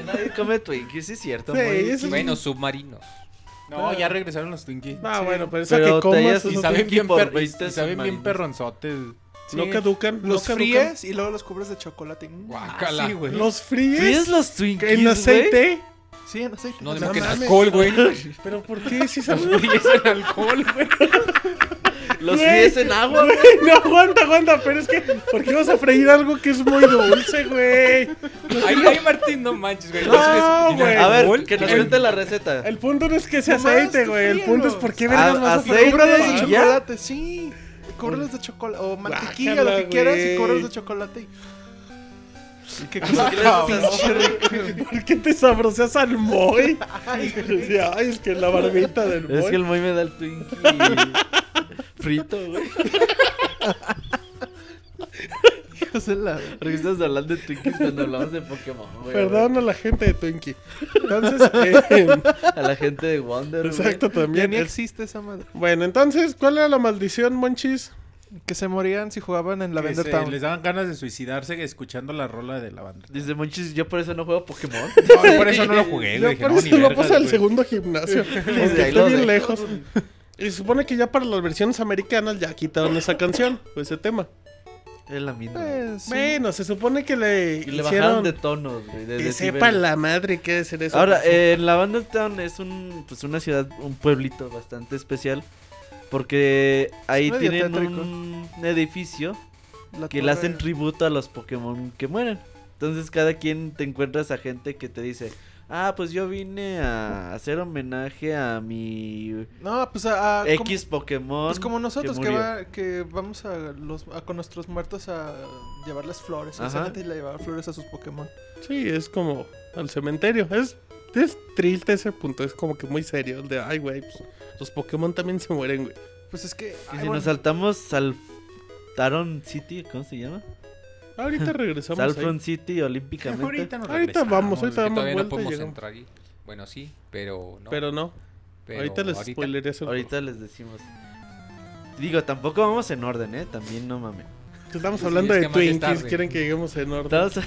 [SPEAKER 7] Nadie come Twinkies, sí es cierto.
[SPEAKER 4] Sí,
[SPEAKER 7] Moy.
[SPEAKER 4] es-
[SPEAKER 3] Bueno, submarinos.
[SPEAKER 6] No, ya regresaron los Twinkies.
[SPEAKER 4] ah, bueno, pero eso
[SPEAKER 7] Pero
[SPEAKER 4] que
[SPEAKER 7] te
[SPEAKER 4] comas
[SPEAKER 7] hallas
[SPEAKER 4] eso
[SPEAKER 7] y
[SPEAKER 4] no-
[SPEAKER 7] sabes-
[SPEAKER 6] Saben
[SPEAKER 7] Twinkie
[SPEAKER 6] bien,
[SPEAKER 7] por
[SPEAKER 6] per-
[SPEAKER 7] 20
[SPEAKER 6] y saben bien
[SPEAKER 7] submarinos.
[SPEAKER 6] perronzotes.
[SPEAKER 4] no
[SPEAKER 6] Sí.
[SPEAKER 4] caducan. no
[SPEAKER 5] Los
[SPEAKER 4] caducan.
[SPEAKER 5] fríes y luego los cubres de chocolate. Mm,
[SPEAKER 3] Guácala.
[SPEAKER 6] Sí, güey.
[SPEAKER 4] Los fríes.
[SPEAKER 7] ¿Fríes los Twinkies,
[SPEAKER 4] en
[SPEAKER 7] güey?
[SPEAKER 4] aceite.
[SPEAKER 5] Sí, en aceite.
[SPEAKER 3] No,
[SPEAKER 5] O
[SPEAKER 3] de
[SPEAKER 5] sea,
[SPEAKER 3] modo que en
[SPEAKER 4] mames.
[SPEAKER 3] alcohol, güey.
[SPEAKER 4] Pero ¿por qué si saben
[SPEAKER 3] Y es en alcohol, güey.
[SPEAKER 7] Los
[SPEAKER 4] Güey,
[SPEAKER 7] fríes en agua,
[SPEAKER 4] güey, No, aguanta, aguanta, pero es que, ¿por qué vas a freír algo que es muy dulce, güey?
[SPEAKER 3] Ahí, ahí, Martín, no manches, güey.
[SPEAKER 4] No,
[SPEAKER 3] Los fríes-
[SPEAKER 4] güey.
[SPEAKER 7] A ver,
[SPEAKER 3] Bol-
[SPEAKER 7] que nos
[SPEAKER 3] el-
[SPEAKER 7] cuente la receta.
[SPEAKER 4] El punto no es que sea
[SPEAKER 5] Nomás
[SPEAKER 4] aceite,
[SPEAKER 5] tú
[SPEAKER 4] güey. El punto es
[SPEAKER 5] fríelos.
[SPEAKER 4] por qué vergas
[SPEAKER 7] A-
[SPEAKER 4] vas a
[SPEAKER 7] aceite.
[SPEAKER 4] freír.
[SPEAKER 5] Cóbralos de
[SPEAKER 7] ¿Y ya?
[SPEAKER 5] chocolate, sí. Cóbralos de chocolate. O mantequilla, lo
[SPEAKER 4] Guácala,
[SPEAKER 5] que quieras,
[SPEAKER 4] güey.
[SPEAKER 5] y cóbralos de chocolate. Y... Pues, ¿Qué
[SPEAKER 7] ¿Por
[SPEAKER 5] cosa?
[SPEAKER 7] qué le haces así?
[SPEAKER 4] ¿Por qué te sabroseas al moy? Ay, es que la barbita del moy.
[SPEAKER 7] Es que el muy me da el Twinkie frito, güey. Porque estás hablando de Twinkies cuando hablamos de Pokémon, güey.
[SPEAKER 4] Perdón a la gente de Twinkie. Entonces, eh,
[SPEAKER 7] A la gente de Wonder, güey.
[SPEAKER 4] exacto
[SPEAKER 5] Ya
[SPEAKER 4] también.
[SPEAKER 5] ni
[SPEAKER 4] El-
[SPEAKER 5] existe esa madre.
[SPEAKER 4] Bueno, entonces, ¿cuál era la maldición, Monchis?
[SPEAKER 5] Que se morían si jugaban en
[SPEAKER 6] Que
[SPEAKER 5] Lavender
[SPEAKER 6] se-
[SPEAKER 5] Town.
[SPEAKER 6] les daban ganas de suicidarse escuchando la rola de la banda.
[SPEAKER 7] Dice Monchis, yo por eso no juego Pokémon.
[SPEAKER 6] No, por eso no lo
[SPEAKER 4] Eh,
[SPEAKER 6] jugué,
[SPEAKER 4] Yo
[SPEAKER 6] güey. Dije,
[SPEAKER 4] por
[SPEAKER 6] no,
[SPEAKER 4] eso
[SPEAKER 6] ni
[SPEAKER 4] no
[SPEAKER 6] vergas,
[SPEAKER 4] pasa al
[SPEAKER 6] güey.
[SPEAKER 4] segundo gimnasio. Porque
[SPEAKER 7] ahí
[SPEAKER 4] está
[SPEAKER 7] lo
[SPEAKER 4] bien
[SPEAKER 7] dejo.
[SPEAKER 4] lejos. Y se supone que ya para las versiones americanas ya quitaron esa canción, o ese tema.
[SPEAKER 7] Es la misma. güey.
[SPEAKER 5] Eh, sí.
[SPEAKER 4] Bueno, se supone que le,
[SPEAKER 7] Y le
[SPEAKER 4] hicieron
[SPEAKER 7] bajaron de tonos, güey. de
[SPEAKER 4] que
[SPEAKER 7] decibeles.
[SPEAKER 4] sepa la madre que debe ser eso. Pues,
[SPEAKER 7] Ahora, eh, en la Banda Town es un, pues una ciudad, un pueblito bastante especial. Porque ahí
[SPEAKER 5] medio
[SPEAKER 7] tienen
[SPEAKER 5] tétrico.
[SPEAKER 7] un edificio
[SPEAKER 5] La
[SPEAKER 7] que
[SPEAKER 5] torre-
[SPEAKER 7] le hacen tributo a los Pokémon que mueren. Entonces cada quien te encuentras a gente que te dice, ah, pues yo vine a hacer homenaje a mi
[SPEAKER 5] No, pues a. a- como-
[SPEAKER 7] X Pokémon.
[SPEAKER 5] Pues como nosotros que,
[SPEAKER 7] murió".
[SPEAKER 5] va- que vamos a los a con nuestros muertos a llevarles flores.
[SPEAKER 7] Ajá.
[SPEAKER 5] Esa gente le llevaba flores a sus Pokémon.
[SPEAKER 7] eh,
[SPEAKER 4] Sí, es como al cementerio. Es, es triste ese punto, es como que muy serio. el De, ay, güey, pues, los Pokémon también se mueren, güey.
[SPEAKER 5] Pues es que.
[SPEAKER 7] Y
[SPEAKER 5] ay,
[SPEAKER 7] si
[SPEAKER 5] bueno,
[SPEAKER 7] nos saltamos al Taron City, ¿cómo se llama?
[SPEAKER 4] Ahorita regresamos. ahí.
[SPEAKER 7] Salfron City olímpicamente.
[SPEAKER 6] Ahorita, nos
[SPEAKER 4] Ahorita
[SPEAKER 6] regresamos,
[SPEAKER 4] vamos, ahorita
[SPEAKER 6] güey.
[SPEAKER 3] que todavía no
[SPEAKER 4] vuelta y
[SPEAKER 3] podemos
[SPEAKER 4] llegamos.
[SPEAKER 3] entrar ahí. Bueno, sí, pero no.
[SPEAKER 4] Pero no,
[SPEAKER 3] pero
[SPEAKER 4] ahorita les spoileré ese
[SPEAKER 7] Ahorita les decimos. Digo, tampoco vamos en orden, ¿eh? También no mames.
[SPEAKER 4] Estamos
[SPEAKER 3] Sí,
[SPEAKER 4] hablando
[SPEAKER 3] es
[SPEAKER 4] de
[SPEAKER 3] que más es
[SPEAKER 4] Twinkies,
[SPEAKER 3] tarde.
[SPEAKER 4] quieren que lleguemos en orden.
[SPEAKER 7] Estamos-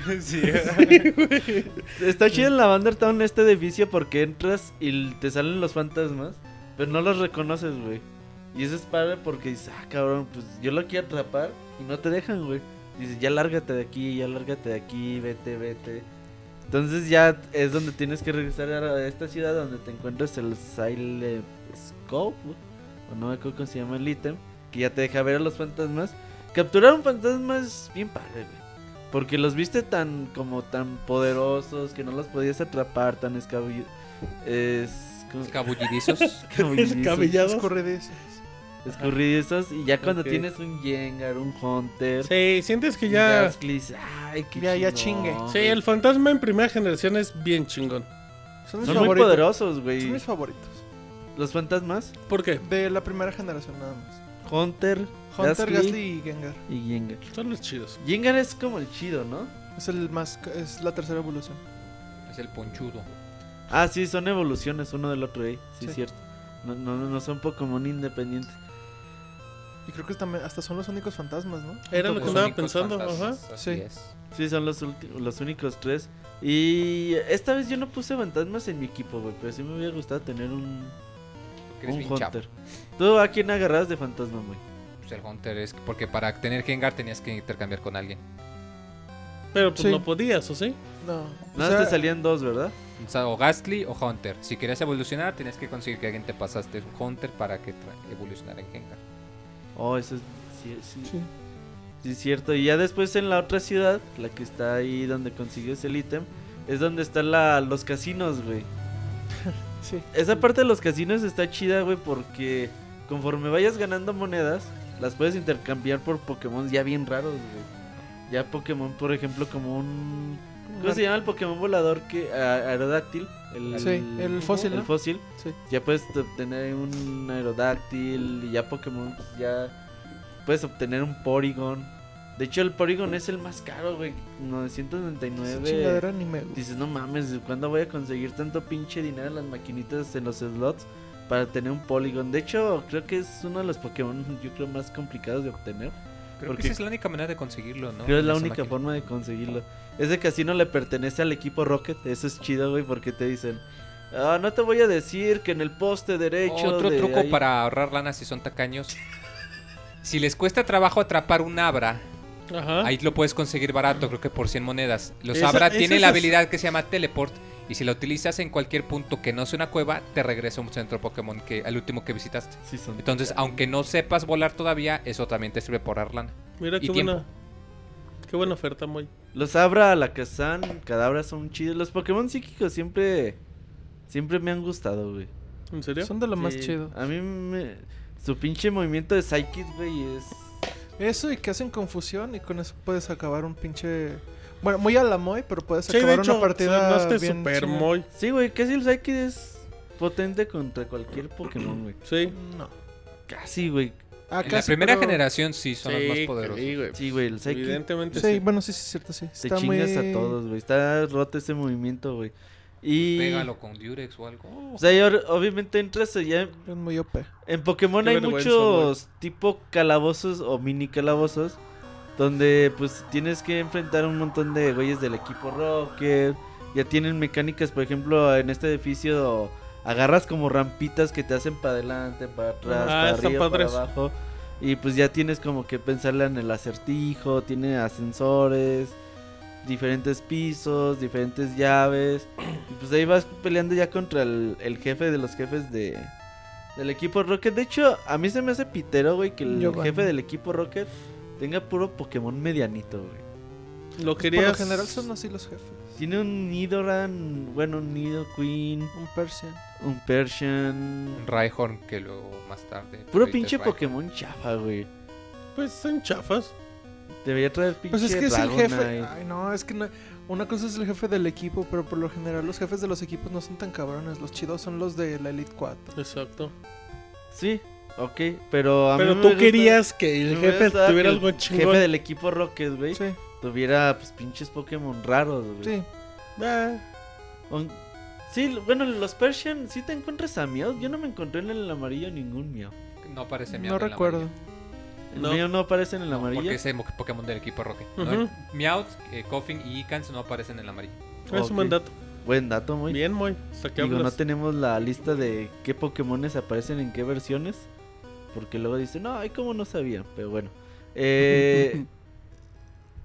[SPEAKER 4] Sí,
[SPEAKER 7] Está chido en Lavender Town este edificio porque entras y l- te salen los fantasmas, pero no los reconoces, güey. Y eso es padre porque dices, ah, cabrón, pues yo lo quiero atrapar y no te dejan, güey. Dices, ya lárgate de aquí, ya lárgate de aquí, vete, vete. Entonces ya es donde tienes que regresar a esta ciudad donde te encuentras el Silent Scope, o no me acuerdo cómo se llama el ítem, que ya te deja ver a los fantasmas. Capturar un fantasma es bien padre, güey. Porque los viste tan como tan poderosos que no los podías atrapar, tan escabullidos. Es ¿cómo-
[SPEAKER 3] Escabullidizos.
[SPEAKER 7] escabullizos,
[SPEAKER 4] Escabellados.
[SPEAKER 5] escurridizas.
[SPEAKER 7] escurridizos y ya cuando
[SPEAKER 4] Ok.
[SPEAKER 7] tienes un Jengar, un Hunter,
[SPEAKER 4] Sí, sientes que
[SPEAKER 7] un
[SPEAKER 4] ya...
[SPEAKER 7] Gascly, dices, ay, qué
[SPEAKER 5] Ya- ya
[SPEAKER 7] chingón,
[SPEAKER 5] chingue.
[SPEAKER 7] güey".
[SPEAKER 4] Sí, el fantasma en primera generación es bien chingón.
[SPEAKER 5] Son mis
[SPEAKER 7] son muy
[SPEAKER 5] favoritos.
[SPEAKER 7] poderosos,
[SPEAKER 5] Son
[SPEAKER 7] güey.
[SPEAKER 5] mis favoritos.
[SPEAKER 7] Los fantasmas,
[SPEAKER 4] ¿Por qué?
[SPEAKER 5] De la primera generación nada más.
[SPEAKER 7] Hunter,
[SPEAKER 5] Hunter,
[SPEAKER 7] Gascly
[SPEAKER 5] Gasly y Gengar.
[SPEAKER 7] y Jengar.
[SPEAKER 4] Son los chidos.
[SPEAKER 7] Jengar es como el chido, ¿no?
[SPEAKER 5] Es el más ca- es la tercera evolución.
[SPEAKER 3] es el ponchudo.
[SPEAKER 7] Ah, sí, son evoluciones uno del otro, eh. Sí,
[SPEAKER 5] Sí.
[SPEAKER 7] cierto. No, no, no son Pokémon independientes.
[SPEAKER 5] Y creo que también hasta son los únicos fantasmas, ¿no?
[SPEAKER 4] Era lo
[SPEAKER 3] Los
[SPEAKER 4] que andaba
[SPEAKER 3] únicos
[SPEAKER 4] pensando, ajá.
[SPEAKER 3] fantasmas, así
[SPEAKER 5] Sí.
[SPEAKER 3] es.
[SPEAKER 7] Sí, son los, ulti- los únicos tres. Y esta vez yo no puse fantasmas en mi equipo, güey. Pero sí me hubiera gustado tener un,
[SPEAKER 3] Porque eres
[SPEAKER 7] un
[SPEAKER 3] bien chavo.
[SPEAKER 7] Hunter. ¿Tú a quién agarras de fantasma, güey?
[SPEAKER 3] Pues el Hunter es porque para tener Gengar tenías que intercambiar con alguien.
[SPEAKER 4] Pero pues
[SPEAKER 5] Sí.
[SPEAKER 4] no podías, ¿o sí?
[SPEAKER 5] No.
[SPEAKER 7] Nada más te salían dos, ¿verdad?
[SPEAKER 3] O sea, O Gastly o Hunter. Si querías evolucionar, tenías que conseguir que alguien te pasaste un Hunter para que tra- evolucionara en Gengar.
[SPEAKER 7] Oh, eso es. Sí, sí.
[SPEAKER 5] Sí.
[SPEAKER 7] Sí, es cierto. Y ya después en la otra ciudad, la que está ahí donde consigues el ítem, es donde están la, los casinos, güey.
[SPEAKER 5] Sí.
[SPEAKER 7] Esa parte de los casinos está chida, güey, porque conforme vayas ganando monedas, las puedes intercambiar por Pokémon ya bien raros, güey. Ya Pokémon, por ejemplo, como un... ¿Cómo se llama el Pokémon volador que a- aerodáctil? El,
[SPEAKER 5] Sí, el fósil,
[SPEAKER 7] El
[SPEAKER 5] ¿no?
[SPEAKER 7] fósil.
[SPEAKER 5] Sí.
[SPEAKER 7] Ya puedes obtener un aerodáctil y ya Pokémon, pues, ya puedes obtener un Porygon. De hecho, el Porygon es el más caro, güey.
[SPEAKER 5] Esa
[SPEAKER 7] 999.
[SPEAKER 5] chingadera ni me gusta.
[SPEAKER 7] Dices, no mames, ¿cuándo voy a conseguir tanto pinche dinero en las maquinitas, en los slots, para tener un Polygon? De hecho, creo que es uno de los Pokémon, yo creo, más complicados de obtener.
[SPEAKER 3] Creo
[SPEAKER 7] Porque-
[SPEAKER 3] que esa es la única manera de conseguirlo, ¿no?
[SPEAKER 7] creo es la
[SPEAKER 3] Esa
[SPEAKER 7] única
[SPEAKER 3] máquina.
[SPEAKER 7] forma de conseguirlo. Ese casino le pertenece al equipo Rocket, eso es chido, güey, porque te dicen, ah, no te voy a decir que en el poste derecho...
[SPEAKER 3] Otro
[SPEAKER 7] de
[SPEAKER 3] truco
[SPEAKER 7] ahí-".
[SPEAKER 3] para ahorrar lana si son tacaños. Si les cuesta trabajo atrapar un Abra,
[SPEAKER 4] Ajá.
[SPEAKER 3] ahí lo puedes conseguir barato, creo que por 100 monedas. Los
[SPEAKER 4] Esa-
[SPEAKER 3] Abra
[SPEAKER 4] esa
[SPEAKER 3] tienen
[SPEAKER 4] es-
[SPEAKER 3] la habilidad que se llama Teleport Y si la utilizas en cualquier punto que no sea una cueva, te regresa un centro Pokémon que al último que visitaste.
[SPEAKER 4] Sí, son.
[SPEAKER 3] Entonces, aunque no sepas volar todavía, eso también te sirve por Arlan.
[SPEAKER 4] Mira
[SPEAKER 3] y
[SPEAKER 4] qué
[SPEAKER 3] tiempo.
[SPEAKER 4] buena. Qué buena oferta, muy.
[SPEAKER 7] Los Abra, Alakazam, Cadabra son chidos. Los Pokémon psíquicos siempre. Siempre me han gustado, güey.
[SPEAKER 4] ¿En serio?
[SPEAKER 5] Son de lo más
[SPEAKER 7] Sí,
[SPEAKER 5] chido.
[SPEAKER 7] A mí me. Su pinche movimiento de Psychic, güey, es.
[SPEAKER 5] Eso y que hacen confusión y con eso puedes acabar un pinche... Bueno, muy a la Moy, pero puedes
[SPEAKER 4] Sí, de
[SPEAKER 5] acabar
[SPEAKER 4] hecho,
[SPEAKER 5] una partida
[SPEAKER 4] sonaste
[SPEAKER 5] bien
[SPEAKER 4] super
[SPEAKER 5] chingona. Pues,
[SPEAKER 4] muy.
[SPEAKER 7] Sí, güey, casi el Psychic es potente contra cualquier Pokémon, güey.
[SPEAKER 4] Sí.
[SPEAKER 5] No.
[SPEAKER 7] Casi, güey.
[SPEAKER 5] Ah,
[SPEAKER 3] En la
[SPEAKER 5] casi,
[SPEAKER 3] primera
[SPEAKER 5] pero-
[SPEAKER 3] generación sí son los más
[SPEAKER 4] Sí,
[SPEAKER 3] poderosos.
[SPEAKER 4] sí, güey.
[SPEAKER 7] Sí, güey, el Psychic.
[SPEAKER 4] Evidentemente
[SPEAKER 5] Sí,
[SPEAKER 4] sí.
[SPEAKER 5] bueno, sí, sí, cierto, sí.
[SPEAKER 7] Te
[SPEAKER 5] Está muy-
[SPEAKER 7] chingas a todos, güey. Está roto ese movimiento, güey. Y.
[SPEAKER 3] Pues Pégalo con Durex o algo.
[SPEAKER 7] O sea, y or- obviamente entras allá. en-
[SPEAKER 5] Es muy OP.
[SPEAKER 7] En Pokémon
[SPEAKER 4] Qué
[SPEAKER 7] hay
[SPEAKER 4] vergüenza,
[SPEAKER 7] muchos tipo calabozos o mini calabozos. Donde pues tienes que enfrentar un montón de güeyes del equipo Rocket. Ya tienen mecánicas, por ejemplo, en este edificio agarras como rampitas que te hacen para adelante, para atrás,
[SPEAKER 4] Ah,
[SPEAKER 7] para
[SPEAKER 4] están
[SPEAKER 7] arriba, para
[SPEAKER 4] padres.
[SPEAKER 7] abajo. Y pues ya tienes como que pensarla en el acertijo, tiene ascensores, diferentes pisos, diferentes llaves. Y pues ahí vas peleando ya contra el, el jefe de los jefes de, del equipo Rocket. De hecho, a mí se me hace pitero, güey, que el
[SPEAKER 5] Giovanni.
[SPEAKER 7] jefe del equipo Rocket tenga puro Pokémon medianito, güey.
[SPEAKER 4] Lo
[SPEAKER 5] Por lo
[SPEAKER 4] querías.
[SPEAKER 5] general son así los jefes.
[SPEAKER 7] Tiene un Nidoran, bueno, un Nidoqueen,
[SPEAKER 5] Un Persian.
[SPEAKER 7] un Persian.
[SPEAKER 3] Raihorn, que luego más tarde.
[SPEAKER 7] Puro
[SPEAKER 3] Twitter,
[SPEAKER 7] pinche
[SPEAKER 3] Raihorn.
[SPEAKER 7] Pokémon chafa, güey.
[SPEAKER 4] Pues son chafas.
[SPEAKER 7] Debería traer pinche
[SPEAKER 5] Pues es que es el
[SPEAKER 7] Dragonite.
[SPEAKER 5] jefe. Ay, no, es que no- una cosa es el jefe del equipo, pero por lo general los jefes de los equipos no son tan cabrones. Los chidos son los de la Elite 4.
[SPEAKER 4] Exacto.
[SPEAKER 7] Sí, ok, pero a mí
[SPEAKER 4] Pero
[SPEAKER 7] me
[SPEAKER 4] tú
[SPEAKER 7] gusta-
[SPEAKER 4] querías que
[SPEAKER 7] me
[SPEAKER 4] el jefe
[SPEAKER 7] gustaba que
[SPEAKER 4] tuviera
[SPEAKER 7] el
[SPEAKER 4] algo chingón.
[SPEAKER 7] Jefe del equipo Rocket, güey.
[SPEAKER 5] Sí,
[SPEAKER 7] Tuviera pues pinches Pokémon raros, güey.
[SPEAKER 5] sí.
[SPEAKER 4] Ah,
[SPEAKER 7] Un- Sí, bueno, los Persian sí te encuentras a Meow. Yo no me encontré en el amarillo ningún Meow.
[SPEAKER 3] No parece mi
[SPEAKER 5] No recuerdo.
[SPEAKER 7] El
[SPEAKER 4] No.
[SPEAKER 7] Meow no aparece en el amarillo.
[SPEAKER 3] Porque es el mo- Pokémon del equipo Rocket. ¿no?
[SPEAKER 4] Ujú.
[SPEAKER 3] Meowth, eh, Koffing y Icans no aparecen en el amarillo.
[SPEAKER 4] Es
[SPEAKER 7] Ok.
[SPEAKER 4] un mandato.
[SPEAKER 7] Buen dato, muy bien.
[SPEAKER 4] Bien, muy. Hasta que
[SPEAKER 7] Digo, no
[SPEAKER 4] hablas.
[SPEAKER 7] tenemos la lista de qué Pokémones aparecen en qué versiones. Porque luego dicen, no, ay, cómo no sabía. Pero bueno. Eh,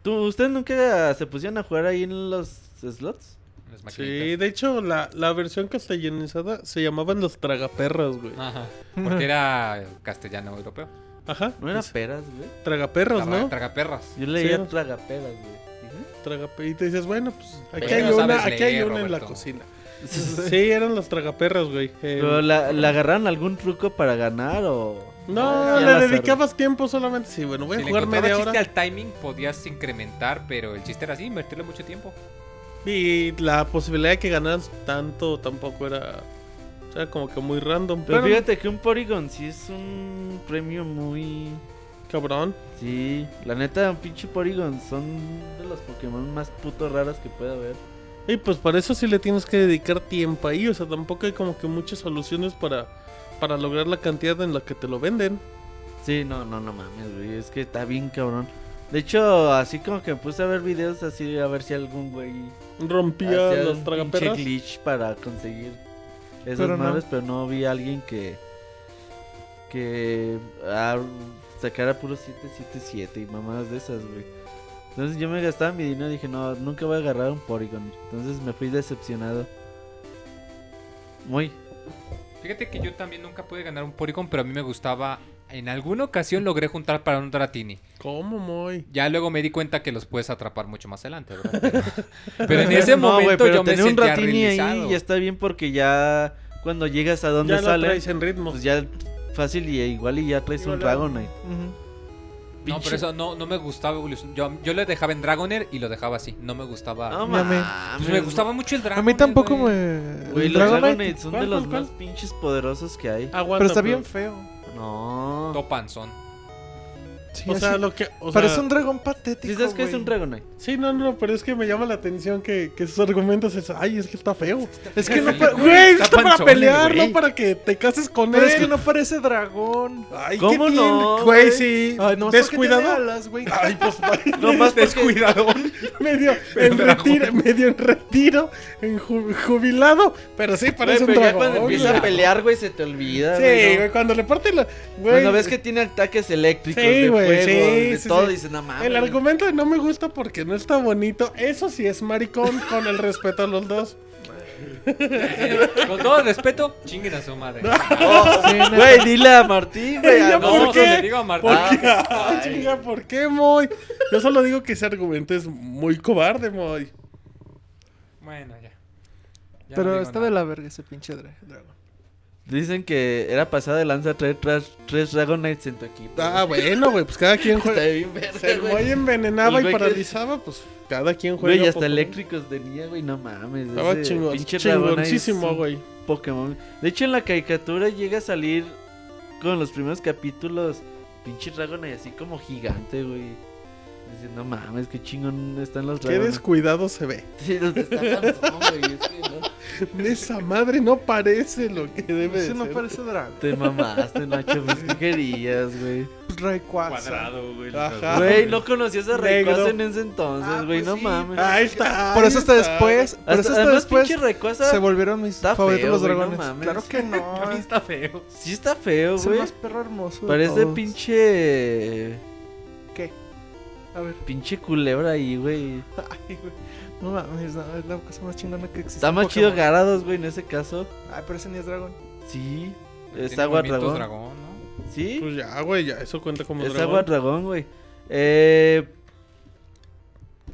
[SPEAKER 7] ¿tú, ¿Ustedes nunca se pusieron a jugar ahí en los slots?
[SPEAKER 3] en las
[SPEAKER 4] Sí,
[SPEAKER 3] maquinitas.
[SPEAKER 4] de hecho, la, la versión castellanizada se llamaban los tragaperras, güey.
[SPEAKER 3] Ajá. Porque era castellano europeo.
[SPEAKER 4] Ajá.
[SPEAKER 7] No eran
[SPEAKER 4] pues,
[SPEAKER 7] peras, güey.
[SPEAKER 4] tragaperras,
[SPEAKER 3] Traga-
[SPEAKER 4] ¿no?
[SPEAKER 3] Tragaperras.
[SPEAKER 7] Yo leía
[SPEAKER 4] no.
[SPEAKER 7] tragaperas, güey. Dije,
[SPEAKER 4] Tragape- Y te dices, bueno, pues aquí
[SPEAKER 3] Pero
[SPEAKER 4] hay
[SPEAKER 3] no sabes
[SPEAKER 4] una, aquí hay
[SPEAKER 3] leer,
[SPEAKER 4] una en la
[SPEAKER 3] Roberto.
[SPEAKER 4] cocina. Sí, eran los tragaperras, güey. Eh,
[SPEAKER 7] ¿Pero la, la agarraron algún truco para ganar o...? Ah,
[SPEAKER 4] no,
[SPEAKER 7] Sí, al
[SPEAKER 4] le
[SPEAKER 7] azar.
[SPEAKER 4] dedicabas tiempo solamente. Sí, bueno, voy a
[SPEAKER 3] Si le
[SPEAKER 4] jugar
[SPEAKER 3] encontraba
[SPEAKER 4] media
[SPEAKER 3] chiste
[SPEAKER 4] hora.
[SPEAKER 3] al timing, podías incrementar, pero el chiste era así, invertirle mucho tiempo.
[SPEAKER 4] Y la posibilidad de que ganaras tanto tampoco era. Era como que muy random.
[SPEAKER 7] Pero
[SPEAKER 4] Pero,
[SPEAKER 7] fíjate que un Porygon sí es un premio muy...
[SPEAKER 4] cabrón.
[SPEAKER 7] Sí, la neta, un pinche Porygon son de los Pokémon más putos raros que puede haber.
[SPEAKER 4] Y pues para eso sí le tienes que dedicar tiempo ahí. O sea, tampoco hay como que muchas soluciones para, para lograr la cantidad en la que te lo venden.
[SPEAKER 7] Sí, no, no, no mames, güey, es que está bien cabrón. De hecho, así como que me puse a ver videos así a ver si algún güey
[SPEAKER 4] Rompía
[SPEAKER 7] hacía
[SPEAKER 4] los
[SPEAKER 7] un pinche
[SPEAKER 4] tragaperras.
[SPEAKER 7] glitch para conseguir esas
[SPEAKER 5] Pero no.
[SPEAKER 7] madres, pero no vi a alguien que que ah, sacara puro 777 y mamadas de esas, güey. Entonces yo me gastaba mi dinero y dije, no, nunca voy a agarrar un Porygon. Entonces me fui decepcionado. Muy.
[SPEAKER 3] Fíjate que yo también nunca pude ganar un Porygon, pero a mí me gustaba. En alguna ocasión logré juntar para un Dratini.
[SPEAKER 4] ¿Cómo, Moy?
[SPEAKER 3] Ya luego me di cuenta que los puedes atrapar mucho más adelante, ¿verdad? Pero, pero en ese
[SPEAKER 7] No, güey,
[SPEAKER 3] momento
[SPEAKER 7] pero
[SPEAKER 3] yo me
[SPEAKER 7] tener un
[SPEAKER 3] sentía
[SPEAKER 7] ratini
[SPEAKER 3] realizado.
[SPEAKER 7] ahí ya está bien porque ya cuando llegas a donde
[SPEAKER 4] Ya no
[SPEAKER 7] sale,
[SPEAKER 4] traes en ritmo.
[SPEAKER 7] pues ya fácil y igual y ya traes un
[SPEAKER 4] Igual,
[SPEAKER 7] Dragonite.
[SPEAKER 5] Ujú.
[SPEAKER 3] No, pero eso no, no me gustaba evolucionar. Yo, yo le dejaba en Dragonair y lo dejaba así. No me gustaba.
[SPEAKER 7] No
[SPEAKER 5] Ya me-
[SPEAKER 7] mames,
[SPEAKER 3] Pues me gustaba mucho el
[SPEAKER 5] A
[SPEAKER 3] Dragonair.
[SPEAKER 5] mí tampoco
[SPEAKER 3] güey.
[SPEAKER 5] me.
[SPEAKER 7] Güey,
[SPEAKER 5] el
[SPEAKER 7] los
[SPEAKER 5] Dragonite,
[SPEAKER 7] Dragonite son de
[SPEAKER 4] ¿Cuál,
[SPEAKER 7] los
[SPEAKER 4] cuál, cuál?
[SPEAKER 7] más pinches poderosos que hay.
[SPEAKER 4] Aguanta,
[SPEAKER 5] Pero está bien feo.
[SPEAKER 7] No.
[SPEAKER 3] Todo panzón.
[SPEAKER 5] Sí,
[SPEAKER 4] O sea,
[SPEAKER 5] así-
[SPEAKER 4] lo que. O
[SPEAKER 5] Parece
[SPEAKER 4] sea,
[SPEAKER 5] un dragón patético.
[SPEAKER 7] ¿Sí sabes qué es
[SPEAKER 5] güey.
[SPEAKER 7] un Dragonite?
[SPEAKER 4] Sí, no, no, pero es que me llama la atención que, que sus argumentos es. Ay, es que está feo.
[SPEAKER 5] Es que no,
[SPEAKER 3] Sí,
[SPEAKER 5] pa-
[SPEAKER 3] güey.
[SPEAKER 4] Güey,
[SPEAKER 3] está
[SPEAKER 4] está, para
[SPEAKER 3] panzón el
[SPEAKER 4] pelear,
[SPEAKER 3] güey.
[SPEAKER 4] no para que te cases con
[SPEAKER 5] pero
[SPEAKER 4] él.
[SPEAKER 5] es que no parece dragón.
[SPEAKER 4] Ay, ¿qué
[SPEAKER 7] ¿Cómo
[SPEAKER 4] tiene?
[SPEAKER 7] no,
[SPEAKER 4] Güey,
[SPEAKER 7] güey?
[SPEAKER 4] sí.
[SPEAKER 5] Ay, no,
[SPEAKER 4] Descuidado.
[SPEAKER 5] Alas, güey.
[SPEAKER 4] Ay, pues
[SPEAKER 7] No más descuidado.
[SPEAKER 4] medio, en retiro, medio en retiro, en ju- jubilado, pero sí parece un dragón.
[SPEAKER 7] cuando empieza
[SPEAKER 4] güey.
[SPEAKER 7] a pelear, güey, se te olvida.
[SPEAKER 4] Sí,
[SPEAKER 7] ¿no?
[SPEAKER 4] güey, cuando le parte la. Güey,
[SPEAKER 7] Cuando ves que tiene ataques eléctricos,
[SPEAKER 4] Sí,
[SPEAKER 7] de
[SPEAKER 4] güey,
[SPEAKER 7] fuego,
[SPEAKER 4] sí,
[SPEAKER 7] de
[SPEAKER 4] sí,
[SPEAKER 7] todo,
[SPEAKER 4] sí.
[SPEAKER 7] dices, no mames.
[SPEAKER 4] El argumento de no me gusta porque no está bonito, eso sí es maricón con el respeto a los dos.
[SPEAKER 3] Con todo respeto, chinguen a su madre. Oh,
[SPEAKER 7] Güey, dile a Martín, güey.
[SPEAKER 4] Ya,
[SPEAKER 7] a
[SPEAKER 3] no,
[SPEAKER 4] ¿por
[SPEAKER 3] no,
[SPEAKER 7] nosotros.
[SPEAKER 4] qué?
[SPEAKER 3] le digo a Martín.
[SPEAKER 4] ¿Por qué? Ah,
[SPEAKER 7] Ay.
[SPEAKER 4] Chinga, ¿por qué, Moy? Yo solo digo que ese argumento es muy cobarde, Moy.
[SPEAKER 3] Bueno, ya. Ya no
[SPEAKER 5] Pero
[SPEAKER 3] digo
[SPEAKER 5] está
[SPEAKER 3] nada.
[SPEAKER 5] de la verga ese pinche dra- dragón.
[SPEAKER 7] Dicen que era pasada de lanza traer tras- tres Dragonites en tu equipo.
[SPEAKER 4] Ah, bueno, güey, pues cada quien
[SPEAKER 7] Está
[SPEAKER 4] juega.
[SPEAKER 7] bien verga,
[SPEAKER 4] Si el
[SPEAKER 7] güey.
[SPEAKER 4] Moy envenenaba y
[SPEAKER 7] El güey que-
[SPEAKER 4] paralizaba, pues cada quien juega.
[SPEAKER 7] Güey, y hasta
[SPEAKER 4] Pokémon.
[SPEAKER 7] eléctricos tenía, güey, no mames.
[SPEAKER 4] Estaba
[SPEAKER 7] ese
[SPEAKER 4] chingón,
[SPEAKER 7] pinche Dragonite es
[SPEAKER 4] chingoncísimo,
[SPEAKER 7] un
[SPEAKER 4] güey.
[SPEAKER 7] Pokémon. De hecho, en la caricatura llega a salir con los primeros capítulos pinche Dragonite así como gigante, güey. Dice, no mames, qué chingón están los
[SPEAKER 4] Qué
[SPEAKER 7] Dragonite.
[SPEAKER 4] descuidado se ve.
[SPEAKER 7] Sí, los destapan, güey. es que no.
[SPEAKER 4] Esa madre no parece lo que debe de
[SPEAKER 5] Ese no
[SPEAKER 4] ser.
[SPEAKER 5] parece dragón.
[SPEAKER 7] Te mamaste, Nacho, pues qué querías, güey.
[SPEAKER 5] Pues, Rayquaza.
[SPEAKER 11] Cuadrado, güey.
[SPEAKER 4] Ajá.
[SPEAKER 7] Güey, no conocías a Rayquaza
[SPEAKER 4] Negro.
[SPEAKER 7] en ese entonces,
[SPEAKER 5] Ah,
[SPEAKER 7] güey,
[SPEAKER 5] pues
[SPEAKER 7] no
[SPEAKER 5] sí.
[SPEAKER 7] mames.
[SPEAKER 4] Ahí está.
[SPEAKER 5] Por
[SPEAKER 4] ahí
[SPEAKER 5] eso hasta
[SPEAKER 4] está.
[SPEAKER 5] después, por eso
[SPEAKER 7] Hasta,
[SPEAKER 5] hasta
[SPEAKER 7] además,
[SPEAKER 5] después
[SPEAKER 7] pinche Rayquaza
[SPEAKER 5] se volvieron mis
[SPEAKER 7] está
[SPEAKER 5] favoritos
[SPEAKER 7] feo,
[SPEAKER 5] los
[SPEAKER 7] güey, no
[SPEAKER 5] dragones.
[SPEAKER 7] mames.
[SPEAKER 5] claro que no.
[SPEAKER 11] También está feo.
[SPEAKER 7] sí está feo,
[SPEAKER 5] es el
[SPEAKER 7] güey.
[SPEAKER 5] más perro hermoso. de
[SPEAKER 7] Parece
[SPEAKER 5] todos.
[SPEAKER 7] pinche...
[SPEAKER 5] ¿Qué? A ver,
[SPEAKER 7] Pinche culebra ahí, güey.
[SPEAKER 5] ay, güey. No mames, no, es la cosa más chingona que existe.
[SPEAKER 7] Está
[SPEAKER 5] en
[SPEAKER 7] más chido
[SPEAKER 5] Pokémon.
[SPEAKER 7] Garados, güey, en ese caso.
[SPEAKER 5] Ay, pero ese ni es dragón.
[SPEAKER 7] Sí.
[SPEAKER 3] Tiene
[SPEAKER 7] Es agua
[SPEAKER 3] movimientos
[SPEAKER 7] dragón.
[SPEAKER 3] dragón, ¿no?
[SPEAKER 7] Sí.
[SPEAKER 4] Pues ya, güey, ya, eso cuenta como
[SPEAKER 7] Es
[SPEAKER 4] dragón.
[SPEAKER 7] agua dragón, güey. Eh...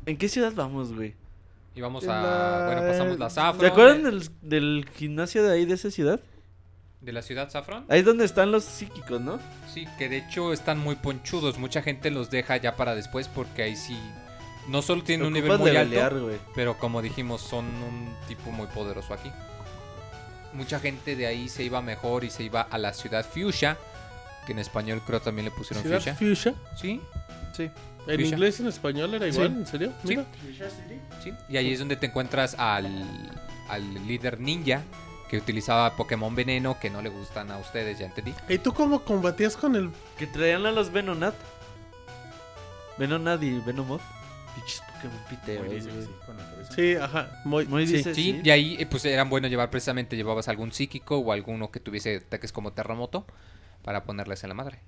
[SPEAKER 7] ¿En qué ciudad vamos, güey?
[SPEAKER 3] Y vamos
[SPEAKER 5] En
[SPEAKER 3] a.
[SPEAKER 5] la-
[SPEAKER 3] Bueno, pasamos la Saffron.
[SPEAKER 7] ¿Se acuerdan
[SPEAKER 3] de,
[SPEAKER 7] del, del gimnasio de ahí, de esa ciudad?
[SPEAKER 3] de la ciudad Saffron?
[SPEAKER 7] Ahí es donde están los psíquicos, ¿no?
[SPEAKER 3] Sí, que de hecho están muy ponchudos. Mucha gente los deja ya para después porque ahí sí. No solo tienen un nivel
[SPEAKER 7] Ocupas
[SPEAKER 3] muy
[SPEAKER 7] levelear,
[SPEAKER 3] alto,
[SPEAKER 7] güey.
[SPEAKER 3] pero como dijimos, son un tipo muy poderoso aquí. Mucha gente de ahí se iba mejor y se iba a la ciudad Fuchsia. Que en español creo también le pusieron
[SPEAKER 4] ¿Ciudad
[SPEAKER 3] Fuchsia.
[SPEAKER 4] Fuchsia?
[SPEAKER 3] Sí,
[SPEAKER 4] ¿En
[SPEAKER 3] Fuchsia.
[SPEAKER 4] inglés y en español era igual?
[SPEAKER 5] Sí.
[SPEAKER 4] ¿En serio?
[SPEAKER 3] Sí.
[SPEAKER 4] Mira.
[SPEAKER 3] sí. Y ahí es donde te encuentras al, al líder ninja que utilizaba Pokémon veneno que no le gustan a ustedes, ya entendí.
[SPEAKER 4] ¿Y tú cómo combatías con el
[SPEAKER 7] Que traían a los Venonat. Venonat y Venomoth. Pinches Pokémon piteros, güey.
[SPEAKER 4] Sí, ajá. Muy,
[SPEAKER 7] Muy
[SPEAKER 4] sí.
[SPEAKER 7] dice,
[SPEAKER 3] Sí,
[SPEAKER 7] sí.
[SPEAKER 3] y ahí eh, pues eran buenos llevar precisamente, llevabas algún psíquico o alguno que tuviese ataques como terremoto para ponerles en la madre.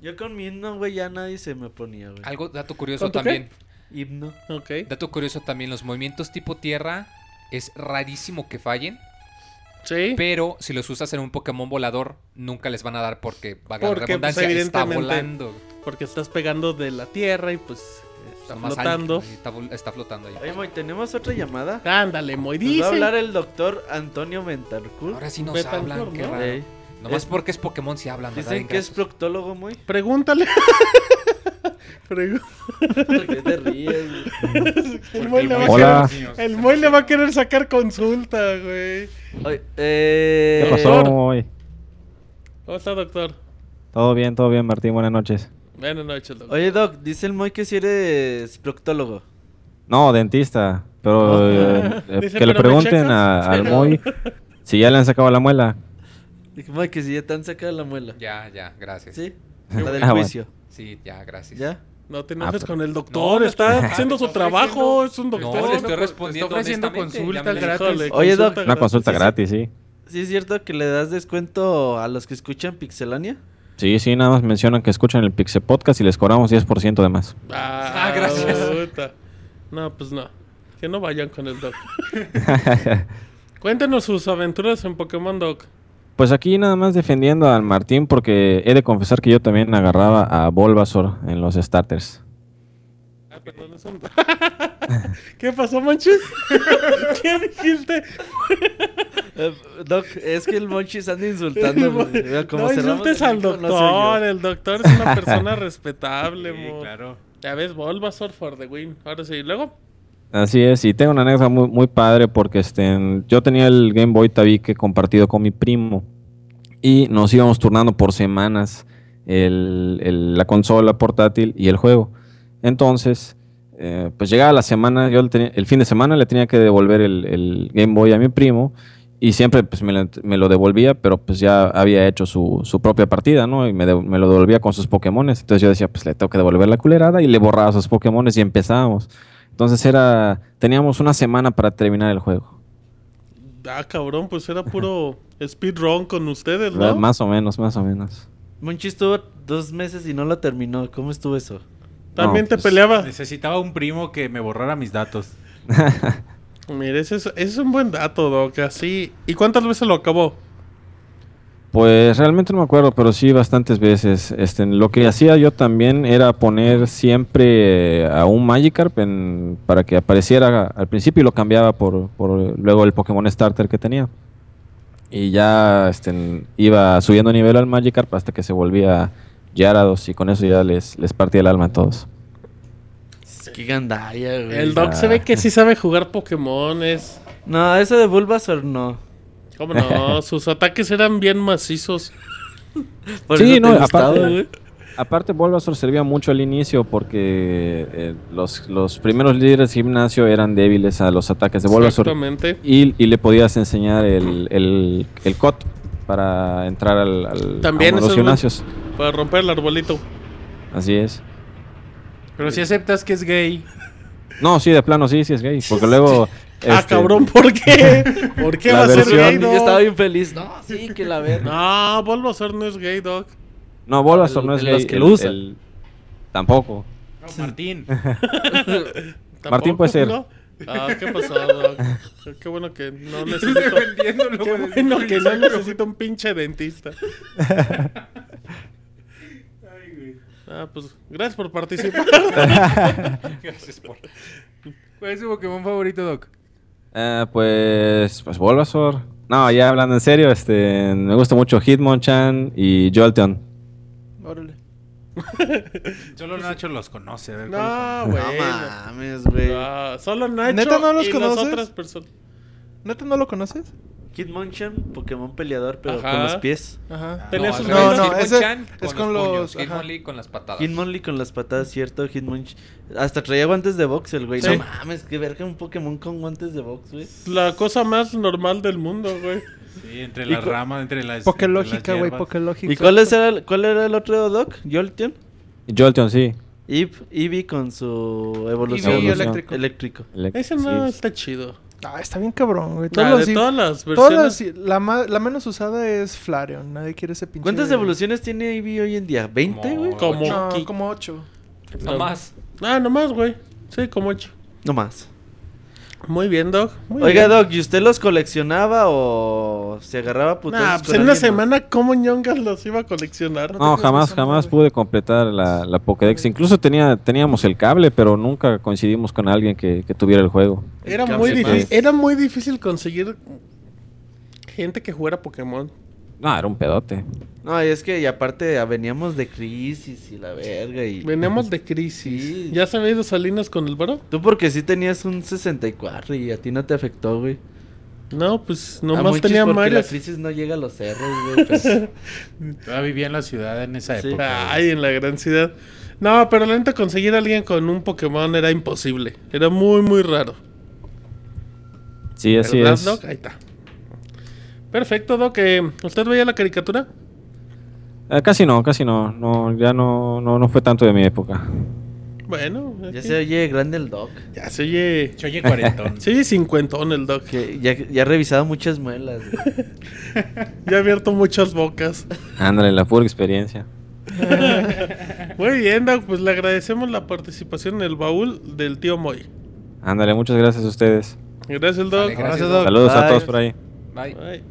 [SPEAKER 7] Yo con mi himno, güey, ya nadie se me oponía,
[SPEAKER 12] Pues.
[SPEAKER 7] güey.
[SPEAKER 3] Algo, dato curioso
[SPEAKER 4] ¿Con tu
[SPEAKER 3] también,
[SPEAKER 7] Himno.
[SPEAKER 4] Ok.
[SPEAKER 3] dato curioso también, los movimientos tipo tierra es rarísimo que fallen,
[SPEAKER 4] Sí.
[SPEAKER 3] pero si los usas en un Pokémon volador, nunca les van a dar porque, vaga la
[SPEAKER 4] Porque, pues,
[SPEAKER 3] redundancia, está
[SPEAKER 4] evidentemente,
[SPEAKER 3] volando.
[SPEAKER 4] Porque estás pegando de la tierra y pues está
[SPEAKER 3] Son más
[SPEAKER 4] flotando.
[SPEAKER 3] altos, está, vol- está flotando ahí.
[SPEAKER 7] Oye, Moy, tenemos otra llamada.
[SPEAKER 4] Ándale, muy
[SPEAKER 7] Nos va a
[SPEAKER 4] dice.
[SPEAKER 7] hablar el doctor Antonio Mentarcur.
[SPEAKER 3] Ahora sí nos
[SPEAKER 4] Vete al
[SPEAKER 3] hablan,
[SPEAKER 4] horno.
[SPEAKER 3] qué raro.
[SPEAKER 7] Ey,
[SPEAKER 3] Nomás
[SPEAKER 7] Es-
[SPEAKER 3] porque es Pokémon si hablan, ¿verdad?
[SPEAKER 7] Dicen que es
[SPEAKER 3] Ingratos?
[SPEAKER 7] proctólogo, Moy.
[SPEAKER 4] Pregúntale. Pregu-
[SPEAKER 7] ¿Por qué te ríes, güey?
[SPEAKER 4] el Moy le va a
[SPEAKER 2] Hola.
[SPEAKER 4] querer- El Moy le va a querer sacar consulta, güey.
[SPEAKER 7] Oye, eh...
[SPEAKER 13] ¿Qué pasó hoy?
[SPEAKER 4] ¿Cómo está, doctor?
[SPEAKER 13] Todo bien, todo bien, Martín. Buenas noches.
[SPEAKER 4] Buenas noches, doctor.
[SPEAKER 7] Oye, Doc, dice el Moy que si eres proctólogo.
[SPEAKER 13] No, dentista. Pero eh, eh,
[SPEAKER 4] Dice,
[SPEAKER 13] que le
[SPEAKER 4] "¿Pero me
[SPEAKER 13] pregunten
[SPEAKER 4] checas?"
[SPEAKER 13] a- al
[SPEAKER 7] Pero-
[SPEAKER 13] Moy si ya le han sacado la muela.
[SPEAKER 7] Dije, Moy, que si ya te han sacado la muela.
[SPEAKER 3] Ya, ya, gracias. Sí,
[SPEAKER 7] ¿Sí? La del
[SPEAKER 13] Ah, bueno.
[SPEAKER 7] juicio.
[SPEAKER 3] ya, gracias.
[SPEAKER 7] ¿Ya?
[SPEAKER 4] No te
[SPEAKER 13] Ah,
[SPEAKER 4] enojes
[SPEAKER 13] pero-
[SPEAKER 4] con el doctor.
[SPEAKER 3] No,
[SPEAKER 4] está
[SPEAKER 3] no,
[SPEAKER 4] haciendo su
[SPEAKER 3] no,
[SPEAKER 4] trabajo.
[SPEAKER 3] no,
[SPEAKER 4] Es un
[SPEAKER 3] No, le
[SPEAKER 4] doctor.
[SPEAKER 3] estoy respondiendo
[SPEAKER 11] está ofreciendo
[SPEAKER 3] honestamente,
[SPEAKER 11] consulta
[SPEAKER 3] ya me la
[SPEAKER 11] gratis.
[SPEAKER 4] Híjole,
[SPEAKER 7] Oye,
[SPEAKER 4] consulta
[SPEAKER 7] doc,
[SPEAKER 13] Una consulta
[SPEAKER 7] Sí, sí.
[SPEAKER 13] gratis, sí.
[SPEAKER 7] ¿Sí es cierto que le das descuento a los que escuchan Pixelania?
[SPEAKER 13] Sí, sí, nada más mencionan que escuchan el Pixel Podcast y les cobramos 10% de más.
[SPEAKER 4] Ah,
[SPEAKER 3] Ah, gracias.
[SPEAKER 4] puta. No, pues no. Que no vayan con el Doc. Cuéntenos sus aventuras en Pokémon Doc.
[SPEAKER 13] Pues aquí nada más defendiendo al Martín porque he de confesar que yo también agarraba a Bulbasaur en los starters.
[SPEAKER 4] Ah, perdón, es un- ¿Qué pasó, manches? ¿Qué dijiste?
[SPEAKER 7] Eh, Doc, es que el Monchis anda insultando. güey. Mira, como
[SPEAKER 4] no
[SPEAKER 7] pues, cerramos
[SPEAKER 4] insultes
[SPEAKER 7] el
[SPEAKER 4] al
[SPEAKER 7] micro, no soy
[SPEAKER 4] doctor. el doctor es una persona respetable,
[SPEAKER 11] Sí,
[SPEAKER 4] mo.
[SPEAKER 11] claro.
[SPEAKER 4] Ya ves, Bulbasaur for the win. Ahora sí, ¿y luego.
[SPEAKER 13] Así es, y tengo una anécdota muy, muy padre porque este, yo tenía el Game Boy Tabique compartido con mi primo y nos íbamos turnando por semanas el- el- la consola portátil y el juego. Entonces, eh, pues llegaba la semana, yo le tenía- el fin de semana le tenía que devolver el, el Game Boy a mi primo y siempre pues, me, lo- me lo devolvía, pero pues ya había hecho su, su propia partida, ¿no? Y me, de- me lo devolvía con sus Pokémones. Entonces yo decía, pues le tengo que devolver la culerada y le borraba sus Pokémones y empezábamos. Entonces era, teníamos una semana para terminar el juego.
[SPEAKER 4] Ah, cabrón, pues era puro speedrun con ustedes,
[SPEAKER 13] ¿verdad?
[SPEAKER 4] ¿no?
[SPEAKER 13] Más o menos, más o menos.
[SPEAKER 7] yo. Monchis estuvo dos meses y no lo terminó. ¿Cómo estuvo eso?
[SPEAKER 4] También
[SPEAKER 13] No,
[SPEAKER 4] te
[SPEAKER 13] pues-
[SPEAKER 4] peleaba.
[SPEAKER 11] Necesitaba un primo que me borrara mis datos.
[SPEAKER 4] Mira, ese es, ese es un buen dato, Doc. Así. ¿Y cuántas veces lo acabó?
[SPEAKER 13] Pues realmente no me acuerdo, pero sí bastantes veces. Este, lo que hacía yo también era poner siempre eh, a un Magikarp en- para que apareciera al principio y lo cambiaba por, por luego el Pokémon Starter que tenía. Y ya este, iba subiendo nivel al Magikarp hasta que se volvía Gyarados y con eso ya les, les partía el alma a todos.
[SPEAKER 7] Qué gandalla, güey.
[SPEAKER 4] El Doc se ve que sí sabe jugar Pokémon. Es...
[SPEAKER 7] No, ese de Bulbasaur no.
[SPEAKER 4] ¿Cómo no? Sus ataques eran bien macizos.
[SPEAKER 13] sí, no,
[SPEAKER 7] ¿eh?
[SPEAKER 13] aparte, aparte Bulbasaur servía mucho al inicio porque eh, los, los primeros líderes de gimnasio eran débiles a los ataques de Bulbasaur.
[SPEAKER 4] Exactamente.
[SPEAKER 13] Y, y le podías enseñar el, el, el COT para entrar al, al-
[SPEAKER 4] También
[SPEAKER 13] a uno de
[SPEAKER 4] eso
[SPEAKER 13] los
[SPEAKER 4] es
[SPEAKER 13] gimnasios.
[SPEAKER 4] bueno para romper el arbolito.
[SPEAKER 13] Así es.
[SPEAKER 11] Pero si aceptas que es gay.
[SPEAKER 13] No, sí, de plano sí, sí es gay. Porque luego...
[SPEAKER 4] Ah,
[SPEAKER 13] este,
[SPEAKER 4] cabrón, ¿por qué? ¿Por qué
[SPEAKER 13] La
[SPEAKER 4] va a ser
[SPEAKER 13] versión-
[SPEAKER 4] gay,
[SPEAKER 7] Yo
[SPEAKER 4] Doc?
[SPEAKER 7] estaba bien feliz. No, sí, que la ver.
[SPEAKER 4] No, Bulbasaur no es gay, Doc.
[SPEAKER 13] No, Bulbasaur no es
[SPEAKER 7] de los
[SPEAKER 13] gay.
[SPEAKER 7] que lo usan.
[SPEAKER 13] tampoco.
[SPEAKER 11] No, Martín.
[SPEAKER 13] Martín puede ser.
[SPEAKER 4] ¿no? Ah, ¿qué pasó, Doc? Qué bueno que no necesito...
[SPEAKER 11] Defendiéndolo,
[SPEAKER 4] Qué
[SPEAKER 11] güey.
[SPEAKER 4] bueno que no necesito un pinche dentista. Ah, pues, gracias por participar.
[SPEAKER 11] Gracias por. ¿Cuál es su Pokémon favorito, Doc?
[SPEAKER 13] Eh, pues, pues Bulbasaur. No, ya hablando en serio, este, me gusta mucho Hitmonchan y Jolteon.
[SPEAKER 5] Órale.
[SPEAKER 11] Solo Nacho los conoce. A ver,
[SPEAKER 4] No,
[SPEAKER 7] No
[SPEAKER 4] güey.
[SPEAKER 7] mames, güey.
[SPEAKER 4] Ah, solo Nacho
[SPEAKER 5] ¿Neta no los
[SPEAKER 4] y las
[SPEAKER 5] conoces?
[SPEAKER 4] otras personas.
[SPEAKER 5] ¿Neta no lo conoces?
[SPEAKER 7] Kid Munchan, Pokémon peleador, pero
[SPEAKER 4] Ajá.
[SPEAKER 7] con los pies.
[SPEAKER 5] Ajá.
[SPEAKER 4] Tenía
[SPEAKER 3] al
[SPEAKER 4] sus-
[SPEAKER 5] No,
[SPEAKER 3] revés,
[SPEAKER 5] no,
[SPEAKER 3] Hitmonchan
[SPEAKER 5] ese
[SPEAKER 3] con
[SPEAKER 5] es con
[SPEAKER 3] los.
[SPEAKER 5] los-
[SPEAKER 3] puños,
[SPEAKER 5] ajá.
[SPEAKER 3] Hitmonlee con las patadas.
[SPEAKER 7] Hitmonlee con las patadas, cierto. Hitmonchan. Hasta traía guantes de box el güey.
[SPEAKER 4] Sí.
[SPEAKER 7] No mames, que verga un Pokémon con guantes de box, güey.
[SPEAKER 4] La cosa más normal del mundo, güey.
[SPEAKER 11] Sí, entre las
[SPEAKER 7] cu-
[SPEAKER 11] ramas, entre las.
[SPEAKER 5] Poké
[SPEAKER 11] entre las
[SPEAKER 5] lógica, güey,
[SPEAKER 11] hierbas.
[SPEAKER 5] poké lógica.
[SPEAKER 7] ¿Y cuál, es el, cuál era el otro Doc? Jolteon.
[SPEAKER 13] Jolteon, sí.
[SPEAKER 7] Y Eevee con su evolución
[SPEAKER 13] Eevee eléctrico.
[SPEAKER 7] eléctrico.
[SPEAKER 13] Elec-
[SPEAKER 4] Ese
[SPEAKER 13] sí,
[SPEAKER 4] no
[SPEAKER 13] sí.
[SPEAKER 4] está chido.
[SPEAKER 5] Ah, está bien cabrón, güey. Todos
[SPEAKER 4] Ah,
[SPEAKER 5] los
[SPEAKER 4] de
[SPEAKER 5] i-
[SPEAKER 4] todas las versiones.
[SPEAKER 5] todas las i- la, ma- la menos usada es Flareon. Nadie quiere ese pinche.
[SPEAKER 7] ¿Cuántas evoluciones tiene Eevee hoy en día? ¿20, güey?
[SPEAKER 4] Como
[SPEAKER 5] No,
[SPEAKER 4] qui-
[SPEAKER 5] como 8.
[SPEAKER 3] No más.
[SPEAKER 4] Ah, nomás, güey. Sí, como ocho.
[SPEAKER 7] No más.
[SPEAKER 4] Muy bien, Doc. Muy
[SPEAKER 7] Oiga,
[SPEAKER 4] bien.
[SPEAKER 7] Doc, ¿y usted los coleccionaba o se agarraba a putazos
[SPEAKER 4] Nah,
[SPEAKER 7] con
[SPEAKER 4] pues en una
[SPEAKER 7] alguien más?
[SPEAKER 4] semana, ¿cómo ñongas los iba a coleccionar?
[SPEAKER 13] No,
[SPEAKER 5] tengo
[SPEAKER 13] jamás,
[SPEAKER 5] esa madre.
[SPEAKER 13] jamás pude completar la, la Pokédex. Incluso tenía, teníamos el cable, pero nunca coincidimos con alguien que, que tuviera el juego.
[SPEAKER 4] Era
[SPEAKER 7] El
[SPEAKER 4] muy,
[SPEAKER 7] cable
[SPEAKER 4] difícil,
[SPEAKER 13] más.
[SPEAKER 4] era muy difícil conseguir gente que jugara Pokémon.
[SPEAKER 13] No, era un pedote.
[SPEAKER 7] No, y es que y aparte ah, veníamos de crisis y la verga y...
[SPEAKER 4] Veníamos de crisis.
[SPEAKER 7] Sí.
[SPEAKER 4] ¿Ya se había ido Salinas con el varo?
[SPEAKER 7] Tú porque sí tenías un 64 y a ti no te afectó, güey.
[SPEAKER 4] No, pues
[SPEAKER 7] A
[SPEAKER 4] nomás
[SPEAKER 7] muchos
[SPEAKER 4] tenía
[SPEAKER 7] porque
[SPEAKER 4] Mario.
[SPEAKER 7] la crisis no llega a los cerros, güey. pero-
[SPEAKER 11] Todavía vivía en la ciudad en esa
[SPEAKER 7] Sí.
[SPEAKER 11] época. güey.
[SPEAKER 4] Ay, en la gran ciudad. No, pero la neta conseguir a alguien con un Pokémon era imposible. Era muy, muy raro.
[SPEAKER 13] Sí, así
[SPEAKER 4] ¿Verdad,
[SPEAKER 13] es.
[SPEAKER 4] Doc? Ahí está. Perfecto, Doc. Eh, ¿Usted veía la caricatura?
[SPEAKER 13] Eh, casi no, casi no. no ya no, no, no fue tanto de mi época.
[SPEAKER 4] Bueno,
[SPEAKER 7] ya
[SPEAKER 4] aquí-
[SPEAKER 7] se oye grande el doc.
[SPEAKER 4] ya se oye.
[SPEAKER 11] Se oye cuarentón.
[SPEAKER 4] Se oye cincuentón el Doc.
[SPEAKER 7] Que ya, ya ha revisado muchas muelas, güey.
[SPEAKER 4] Ya ha abierto muchas bocas.
[SPEAKER 13] Ándale, la pura experiencia.
[SPEAKER 4] Muy bien, Doc. Pues le agradecemos la participación en el baúl del tío Moy.
[SPEAKER 13] Ándale, muchas gracias a ustedes.
[SPEAKER 4] Gracias, Doc.
[SPEAKER 3] Vale, gracias, Doc.
[SPEAKER 13] Saludos a
[SPEAKER 7] Bye.
[SPEAKER 13] todos por ahí.
[SPEAKER 3] Bye.
[SPEAKER 4] Ay.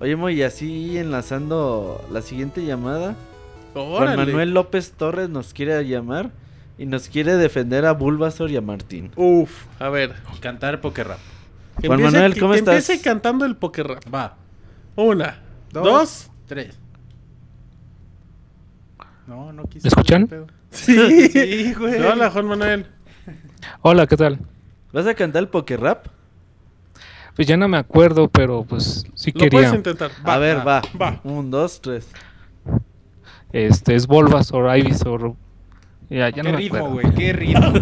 [SPEAKER 7] Oye, Moy, y así enlazando la siguiente llamada.
[SPEAKER 4] Órale.
[SPEAKER 7] Juan Manuel López Torres nos quiere llamar y nos quiere defender a Bulbasaur y a Martín.
[SPEAKER 4] Uf, a ver.
[SPEAKER 11] Y Cantar poker rap.
[SPEAKER 4] Que
[SPEAKER 7] Juan
[SPEAKER 4] empiece-
[SPEAKER 7] Manuel,
[SPEAKER 4] que-
[SPEAKER 7] ¿cómo
[SPEAKER 4] que
[SPEAKER 7] estás?
[SPEAKER 4] Empiece cantando el poker rap.
[SPEAKER 11] Va.
[SPEAKER 4] Una, dos.
[SPEAKER 11] Dos. Tres. No, no quise.
[SPEAKER 12] ¿Me escuchan?
[SPEAKER 11] hacer pedo.
[SPEAKER 4] Sí.
[SPEAKER 11] Sí, güey.
[SPEAKER 4] Hola, Juan Manuel.
[SPEAKER 12] Hola, ¿qué tal?
[SPEAKER 7] ¿Vas a cantar el poker rap?
[SPEAKER 12] Pues ya no me acuerdo, pero pues sí
[SPEAKER 4] Lo puedes
[SPEAKER 12] quería.
[SPEAKER 4] intentar.
[SPEAKER 7] a ver, va.
[SPEAKER 4] va.
[SPEAKER 7] Un, dos, tres.
[SPEAKER 12] Este es Bulbasaur, Ivysaur. Ya, ya
[SPEAKER 11] Qué
[SPEAKER 12] no me
[SPEAKER 11] ritmo,
[SPEAKER 12] acuerdo.
[SPEAKER 11] güey. Qué ritmo.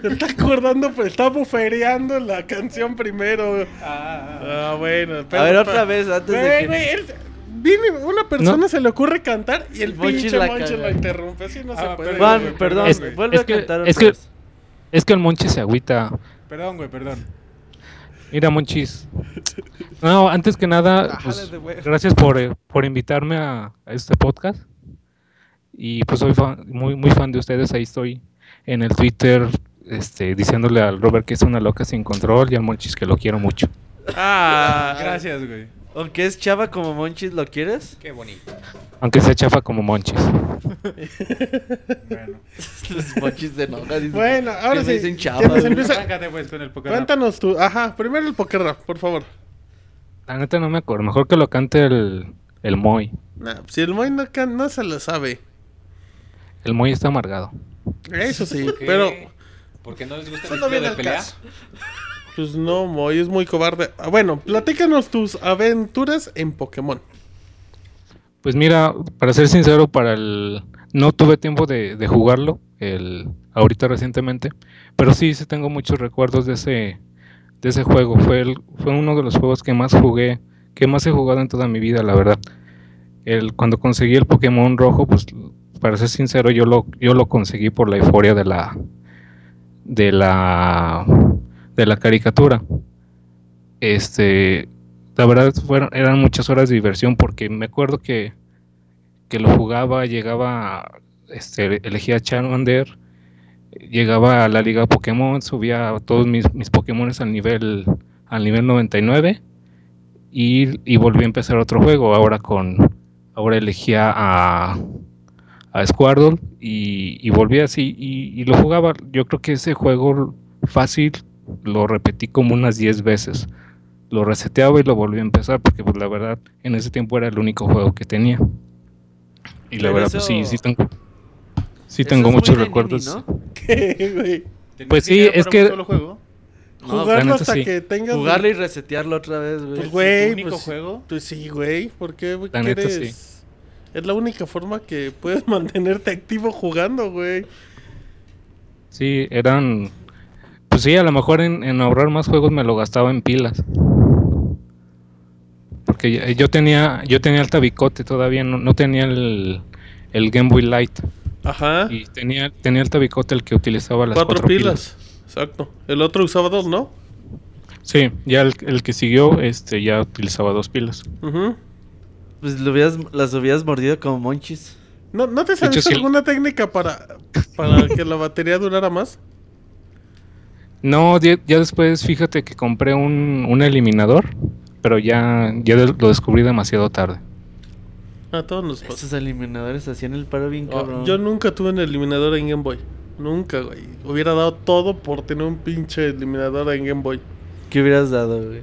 [SPEAKER 4] Se está acordando, pero está bufereando la canción primero. Ah, bueno.
[SPEAKER 7] A ver, otra vez, antes
[SPEAKER 4] Güey,
[SPEAKER 7] de que...
[SPEAKER 4] güey, él- viene una persona
[SPEAKER 12] No.
[SPEAKER 4] se le ocurre cantar y el
[SPEAKER 7] Monchi
[SPEAKER 4] pinche
[SPEAKER 7] la
[SPEAKER 4] Monchi
[SPEAKER 7] caga.
[SPEAKER 4] lo interrumpe. Así no se
[SPEAKER 11] Ah,
[SPEAKER 4] puede.
[SPEAKER 11] perdón,
[SPEAKER 7] Juan,
[SPEAKER 4] güey.
[SPEAKER 7] perdón,
[SPEAKER 12] Es-
[SPEAKER 7] güey, vuelve
[SPEAKER 12] es
[SPEAKER 7] a
[SPEAKER 12] que-
[SPEAKER 7] cantar
[SPEAKER 12] es
[SPEAKER 7] otra
[SPEAKER 12] que-
[SPEAKER 7] vez.
[SPEAKER 12] Es que el Monchi se agüita.
[SPEAKER 11] Perdón, güey, perdón.
[SPEAKER 12] Mira, Monchis. No, antes que nada,
[SPEAKER 5] Bájale
[SPEAKER 12] pues,
[SPEAKER 5] de huevo.
[SPEAKER 12] gracias por, eh, por invitarme a, a este podcast. Y pues soy fan- muy, muy fan de ustedes. Ahí estoy en el Twitter, este, diciéndole al Robert que es una loca sin control y al Monchis que lo quiero mucho.
[SPEAKER 7] Ah,
[SPEAKER 3] gracias, güey.
[SPEAKER 7] Aunque es chava como Monchis, ¿lo quieres?
[SPEAKER 3] Qué bonito.
[SPEAKER 12] Aunque se chafa como Monchis.
[SPEAKER 7] bueno. Los Monchis de enoja. dicen
[SPEAKER 4] Bueno, ahora
[SPEAKER 7] que
[SPEAKER 4] sí.
[SPEAKER 7] Me dicen chava.
[SPEAKER 4] ya nos
[SPEAKER 7] güey.
[SPEAKER 4] empieza-
[SPEAKER 11] Arráncate, pues, con el poker rap.
[SPEAKER 4] Cuéntanos tú. Ajá, primero el poker rap, por favor.
[SPEAKER 12] La neta no me acuerdo. Mejor que lo cante el, el Moy.
[SPEAKER 4] Nah, si el Moy no, can- no se lo sabe.
[SPEAKER 12] El Moy está amargado.
[SPEAKER 4] Eso sí,
[SPEAKER 3] ¿Por qué?
[SPEAKER 4] pero
[SPEAKER 3] ¿Por qué no les gusta
[SPEAKER 4] Eso
[SPEAKER 3] el
[SPEAKER 4] no
[SPEAKER 3] estilo
[SPEAKER 4] viene
[SPEAKER 3] de
[SPEAKER 4] al
[SPEAKER 3] pelea?
[SPEAKER 4] caso. pues no, Moy es muy cobarde. Ah, Bueno, platícanos tus aventuras en Pokémon.
[SPEAKER 12] Pues mira, para ser sincero, para el no tuve tiempo de, de jugarlo el ahorita recientemente, pero sí sí tengo muchos recuerdos de ese de ese juego. Fue el, fue uno de los juegos que más jugué, que más he jugado en toda mi vida, la verdad. El cuando conseguí el Pokémon Rojo, pues para ser sincero, yo lo yo lo conseguí por la euforia de la de la de la caricatura. Este, la verdad fueron, eran muchas horas de diversión porque me acuerdo que, que lo jugaba, llegaba, este, elegía Charmander, llegaba a la liga Pokémon, subía a todos mis, mis Pokémon al nivel, al nivel 99 y, y volví a empezar otro juego. Ahora con, ahora elegía a, a Squirtle y, y volví así y, y lo jugaba. Yo creo que ese juego fácil lo repetí como unas 10 veces lo reseteaba y lo volví a empezar porque pues la verdad en ese tiempo era el único juego que tenía. Y la
[SPEAKER 7] Pero
[SPEAKER 12] verdad pues
[SPEAKER 7] eso-
[SPEAKER 12] sí, sí tengo, sí
[SPEAKER 7] Eso
[SPEAKER 12] tengo
[SPEAKER 7] es muy
[SPEAKER 12] muchos
[SPEAKER 7] de
[SPEAKER 12] recuerdos.
[SPEAKER 7] neni, ¿no?
[SPEAKER 4] ¿Qué, güey?
[SPEAKER 12] Pues sí, es que
[SPEAKER 7] No,
[SPEAKER 4] Jugarlo
[SPEAKER 12] la neta
[SPEAKER 4] hasta
[SPEAKER 12] sí.
[SPEAKER 4] que tengas.
[SPEAKER 7] Jugarlo y resetearlo otra vez, güey.
[SPEAKER 4] Pues, güey,
[SPEAKER 7] ¿Es tu único
[SPEAKER 4] pues,
[SPEAKER 7] juego?
[SPEAKER 4] Pues sí, güey. ¿Por qué, güey?
[SPEAKER 12] La neta,
[SPEAKER 4] quieres? Es la única forma que puedes mantenerte activo jugando, güey.
[SPEAKER 12] sí, eran... Pues sí, a lo mejor en, en ahorrar más juegos me lo gastaba en pilas. Porque ya- yo tenía yo tenía el tabicote todavía, no, no tenía el, el Game Boy Light.
[SPEAKER 4] Ajá.
[SPEAKER 12] Y tenía, tenía el tabicote el que utilizaba las
[SPEAKER 4] Cuatro,
[SPEAKER 12] cuatro,
[SPEAKER 4] pilas. Exacto. El otro usaba dos, ¿no?
[SPEAKER 12] Sí, ya el, el que siguió este ya utilizaba dos pilas.
[SPEAKER 4] Ujú.
[SPEAKER 7] Pues lo hubieras, las hubieras mordido como Monchis.
[SPEAKER 4] ¿No, ¿No te
[SPEAKER 12] hecho,
[SPEAKER 4] sabes
[SPEAKER 12] sí el-
[SPEAKER 4] alguna técnica para, para que la batería durara más?
[SPEAKER 12] No, ya, ya después fíjate que compré un, un eliminador, pero ya, ya de- lo descubrí demasiado tarde.
[SPEAKER 4] A todos nos pasa.
[SPEAKER 7] Esos eliminadores hacían el paro bien
[SPEAKER 4] Oh,
[SPEAKER 7] cabrón.
[SPEAKER 4] yo nunca tuve un eliminador en Game Boy. Nunca, güey. Hubiera dado todo por tener un pinche eliminador en Game Boy. Pues,
[SPEAKER 7] ¿Qué hubieras dado, güey?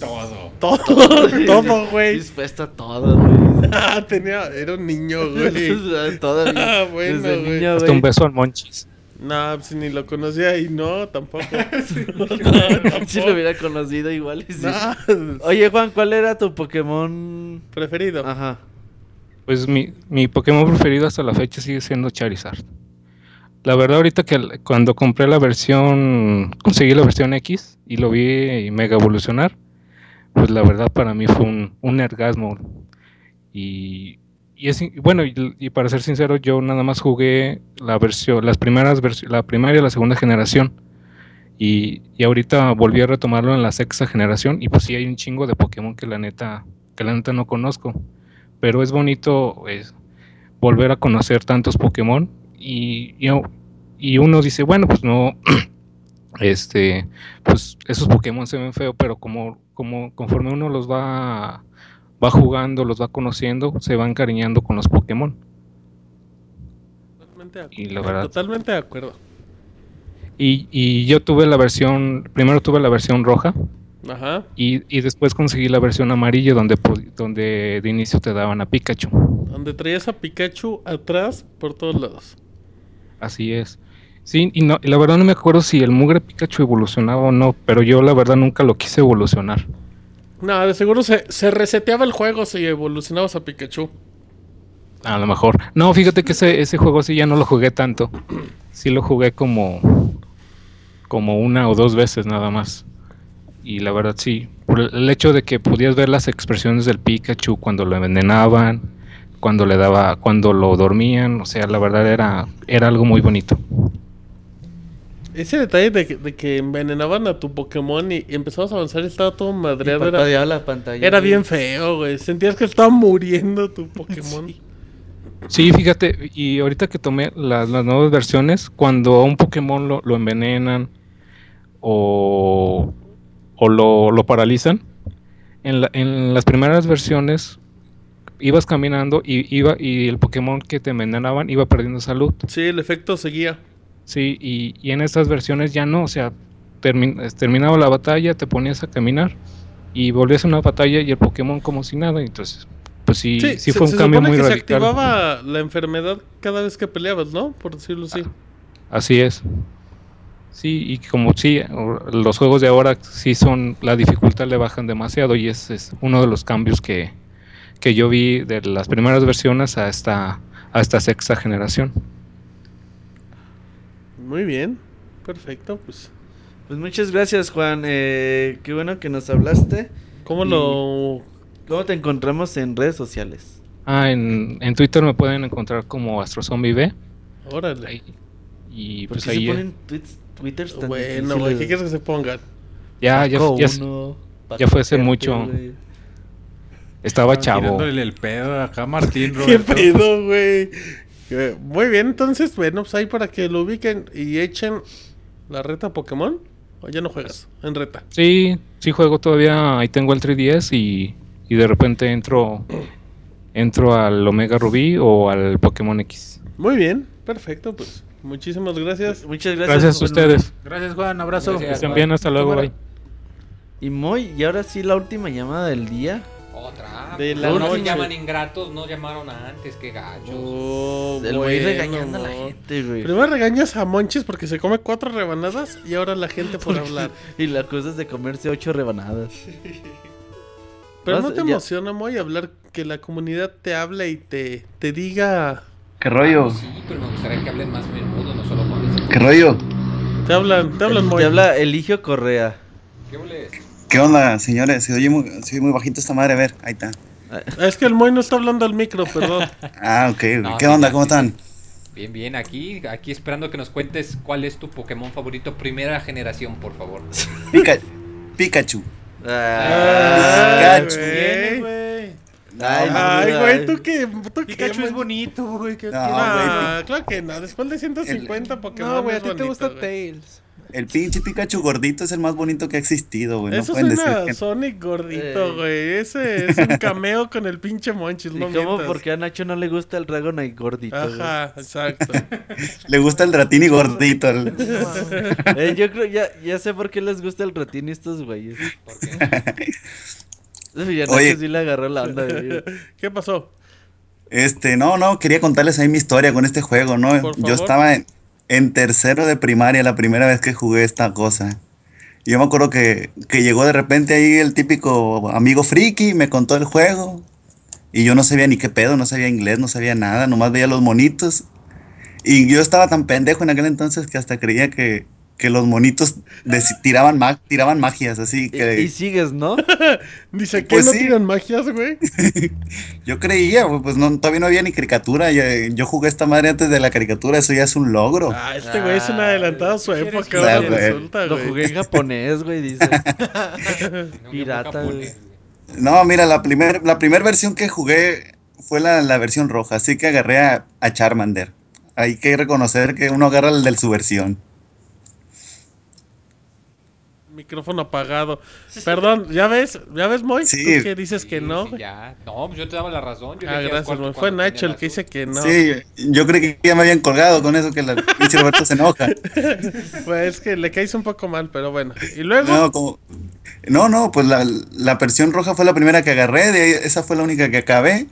[SPEAKER 4] Todo. Todo, todo, güey.
[SPEAKER 7] Dispuesto a todo, güey.
[SPEAKER 4] Ah, tenía, era un niño, güey.
[SPEAKER 7] Todo, güey.
[SPEAKER 4] Ah, bueno,
[SPEAKER 7] Desde
[SPEAKER 4] güey.
[SPEAKER 7] niño,
[SPEAKER 12] Hasta un
[SPEAKER 7] güey.
[SPEAKER 12] beso al Monchis.
[SPEAKER 4] No, pues ni lo conocía y no, tampoco. No,
[SPEAKER 7] Si lo
[SPEAKER 4] tampoco.
[SPEAKER 7] hubiera conocido igual. y sí.
[SPEAKER 4] No.
[SPEAKER 7] Oye, Juan, ¿cuál era tu Pokémon?
[SPEAKER 4] Preferido.
[SPEAKER 7] Ajá.
[SPEAKER 12] Pues mi, mi Pokémon preferido hasta la fecha sigue siendo Charizard. La verdad ahorita que l- cuando compré la versión, conseguí la versión X y lo vi mega evolucionar, pues la verdad para mí fue un, un orgasmo. Y, y es, in- bueno, y, l- y para ser sincero, yo nada más jugué la versión, las primeras versi- la primera y la segunda generación. Y, y ahorita volví a retomarlo en la sexta generación y pues sí hay un chingo de Pokémon que la neta, que la neta no conozco. Pero es bonito pues, volver a conocer tantos Pokémon y, y, y uno dice, bueno, pues no, este, pues esos Pokémon se ven feo, pero como, como conforme uno los va, va jugando, los va conociendo, se va encariñando con los Pokémon.
[SPEAKER 4] Totalmente de acuerdo.
[SPEAKER 12] Y la verdad,
[SPEAKER 4] Totalmente de acuerdo.
[SPEAKER 12] y, y yo tuve la versión, primero tuve la versión roja,
[SPEAKER 4] Ajá.
[SPEAKER 12] Y, y después conseguí la versión amarilla donde, pod- donde de inicio te daban a Pikachu.
[SPEAKER 4] Donde traías a Pikachu atrás por todos lados.
[SPEAKER 12] Así es. Sí, y, no, y la verdad no me acuerdo si el mugre Pikachu evolucionaba o no, pero yo la verdad nunca lo quise evolucionar.
[SPEAKER 4] No, de seguro se, se reseteaba el juego si evolucionabas a Pikachu.
[SPEAKER 12] A lo mejor. No, fíjate que ese, ese juego sí ya no lo jugué tanto. Sí lo jugué como, como una o dos veces nada más. Y la verdad sí, por el- el hecho de que podías ver las expresiones del Pikachu cuando lo envenenaban, cuando le daba, cuando lo dormían, o sea, la verdad era, era algo muy bonito.
[SPEAKER 4] Ese detalle de, que- de que envenenaban a tu Pokémon y, y empezabas a avanzar y estaba todo madreado. Era,
[SPEAKER 7] Parpadeaba la pantalla.
[SPEAKER 4] era
[SPEAKER 7] güey.
[SPEAKER 4] bien feo, güey. Sentías que estaba muriendo tu Pokémon.
[SPEAKER 12] Sí, fíjate, y ahorita que tomé las, las nuevas versiones, cuando a un Pokémon lo, lo envenenan o, o lo, lo paralizan, en, la- en las primeras versiones ibas caminando y, iba, y el Pokémon que te envenenaban iba perdiendo salud.
[SPEAKER 4] Sí, el efecto seguía.
[SPEAKER 12] Sí, y, y en estas versiones ya no, o sea, termin- es- terminaba la batalla, te ponías a caminar y volvías a una batalla y el Pokémon como si nada, entonces, pues sí, sí,
[SPEAKER 4] se-
[SPEAKER 12] fue un
[SPEAKER 4] se
[SPEAKER 12] cambio
[SPEAKER 4] supone
[SPEAKER 12] muy
[SPEAKER 4] que
[SPEAKER 12] radical.
[SPEAKER 4] Se activaba la enfermedad cada vez que peleabas, ¿no? Por decirlo así.
[SPEAKER 12] Así es. Sí, y como sí, o- los juegos de ahora sí son, la dificultad le bajan demasiado y ese es uno de los cambios que, que yo vi de las primeras versiones a esta, a esta sexta generación.
[SPEAKER 4] Muy bien. Perfecto, pues.
[SPEAKER 7] Pues muchas gracias, Juan. eh, qué bueno que nos hablaste.
[SPEAKER 4] ¿Cómo
[SPEAKER 7] lo.? ¿Cómo te encontramos en redes sociales?
[SPEAKER 12] Ah, en, en Twitter me pueden encontrar como AstroZombie B.
[SPEAKER 7] Ah,
[SPEAKER 4] Órale.
[SPEAKER 12] Y
[SPEAKER 7] ¿Por
[SPEAKER 12] pues
[SPEAKER 7] qué
[SPEAKER 12] ahí
[SPEAKER 7] se
[SPEAKER 12] eh,
[SPEAKER 7] ponen tweets, Twitter tan
[SPEAKER 4] Bueno, güey, ¿qué
[SPEAKER 7] difíciles?
[SPEAKER 4] quieres que se pongan?
[SPEAKER 12] ya, ya,
[SPEAKER 7] Paco
[SPEAKER 12] ya, ya
[SPEAKER 7] uno,
[SPEAKER 12] fue hace
[SPEAKER 7] Paco
[SPEAKER 12] mucho.
[SPEAKER 7] siete, güey.
[SPEAKER 12] Estaba
[SPEAKER 4] Estaban
[SPEAKER 12] chavo.
[SPEAKER 4] tirándole
[SPEAKER 6] el pedo acá a Martín
[SPEAKER 4] ¿Qué
[SPEAKER 6] Roberto.
[SPEAKER 4] pedo, güey? Eh, Muy bien, entonces, bueno, pues ahí para que lo ubiquen y echen la reta Pokémon. O ya no juegas, en reta.
[SPEAKER 12] Sí, sí juego todavía, ahí tengo el 3DS y, y de repente entro entro al Omega Rubí o al Pokémon X.
[SPEAKER 4] Muy bien, perfecto, pues. Muchísimas gracias.
[SPEAKER 7] Muchas gracias.
[SPEAKER 12] Gracias a ustedes.
[SPEAKER 6] Gracias, Juan. Abrazo.
[SPEAKER 12] Pues Que estén bien, hasta luego, bye.
[SPEAKER 7] Y Moy, y ahora sí la última llamada del día.
[SPEAKER 3] Otra.
[SPEAKER 7] De
[SPEAKER 3] De
[SPEAKER 7] la
[SPEAKER 3] la no
[SPEAKER 7] noche.
[SPEAKER 3] llaman ingratos, no llamaron antes, qué gachos.
[SPEAKER 4] Oh,
[SPEAKER 7] El güey regañando a la gente, güey.
[SPEAKER 4] Primero regañas a Monchis porque se come cuatro rebanadas y ahora la gente por hablar.
[SPEAKER 7] y la cosa es de comerse ocho rebanadas.
[SPEAKER 4] Pero
[SPEAKER 7] Vas-
[SPEAKER 4] no te
[SPEAKER 7] ya-
[SPEAKER 4] emociona, Moy, hablar que la comunidad te hable y te, te diga.
[SPEAKER 14] ¿Qué rollo?
[SPEAKER 3] Ah, Sí, pero me gustaría que hablen más menudo, no solo con eso.
[SPEAKER 14] ¿Qué rollo?
[SPEAKER 4] Te hablan, te hablan, Moy.
[SPEAKER 7] Te habla Eligio Correa.
[SPEAKER 14] ¿Qué onda, señores? Se oye muy, se oye muy bajito esta madre. A ver, ahí está.
[SPEAKER 4] Es que el Moy no está hablando al micro, perdón.
[SPEAKER 14] Ah, ok. güey.
[SPEAKER 3] No,
[SPEAKER 14] ¿Qué
[SPEAKER 3] sí,
[SPEAKER 14] onda?
[SPEAKER 3] sí,
[SPEAKER 14] ¿Cómo
[SPEAKER 3] sí,
[SPEAKER 14] están?
[SPEAKER 3] Bien, bien, aquí, aquí esperando que nos cuentes cuál es tu Pokémon favorito primera generación, por favor.
[SPEAKER 14] Pica- Pikachu.
[SPEAKER 7] Ah,
[SPEAKER 14] Pikachu.
[SPEAKER 4] Viene, güey.
[SPEAKER 14] Ay, no,
[SPEAKER 4] Ay,
[SPEAKER 14] ay.
[SPEAKER 7] eh.
[SPEAKER 4] güey, tú que. Tú que
[SPEAKER 14] Pikachu es
[SPEAKER 4] bonito, güey.
[SPEAKER 14] No, güey,
[SPEAKER 4] claro que no. Después de 150 Pokémon.
[SPEAKER 5] No, güey, a
[SPEAKER 4] es
[SPEAKER 5] ti te
[SPEAKER 4] bonito,
[SPEAKER 5] gusta
[SPEAKER 4] güey.
[SPEAKER 5] Tails.
[SPEAKER 14] El pinche Pikachu gordito es el más bonito que ha existido, güey. pues, No
[SPEAKER 4] Eso
[SPEAKER 14] pueden
[SPEAKER 4] suena
[SPEAKER 14] decir
[SPEAKER 4] a
[SPEAKER 14] que-
[SPEAKER 4] Sonic
[SPEAKER 7] Eh.
[SPEAKER 4] gordito, güey. Ese es un cameo con el pinche Monchis,
[SPEAKER 7] ¿Y
[SPEAKER 4] no
[SPEAKER 7] cómo?
[SPEAKER 4] mientas.
[SPEAKER 7] Porque a Nacho no le gusta el Dragonite gordito. güey.
[SPEAKER 4] Ajá, exacto.
[SPEAKER 14] Le gusta el Dratini gordito. al-
[SPEAKER 7] Eh, yo creo, ya, ya sé por qué les gusta el ratini a estos güeyes. ¿Por Ya
[SPEAKER 14] Oye.
[SPEAKER 7] Nacho sí le agarró la onda. güey.
[SPEAKER 4] ¿Qué pasó?
[SPEAKER 14] Este, no, no, quería contarles ahí mi historia con este juego, ¿no?
[SPEAKER 4] Por favor.
[SPEAKER 14] Yo estaba en, en tercero de primaria la primera vez que jugué esta cosa. Y Yo me acuerdo que, que llegó de repente ahí el típico amigo friki, me contó el juego. Y yo no sabía ni qué pedo, no sabía inglés, no sabía nada, nomás veía los monitos. Y yo estaba tan pendejo en aquel entonces que hasta creía que, que los monitos des- tiraban, mag- tiraban magias, así que...
[SPEAKER 7] Y sigues, ¿no?
[SPEAKER 4] Dice que
[SPEAKER 14] Pues
[SPEAKER 4] no
[SPEAKER 14] sí.
[SPEAKER 4] tiran magias, güey.
[SPEAKER 14] Yo creía, güey, pues no, todavía no había ni caricatura. Yo, yo jugué esta madre antes de la caricatura, eso ya es un logro.
[SPEAKER 4] Ah, este güey es un adelantado a su época.
[SPEAKER 14] Ah,
[SPEAKER 4] Ahora
[SPEAKER 14] güey.
[SPEAKER 4] resulta,
[SPEAKER 7] Lo
[SPEAKER 4] güey.
[SPEAKER 7] jugué en japonés, güey, dice. Pirata, güey.
[SPEAKER 14] Ah. No, mira, la primer, la primer versión que jugué fue la, la versión roja, así que agarré a, a Charmander. Hay que reconocer que uno agarra el de su versión.
[SPEAKER 4] Micrófono apagado. Perdón, ¿ya ves? ¿Ya ves, Moy?
[SPEAKER 14] Sí.
[SPEAKER 4] Tú que dices que no. güey.
[SPEAKER 3] Ya, no, pues, yo te daba la razón. Yo
[SPEAKER 4] Ah,
[SPEAKER 3] elegía
[SPEAKER 4] gracias,
[SPEAKER 3] cuarto
[SPEAKER 4] Moy. Fue
[SPEAKER 3] cuando tenía
[SPEAKER 4] Nacho el
[SPEAKER 3] la
[SPEAKER 4] que dice que no.
[SPEAKER 14] Sí, yo creí que ya me habían colgado con eso que la pinche Roberto se enoja.
[SPEAKER 4] Pues es que le caes un poco mal, pero bueno. Y luego.
[SPEAKER 14] No, como- no, no, pues la, la versión roja fue la primera que agarré, de ahí esa fue la única que acabé.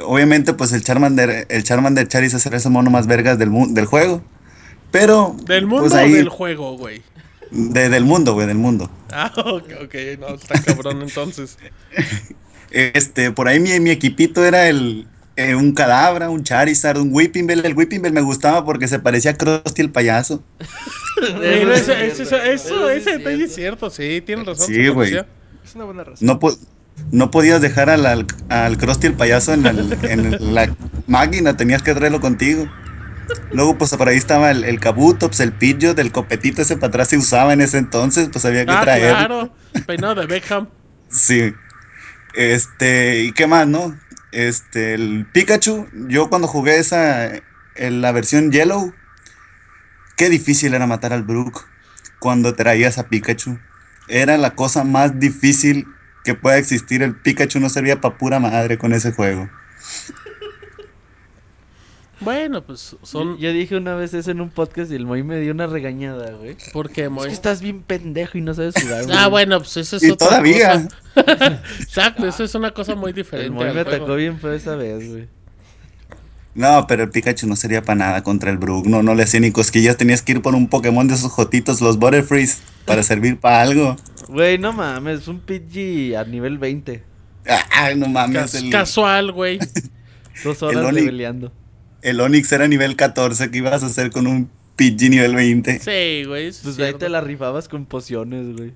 [SPEAKER 14] Obviamente, pues el Charmander, el Charmander Charizard es el mono más vergas del, mu- del juego. Pero.
[SPEAKER 4] ¿Del mundo
[SPEAKER 14] pues,
[SPEAKER 4] o
[SPEAKER 14] ahí-
[SPEAKER 4] del juego, güey?
[SPEAKER 14] de- del mundo, güey, del mundo.
[SPEAKER 4] Ah, ok, ok, no, está cabrón entonces.
[SPEAKER 14] Este, por ahí mi, mi equipito era el. eh, un cadabra, un Charizard, un Whipping Bell. El Whipping Bell me gustaba porque se parecía a Krusty el payaso.
[SPEAKER 4] Pero
[SPEAKER 7] sí
[SPEAKER 4] eso,
[SPEAKER 7] es
[SPEAKER 4] eso- eso-
[SPEAKER 7] cierto. Eso sí
[SPEAKER 4] ese
[SPEAKER 7] es
[SPEAKER 4] detalle es cierto, sí, tienes razón.
[SPEAKER 14] Sí,
[SPEAKER 4] se
[SPEAKER 14] güey.
[SPEAKER 4] parecía.
[SPEAKER 5] Es una buena razón.
[SPEAKER 14] No, po- no podías dejar al, al, al Krusty el payaso en, el- en la máquina, tenías que traerlo contigo. Luego, pues por ahí estaba el, el Kabutops, el Pidgeot, del copetito ese para atrás se usaba en ese entonces, pues había que
[SPEAKER 4] Ah,
[SPEAKER 14] traerlo.
[SPEAKER 4] claro, peinado de Beckham.
[SPEAKER 14] Sí. Este, ¿y qué más, no? Este, el Pikachu, yo cuando jugué esa, en la versión Yellow, qué difícil era matar al Brook cuando traías a Pikachu. Era la cosa más difícil que pueda existir. El Pikachu no servía para pura madre con ese juego.
[SPEAKER 4] Bueno, pues son.
[SPEAKER 7] Yo, yo dije una vez eso en un podcast y el Moy me dio una regañada, güey.
[SPEAKER 4] ¿Por qué, Moy?
[SPEAKER 7] Es que estás bien pendejo y no sabes jugar, güey.
[SPEAKER 4] Ah, bueno, pues eso es
[SPEAKER 7] Y
[SPEAKER 4] otra
[SPEAKER 7] todavía.
[SPEAKER 4] cosa. Exacto, eso es una cosa muy diferente.
[SPEAKER 7] El Moy
[SPEAKER 4] al
[SPEAKER 7] me
[SPEAKER 4] juego.
[SPEAKER 7] atacó bien feo esa vez, güey.
[SPEAKER 14] No, pero el Pikachu no sería para nada contra el Brook. No, no le hacía ni cosquillas. Tenías que ir por un Pokémon de esos jotitos, los Butterfrees, para servir para algo.
[SPEAKER 7] Güey, no mames, un Pidgey a nivel 20.
[SPEAKER 14] Ah, no mames.
[SPEAKER 7] Cas-
[SPEAKER 14] el-
[SPEAKER 4] Casual, güey.
[SPEAKER 7] Dos horas
[SPEAKER 14] Oli-
[SPEAKER 7] leveleando.
[SPEAKER 14] El Onix era nivel 14. ¿Qué ibas a hacer con un Pidgey nivel 20?
[SPEAKER 4] Sí, güey. eso es
[SPEAKER 7] Pues ahí te la rifabas con pociones, güey.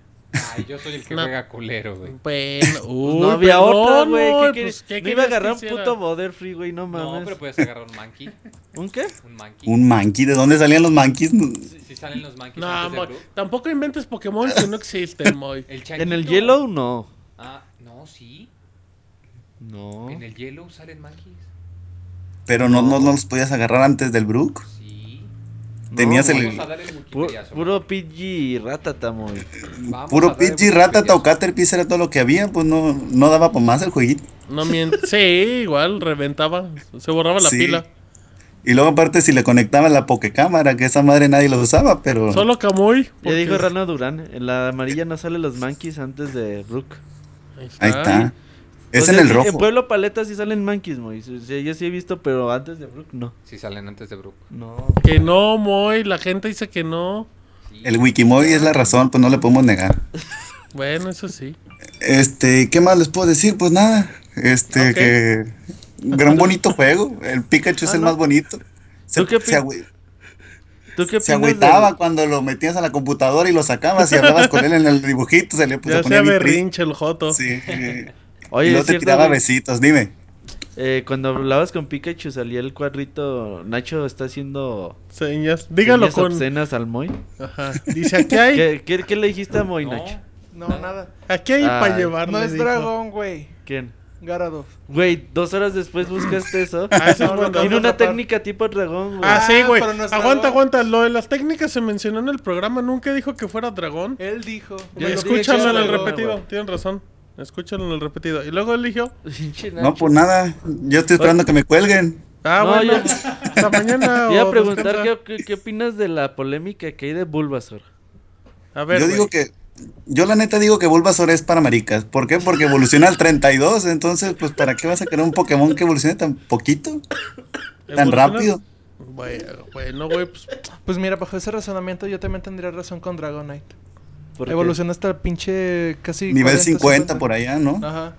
[SPEAKER 3] Ay, yo soy el que
[SPEAKER 4] No.
[SPEAKER 3] juega culero, güey.
[SPEAKER 4] Bueno,
[SPEAKER 7] Pues
[SPEAKER 4] uy,
[SPEAKER 7] no había
[SPEAKER 4] perdón,
[SPEAKER 7] otra, güey.
[SPEAKER 4] Moy,
[SPEAKER 7] ¿Qué
[SPEAKER 4] pues, ¿qué
[SPEAKER 7] quieres? no iba a
[SPEAKER 4] querías que
[SPEAKER 7] agarrar un
[SPEAKER 4] hiciera?
[SPEAKER 7] puto Butterfree, güey, no mames.
[SPEAKER 3] No, pero puedes agarrar un monkey.
[SPEAKER 7] ¿Un qué?
[SPEAKER 3] Un monkey.
[SPEAKER 14] Un Mankey. ¿De dónde salían los Mankeys? No-
[SPEAKER 3] Si salen los monkeys.
[SPEAKER 4] No,
[SPEAKER 3] antes del
[SPEAKER 4] Moy,
[SPEAKER 3] Brook.
[SPEAKER 4] tampoco inventes Pokémon que no existen, Moy.
[SPEAKER 3] El
[SPEAKER 7] En el
[SPEAKER 3] changuito.
[SPEAKER 7] Yellow, no.
[SPEAKER 3] Ah, no, sí.
[SPEAKER 7] No.
[SPEAKER 3] En el Yellow salen monkeys.
[SPEAKER 14] Pero no, no, no los podías agarrar antes del Brook. Tenías
[SPEAKER 7] No,
[SPEAKER 14] el
[SPEAKER 7] vamos a
[SPEAKER 3] dar el
[SPEAKER 7] Pu- puro Pidgey y Ratata, Moy.
[SPEAKER 14] puro Pidgey, Ratata o Caterpie era todo lo que había. Pues no, no daba por más el jueguito.
[SPEAKER 4] No mientes. Sí, igual, reventaba. Se borraba la
[SPEAKER 14] Sí.
[SPEAKER 4] pila.
[SPEAKER 14] Y luego aparte si le conectaban la Pokécámara, que esa madre nadie lo usaba, pero...
[SPEAKER 4] Solo Camuy.
[SPEAKER 7] Ya
[SPEAKER 4] porque-
[SPEAKER 7] dijo Rana Durán, en la amarilla no salen los monkeys antes de Brook.
[SPEAKER 14] Ahí está. Es
[SPEAKER 7] O sea,
[SPEAKER 14] en el
[SPEAKER 7] sí, En
[SPEAKER 14] rojo.
[SPEAKER 7] Pueblo Paleta sí salen monkeys, Moy. Sí, sí, yo sí he visto, pero antes de Brook no.
[SPEAKER 3] Sí salen antes de Brook.
[SPEAKER 7] No.
[SPEAKER 4] Que no, Moy. La gente dice que no.
[SPEAKER 14] El Wikimoy es la razón, pues no le podemos negar.
[SPEAKER 4] Bueno, eso sí.
[SPEAKER 14] Este, ¿qué más les puedo decir? Pues nada. Este,
[SPEAKER 4] Ok.
[SPEAKER 14] que... Gran bonito juego. eh, El Pikachu es
[SPEAKER 7] Ah,
[SPEAKER 14] el
[SPEAKER 7] no.
[SPEAKER 14] más bonito. Se,
[SPEAKER 7] ¿Tú qué
[SPEAKER 14] se
[SPEAKER 7] opi-
[SPEAKER 14] agü-
[SPEAKER 7] ¿Tú qué
[SPEAKER 14] se
[SPEAKER 7] opinas del-
[SPEAKER 14] agüitaba cuando lo metías a la computadora y lo sacabas y hablabas con él en el dibujito. pues, Se le puso
[SPEAKER 4] Ya
[SPEAKER 14] ponía
[SPEAKER 4] sea
[SPEAKER 14] bien triste.
[SPEAKER 4] berrinche el Joto.
[SPEAKER 14] Sí. y
[SPEAKER 7] Oye, es
[SPEAKER 14] luego te
[SPEAKER 7] cierto,
[SPEAKER 14] tiraba
[SPEAKER 7] güey.
[SPEAKER 14] besitos, dime.
[SPEAKER 7] Eh, cuando hablabas con Pikachu salía el cuadrito. Nacho está haciendo
[SPEAKER 4] Señas. Dígalo
[SPEAKER 7] señas
[SPEAKER 4] con.
[SPEAKER 7] obscenas al Moy.
[SPEAKER 4] Ajá. Dice, aquí hay.
[SPEAKER 7] ¿Qué, qué, qué le dijiste a Moy, Nacho?
[SPEAKER 5] No, nada.
[SPEAKER 4] Aquí hay
[SPEAKER 7] Ay.
[SPEAKER 4] para llevar.
[SPEAKER 5] No
[SPEAKER 4] le
[SPEAKER 5] es
[SPEAKER 4] dijo.
[SPEAKER 5] dragón, güey.
[SPEAKER 7] ¿Quién?
[SPEAKER 5] Garados.
[SPEAKER 7] Güey, dos horas después buscaste eso.
[SPEAKER 4] Ah, eso es
[SPEAKER 5] bueno,
[SPEAKER 7] Tiene
[SPEAKER 5] vamos a
[SPEAKER 7] una
[SPEAKER 5] tapar.
[SPEAKER 7] técnica tipo dragón, güey.
[SPEAKER 4] Ah, sí, güey.
[SPEAKER 5] pero no es
[SPEAKER 4] aguanta,
[SPEAKER 5] dragón.
[SPEAKER 4] aguanta. Lo de las técnicas se mencionó en el programa. Nunca dijo que fuera dragón.
[SPEAKER 5] Él dijo.
[SPEAKER 7] Yo
[SPEAKER 5] Güey,
[SPEAKER 7] dije
[SPEAKER 4] Escúchalo
[SPEAKER 7] que
[SPEAKER 4] en el
[SPEAKER 7] dragón,
[SPEAKER 4] repetido.
[SPEAKER 7] güey.
[SPEAKER 4] Tienen razón. Escúchalo en el repetido. Y luego eligió.
[SPEAKER 7] Pinche
[SPEAKER 14] No,
[SPEAKER 7] Nacho.
[SPEAKER 14] pues nada. Yo estoy esperando que me cuelguen.
[SPEAKER 4] Ah,
[SPEAKER 7] No,
[SPEAKER 4] bueno.
[SPEAKER 7] yo-
[SPEAKER 4] Hasta mañana.
[SPEAKER 7] Te iba
[SPEAKER 4] o
[SPEAKER 7] a preguntar
[SPEAKER 4] descansa.
[SPEAKER 7] qué, qué- qué opinas de la polémica que hay de Bulbasaur.
[SPEAKER 4] A ver,
[SPEAKER 14] yo digo
[SPEAKER 4] güey.
[SPEAKER 14] que. Yo la neta digo que Bulbasaur es para maricas. ¿Por qué? Porque evoluciona al 32. Entonces, pues, ¿para qué vas a querer un Pokémon que evolucione tan poquito? Tan
[SPEAKER 4] ¿Evoluciona?
[SPEAKER 14] rápido.
[SPEAKER 4] Bueno, bueno, güey, pues.
[SPEAKER 5] Pues mira, bajo ese razonamiento yo también tendría razón con Dragonite.
[SPEAKER 7] ¿Por qué?
[SPEAKER 5] Evoluciona hasta el pinche casi.
[SPEAKER 14] Nivel
[SPEAKER 5] 40,
[SPEAKER 14] 50 por allá, ¿no?
[SPEAKER 5] Ajá.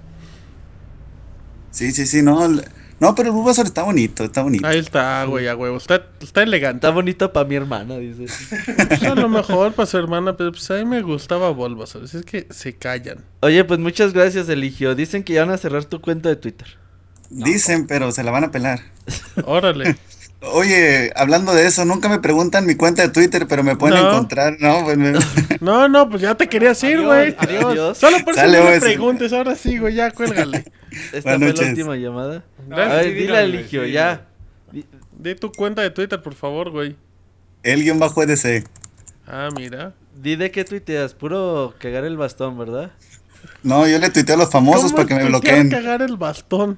[SPEAKER 14] Sí, sí, sí, no. l- No, pero el Bulbasaur está bonito, está bonito.
[SPEAKER 4] Ahí está, güey, a huevo. Está, está elegante.
[SPEAKER 7] Está bonito para mi hermana, dice.
[SPEAKER 4] Pues a lo mejor para su hermana, pero pues a mí me gustaba Bulbasaur. Así es que se callan.
[SPEAKER 7] Oye, pues muchas gracias, Eligio. Dicen que ya van a cerrar tu cuenta de Twitter.
[SPEAKER 14] Dicen, pero se la van a pelar.
[SPEAKER 4] Órale.
[SPEAKER 14] Oye, hablando de eso, nunca me preguntan mi cuenta de Twitter, pero me pueden
[SPEAKER 4] No.
[SPEAKER 14] encontrar, ¿no? Pues, me-
[SPEAKER 4] No, no, pues ya te querías ir, güey.
[SPEAKER 7] adiós.
[SPEAKER 4] Adiós. Solo por eso
[SPEAKER 14] Sale,
[SPEAKER 4] no me
[SPEAKER 14] güey.
[SPEAKER 4] preguntes. Ahora sí, güey, ya cuélgale.
[SPEAKER 7] Esta
[SPEAKER 14] Buenas
[SPEAKER 7] fue la
[SPEAKER 14] noches.
[SPEAKER 7] última llamada.
[SPEAKER 4] No,
[SPEAKER 7] a
[SPEAKER 4] sí,
[SPEAKER 7] ver, dile
[SPEAKER 4] dígale,
[SPEAKER 7] a Eligio,
[SPEAKER 4] sí.
[SPEAKER 7] ya.
[SPEAKER 4] Di tu cuenta de Twitter, por favor, güey.
[SPEAKER 14] El guión bajo E EDC.
[SPEAKER 4] Ah, mira.
[SPEAKER 7] Di de qué tuiteas, puro cagar el bastón, ¿verdad?
[SPEAKER 14] No, yo le tuiteo a los famosos
[SPEAKER 4] ¿Cómo
[SPEAKER 14] para que me
[SPEAKER 4] tuitear
[SPEAKER 14] bloqueen.
[SPEAKER 4] cagar el bastón.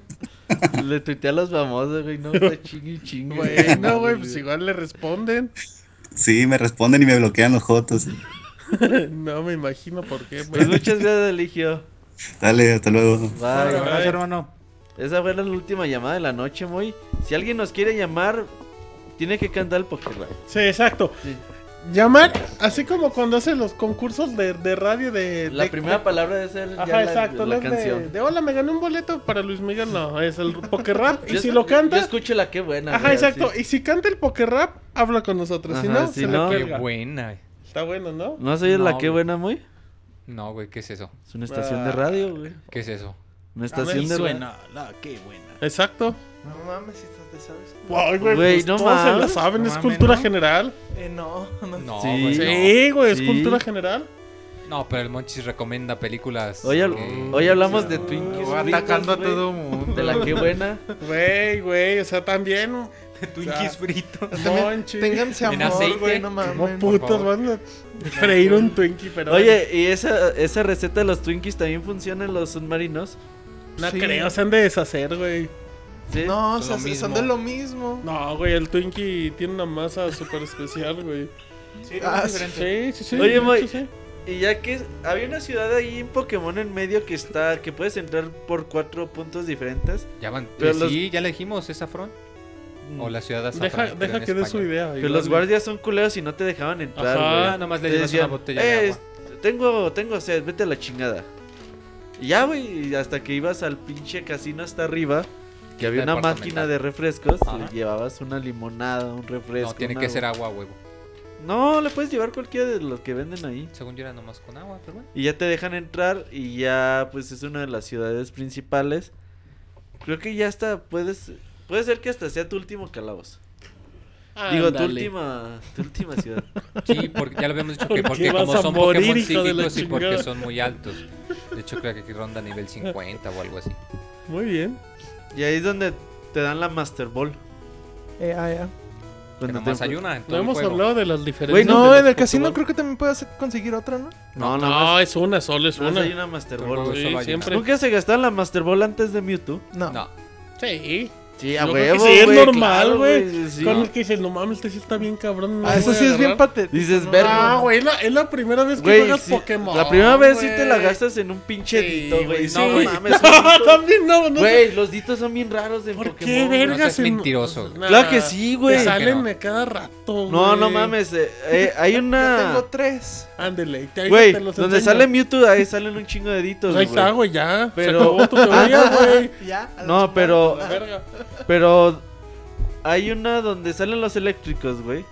[SPEAKER 7] Le tuitea a los famosos, güey, no, está chingue y chingue.
[SPEAKER 4] Bueno, güey, pues igual le responden.
[SPEAKER 14] Sí, me responden y me bloquean los jotos.
[SPEAKER 4] no me imagino por qué,
[SPEAKER 7] Pues
[SPEAKER 4] güey.
[SPEAKER 7] muchas gracias, Eligio.
[SPEAKER 14] Dale, hasta luego.
[SPEAKER 7] Bye.
[SPEAKER 6] Gracias, hermano.
[SPEAKER 7] Esa fue la última llamada de la noche, muy. Si alguien nos quiere llamar, tiene que cantar el Poker Rap.
[SPEAKER 4] Sí, exacto.
[SPEAKER 7] Sí.
[SPEAKER 4] Llamar, así como cuando hacen los concursos de, de radio de...
[SPEAKER 7] La
[SPEAKER 4] de-
[SPEAKER 7] primera palabra es el, ya
[SPEAKER 4] Ajá,
[SPEAKER 7] la-
[SPEAKER 4] exacto.
[SPEAKER 7] la,
[SPEAKER 4] no es de-
[SPEAKER 7] canción.
[SPEAKER 4] de, hola, me gané un boleto para Luis Miguel. No, es el poker rap. y
[SPEAKER 7] Yo
[SPEAKER 4] si
[SPEAKER 7] escu-
[SPEAKER 4] lo
[SPEAKER 7] Yo
[SPEAKER 4] cantas...
[SPEAKER 7] escucho la que buena.
[SPEAKER 4] Ajá,
[SPEAKER 7] güey,
[SPEAKER 4] exacto.
[SPEAKER 7] así.
[SPEAKER 4] Y si canta el poker rap, habla con nosotros. si
[SPEAKER 7] Ajá,
[SPEAKER 4] no,
[SPEAKER 7] si
[SPEAKER 4] se
[SPEAKER 7] no-
[SPEAKER 4] le
[SPEAKER 3] Qué
[SPEAKER 4] cuelga.
[SPEAKER 3] buena.
[SPEAKER 4] Está bueno, ¿no?
[SPEAKER 7] ¿No has oído la
[SPEAKER 3] No,
[SPEAKER 7] que
[SPEAKER 3] güey.
[SPEAKER 7] buena, muy?
[SPEAKER 3] No, güey, ¿qué es eso?
[SPEAKER 7] Es una estación
[SPEAKER 4] Ah.
[SPEAKER 7] de radio, güey.
[SPEAKER 3] ¿Qué es eso?
[SPEAKER 7] Una estación de radio.
[SPEAKER 6] la qué buena.
[SPEAKER 4] Exacto.
[SPEAKER 5] No mames, si te sabes.
[SPEAKER 4] Guau, güey,
[SPEAKER 7] Güey,
[SPEAKER 4] pues
[SPEAKER 7] no
[SPEAKER 4] todos se la
[SPEAKER 7] mames.
[SPEAKER 4] saben,
[SPEAKER 5] No
[SPEAKER 4] es
[SPEAKER 5] mames,
[SPEAKER 4] cultura
[SPEAKER 5] ¿no?
[SPEAKER 4] general.
[SPEAKER 5] Eh, no, no.
[SPEAKER 3] No,
[SPEAKER 7] Sí.
[SPEAKER 3] güey. no.
[SPEAKER 4] Sí, güey, es
[SPEAKER 7] Sí.
[SPEAKER 4] cultura general.
[SPEAKER 3] No, pero el Monchis recomienda películas.
[SPEAKER 7] Hoy, habl-
[SPEAKER 3] eh,
[SPEAKER 7] hoy hablamos de Twinkies.
[SPEAKER 3] Voy
[SPEAKER 7] Fritos,
[SPEAKER 3] atacando a
[SPEAKER 7] güey.
[SPEAKER 3] todo mundo.
[SPEAKER 7] De la que buena.
[SPEAKER 4] Güey, güey, o sea, también. De
[SPEAKER 3] Twinkies fritos.
[SPEAKER 4] Monchi.
[SPEAKER 5] Ténganse
[SPEAKER 4] En
[SPEAKER 5] amor,
[SPEAKER 4] aceite.
[SPEAKER 5] güey, no mames.
[SPEAKER 4] Como putos, van a freír un Twinkie, pero.
[SPEAKER 7] Oye, ¿y esa, esa receta de los Twinkies también funciona en los submarinos?
[SPEAKER 4] No creo, se han de deshacer, güey.
[SPEAKER 5] No, o sea, Lo son de mismo. lo mismo.
[SPEAKER 4] No, güey, el Twinkie tiene una masa súper especial, güey. Sí,
[SPEAKER 7] Ah, sí.
[SPEAKER 4] sí, sí, sí.
[SPEAKER 7] Oye,
[SPEAKER 4] de
[SPEAKER 7] Moy,
[SPEAKER 4] hecho, sí.
[SPEAKER 7] y ya que había una ciudad ahí en Pokémon en medio que está, que puedes entrar por cuatro puntos diferentes.
[SPEAKER 3] Ya van,
[SPEAKER 7] Pero
[SPEAKER 3] eh,
[SPEAKER 7] los-
[SPEAKER 3] sí, ya le dijimos, es Afrón. O la ciudad de Azafrán,
[SPEAKER 7] Deja-
[SPEAKER 3] creo,
[SPEAKER 7] deja
[SPEAKER 3] en
[SPEAKER 7] que dé su
[SPEAKER 3] España.
[SPEAKER 7] idea, Pero los guardias son culeros y no te dejaban entrar.
[SPEAKER 3] Ajá,
[SPEAKER 7] güey.
[SPEAKER 3] nomás le
[SPEAKER 7] Te
[SPEAKER 3] llevas
[SPEAKER 7] decían,
[SPEAKER 3] una botella de
[SPEAKER 7] "Eh, Tengo, tengo sed, vete a la chingada. Y ya, güey, y hasta que ibas al pinche casino hasta arriba, que había una máquina de refrescos, le llevabas una limonada, un refresco.
[SPEAKER 3] No, tiene
[SPEAKER 7] un
[SPEAKER 3] que
[SPEAKER 7] agua.
[SPEAKER 3] ser agua, huevo.
[SPEAKER 7] No, le puedes llevar cualquiera de los que venden ahí.
[SPEAKER 3] Según yo era nomás con agua, pero bueno.
[SPEAKER 7] Y ya te dejan entrar y ya pues es una de las ciudades principales. Creo que ya hasta puedes puede ser que hasta sea tu último calabozo. Digo, tu
[SPEAKER 3] Ándale.
[SPEAKER 7] última, tu última ciudad.
[SPEAKER 3] Sí, porque ya lo habíamos dicho que porque
[SPEAKER 7] vas
[SPEAKER 3] como
[SPEAKER 7] a
[SPEAKER 3] son
[SPEAKER 7] morir,
[SPEAKER 3] Pokémon
[SPEAKER 7] hijo de la
[SPEAKER 3] psíquicos y porque
[SPEAKER 7] chingada.
[SPEAKER 3] son muy altos. De hecho, creo que aquí ronda nivel 50 o algo así.
[SPEAKER 4] Muy bien.
[SPEAKER 7] Y ahí es donde te dan la Master Ball.
[SPEAKER 5] Eh, ah, ya.
[SPEAKER 7] Cuando
[SPEAKER 3] nomás
[SPEAKER 7] te-
[SPEAKER 3] hay una en
[SPEAKER 4] No hemos hablado de las diferencias.
[SPEAKER 5] Güey,
[SPEAKER 4] de
[SPEAKER 5] no,
[SPEAKER 4] los
[SPEAKER 5] en el casino
[SPEAKER 4] Pokémon.
[SPEAKER 5] creo que también puedes conseguir otra, ¿no?
[SPEAKER 7] No,
[SPEAKER 4] no,
[SPEAKER 7] más-
[SPEAKER 4] es una solo, es
[SPEAKER 7] Nada más
[SPEAKER 4] una.
[SPEAKER 7] hay una Master
[SPEAKER 4] Sí,
[SPEAKER 7] Ball. güey.
[SPEAKER 4] siempre.
[SPEAKER 7] ¿Nunca se gastaba la Master Ball antes de Mewtwo?
[SPEAKER 5] No.
[SPEAKER 4] Sí.
[SPEAKER 7] Sí, a
[SPEAKER 4] Yo creo que
[SPEAKER 7] huevo,
[SPEAKER 4] sí, es
[SPEAKER 7] güey,
[SPEAKER 4] normal,
[SPEAKER 7] claro,
[SPEAKER 4] güey.
[SPEAKER 7] güey, sí.
[SPEAKER 4] Con el que dices, no mames, este sí está bien cabrón. no
[SPEAKER 7] Ah,
[SPEAKER 4] lo
[SPEAKER 7] eso
[SPEAKER 4] voy a
[SPEAKER 7] sí es bien
[SPEAKER 4] agarrar".
[SPEAKER 7] patético, Dices, ¿no? verga.
[SPEAKER 4] Ah, güey, es la- es la primera vez que
[SPEAKER 7] Güey,
[SPEAKER 4] juegas
[SPEAKER 7] sí,
[SPEAKER 4] Pokémon.
[SPEAKER 7] La primera vez sí te la
[SPEAKER 4] güey.
[SPEAKER 7] gastas en un pinche
[SPEAKER 4] Sí,
[SPEAKER 7] dito, güey.
[SPEAKER 4] güey, sí.
[SPEAKER 7] No, güey. mames.
[SPEAKER 4] No,
[SPEAKER 7] son ditos-
[SPEAKER 4] también no, no
[SPEAKER 7] Güey,
[SPEAKER 4] sé.
[SPEAKER 7] los ditos son bien raros en Pokémon.
[SPEAKER 4] ¿Qué
[SPEAKER 7] güey.
[SPEAKER 4] vergas? en- Nah,
[SPEAKER 7] Claro que sí, güey.
[SPEAKER 4] te Salen de cada rato,
[SPEAKER 7] No,
[SPEAKER 4] güey.
[SPEAKER 7] no mames. eh, eh, hay una.
[SPEAKER 5] Yo tengo tres.
[SPEAKER 4] Ándele, y te-
[SPEAKER 7] Güey,
[SPEAKER 4] te los
[SPEAKER 7] donde
[SPEAKER 4] enseño.
[SPEAKER 7] sale Mewtwo, ahí salen un chingo de deditos.
[SPEAKER 4] Ahí está, güey, ya. Se
[SPEAKER 7] Pero. Ah,
[SPEAKER 4] acabó tu teoría, güey.
[SPEAKER 5] Ya, a la
[SPEAKER 7] No,
[SPEAKER 5] chingada,
[SPEAKER 7] pero.
[SPEAKER 5] a la verga.
[SPEAKER 7] Pero. Hay una donde salen los eléctricos, güey.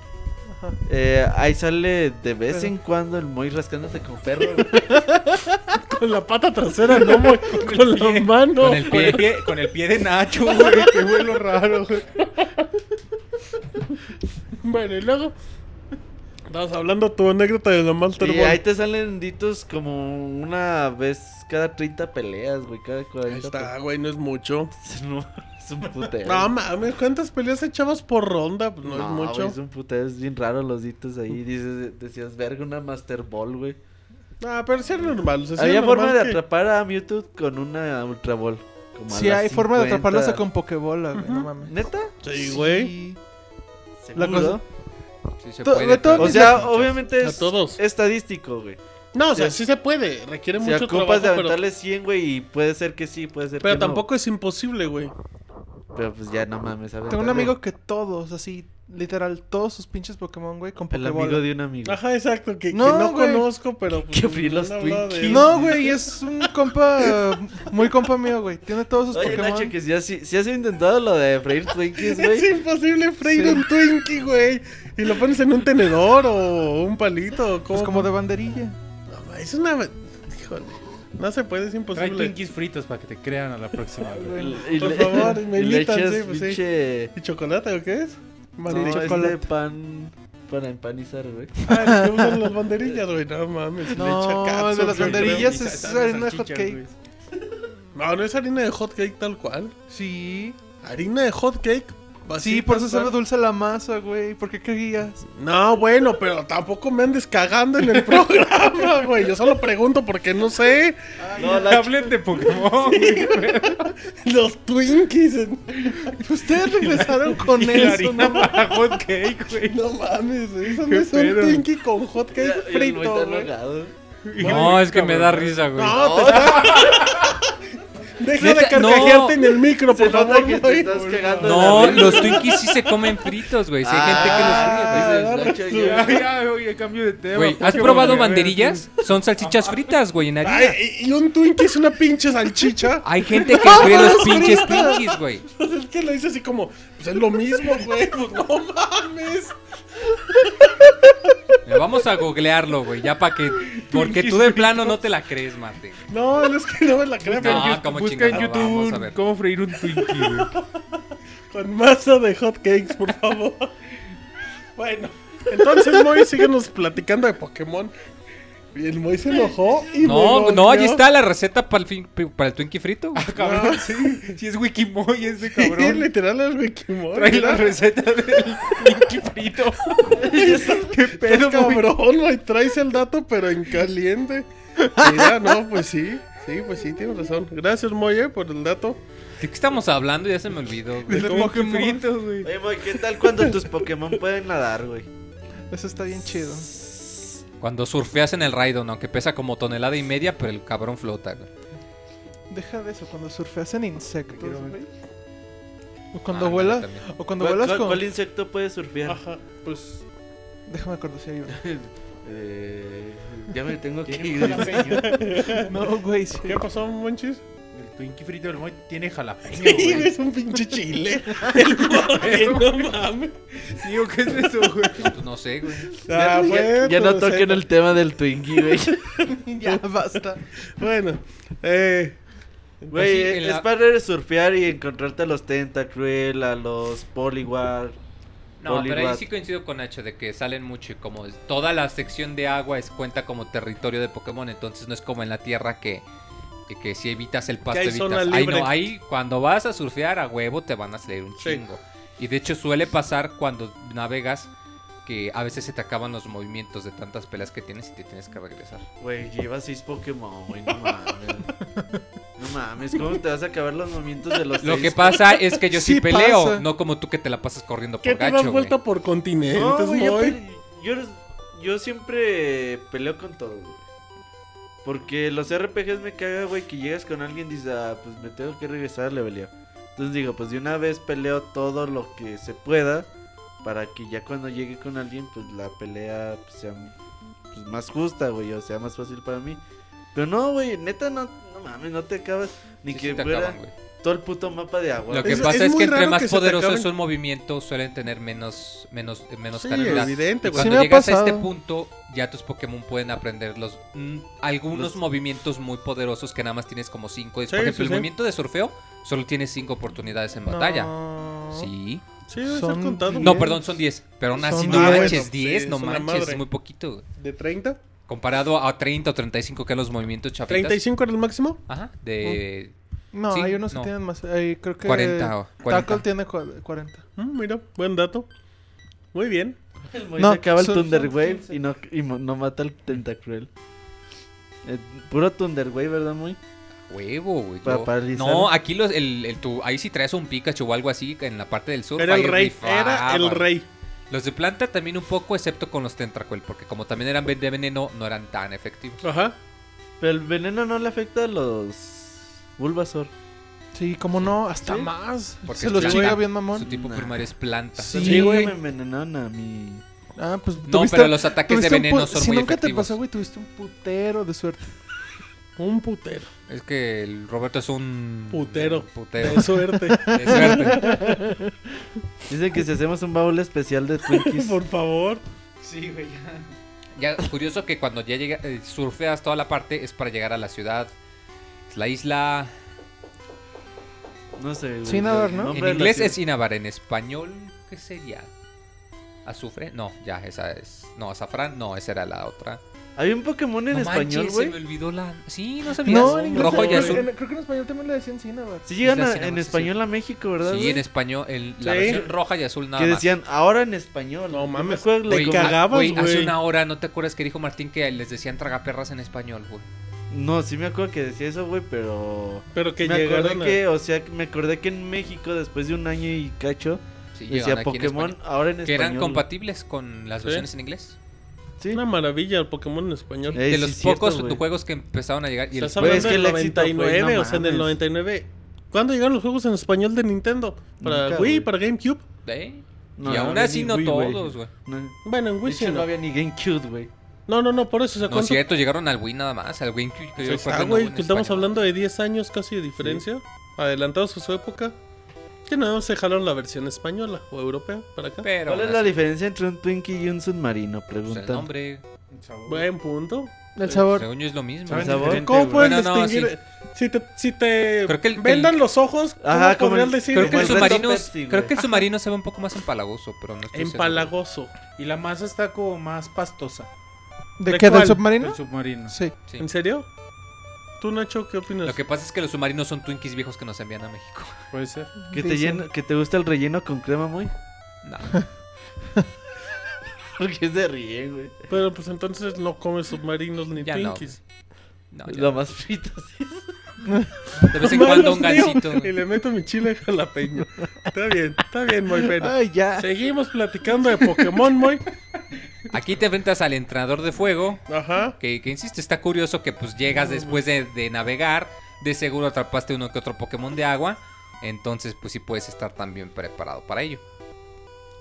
[SPEAKER 5] Ajá.
[SPEAKER 7] Eh, ahí sale de vez
[SPEAKER 5] Pero-
[SPEAKER 7] en cuando el Moy rascándose con perro.
[SPEAKER 4] Con la pata trasera, no, güey. Con la mano.
[SPEAKER 3] Con el pie,
[SPEAKER 4] güey.
[SPEAKER 3] con el pie de Nacho, güey. Qué vuelo raro, güey.
[SPEAKER 4] Bueno, y luego. Estabas hablando tu anécdota de la Master
[SPEAKER 7] Y
[SPEAKER 4] Ball.
[SPEAKER 7] ahí te salen ditos como una vez cada 30 peleas, güey. Cada 40.
[SPEAKER 4] Ahí está, güey, no es mucho.
[SPEAKER 7] No, es un putero.
[SPEAKER 4] No mames, ¿cuántas peleas echabas por ronda? Pues No,
[SPEAKER 7] No,
[SPEAKER 4] es mucho.
[SPEAKER 7] güey, es un putero, es bien raro los ditos ahí. Dices, decías, verga, una Master Ball, güey.
[SPEAKER 4] Ah, pero sí era normal. o sea, sí
[SPEAKER 7] Había
[SPEAKER 4] era
[SPEAKER 7] forma
[SPEAKER 4] normal
[SPEAKER 7] de
[SPEAKER 4] que-
[SPEAKER 7] atrapar a Mewtwo con una Ultra Ball. Como a
[SPEAKER 5] Sí,
[SPEAKER 7] las
[SPEAKER 5] hay forma de
[SPEAKER 7] 50.
[SPEAKER 5] atraparlas con Pokébola, güey, no mames.
[SPEAKER 7] ¿Neta?
[SPEAKER 4] Sí, güey.
[SPEAKER 5] La cosa-
[SPEAKER 3] Sí
[SPEAKER 5] To- de todos
[SPEAKER 7] O
[SPEAKER 5] mis-
[SPEAKER 7] sea, obviamente
[SPEAKER 4] A
[SPEAKER 7] es
[SPEAKER 4] todos.
[SPEAKER 7] estadístico, güey.
[SPEAKER 4] No, o sea, sí se puede. Requiere
[SPEAKER 7] Se
[SPEAKER 4] mucho
[SPEAKER 7] ocupas
[SPEAKER 4] trabajo.
[SPEAKER 7] de
[SPEAKER 4] Pero,
[SPEAKER 7] aventarle 100, güey, y puede ser que sí, puede ser
[SPEAKER 4] pero
[SPEAKER 7] que
[SPEAKER 4] tampoco es imposible, güey.
[SPEAKER 7] no. Pero pues ya, no mames.
[SPEAKER 5] Tengo un amigo que todos, así, literal, todos sus pinches Pokémon, güey, con
[SPEAKER 7] El
[SPEAKER 5] Pokébola.
[SPEAKER 7] amigo de un amigo.
[SPEAKER 4] Ajá, exacto. Que que
[SPEAKER 5] No,
[SPEAKER 4] no,
[SPEAKER 5] güey.
[SPEAKER 4] conozco, pero.
[SPEAKER 7] Que abrí los
[SPEAKER 4] han hablado de él.
[SPEAKER 5] No, güey, es un compa, muy compa mío, güey. Tiene todos sus
[SPEAKER 7] Oye,
[SPEAKER 5] Pokémon.
[SPEAKER 7] Nacho, que si has, si has intentado lo de freír Twinkies, güey.
[SPEAKER 4] Es imposible freír
[SPEAKER 5] Sí.
[SPEAKER 4] un Twinkie, güey. Y lo pones en un tenedor o un palito. o
[SPEAKER 7] Pues
[SPEAKER 5] Es
[SPEAKER 4] ¿cómo?
[SPEAKER 5] como de banderilla.
[SPEAKER 4] No, es una. Híjole. No se puede, es
[SPEAKER 11] Trae
[SPEAKER 4] imposible.
[SPEAKER 11] Twinkies fritos para que te crean a la próxima. güey.
[SPEAKER 7] Y
[SPEAKER 4] Por
[SPEAKER 7] le-
[SPEAKER 4] favor, me
[SPEAKER 7] y le
[SPEAKER 4] invitan,
[SPEAKER 7] echas
[SPEAKER 4] sí, pues sí.
[SPEAKER 7] pinche-
[SPEAKER 4] ¿Y chocolate o qué es?
[SPEAKER 7] No,
[SPEAKER 4] Mandé
[SPEAKER 7] es de
[SPEAKER 4] chocolate.
[SPEAKER 7] pan para empanizar, güey.
[SPEAKER 4] Ah, ¿qué usan las banderillas, güey? No mames,
[SPEAKER 5] No,
[SPEAKER 4] le echa catsup,
[SPEAKER 5] el de las
[SPEAKER 4] güey,
[SPEAKER 5] banderillas
[SPEAKER 4] creo.
[SPEAKER 5] es harina de hot cake.
[SPEAKER 4] No, no es harina de hot cake tal cual.
[SPEAKER 5] Sí.
[SPEAKER 4] Harina de hot cake.
[SPEAKER 5] Sí, por eso sabe dulce la masa, güey. ¿Por qué creías?
[SPEAKER 4] No, bueno, pero tampoco me andes cagando en el programa, güey. Yo solo pregunto porque no sé.
[SPEAKER 7] No, la-
[SPEAKER 3] Hablen de Pokémon, güey.
[SPEAKER 4] Los Twinkies. en-
[SPEAKER 5] Ustedes regresaron con
[SPEAKER 3] Y la
[SPEAKER 5] eso,
[SPEAKER 3] harina
[SPEAKER 5] ¿no?
[SPEAKER 3] para hot cake, güey.
[SPEAKER 4] No mames, eso no
[SPEAKER 3] Qué
[SPEAKER 4] es un
[SPEAKER 3] pedo.
[SPEAKER 4] Twinkie con hot cake
[SPEAKER 7] Y el Moy
[SPEAKER 4] frito,
[SPEAKER 7] tan
[SPEAKER 4] güey.
[SPEAKER 7] ahogado.
[SPEAKER 3] No, es que me da risa, güey.
[SPEAKER 4] No, te está... Deja de
[SPEAKER 3] Neta, no.
[SPEAKER 4] carcajearte en el micro,
[SPEAKER 7] Se
[SPEAKER 4] por
[SPEAKER 7] nota
[SPEAKER 4] favor,
[SPEAKER 7] que te
[SPEAKER 4] güey.
[SPEAKER 7] estás cagando
[SPEAKER 3] No,
[SPEAKER 7] de la
[SPEAKER 3] los
[SPEAKER 7] risa.
[SPEAKER 3] Twinkies sí se comen fritos, güey. Si hay
[SPEAKER 7] Ah,
[SPEAKER 3] gente que los
[SPEAKER 7] Nacho,
[SPEAKER 3] fríe, güey.
[SPEAKER 7] ya.
[SPEAKER 11] Ay, ya, oye, cambio de tema.
[SPEAKER 3] Güey, ¿has
[SPEAKER 11] Pokémon,
[SPEAKER 3] probado
[SPEAKER 11] güey,
[SPEAKER 3] banderillas? Son salchichas fritas, güey, en harina.
[SPEAKER 4] Ay, y y un Twinkie es una pinche salchicha.
[SPEAKER 3] Hay gente que fríe los pinches Twinkies, güey.
[SPEAKER 4] Pues es que lo dice así como, pues es lo mismo, güey. Pues no mames.
[SPEAKER 3] Mira, Vamos a googlearlo, güey, ya para que... Porque tú de plano no te la crees, Marte.
[SPEAKER 4] No, no es que no me la
[SPEAKER 11] Busca
[SPEAKER 4] crean.
[SPEAKER 11] en
[SPEAKER 3] No,
[SPEAKER 11] YouTube-
[SPEAKER 3] como
[SPEAKER 11] Busca en
[SPEAKER 3] chingado,
[SPEAKER 11] YouTube
[SPEAKER 3] vamos a
[SPEAKER 11] un-
[SPEAKER 3] ver.
[SPEAKER 11] cómo freír un Twinkie, güey.
[SPEAKER 4] Con masa de hot cakes, por favor. bueno, entonces Moy, síguenos platicando de Pokémon. Y el Moy se enojó y
[SPEAKER 3] No,
[SPEAKER 4] me
[SPEAKER 3] no, allí
[SPEAKER 4] golpeó.
[SPEAKER 3] está la receta para el, para el Twinkie frito. güey.
[SPEAKER 4] cabrón,
[SPEAKER 3] sí. Sí es Wikimoy ese
[SPEAKER 4] Sí,
[SPEAKER 3] cabrón.
[SPEAKER 4] literal es Wikimoy.
[SPEAKER 3] Trae la receta del Twinkie frito.
[SPEAKER 4] Qué pedo, cabrón, güey. Traes el dato, pero en caliente. Mira, no, pues sí. Sí, pues sí, tienes razón. Gracias, Moye, por el dato.
[SPEAKER 3] ¿De qué estamos hablando? Ya se me olvidó. güey.
[SPEAKER 4] Del
[SPEAKER 3] Como
[SPEAKER 4] Pokémon.
[SPEAKER 3] que frito, güey.
[SPEAKER 7] Oye, Moy, ¿qué tal cuando tus Pokémon pueden nadar, güey?
[SPEAKER 5] Eso está bien chido.
[SPEAKER 3] Cuando surfeas en el Raidon, aunque pesa como tonelada y media, pero el cabrón flota. güey.
[SPEAKER 5] Deja de eso, cuando surfeas en insectos,
[SPEAKER 4] quiero ver.
[SPEAKER 5] güey. O cuando
[SPEAKER 3] Ah, no,
[SPEAKER 5] vuelas,
[SPEAKER 3] también.
[SPEAKER 5] o cuando
[SPEAKER 7] ¿Cuál-
[SPEAKER 5] vuelas
[SPEAKER 7] cuál-
[SPEAKER 5] con...
[SPEAKER 7] ¿Cuál insecto puede surfear?
[SPEAKER 4] Ajá, pues.
[SPEAKER 5] Déjame acordar si hay uno.
[SPEAKER 7] Eh, ya me tengo que ir.
[SPEAKER 5] No, güey. sí.
[SPEAKER 4] ¿Qué pasó, Monchis?
[SPEAKER 15] El Twinkie frito del Moy tiene jalapeño,
[SPEAKER 4] Sí,
[SPEAKER 15] güey.
[SPEAKER 4] es un pinche chile. El Moy, no mames.
[SPEAKER 3] Digo, ¿qué es eso, güey? Pues no sé, güey.
[SPEAKER 4] Ah,
[SPEAKER 7] ya,
[SPEAKER 4] bueno,
[SPEAKER 7] ya no
[SPEAKER 4] o sea,
[SPEAKER 7] toquen el tema del Twinkie, güey.
[SPEAKER 5] ya, basta.
[SPEAKER 4] Bueno, eh.
[SPEAKER 7] Güey,
[SPEAKER 4] entonces-
[SPEAKER 7] es para surfear y encontrarte a los Tentacruel, a los Poliwag.
[SPEAKER 3] No, pero ahí
[SPEAKER 7] Poliwag.
[SPEAKER 3] sí coincido con Nacho de que salen mucho y como es- toda la sección de agua es cuenta como territorio de Pokémon, entonces no es como en la tierra que, que, que si evitas el pasto
[SPEAKER 4] hay
[SPEAKER 3] evitas.
[SPEAKER 4] zona
[SPEAKER 3] Ahí
[SPEAKER 4] libre.
[SPEAKER 3] no, ahí cuando vas a surfear a huevo te van a salir un chingo. Y de hecho suele pasar cuando navegas que a veces se te acaban los movimientos de tantas pelas que tienes y te tienes que regresar.
[SPEAKER 7] Güey, lleva seis Pokémon, güey, no mames. No mames, ¿cómo te vas a acabar los movimientos de los
[SPEAKER 3] Lo
[SPEAKER 7] seis?
[SPEAKER 3] que pasa es que yo sí,
[SPEAKER 7] Sí
[SPEAKER 3] peleo,
[SPEAKER 7] pasa.
[SPEAKER 3] no como tú que te la pasas corriendo
[SPEAKER 4] ¿Qué
[SPEAKER 3] por
[SPEAKER 4] te das
[SPEAKER 3] gacho. güey.
[SPEAKER 4] vuelta por continentes,
[SPEAKER 7] No, güey, yo,
[SPEAKER 4] Moy?
[SPEAKER 7] pe- yo, yo siempre peleo con todo, güey. Porque los RPGs me caga, güey, que llegas con alguien y dices, ah, pues me tengo que regresar al leveleo. Entonces digo, pues de una vez peleo todo lo que se pueda para que ya cuando llegue con alguien, pues la pelea pues, sea pues, más justa, güey, o sea más fácil para mí. Pero no, güey, neta, no, no mames, no te acabas ni
[SPEAKER 3] Sí, sí
[SPEAKER 7] que
[SPEAKER 3] te
[SPEAKER 7] fuera
[SPEAKER 3] acaban, güey.
[SPEAKER 7] todo el puto mapa de agua.
[SPEAKER 3] Lo que
[SPEAKER 7] güey.
[SPEAKER 3] pasa es, que
[SPEAKER 7] muy
[SPEAKER 3] entre
[SPEAKER 7] raro
[SPEAKER 3] más
[SPEAKER 7] que se te
[SPEAKER 3] poderoso
[SPEAKER 7] acaben
[SPEAKER 3] es un movimiento, suelen tener menos menos eh, menos
[SPEAKER 7] Sí,
[SPEAKER 3] calidad.
[SPEAKER 7] evidente,
[SPEAKER 3] Y
[SPEAKER 7] güey. Sí
[SPEAKER 3] cuando
[SPEAKER 7] me ha
[SPEAKER 3] llegas a este
[SPEAKER 7] pasado.
[SPEAKER 3] punto, ya tus Pokémon pueden aprender los mm, algunos
[SPEAKER 7] Los-
[SPEAKER 3] movimientos muy poderosos que nada más tienes como cinco.
[SPEAKER 4] Sí,
[SPEAKER 3] Por ejemplo,
[SPEAKER 4] sí,
[SPEAKER 3] el
[SPEAKER 4] sí.
[SPEAKER 3] movimiento de surfeo solo tienes cinco oportunidades en batalla. Sí.
[SPEAKER 4] Sí, debe
[SPEAKER 5] Son
[SPEAKER 4] ser contado.
[SPEAKER 3] No, perdón, son 10. Pero aún así,
[SPEAKER 4] Son
[SPEAKER 3] no
[SPEAKER 4] diez.
[SPEAKER 3] manches,
[SPEAKER 4] Ah, bueno,
[SPEAKER 3] 10,
[SPEAKER 4] sí,
[SPEAKER 3] no
[SPEAKER 4] es una
[SPEAKER 3] manches,
[SPEAKER 4] madre.
[SPEAKER 3] es muy poquito. güey.
[SPEAKER 4] ¿De 30?
[SPEAKER 3] Comparado a 30 o 35 que eran los movimientos chapitas.
[SPEAKER 4] ¿35 era el máximo? Oh.
[SPEAKER 3] Ajá, de...
[SPEAKER 5] No,
[SPEAKER 3] sí,
[SPEAKER 5] hay unos que tienen más. eh, creo que
[SPEAKER 3] 40 o- 40.
[SPEAKER 5] Tackle tiene cua- 40.
[SPEAKER 4] Mm, mira, buen dato. Muy bien.
[SPEAKER 7] El Moy
[SPEAKER 5] No,
[SPEAKER 7] se acaba el
[SPEAKER 5] son-
[SPEAKER 7] Thunder
[SPEAKER 5] son
[SPEAKER 7] Wave
[SPEAKER 5] 15.
[SPEAKER 7] y no, y mo- no mata al Tentacruel. Eh, puro Thunder Wave, ¿verdad, Moy?
[SPEAKER 3] Huevo, güey.
[SPEAKER 7] Para
[SPEAKER 3] yo-
[SPEAKER 7] paralizar.
[SPEAKER 3] No, aquí los, el, el tu- ahí si traes un Pikachu o algo así en la parte del sur.
[SPEAKER 4] Era el
[SPEAKER 3] ahí
[SPEAKER 4] rey,
[SPEAKER 3] rifaba,
[SPEAKER 4] era el
[SPEAKER 3] güey.
[SPEAKER 4] rey.
[SPEAKER 3] Los de planta también un poco, excepto con los Tentacuel, porque como también eran de veneno, no eran tan efectivos.
[SPEAKER 4] Ajá.
[SPEAKER 7] Pero el veneno no le afecta a los Bulbasaur.
[SPEAKER 5] Sí, como ah, no, hasta más.
[SPEAKER 3] Porque
[SPEAKER 5] Se
[SPEAKER 3] es
[SPEAKER 5] los
[SPEAKER 3] planta.
[SPEAKER 5] juega bien, mamón.
[SPEAKER 3] Su tipo
[SPEAKER 7] Nah.
[SPEAKER 3] primario es planta.
[SPEAKER 5] Sí.
[SPEAKER 7] Sí, güey, me envenenaron a mí.
[SPEAKER 5] Ah, pues
[SPEAKER 3] No,
[SPEAKER 5] tuviste-
[SPEAKER 3] pero los ataques de
[SPEAKER 5] tuviste un
[SPEAKER 3] veneno
[SPEAKER 5] pu-
[SPEAKER 3] son
[SPEAKER 5] si
[SPEAKER 3] muy
[SPEAKER 5] nunca te
[SPEAKER 3] efectivos.
[SPEAKER 5] pasó, güey, tuviste un putero de suerte.
[SPEAKER 4] Un putero.
[SPEAKER 3] Es que el Roberto es un...
[SPEAKER 4] Putero.
[SPEAKER 3] Putero.
[SPEAKER 4] De suerte.
[SPEAKER 3] De suerte.
[SPEAKER 7] Dicen que si hacemos un baúl especial de Twinkies.
[SPEAKER 4] Por favor.
[SPEAKER 15] Sí, güey, ya.
[SPEAKER 3] Ya, curioso que cuando ya llega, eh, surfeas toda la parte es para llegar a la ciudad. Es la isla...
[SPEAKER 7] No sé. güey,
[SPEAKER 5] Cinnabar,
[SPEAKER 7] el
[SPEAKER 5] ¿no?
[SPEAKER 7] nombre
[SPEAKER 3] En
[SPEAKER 7] de la
[SPEAKER 3] inglés
[SPEAKER 7] ciudad.
[SPEAKER 3] es Inabar, en español, ¿qué sería? ¿Azufre? No, ya, esa es. No, azafrán, no, esa era la otra.
[SPEAKER 7] Hay un Pokémon en
[SPEAKER 3] No
[SPEAKER 7] español,
[SPEAKER 3] manches,
[SPEAKER 7] güey.
[SPEAKER 3] Se me olvidó la. Sí, no sabías.
[SPEAKER 5] No, en inglés.
[SPEAKER 3] Rojo y
[SPEAKER 5] en-
[SPEAKER 3] azul.
[SPEAKER 5] en- creo que en español también le decían Cinnabar.
[SPEAKER 7] Si llegan
[SPEAKER 3] Isla
[SPEAKER 7] a-
[SPEAKER 3] Cinnabar,
[SPEAKER 7] en
[SPEAKER 3] sí,
[SPEAKER 7] español a México, ¿verdad?
[SPEAKER 3] Sí,
[SPEAKER 7] güey?
[SPEAKER 3] en español, el- la
[SPEAKER 7] Sí.
[SPEAKER 3] versión roja y azul nada
[SPEAKER 7] Que
[SPEAKER 3] más.
[SPEAKER 7] decían ahora en español.
[SPEAKER 4] No
[SPEAKER 7] me
[SPEAKER 4] mames.
[SPEAKER 7] acuerdo la
[SPEAKER 3] Güey,
[SPEAKER 7] com-
[SPEAKER 3] ah, Hace una hora, ¿no te acuerdas que dijo Martín que les decían tragaperras en español, güey?
[SPEAKER 7] No, sí me acuerdo que decía eso, güey, pero.
[SPEAKER 4] Pero que
[SPEAKER 7] me acordé
[SPEAKER 4] llegaron a-
[SPEAKER 7] que, o sea, que me acordé que en México, después de un año y cacho,
[SPEAKER 3] Sí, llegaron
[SPEAKER 7] decía
[SPEAKER 3] aquí en
[SPEAKER 7] Pokémon
[SPEAKER 3] español.
[SPEAKER 7] ahora en
[SPEAKER 3] Que
[SPEAKER 7] español.
[SPEAKER 3] eran compatibles con las
[SPEAKER 4] Sí.
[SPEAKER 3] versiones en inglés.
[SPEAKER 4] Una maravilla el Pokémon en español.
[SPEAKER 7] Eh,
[SPEAKER 3] de
[SPEAKER 7] sí,
[SPEAKER 3] los
[SPEAKER 7] es cierto,
[SPEAKER 3] pocos
[SPEAKER 7] güey.
[SPEAKER 3] juegos que empezaron a llegar. Y el-
[SPEAKER 4] Estás hablando
[SPEAKER 7] es que
[SPEAKER 4] del
[SPEAKER 7] el éxito fue,
[SPEAKER 4] 99,
[SPEAKER 7] no
[SPEAKER 4] o sea, en el
[SPEAKER 7] mames.
[SPEAKER 4] 99. ¿Cuándo llegaron los juegos en español de Nintendo? Para
[SPEAKER 7] Nunca,
[SPEAKER 4] Wii,
[SPEAKER 7] güey.
[SPEAKER 4] para GameCube.
[SPEAKER 3] ¿Eh?
[SPEAKER 7] No,
[SPEAKER 3] y aún
[SPEAKER 7] no,
[SPEAKER 3] así
[SPEAKER 7] ni
[SPEAKER 3] no
[SPEAKER 7] Wii, güey.
[SPEAKER 3] todos, güey.
[SPEAKER 7] No,
[SPEAKER 4] Bueno, en
[SPEAKER 7] de
[SPEAKER 4] Wii sí
[SPEAKER 7] hecho, no
[SPEAKER 4] no.
[SPEAKER 7] había ni GameCube, güey.
[SPEAKER 4] No, no, no, por eso se
[SPEAKER 3] No es cierto, llegaron al Wii nada más, al GameCube. Que yo recuerdo,
[SPEAKER 4] está,
[SPEAKER 3] no
[SPEAKER 4] Pues, ah, güey,
[SPEAKER 3] hubo en
[SPEAKER 4] que estamos
[SPEAKER 3] español.
[SPEAKER 4] hablando de 10 años casi de diferencia. Adelantados a su época. Que no, se jalaron la versión española o europea para acá.
[SPEAKER 3] Pero
[SPEAKER 7] ¿Cuál es
[SPEAKER 3] aún
[SPEAKER 7] la
[SPEAKER 3] así,
[SPEAKER 7] diferencia entre un Twinkie y un submarino?
[SPEAKER 3] pues, el
[SPEAKER 7] Preguntan.
[SPEAKER 3] nombre,
[SPEAKER 4] Buen punto.
[SPEAKER 5] El sabor.
[SPEAKER 3] según yo, es lo mismo.
[SPEAKER 7] ¿Saben sabor? diferente,
[SPEAKER 4] ¿Cómo pueden
[SPEAKER 3] Bueno, no,
[SPEAKER 4] distinguir?
[SPEAKER 3] sí.
[SPEAKER 4] Si te, si te
[SPEAKER 3] Creo que el-
[SPEAKER 4] vendan
[SPEAKER 3] el-
[SPEAKER 4] los ojos, ¿cómo
[SPEAKER 7] Ajá, como
[SPEAKER 4] podrían
[SPEAKER 7] el-
[SPEAKER 4] decir?
[SPEAKER 3] creo, que el
[SPEAKER 7] Como el Red
[SPEAKER 3] submarino,
[SPEAKER 7] Hot
[SPEAKER 3] es-
[SPEAKER 7] Pepsi,
[SPEAKER 3] creo
[SPEAKER 7] güey.
[SPEAKER 3] que el submarino se ve un poco más empalagoso, pero no estoy seguro.
[SPEAKER 4] Empalagoso.
[SPEAKER 15] Y la masa está como más pastosa.
[SPEAKER 5] ¿De qué? ¿Del
[SPEAKER 4] cuál?
[SPEAKER 5] submarino?
[SPEAKER 4] Del submarino.
[SPEAKER 5] Sí.
[SPEAKER 4] ¿En serio? ¿Tú, Nacho, qué opinas?
[SPEAKER 3] Lo que pasa es que los submarinos son Twinkies viejos que nos envían a México.
[SPEAKER 4] Puede ser.
[SPEAKER 7] ¿Que te, llena- que te gusta el relleno con crema muy? No. Porque se ríe, güey.
[SPEAKER 4] Pero pues entonces no comes submarinos ni
[SPEAKER 7] Ya no.
[SPEAKER 4] Twinkies.
[SPEAKER 7] No, ya Lo no. más frito, sí.
[SPEAKER 3] De vez en cuando un
[SPEAKER 4] Manos mío,
[SPEAKER 3] gansito.
[SPEAKER 4] Y le meto mi chile jalapeño. Está bien, está bien, muy pena.
[SPEAKER 5] Ay, ya.
[SPEAKER 4] Seguimos platicando de Pokémon, Moy.
[SPEAKER 3] Aquí te enfrentas al entrenador de fuego. Que, que insisto, está curioso que pues llegas después de, de navegar. De seguro atrapaste uno que otro Pokémon de agua. Entonces, pues sí puedes estar también preparado para ello.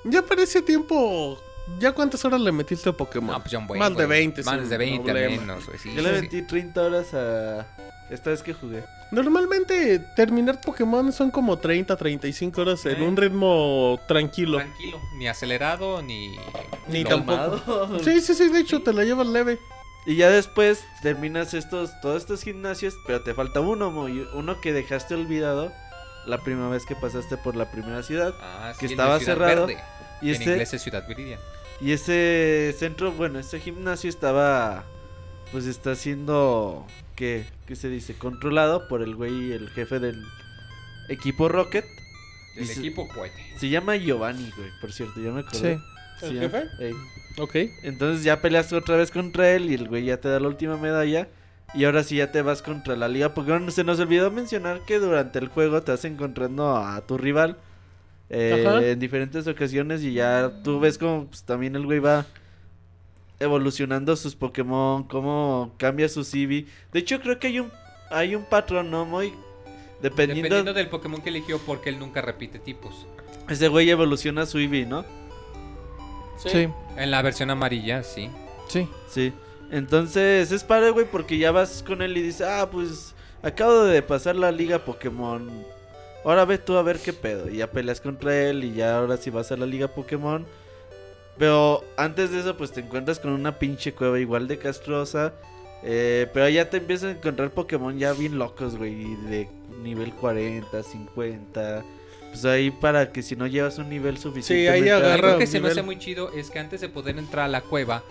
[SPEAKER 4] Ya para ese tiempo. ¿Ya cuántas horas le metiste a Pokémon?
[SPEAKER 3] buen,
[SPEAKER 4] Más de
[SPEAKER 3] güey.
[SPEAKER 4] 20,
[SPEAKER 3] Más
[SPEAKER 4] sin
[SPEAKER 3] de 20
[SPEAKER 4] problema.
[SPEAKER 3] menos, güey, sí,
[SPEAKER 7] Yo le metí 30 horas a. Esta vez que jugué.
[SPEAKER 4] Normalmente terminar Pokémon son como 30, 35 horas en un ritmo tranquilo.
[SPEAKER 3] Eh. Tranquilo. Ni acelerado, ni.
[SPEAKER 4] Ni
[SPEAKER 3] lo
[SPEAKER 4] tampoco.
[SPEAKER 3] amado.
[SPEAKER 4] Sí, sí, sí, de hecho te la llevas leve.
[SPEAKER 7] Y ya después terminas estos, todos estos gimnasios, pero te falta uno, Moy, uno que dejaste olvidado la primera vez que pasaste por la primera ciudad,
[SPEAKER 3] Ah, sí,
[SPEAKER 7] que
[SPEAKER 3] el de
[SPEAKER 7] estaba
[SPEAKER 3] Ciudad
[SPEAKER 7] cerrado.
[SPEAKER 3] Verde.
[SPEAKER 7] Y
[SPEAKER 3] En
[SPEAKER 7] ese,
[SPEAKER 3] inglés es Ciudad Viridian.
[SPEAKER 7] y ese centro, bueno, ese gimnasio estaba, pues está siendo, ¿qué, ¿Qué se dice? Controlado por el güey, el jefe del equipo Rocket.
[SPEAKER 3] Del
[SPEAKER 7] Y se-
[SPEAKER 3] equipo Cohete.
[SPEAKER 7] Se llama Giovanni, güey, por cierto, ya me acordé.
[SPEAKER 4] Sí.
[SPEAKER 7] Se
[SPEAKER 4] ¿El
[SPEAKER 7] llama-
[SPEAKER 4] jefe?
[SPEAKER 7] Ey.
[SPEAKER 4] Ok.
[SPEAKER 7] Entonces ya peleaste otra vez contra él y el güey ya te da la última medalla. Y ahora sí ya te vas contra la liga Pokémon. Se nos olvidó mencionar que durante el juego te vas encontrando a tu rival eh,
[SPEAKER 4] Ajá.
[SPEAKER 7] en diferentes ocasiones y ya tú ves como pues, también el güey va evolucionando sus Pokémon, cómo cambia su Eevee. De hecho creo que hay un, hay un patrón, ¿no? Muy... Dependiendo,
[SPEAKER 3] Dependiendo del Pokémon que eligió, porque él nunca repite tipos.
[SPEAKER 7] Ese güey evoluciona su Eevee, ¿no?
[SPEAKER 5] Sí.
[SPEAKER 3] En la versión amarilla, sí.
[SPEAKER 5] Sí.
[SPEAKER 7] Sí. Entonces es padre, güey, porque ya vas con él y dices, ah, pues acabo de pasar la liga Pokémon. Ahora ve tú a ver qué pedo. Y ya peleas contra él y ya ahora sí vas a la liga Pokémon. Pero antes de eso, pues te encuentras con una pinche cueva igual de castrosa. eh, pero ya te empiezas a encontrar Pokémon ya bien locos, güey. De nivel 40, 50. Pues ahí para que si no llevas un nivel suficiente.
[SPEAKER 3] Lo que se me hace muy chido es que antes de poder entrar a la cueva,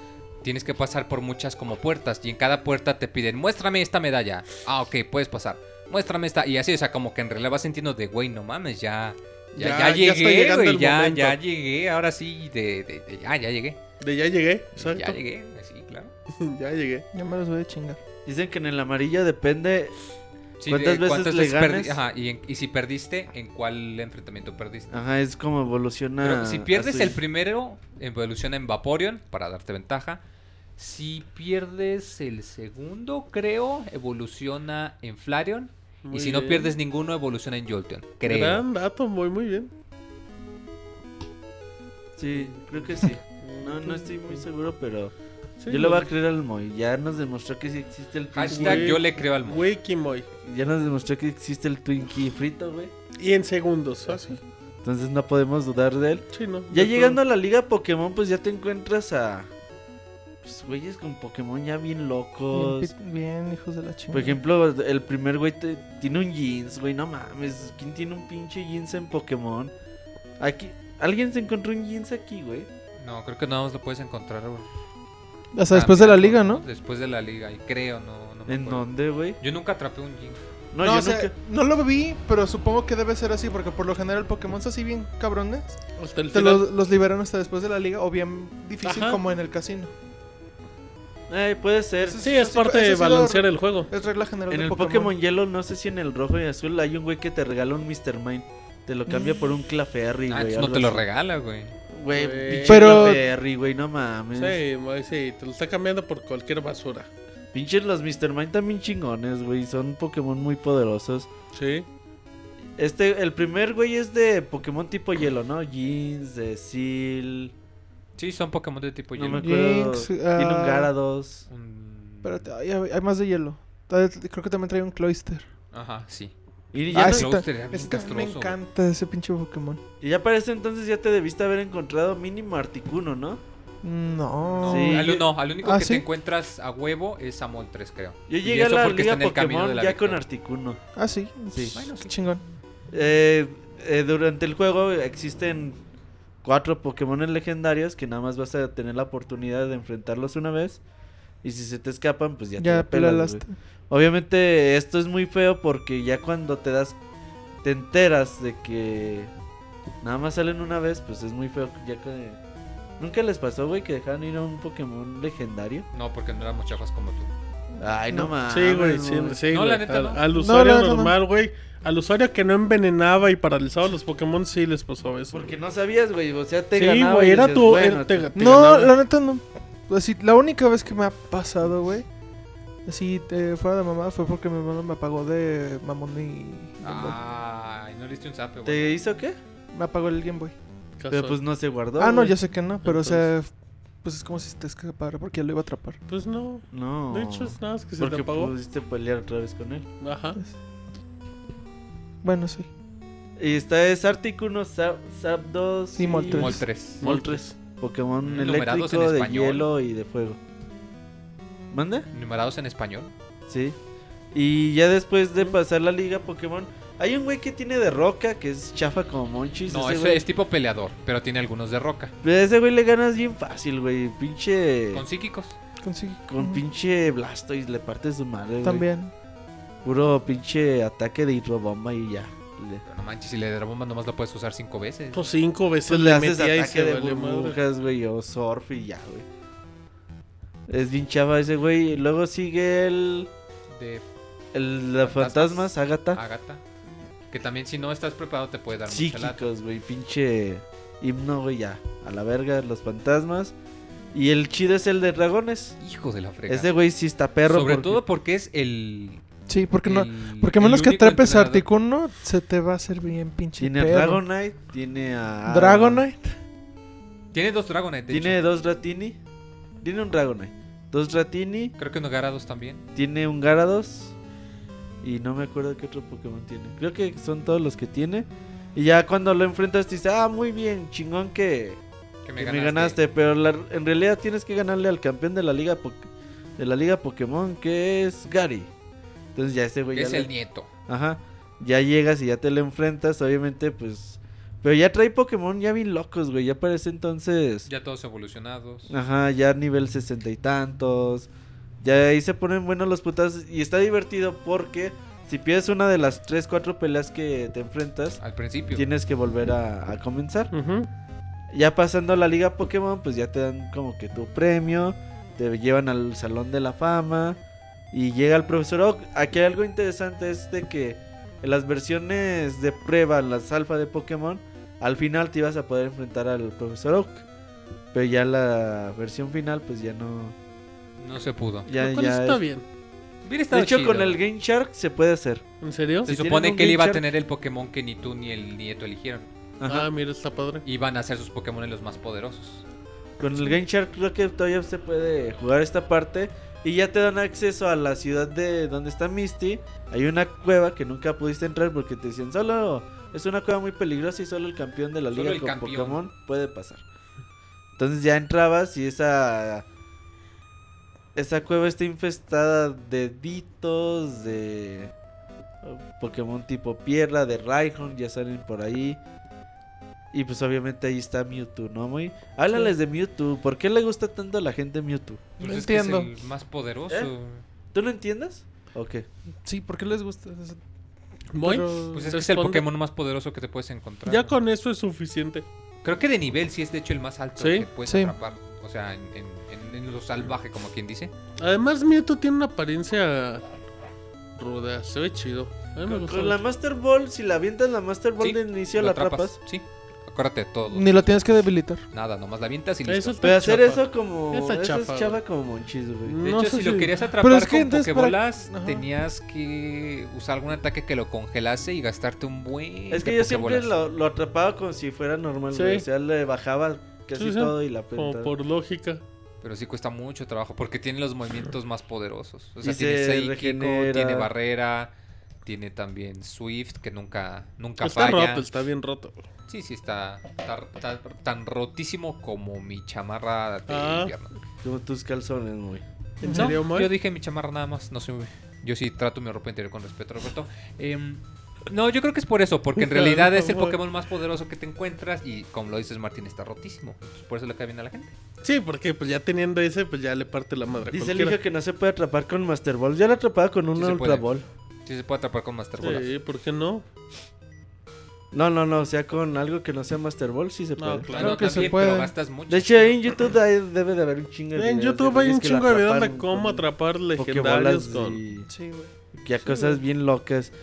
[SPEAKER 3] tienes que pasar por muchas como puertas. Y en cada puerta te piden, muéstrame esta medalla. Ah, ok, puedes pasar. Muéstrame esta. Y así, o sea, como que en realidad vas sintiendo de, güey, no mames, ya. Ya, ya,
[SPEAKER 4] Ya- ya está
[SPEAKER 3] llegué,
[SPEAKER 4] llegando
[SPEAKER 3] güey,
[SPEAKER 4] el
[SPEAKER 3] ya,
[SPEAKER 4] momento.
[SPEAKER 3] ya llegué, ahora sí, de, de- de- ah, ya llegué.
[SPEAKER 4] De ya llegué, exacto.
[SPEAKER 3] Ya llegué, sí, claro.
[SPEAKER 4] ya llegué.
[SPEAKER 5] Ya me los voy a chingar.
[SPEAKER 7] Dicen que en el amarillo depende
[SPEAKER 3] Sí,
[SPEAKER 7] cuántas
[SPEAKER 3] de
[SPEAKER 7] veces
[SPEAKER 3] cuántas
[SPEAKER 7] le
[SPEAKER 3] perdi-
[SPEAKER 7] ganas. Ajá.
[SPEAKER 3] Ajá, y, en- y si perdiste, ¿en cuál enfrentamiento perdiste?
[SPEAKER 7] es como evoluciona.
[SPEAKER 3] Pero si
[SPEAKER 7] a
[SPEAKER 3] pierdes
[SPEAKER 7] su-
[SPEAKER 3] el primero, evoluciona en Vaporeon para darte ventaja. Si pierdes el segundo, creo, evoluciona en Flareon.
[SPEAKER 4] Muy
[SPEAKER 3] y si no
[SPEAKER 4] bien.
[SPEAKER 3] pierdes ninguno, evoluciona en Jolteon. Creo.
[SPEAKER 4] Gran dato, muy, muy bien.
[SPEAKER 7] Sí, creo que sí. No, no estoy muy seguro, pero.
[SPEAKER 4] Sí,
[SPEAKER 7] yo le voy a
[SPEAKER 4] no.
[SPEAKER 7] creer al Moy. Ya nos demostró que sí existe el
[SPEAKER 3] Hashtag yo le creo al Moy.
[SPEAKER 4] Wikimoy.
[SPEAKER 7] Ya nos demostró que existe el Twinkie frito, güey.
[SPEAKER 4] Y en segundos, así.
[SPEAKER 7] Entonces no podemos dudar de él.
[SPEAKER 4] Sí, no,
[SPEAKER 7] Ya
[SPEAKER 4] de
[SPEAKER 7] llegando a la liga Pokémon, pues ya te encuentras a. Pues güeyes con Pokémon ya bien
[SPEAKER 5] Bien,
[SPEAKER 7] locos.
[SPEAKER 5] pit- bien, hijos de la chingada.
[SPEAKER 7] Pues, Por ejemplo, el primer güey te- tiene un jeans, güey, no mames. ¿Quién tiene un pinche jeans en Pokémon? Aquí, ¿Alguien se encontró un jeans aquí, güey?
[SPEAKER 3] No, creo que nada más lo puedes encontrar. güey.
[SPEAKER 7] ah,
[SPEAKER 5] Hasta después de la liga, ¿no?
[SPEAKER 3] Después de la liga, y creo, no, no me
[SPEAKER 7] ¿En
[SPEAKER 3] acuerdo.
[SPEAKER 7] dónde, güey?
[SPEAKER 3] Yo nunca atrapé un Jin.
[SPEAKER 5] No, o sea, no lo vi, pero supongo que debe ser así, porque por lo general Pokémon son así bien cabrones.
[SPEAKER 4] Hasta el
[SPEAKER 5] Te
[SPEAKER 4] final.
[SPEAKER 5] los, los liberan hasta después de la liga, o bien difícil
[SPEAKER 4] Ajá.
[SPEAKER 5] como en el casino.
[SPEAKER 7] Eh, puede ser.
[SPEAKER 4] Sí, es parte de balancear el juego.
[SPEAKER 5] Es regla general
[SPEAKER 7] En
[SPEAKER 5] de
[SPEAKER 7] el Pokémon.
[SPEAKER 5] Pokémon.
[SPEAKER 7] Hielo, no sé si en el rojo y azul hay un güey que te regala un Mr. Mine. Te lo cambia por un Claferry,
[SPEAKER 3] Ah,
[SPEAKER 7] güey.
[SPEAKER 3] entonces no
[SPEAKER 7] algo
[SPEAKER 3] te lo
[SPEAKER 7] así.
[SPEAKER 3] regala, güey.
[SPEAKER 7] Güey,
[SPEAKER 4] Güey.
[SPEAKER 7] pinche
[SPEAKER 4] Pero-
[SPEAKER 7] Claferry, güey, no mames.
[SPEAKER 4] Sí, Moy, sí, te lo está cambiando por cualquier basura.
[SPEAKER 7] Pinches los Mr. Mine también chingones, güey. Son Pokémon muy poderosos.
[SPEAKER 4] Sí.
[SPEAKER 7] Este, el primer güey es de Pokémon tipo hielo, ¿no? Jeans, de Seal.
[SPEAKER 3] Sí, son Pokémon de tipo
[SPEAKER 7] No
[SPEAKER 3] hielo.
[SPEAKER 7] me acuerdo.
[SPEAKER 5] Jinx,
[SPEAKER 7] Tiene un
[SPEAKER 5] ah,
[SPEAKER 7] Garados.
[SPEAKER 5] Espérate, ay, hay, hay más de hielo. Todavía t- Creo que también trae un Cloyster.
[SPEAKER 3] Ajá, sí.
[SPEAKER 7] Y
[SPEAKER 5] Ah,
[SPEAKER 7] ya, no-
[SPEAKER 5] ese ta- ese también me encanta ese pinche Pokémon.
[SPEAKER 7] y ya para ese entonces ya te debiste haber encontrado mínimo Articuno, ¿no?
[SPEAKER 5] No.
[SPEAKER 7] Sí.
[SPEAKER 3] Al, no, al único
[SPEAKER 5] Oh. Ah,
[SPEAKER 3] que
[SPEAKER 5] ¿sí?
[SPEAKER 3] te encuentras a huevo es a Moltres, creo.
[SPEAKER 7] Yo
[SPEAKER 3] Y
[SPEAKER 7] llegué a
[SPEAKER 3] eso
[SPEAKER 7] la
[SPEAKER 3] porque
[SPEAKER 7] Liga
[SPEAKER 3] está en el camino
[SPEAKER 7] Pokémon
[SPEAKER 3] de la
[SPEAKER 7] ya
[SPEAKER 3] victoria.
[SPEAKER 7] con Articuno.
[SPEAKER 5] Ah, sí.
[SPEAKER 7] Sí.
[SPEAKER 5] Bueno, Qué chingón.
[SPEAKER 7] Eh, eh, durante el juego existen cuatro Pokémon legendarios que nada más vas a tener la oportunidad de enfrentarlos una vez. Y si se te escapan, pues ya,
[SPEAKER 5] Ya
[SPEAKER 7] te la pelas,
[SPEAKER 5] pelaste.
[SPEAKER 7] güey. Obviamente esto es muy feo porque ya cuando te das, te enteras de que nada más salen una vez, pues es muy feo. Ya que... ¿Nunca les pasó, güey, que dejaron ir a un Pokémon legendario?
[SPEAKER 3] No, porque no eran muchachos como tú.
[SPEAKER 7] Ay, no, mames.
[SPEAKER 4] Sí, güey, sí, sí,
[SPEAKER 3] No,
[SPEAKER 4] güey.
[SPEAKER 3] la neta
[SPEAKER 4] al,
[SPEAKER 3] no.
[SPEAKER 4] al
[SPEAKER 3] No,
[SPEAKER 4] usuario
[SPEAKER 3] la neta no.
[SPEAKER 4] normal, güey. Al usuario que no envenenaba y paralizaba los Pokémon, sí les pasó eso.
[SPEAKER 7] Porque no sabías, güey. O sea, te
[SPEAKER 4] Sí,
[SPEAKER 3] Ah,
[SPEAKER 7] ganaba
[SPEAKER 4] güey,
[SPEAKER 7] y
[SPEAKER 4] era
[SPEAKER 7] decías,
[SPEAKER 4] tu-
[SPEAKER 7] bueno,
[SPEAKER 4] era- te-
[SPEAKER 7] te-
[SPEAKER 5] No, la neta no. Así, la única vez que me ha pasado, güey. Así, eh, fuera de mamá, fue porque mi hermano me apagó de mamón y.
[SPEAKER 3] Ah, Ay, no le diste un zape, güey.
[SPEAKER 7] ¿Te hizo qué?
[SPEAKER 5] Me apagó el Game Boy.
[SPEAKER 7] Pero pues no se guardó.
[SPEAKER 5] Ah, no,
[SPEAKER 7] güey.
[SPEAKER 5] yo sé que no, pero o sea, pues es como si te escapara porque ya lo iba a atrapar.
[SPEAKER 4] Pues no.
[SPEAKER 7] No.
[SPEAKER 4] De hecho, es nada más que se
[SPEAKER 7] Porque
[SPEAKER 4] te apagó.
[SPEAKER 7] pudiste pelear otra vez con él.
[SPEAKER 4] Ajá.
[SPEAKER 5] Bueno, sí.
[SPEAKER 7] Y esta es Artic 1, Zap, 2
[SPEAKER 5] Sí, Moltres.
[SPEAKER 3] Moltres.
[SPEAKER 7] Moltres. Pokémon
[SPEAKER 3] Numerados en
[SPEAKER 7] eléctrico, de
[SPEAKER 3] español.
[SPEAKER 7] hielo y de fuego. ¿Mande?
[SPEAKER 3] Numerados en español.
[SPEAKER 7] Sí. Y ya después de pasar la liga Pokémon, hay un güey que tiene de roca, que es chafa como Monchis.
[SPEAKER 3] No,
[SPEAKER 7] ese
[SPEAKER 3] ese
[SPEAKER 7] güey-
[SPEAKER 3] es tipo peleador, pero tiene algunos de roca.
[SPEAKER 7] Pero a ese güey le ganas bien fácil, güey. Pinche.
[SPEAKER 3] Con psíquicos.
[SPEAKER 5] Con sí.
[SPEAKER 7] Con pinche Blastoise le parte su madre, güey.
[SPEAKER 5] También.
[SPEAKER 7] Puro pinche ataque de hidrobomba y ya. Le-
[SPEAKER 3] Pero no manches, si le de bomba nomás lo puedes usar cinco veces.
[SPEAKER 4] Pues cinco veces
[SPEAKER 7] Pues
[SPEAKER 4] le
[SPEAKER 7] le haces
[SPEAKER 4] metía y
[SPEAKER 7] ataque
[SPEAKER 4] se
[SPEAKER 7] de
[SPEAKER 4] valió madre.
[SPEAKER 7] burbujas, güey, o surf y ya, güey. Es bien chava ese, güey. Y Luego sigue el.
[SPEAKER 3] De
[SPEAKER 7] El de fantasmas, Agatha.
[SPEAKER 3] Agatha. Que también si no estás preparado te puede dar mucha lata.
[SPEAKER 7] Psíquicos, güey, pinche himno, güey, ya. A la verga, los fantasmas. Y el chido es el de dragones.
[SPEAKER 3] Hijo de la fregada.
[SPEAKER 7] Ese güey sí está perro.
[SPEAKER 3] Sobre
[SPEAKER 7] porque-
[SPEAKER 3] todo porque es el.
[SPEAKER 5] Sí, porque no.
[SPEAKER 3] el-
[SPEAKER 5] Porque a
[SPEAKER 3] el
[SPEAKER 5] menos que
[SPEAKER 3] único
[SPEAKER 5] atrapes a
[SPEAKER 3] entrenador.
[SPEAKER 5] Articuno, se te va a hacer bien pinche.
[SPEAKER 7] Tiene a
[SPEAKER 5] pedo. Ah.
[SPEAKER 7] Dragonite, tiene a.
[SPEAKER 5] Dragonite.
[SPEAKER 3] Tiene dos Dragonite. de
[SPEAKER 7] Tiene
[SPEAKER 3] hecho.
[SPEAKER 7] dos Ratini. Tiene un Dragonite. Dos Ratini.
[SPEAKER 3] Creo que uno Garados también.
[SPEAKER 7] Tiene un Garados. Y no me acuerdo qué otro Pokémon tiene. Creo que son todos los que tiene. Y ya cuando lo enfrentas, te dice, ah, muy bien, chingón que,
[SPEAKER 3] Que
[SPEAKER 7] que me ganaste. Pero la- en realidad tienes que ganarle al campeón de la liga Pok- de la liga Pokémon, que es Gary. Entonces ya ese güey.
[SPEAKER 3] Que
[SPEAKER 7] ya
[SPEAKER 3] es
[SPEAKER 7] le-
[SPEAKER 3] el nieto.
[SPEAKER 7] Ajá. Ya llegas y ya te lo enfrentas, obviamente, pues. Pero ya trae Pokémon ya bien locos, güey. Ya parece entonces.
[SPEAKER 3] Ya todos evolucionados.
[SPEAKER 7] Ajá, ya nivel sesenta y tantos. Ya ahí se ponen buenos los putas. Y está divertido porque si pierdes una de las 3, 4 peleas que te enfrentas.
[SPEAKER 3] Al principio.
[SPEAKER 7] Tienes que volver a, a comenzar. Ya pasando la liga Pokémon, pues ya te dan como que tu premio. Te llevan al Salón de la Fama. Y llega el profesor Oak. Aquí hay algo interesante es de que en las versiones de prueba, las alfa de Pokémon, al final te ibas a poder enfrentar al profesor Oak. Pero ya la versión final, pues ya no.
[SPEAKER 3] No se pudo.
[SPEAKER 7] Ya,
[SPEAKER 3] Lo cual
[SPEAKER 7] ya
[SPEAKER 3] está
[SPEAKER 7] es-
[SPEAKER 3] bien. Hubiera
[SPEAKER 7] De
[SPEAKER 3] estado
[SPEAKER 7] hecho,
[SPEAKER 3] chido.
[SPEAKER 7] con el Game Shark se puede hacer.
[SPEAKER 4] ¿En serio?
[SPEAKER 3] Se
[SPEAKER 7] Si tienen
[SPEAKER 3] supone
[SPEAKER 7] un
[SPEAKER 3] que él
[SPEAKER 7] Game
[SPEAKER 3] iba a
[SPEAKER 7] Shark-
[SPEAKER 3] tener el Pokémon que ni tú ni el nieto eligieron.
[SPEAKER 7] Ajá.
[SPEAKER 4] Ah, mira, está padre.
[SPEAKER 3] Iban a ser sus Pokémon los más poderosos.
[SPEAKER 7] Con el Game Shark creo que todavía se puede jugar esta parte. Y ya te dan acceso a la ciudad de donde está Misty. Hay una cueva que nunca pudiste entrar porque te decían solo... Es una cueva muy peligrosa y solo el campeón de la
[SPEAKER 3] Solo
[SPEAKER 7] liga
[SPEAKER 3] el
[SPEAKER 7] con
[SPEAKER 3] campeón.
[SPEAKER 7] Pokémon puede pasar. Entonces ya entrabas y esa... Esa cueva está infestada de ditos, de Pokémon tipo piedra, de Raikou, ya salen por ahí. Y pues obviamente ahí está Mewtwo, ¿no? Muy... Háblales de Mewtwo. ¿Por qué le gusta tanto a la gente Mewtwo?
[SPEAKER 3] Pues es que es el más poderoso.
[SPEAKER 7] ¿Eh? ¿Tú lo entiendes? ¿O qué?
[SPEAKER 5] Sí, ¿por qué les gusta?
[SPEAKER 4] Voy.
[SPEAKER 3] Pues es que es el
[SPEAKER 4] Responde.
[SPEAKER 3] Pokémon más poderoso que te puedes encontrar.
[SPEAKER 4] Ya con eso es suficiente.
[SPEAKER 3] Creo que de nivel sí es de hecho el más alto
[SPEAKER 4] Sí,
[SPEAKER 3] que puedes
[SPEAKER 4] sí.
[SPEAKER 3] atrapar. O sea, en, en- en- en lo salvaje, como quien dice.
[SPEAKER 4] Además, Mewtwo tiene una apariencia ruda. Se ve chido. A mí me
[SPEAKER 7] Con,
[SPEAKER 4] gusta
[SPEAKER 7] con la
[SPEAKER 4] mucho.
[SPEAKER 7] Master Ball, si la avientas la Master Ball
[SPEAKER 3] Sí,
[SPEAKER 7] de inicio,
[SPEAKER 3] lo
[SPEAKER 7] la
[SPEAKER 3] atrapas,
[SPEAKER 7] atrapas.
[SPEAKER 3] Sí, acuérdate de todo.
[SPEAKER 5] Ni lo tienes que debilitar.
[SPEAKER 3] Nada, nomás la avientas y
[SPEAKER 7] Eso
[SPEAKER 3] listo.
[SPEAKER 7] está Pero hacer chafa. eso como-
[SPEAKER 3] Está
[SPEAKER 7] eso es
[SPEAKER 3] chafa,
[SPEAKER 7] chafa
[SPEAKER 3] güey.
[SPEAKER 7] como monchis, güey.
[SPEAKER 3] De
[SPEAKER 7] No
[SPEAKER 3] hecho,
[SPEAKER 7] sé
[SPEAKER 3] si lo
[SPEAKER 7] si-
[SPEAKER 3] querías
[SPEAKER 7] Pero
[SPEAKER 3] atrapar
[SPEAKER 7] es que
[SPEAKER 3] con
[SPEAKER 7] entonces, ¿para-
[SPEAKER 3] pokebolas,
[SPEAKER 7] Ajá.
[SPEAKER 3] tenías que usar algún ataque que lo congelase y gastarte un buen.
[SPEAKER 7] Es que
[SPEAKER 3] de
[SPEAKER 7] yo siempre
[SPEAKER 3] pokebolas.
[SPEAKER 7] lo, lo atrapaba como si fuera normal,
[SPEAKER 3] Sí.
[SPEAKER 7] güey. O sea, le bajaba casi
[SPEAKER 3] Sí, sí.
[SPEAKER 7] todo y la
[SPEAKER 3] Como
[SPEAKER 7] aventaba.
[SPEAKER 3] por
[SPEAKER 4] lógica.
[SPEAKER 3] Pero sí cuesta mucho trabajo porque tiene los movimientos más poderosos. O
[SPEAKER 7] Y
[SPEAKER 3] sea,
[SPEAKER 7] se
[SPEAKER 3] tiene Psychico,
[SPEAKER 7] regenera.
[SPEAKER 3] tiene Barrera, tiene también Swift, que nunca, nunca
[SPEAKER 4] Está
[SPEAKER 3] falla.
[SPEAKER 4] roto, está bien roto.
[SPEAKER 3] Sí, sí, está, está- está tan rotísimo como mi chamarra de
[SPEAKER 4] Ah.
[SPEAKER 3] invierno.
[SPEAKER 7] Como tus calzones, güey.
[SPEAKER 3] No,
[SPEAKER 4] serio, Moy?
[SPEAKER 3] Yo dije mi chamarra nada más, no sé. Yo sí trato mi ropa interior con respeto, Roberto. Em, No, yo creo que es por eso, porque en realidad es el Pokémon más poderoso que te encuentras y como lo dices Martín, está rotísimo. Entonces, por eso le cae bien a la gente.
[SPEAKER 4] Sí, porque pues ya teniendo ese, pues ya le parte la madre. a
[SPEAKER 7] Dice el
[SPEAKER 4] cualquiera.
[SPEAKER 7] hijo que no se puede atrapar con Master Ball. Ya lo atrapaba con una
[SPEAKER 3] se
[SPEAKER 7] Ultra
[SPEAKER 3] puede.
[SPEAKER 7] Ball.
[SPEAKER 3] Sí, se puede atrapar con Master Ball.
[SPEAKER 4] Sí, ¿por qué no?
[SPEAKER 7] No, no, no, o sea, con algo que no sea Master Ball sí se puede.
[SPEAKER 4] claro, Claro que se también, puede. pero gastas mucho.
[SPEAKER 7] De hecho, en YouTube hay- debe de haber un chingo de
[SPEAKER 4] En
[SPEAKER 7] videos
[SPEAKER 4] YouTube
[SPEAKER 7] güeyes
[SPEAKER 4] hay un
[SPEAKER 7] que lo
[SPEAKER 4] chingo de videos
[SPEAKER 7] atraparon
[SPEAKER 4] de cómo
[SPEAKER 7] con
[SPEAKER 4] atrapar legendarios
[SPEAKER 7] pokebolas
[SPEAKER 4] con-
[SPEAKER 7] y-
[SPEAKER 4] Sí, güey.
[SPEAKER 7] Ya
[SPEAKER 4] Sí,
[SPEAKER 7] cosas
[SPEAKER 4] güey.
[SPEAKER 7] bien locas.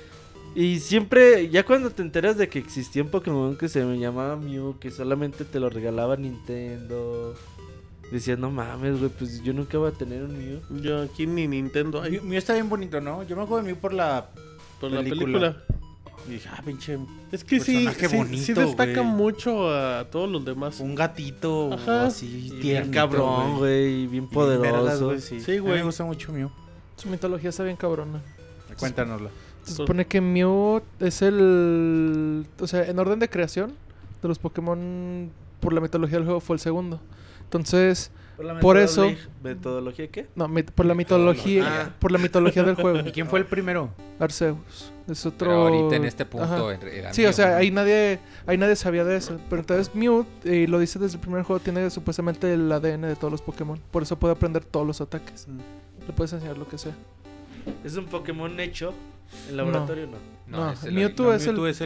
[SPEAKER 7] Y siempre, ya cuando te enteras de que existía un Pokémon que se llamaba Mew, que solamente te lo regalaba Nintendo. Decías, no mames, güey, pues yo nunca voy a tener un Mew.
[SPEAKER 4] Yo aquí ni Nintendo hay.
[SPEAKER 7] Mew,
[SPEAKER 6] está bien bonito, ¿no? Yo me acuerdo de mí por la
[SPEAKER 4] Por la película.
[SPEAKER 6] Y dije, ah, pinche.
[SPEAKER 4] Es que sí,
[SPEAKER 6] personaje
[SPEAKER 4] sí,
[SPEAKER 6] bonito,
[SPEAKER 4] sí destaca
[SPEAKER 6] güey.
[SPEAKER 4] mucho a todos los demás. Un
[SPEAKER 6] gatito así, tiernito,
[SPEAKER 7] cabrón, güey, y bien poderoso.
[SPEAKER 4] Sí,
[SPEAKER 6] A mí
[SPEAKER 4] güey.
[SPEAKER 6] me gusta mucho mío.
[SPEAKER 5] Su mitología está bien cabrona.
[SPEAKER 6] Cuéntanosla.
[SPEAKER 3] Pues-
[SPEAKER 4] Pues,
[SPEAKER 5] Se supone que Mew es el. O sea, en orden de creación de los Pokémon por la mitología del juego fue el segundo. Entonces,
[SPEAKER 7] Por la
[SPEAKER 5] por, eso.
[SPEAKER 7] metodología- ¿metodología qué?
[SPEAKER 5] No, mit- por la mitología.
[SPEAKER 7] Ah.
[SPEAKER 5] Por la mitología del juego.
[SPEAKER 6] ¿Y quién fue el primero?
[SPEAKER 5] Arceus. Es otro.
[SPEAKER 3] Pero ahorita en este punto
[SPEAKER 5] Ajá.
[SPEAKER 3] era
[SPEAKER 5] Sí,
[SPEAKER 3] Mew,
[SPEAKER 5] o sea,
[SPEAKER 3] ¿no?
[SPEAKER 5] ahí nadie, ahí nadie sabía de eso. Pero entonces Mew, eh, lo dice desde el primer juego, tiene supuestamente el ADN de todos los Pokémon. Por eso puede aprender todos los ataques.
[SPEAKER 7] Mm.
[SPEAKER 5] Le puedes enseñar lo que sea.
[SPEAKER 7] ¿Es un Pokémon hecho en laboratorio no?
[SPEAKER 5] No, Mewtwo, es el,
[SPEAKER 7] Sí,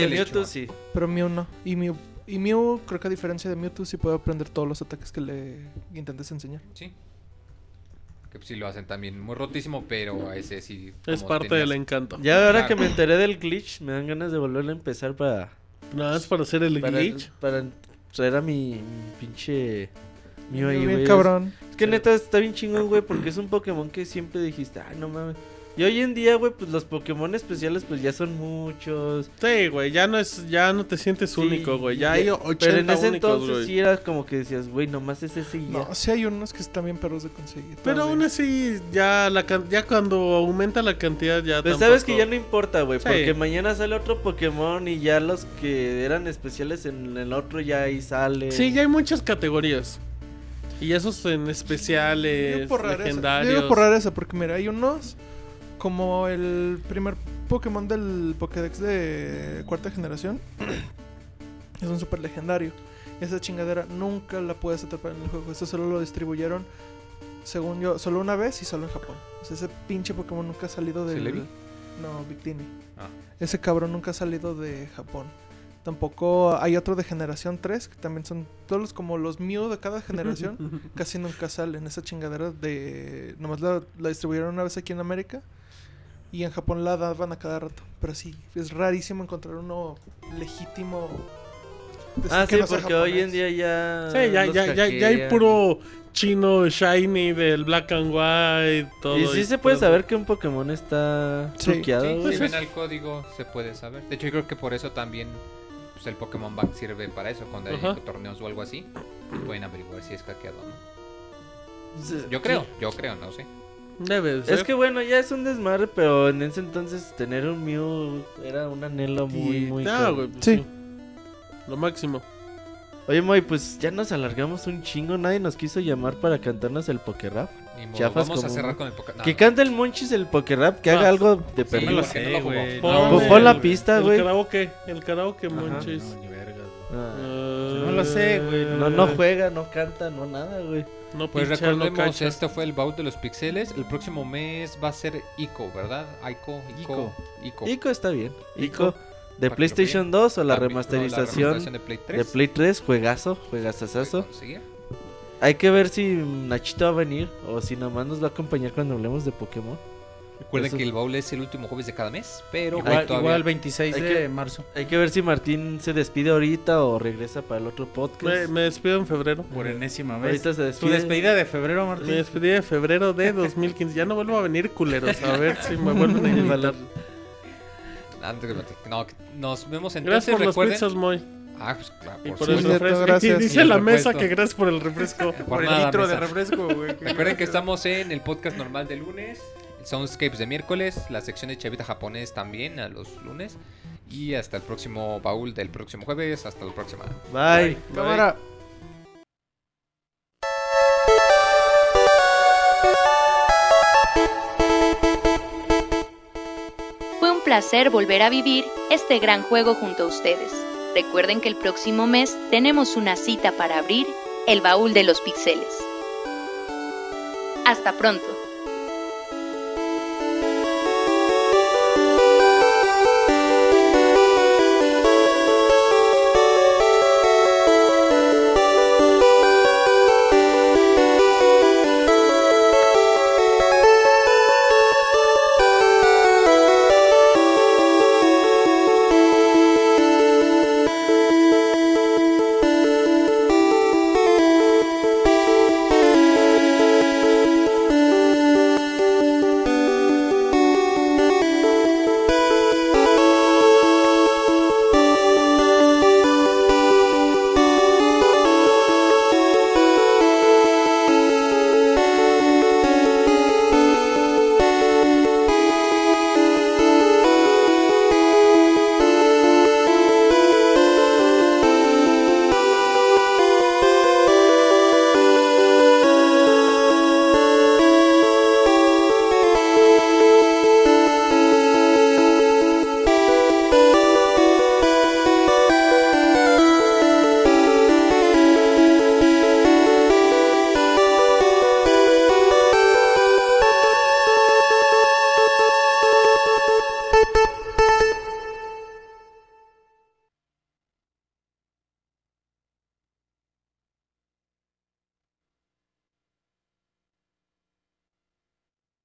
[SPEAKER 7] el Mewtwo sí.
[SPEAKER 5] Pero Mew no. Y Mew, y Mew, creo que a diferencia de Mewtwo, sí puede aprender todos los ataques que le intentes enseñar.
[SPEAKER 3] Sí. Que pues, sí lo hacen también muy rotísimo, pero a ese sí. como tenías-
[SPEAKER 7] Ya ahora
[SPEAKER 3] Claro.
[SPEAKER 7] que me enteré del glitch, me dan ganas de volver a empezar para.
[SPEAKER 4] Nada más para hacer el
[SPEAKER 7] para-
[SPEAKER 4] glitch.
[SPEAKER 7] Para traer a mi, mi pinche. Mío ahí,
[SPEAKER 5] Bien
[SPEAKER 7] güey. Es-
[SPEAKER 5] cabrón.
[SPEAKER 7] Es que neta está bien chingón, güey, porque es un Pokémon que siempre dijiste, ah, no mames. Y hoy en día, güey, pues los Pokémon especiales, pues ya son muchos.
[SPEAKER 4] Sí, güey, ya no es, ya no te sientes único, güey. Ya hay 80
[SPEAKER 7] Pero en ese
[SPEAKER 4] únicos,
[SPEAKER 7] entonces
[SPEAKER 4] güey.
[SPEAKER 7] sí era como que decías, güey, nomás es ese y ya.
[SPEAKER 5] No, sí hay unos que están bien perros de conseguir.
[SPEAKER 4] Pero aún así, ya, la, can- ya cuando aumenta la cantidad, ya.
[SPEAKER 7] Pero Pues, sabes que
[SPEAKER 4] tampoco-
[SPEAKER 7] ya no importa, güey,
[SPEAKER 4] Sí.
[SPEAKER 7] porque mañana sale otro Pokémon y ya los que eran especiales en el otro ya ahí sale.
[SPEAKER 4] Sí, ya hay muchas categorías. Y esos en especiales,
[SPEAKER 5] Yo por rareza. Yo
[SPEAKER 4] legendarios.
[SPEAKER 5] digo por rareza, porque mira, hay unos como el primer Pokémon del Pokédex de cuarta generación. es un super legendario. Esa chingadera nunca la puedes atrapar en el juego. Eso solo lo distribuyeron, según yo, solo una vez y solo en Japón. O sea, ese pinche Pokémon nunca ha salido del...
[SPEAKER 3] ¿Celebi?
[SPEAKER 5] No, Victini.
[SPEAKER 3] Ah.
[SPEAKER 5] Ese cabrón nunca ha salido de Japón. Tampoco hay otro de generación 3, que también son todos los como los Mew de cada generación. casi nunca salen. Esa chingadera de... Nomás la, la distribuyeron una vez aquí en América. Y en Japón la daban a cada rato. Pero sí, es rarísimo encontrar uno legítimo. de-
[SPEAKER 7] Ah,
[SPEAKER 5] que
[SPEAKER 7] sí,
[SPEAKER 5] no sea
[SPEAKER 7] porque hoy
[SPEAKER 5] japonés.
[SPEAKER 7] en día ya.
[SPEAKER 4] Sí, ya,
[SPEAKER 7] los
[SPEAKER 4] ya, ya, ya hay
[SPEAKER 7] hackean.
[SPEAKER 4] puro chino shiny del black and white. Todo
[SPEAKER 7] Y sí se puede saber que un Pokémon está Ah, truqueado.
[SPEAKER 3] Sí,
[SPEAKER 4] pues,
[SPEAKER 7] güey.
[SPEAKER 3] si Pues, ven al código se puede saber. De hecho, yo creo que por eso también pues, el Pokémon Bank sirve para eso. Cuando hay
[SPEAKER 4] Ajá.
[SPEAKER 3] torneos o algo así, pueden averiguar si es hackeado o no.
[SPEAKER 7] Sí.
[SPEAKER 3] Yo creo, yo creo, no sé.
[SPEAKER 4] Debe de ser.
[SPEAKER 7] Es que bueno, ya es un desmadre, pero en ese entonces tener un Mew era un anhelo muy,
[SPEAKER 4] Y-
[SPEAKER 7] muy.
[SPEAKER 4] Ah,
[SPEAKER 7] cabrón.
[SPEAKER 4] güey, pues sí. Lo máximo.
[SPEAKER 7] Oye, Moy, pues ya nos alargamos un chingo. Nadie nos quiso llamar para cantarnos el Pokerrap.
[SPEAKER 3] Ni modo,
[SPEAKER 7] Chafas
[SPEAKER 3] vamos a
[SPEAKER 7] como-
[SPEAKER 3] cerrar con el poker- no,
[SPEAKER 7] que
[SPEAKER 3] no.
[SPEAKER 7] cante el Monchis el Pokerrap, que haga algo de
[SPEAKER 3] Sí,
[SPEAKER 7] perro.
[SPEAKER 3] porque no lo jugó.
[SPEAKER 7] Pon- Pon la pista, güey.
[SPEAKER 4] El karaoke, el karaoke, Ah, monches.
[SPEAKER 7] Ah. No lo sé, güey. No, no juega, no canta, no nada, güey.
[SPEAKER 4] No
[SPEAKER 3] Pues
[SPEAKER 4] pincha, no
[SPEAKER 3] recordemos,
[SPEAKER 4] cacha.
[SPEAKER 3] este fue el baúl de los pixeles. El próximo mes va a ser Ico, ¿verdad? Ico, Ico, Ico.
[SPEAKER 7] Ico está bien.
[SPEAKER 3] Ico.
[SPEAKER 7] Ico de
[SPEAKER 3] Para que lo
[SPEAKER 7] PlayStation
[SPEAKER 3] jueguen.
[SPEAKER 7] 2 o Ah, la
[SPEAKER 3] También- no,
[SPEAKER 7] remasterización
[SPEAKER 3] de Play
[SPEAKER 7] de
[SPEAKER 3] 3.
[SPEAKER 7] Play 3, juegazo, juegazazazo.
[SPEAKER 3] conseguir.
[SPEAKER 7] Hay que ver si Nachito va a venir o si nomás nos va a acompañar cuando hablemos de Pokémon.
[SPEAKER 3] Recuerden
[SPEAKER 7] Eso-
[SPEAKER 3] que el baúl es el último jueves de cada mes, pero
[SPEAKER 7] Igual-
[SPEAKER 3] hay todavía-
[SPEAKER 7] igual el
[SPEAKER 6] 26
[SPEAKER 7] Hay
[SPEAKER 6] de
[SPEAKER 7] que-
[SPEAKER 6] marzo.
[SPEAKER 7] Hay que ver si Martín se despide ahorita o regresa para el otro podcast.
[SPEAKER 4] Me, me despido en febrero.
[SPEAKER 6] Por enésima
[SPEAKER 7] vez. Ahorita se despide.
[SPEAKER 6] Tu despedida de febrero, Martín.
[SPEAKER 4] Me despedí de febrero de 2015. Ya no vuelvo a venir, culeros. A ver si me vuelven a invitar.
[SPEAKER 3] Antes que me- no, que- nos vemos entonces.
[SPEAKER 4] Gracias por los
[SPEAKER 3] recuerden-
[SPEAKER 4] pizzas, Moy.
[SPEAKER 3] Ah, pues claro,
[SPEAKER 4] Y
[SPEAKER 3] por
[SPEAKER 4] por
[SPEAKER 3] supuesto.
[SPEAKER 4] el refresco. Y dice
[SPEAKER 3] el
[SPEAKER 4] la mesa
[SPEAKER 3] repuesto.
[SPEAKER 4] que gracias por el refresco.
[SPEAKER 3] Por nada, mesa. Recuerden que estamos en el podcast normal de lunes, el Soundscapes de miércoles, la sección de Chavita japonés también a los lunes. Y hasta el próximo baúl del próximo jueves. Hasta la próxima.
[SPEAKER 7] Bye.
[SPEAKER 5] Cámara.
[SPEAKER 1] Fue un placer. placer volver a vivir este gran juego junto a ustedes. Recuerden que el próximo mes tenemos una cita para abrir el baúl de los pixeles. Hasta pronto.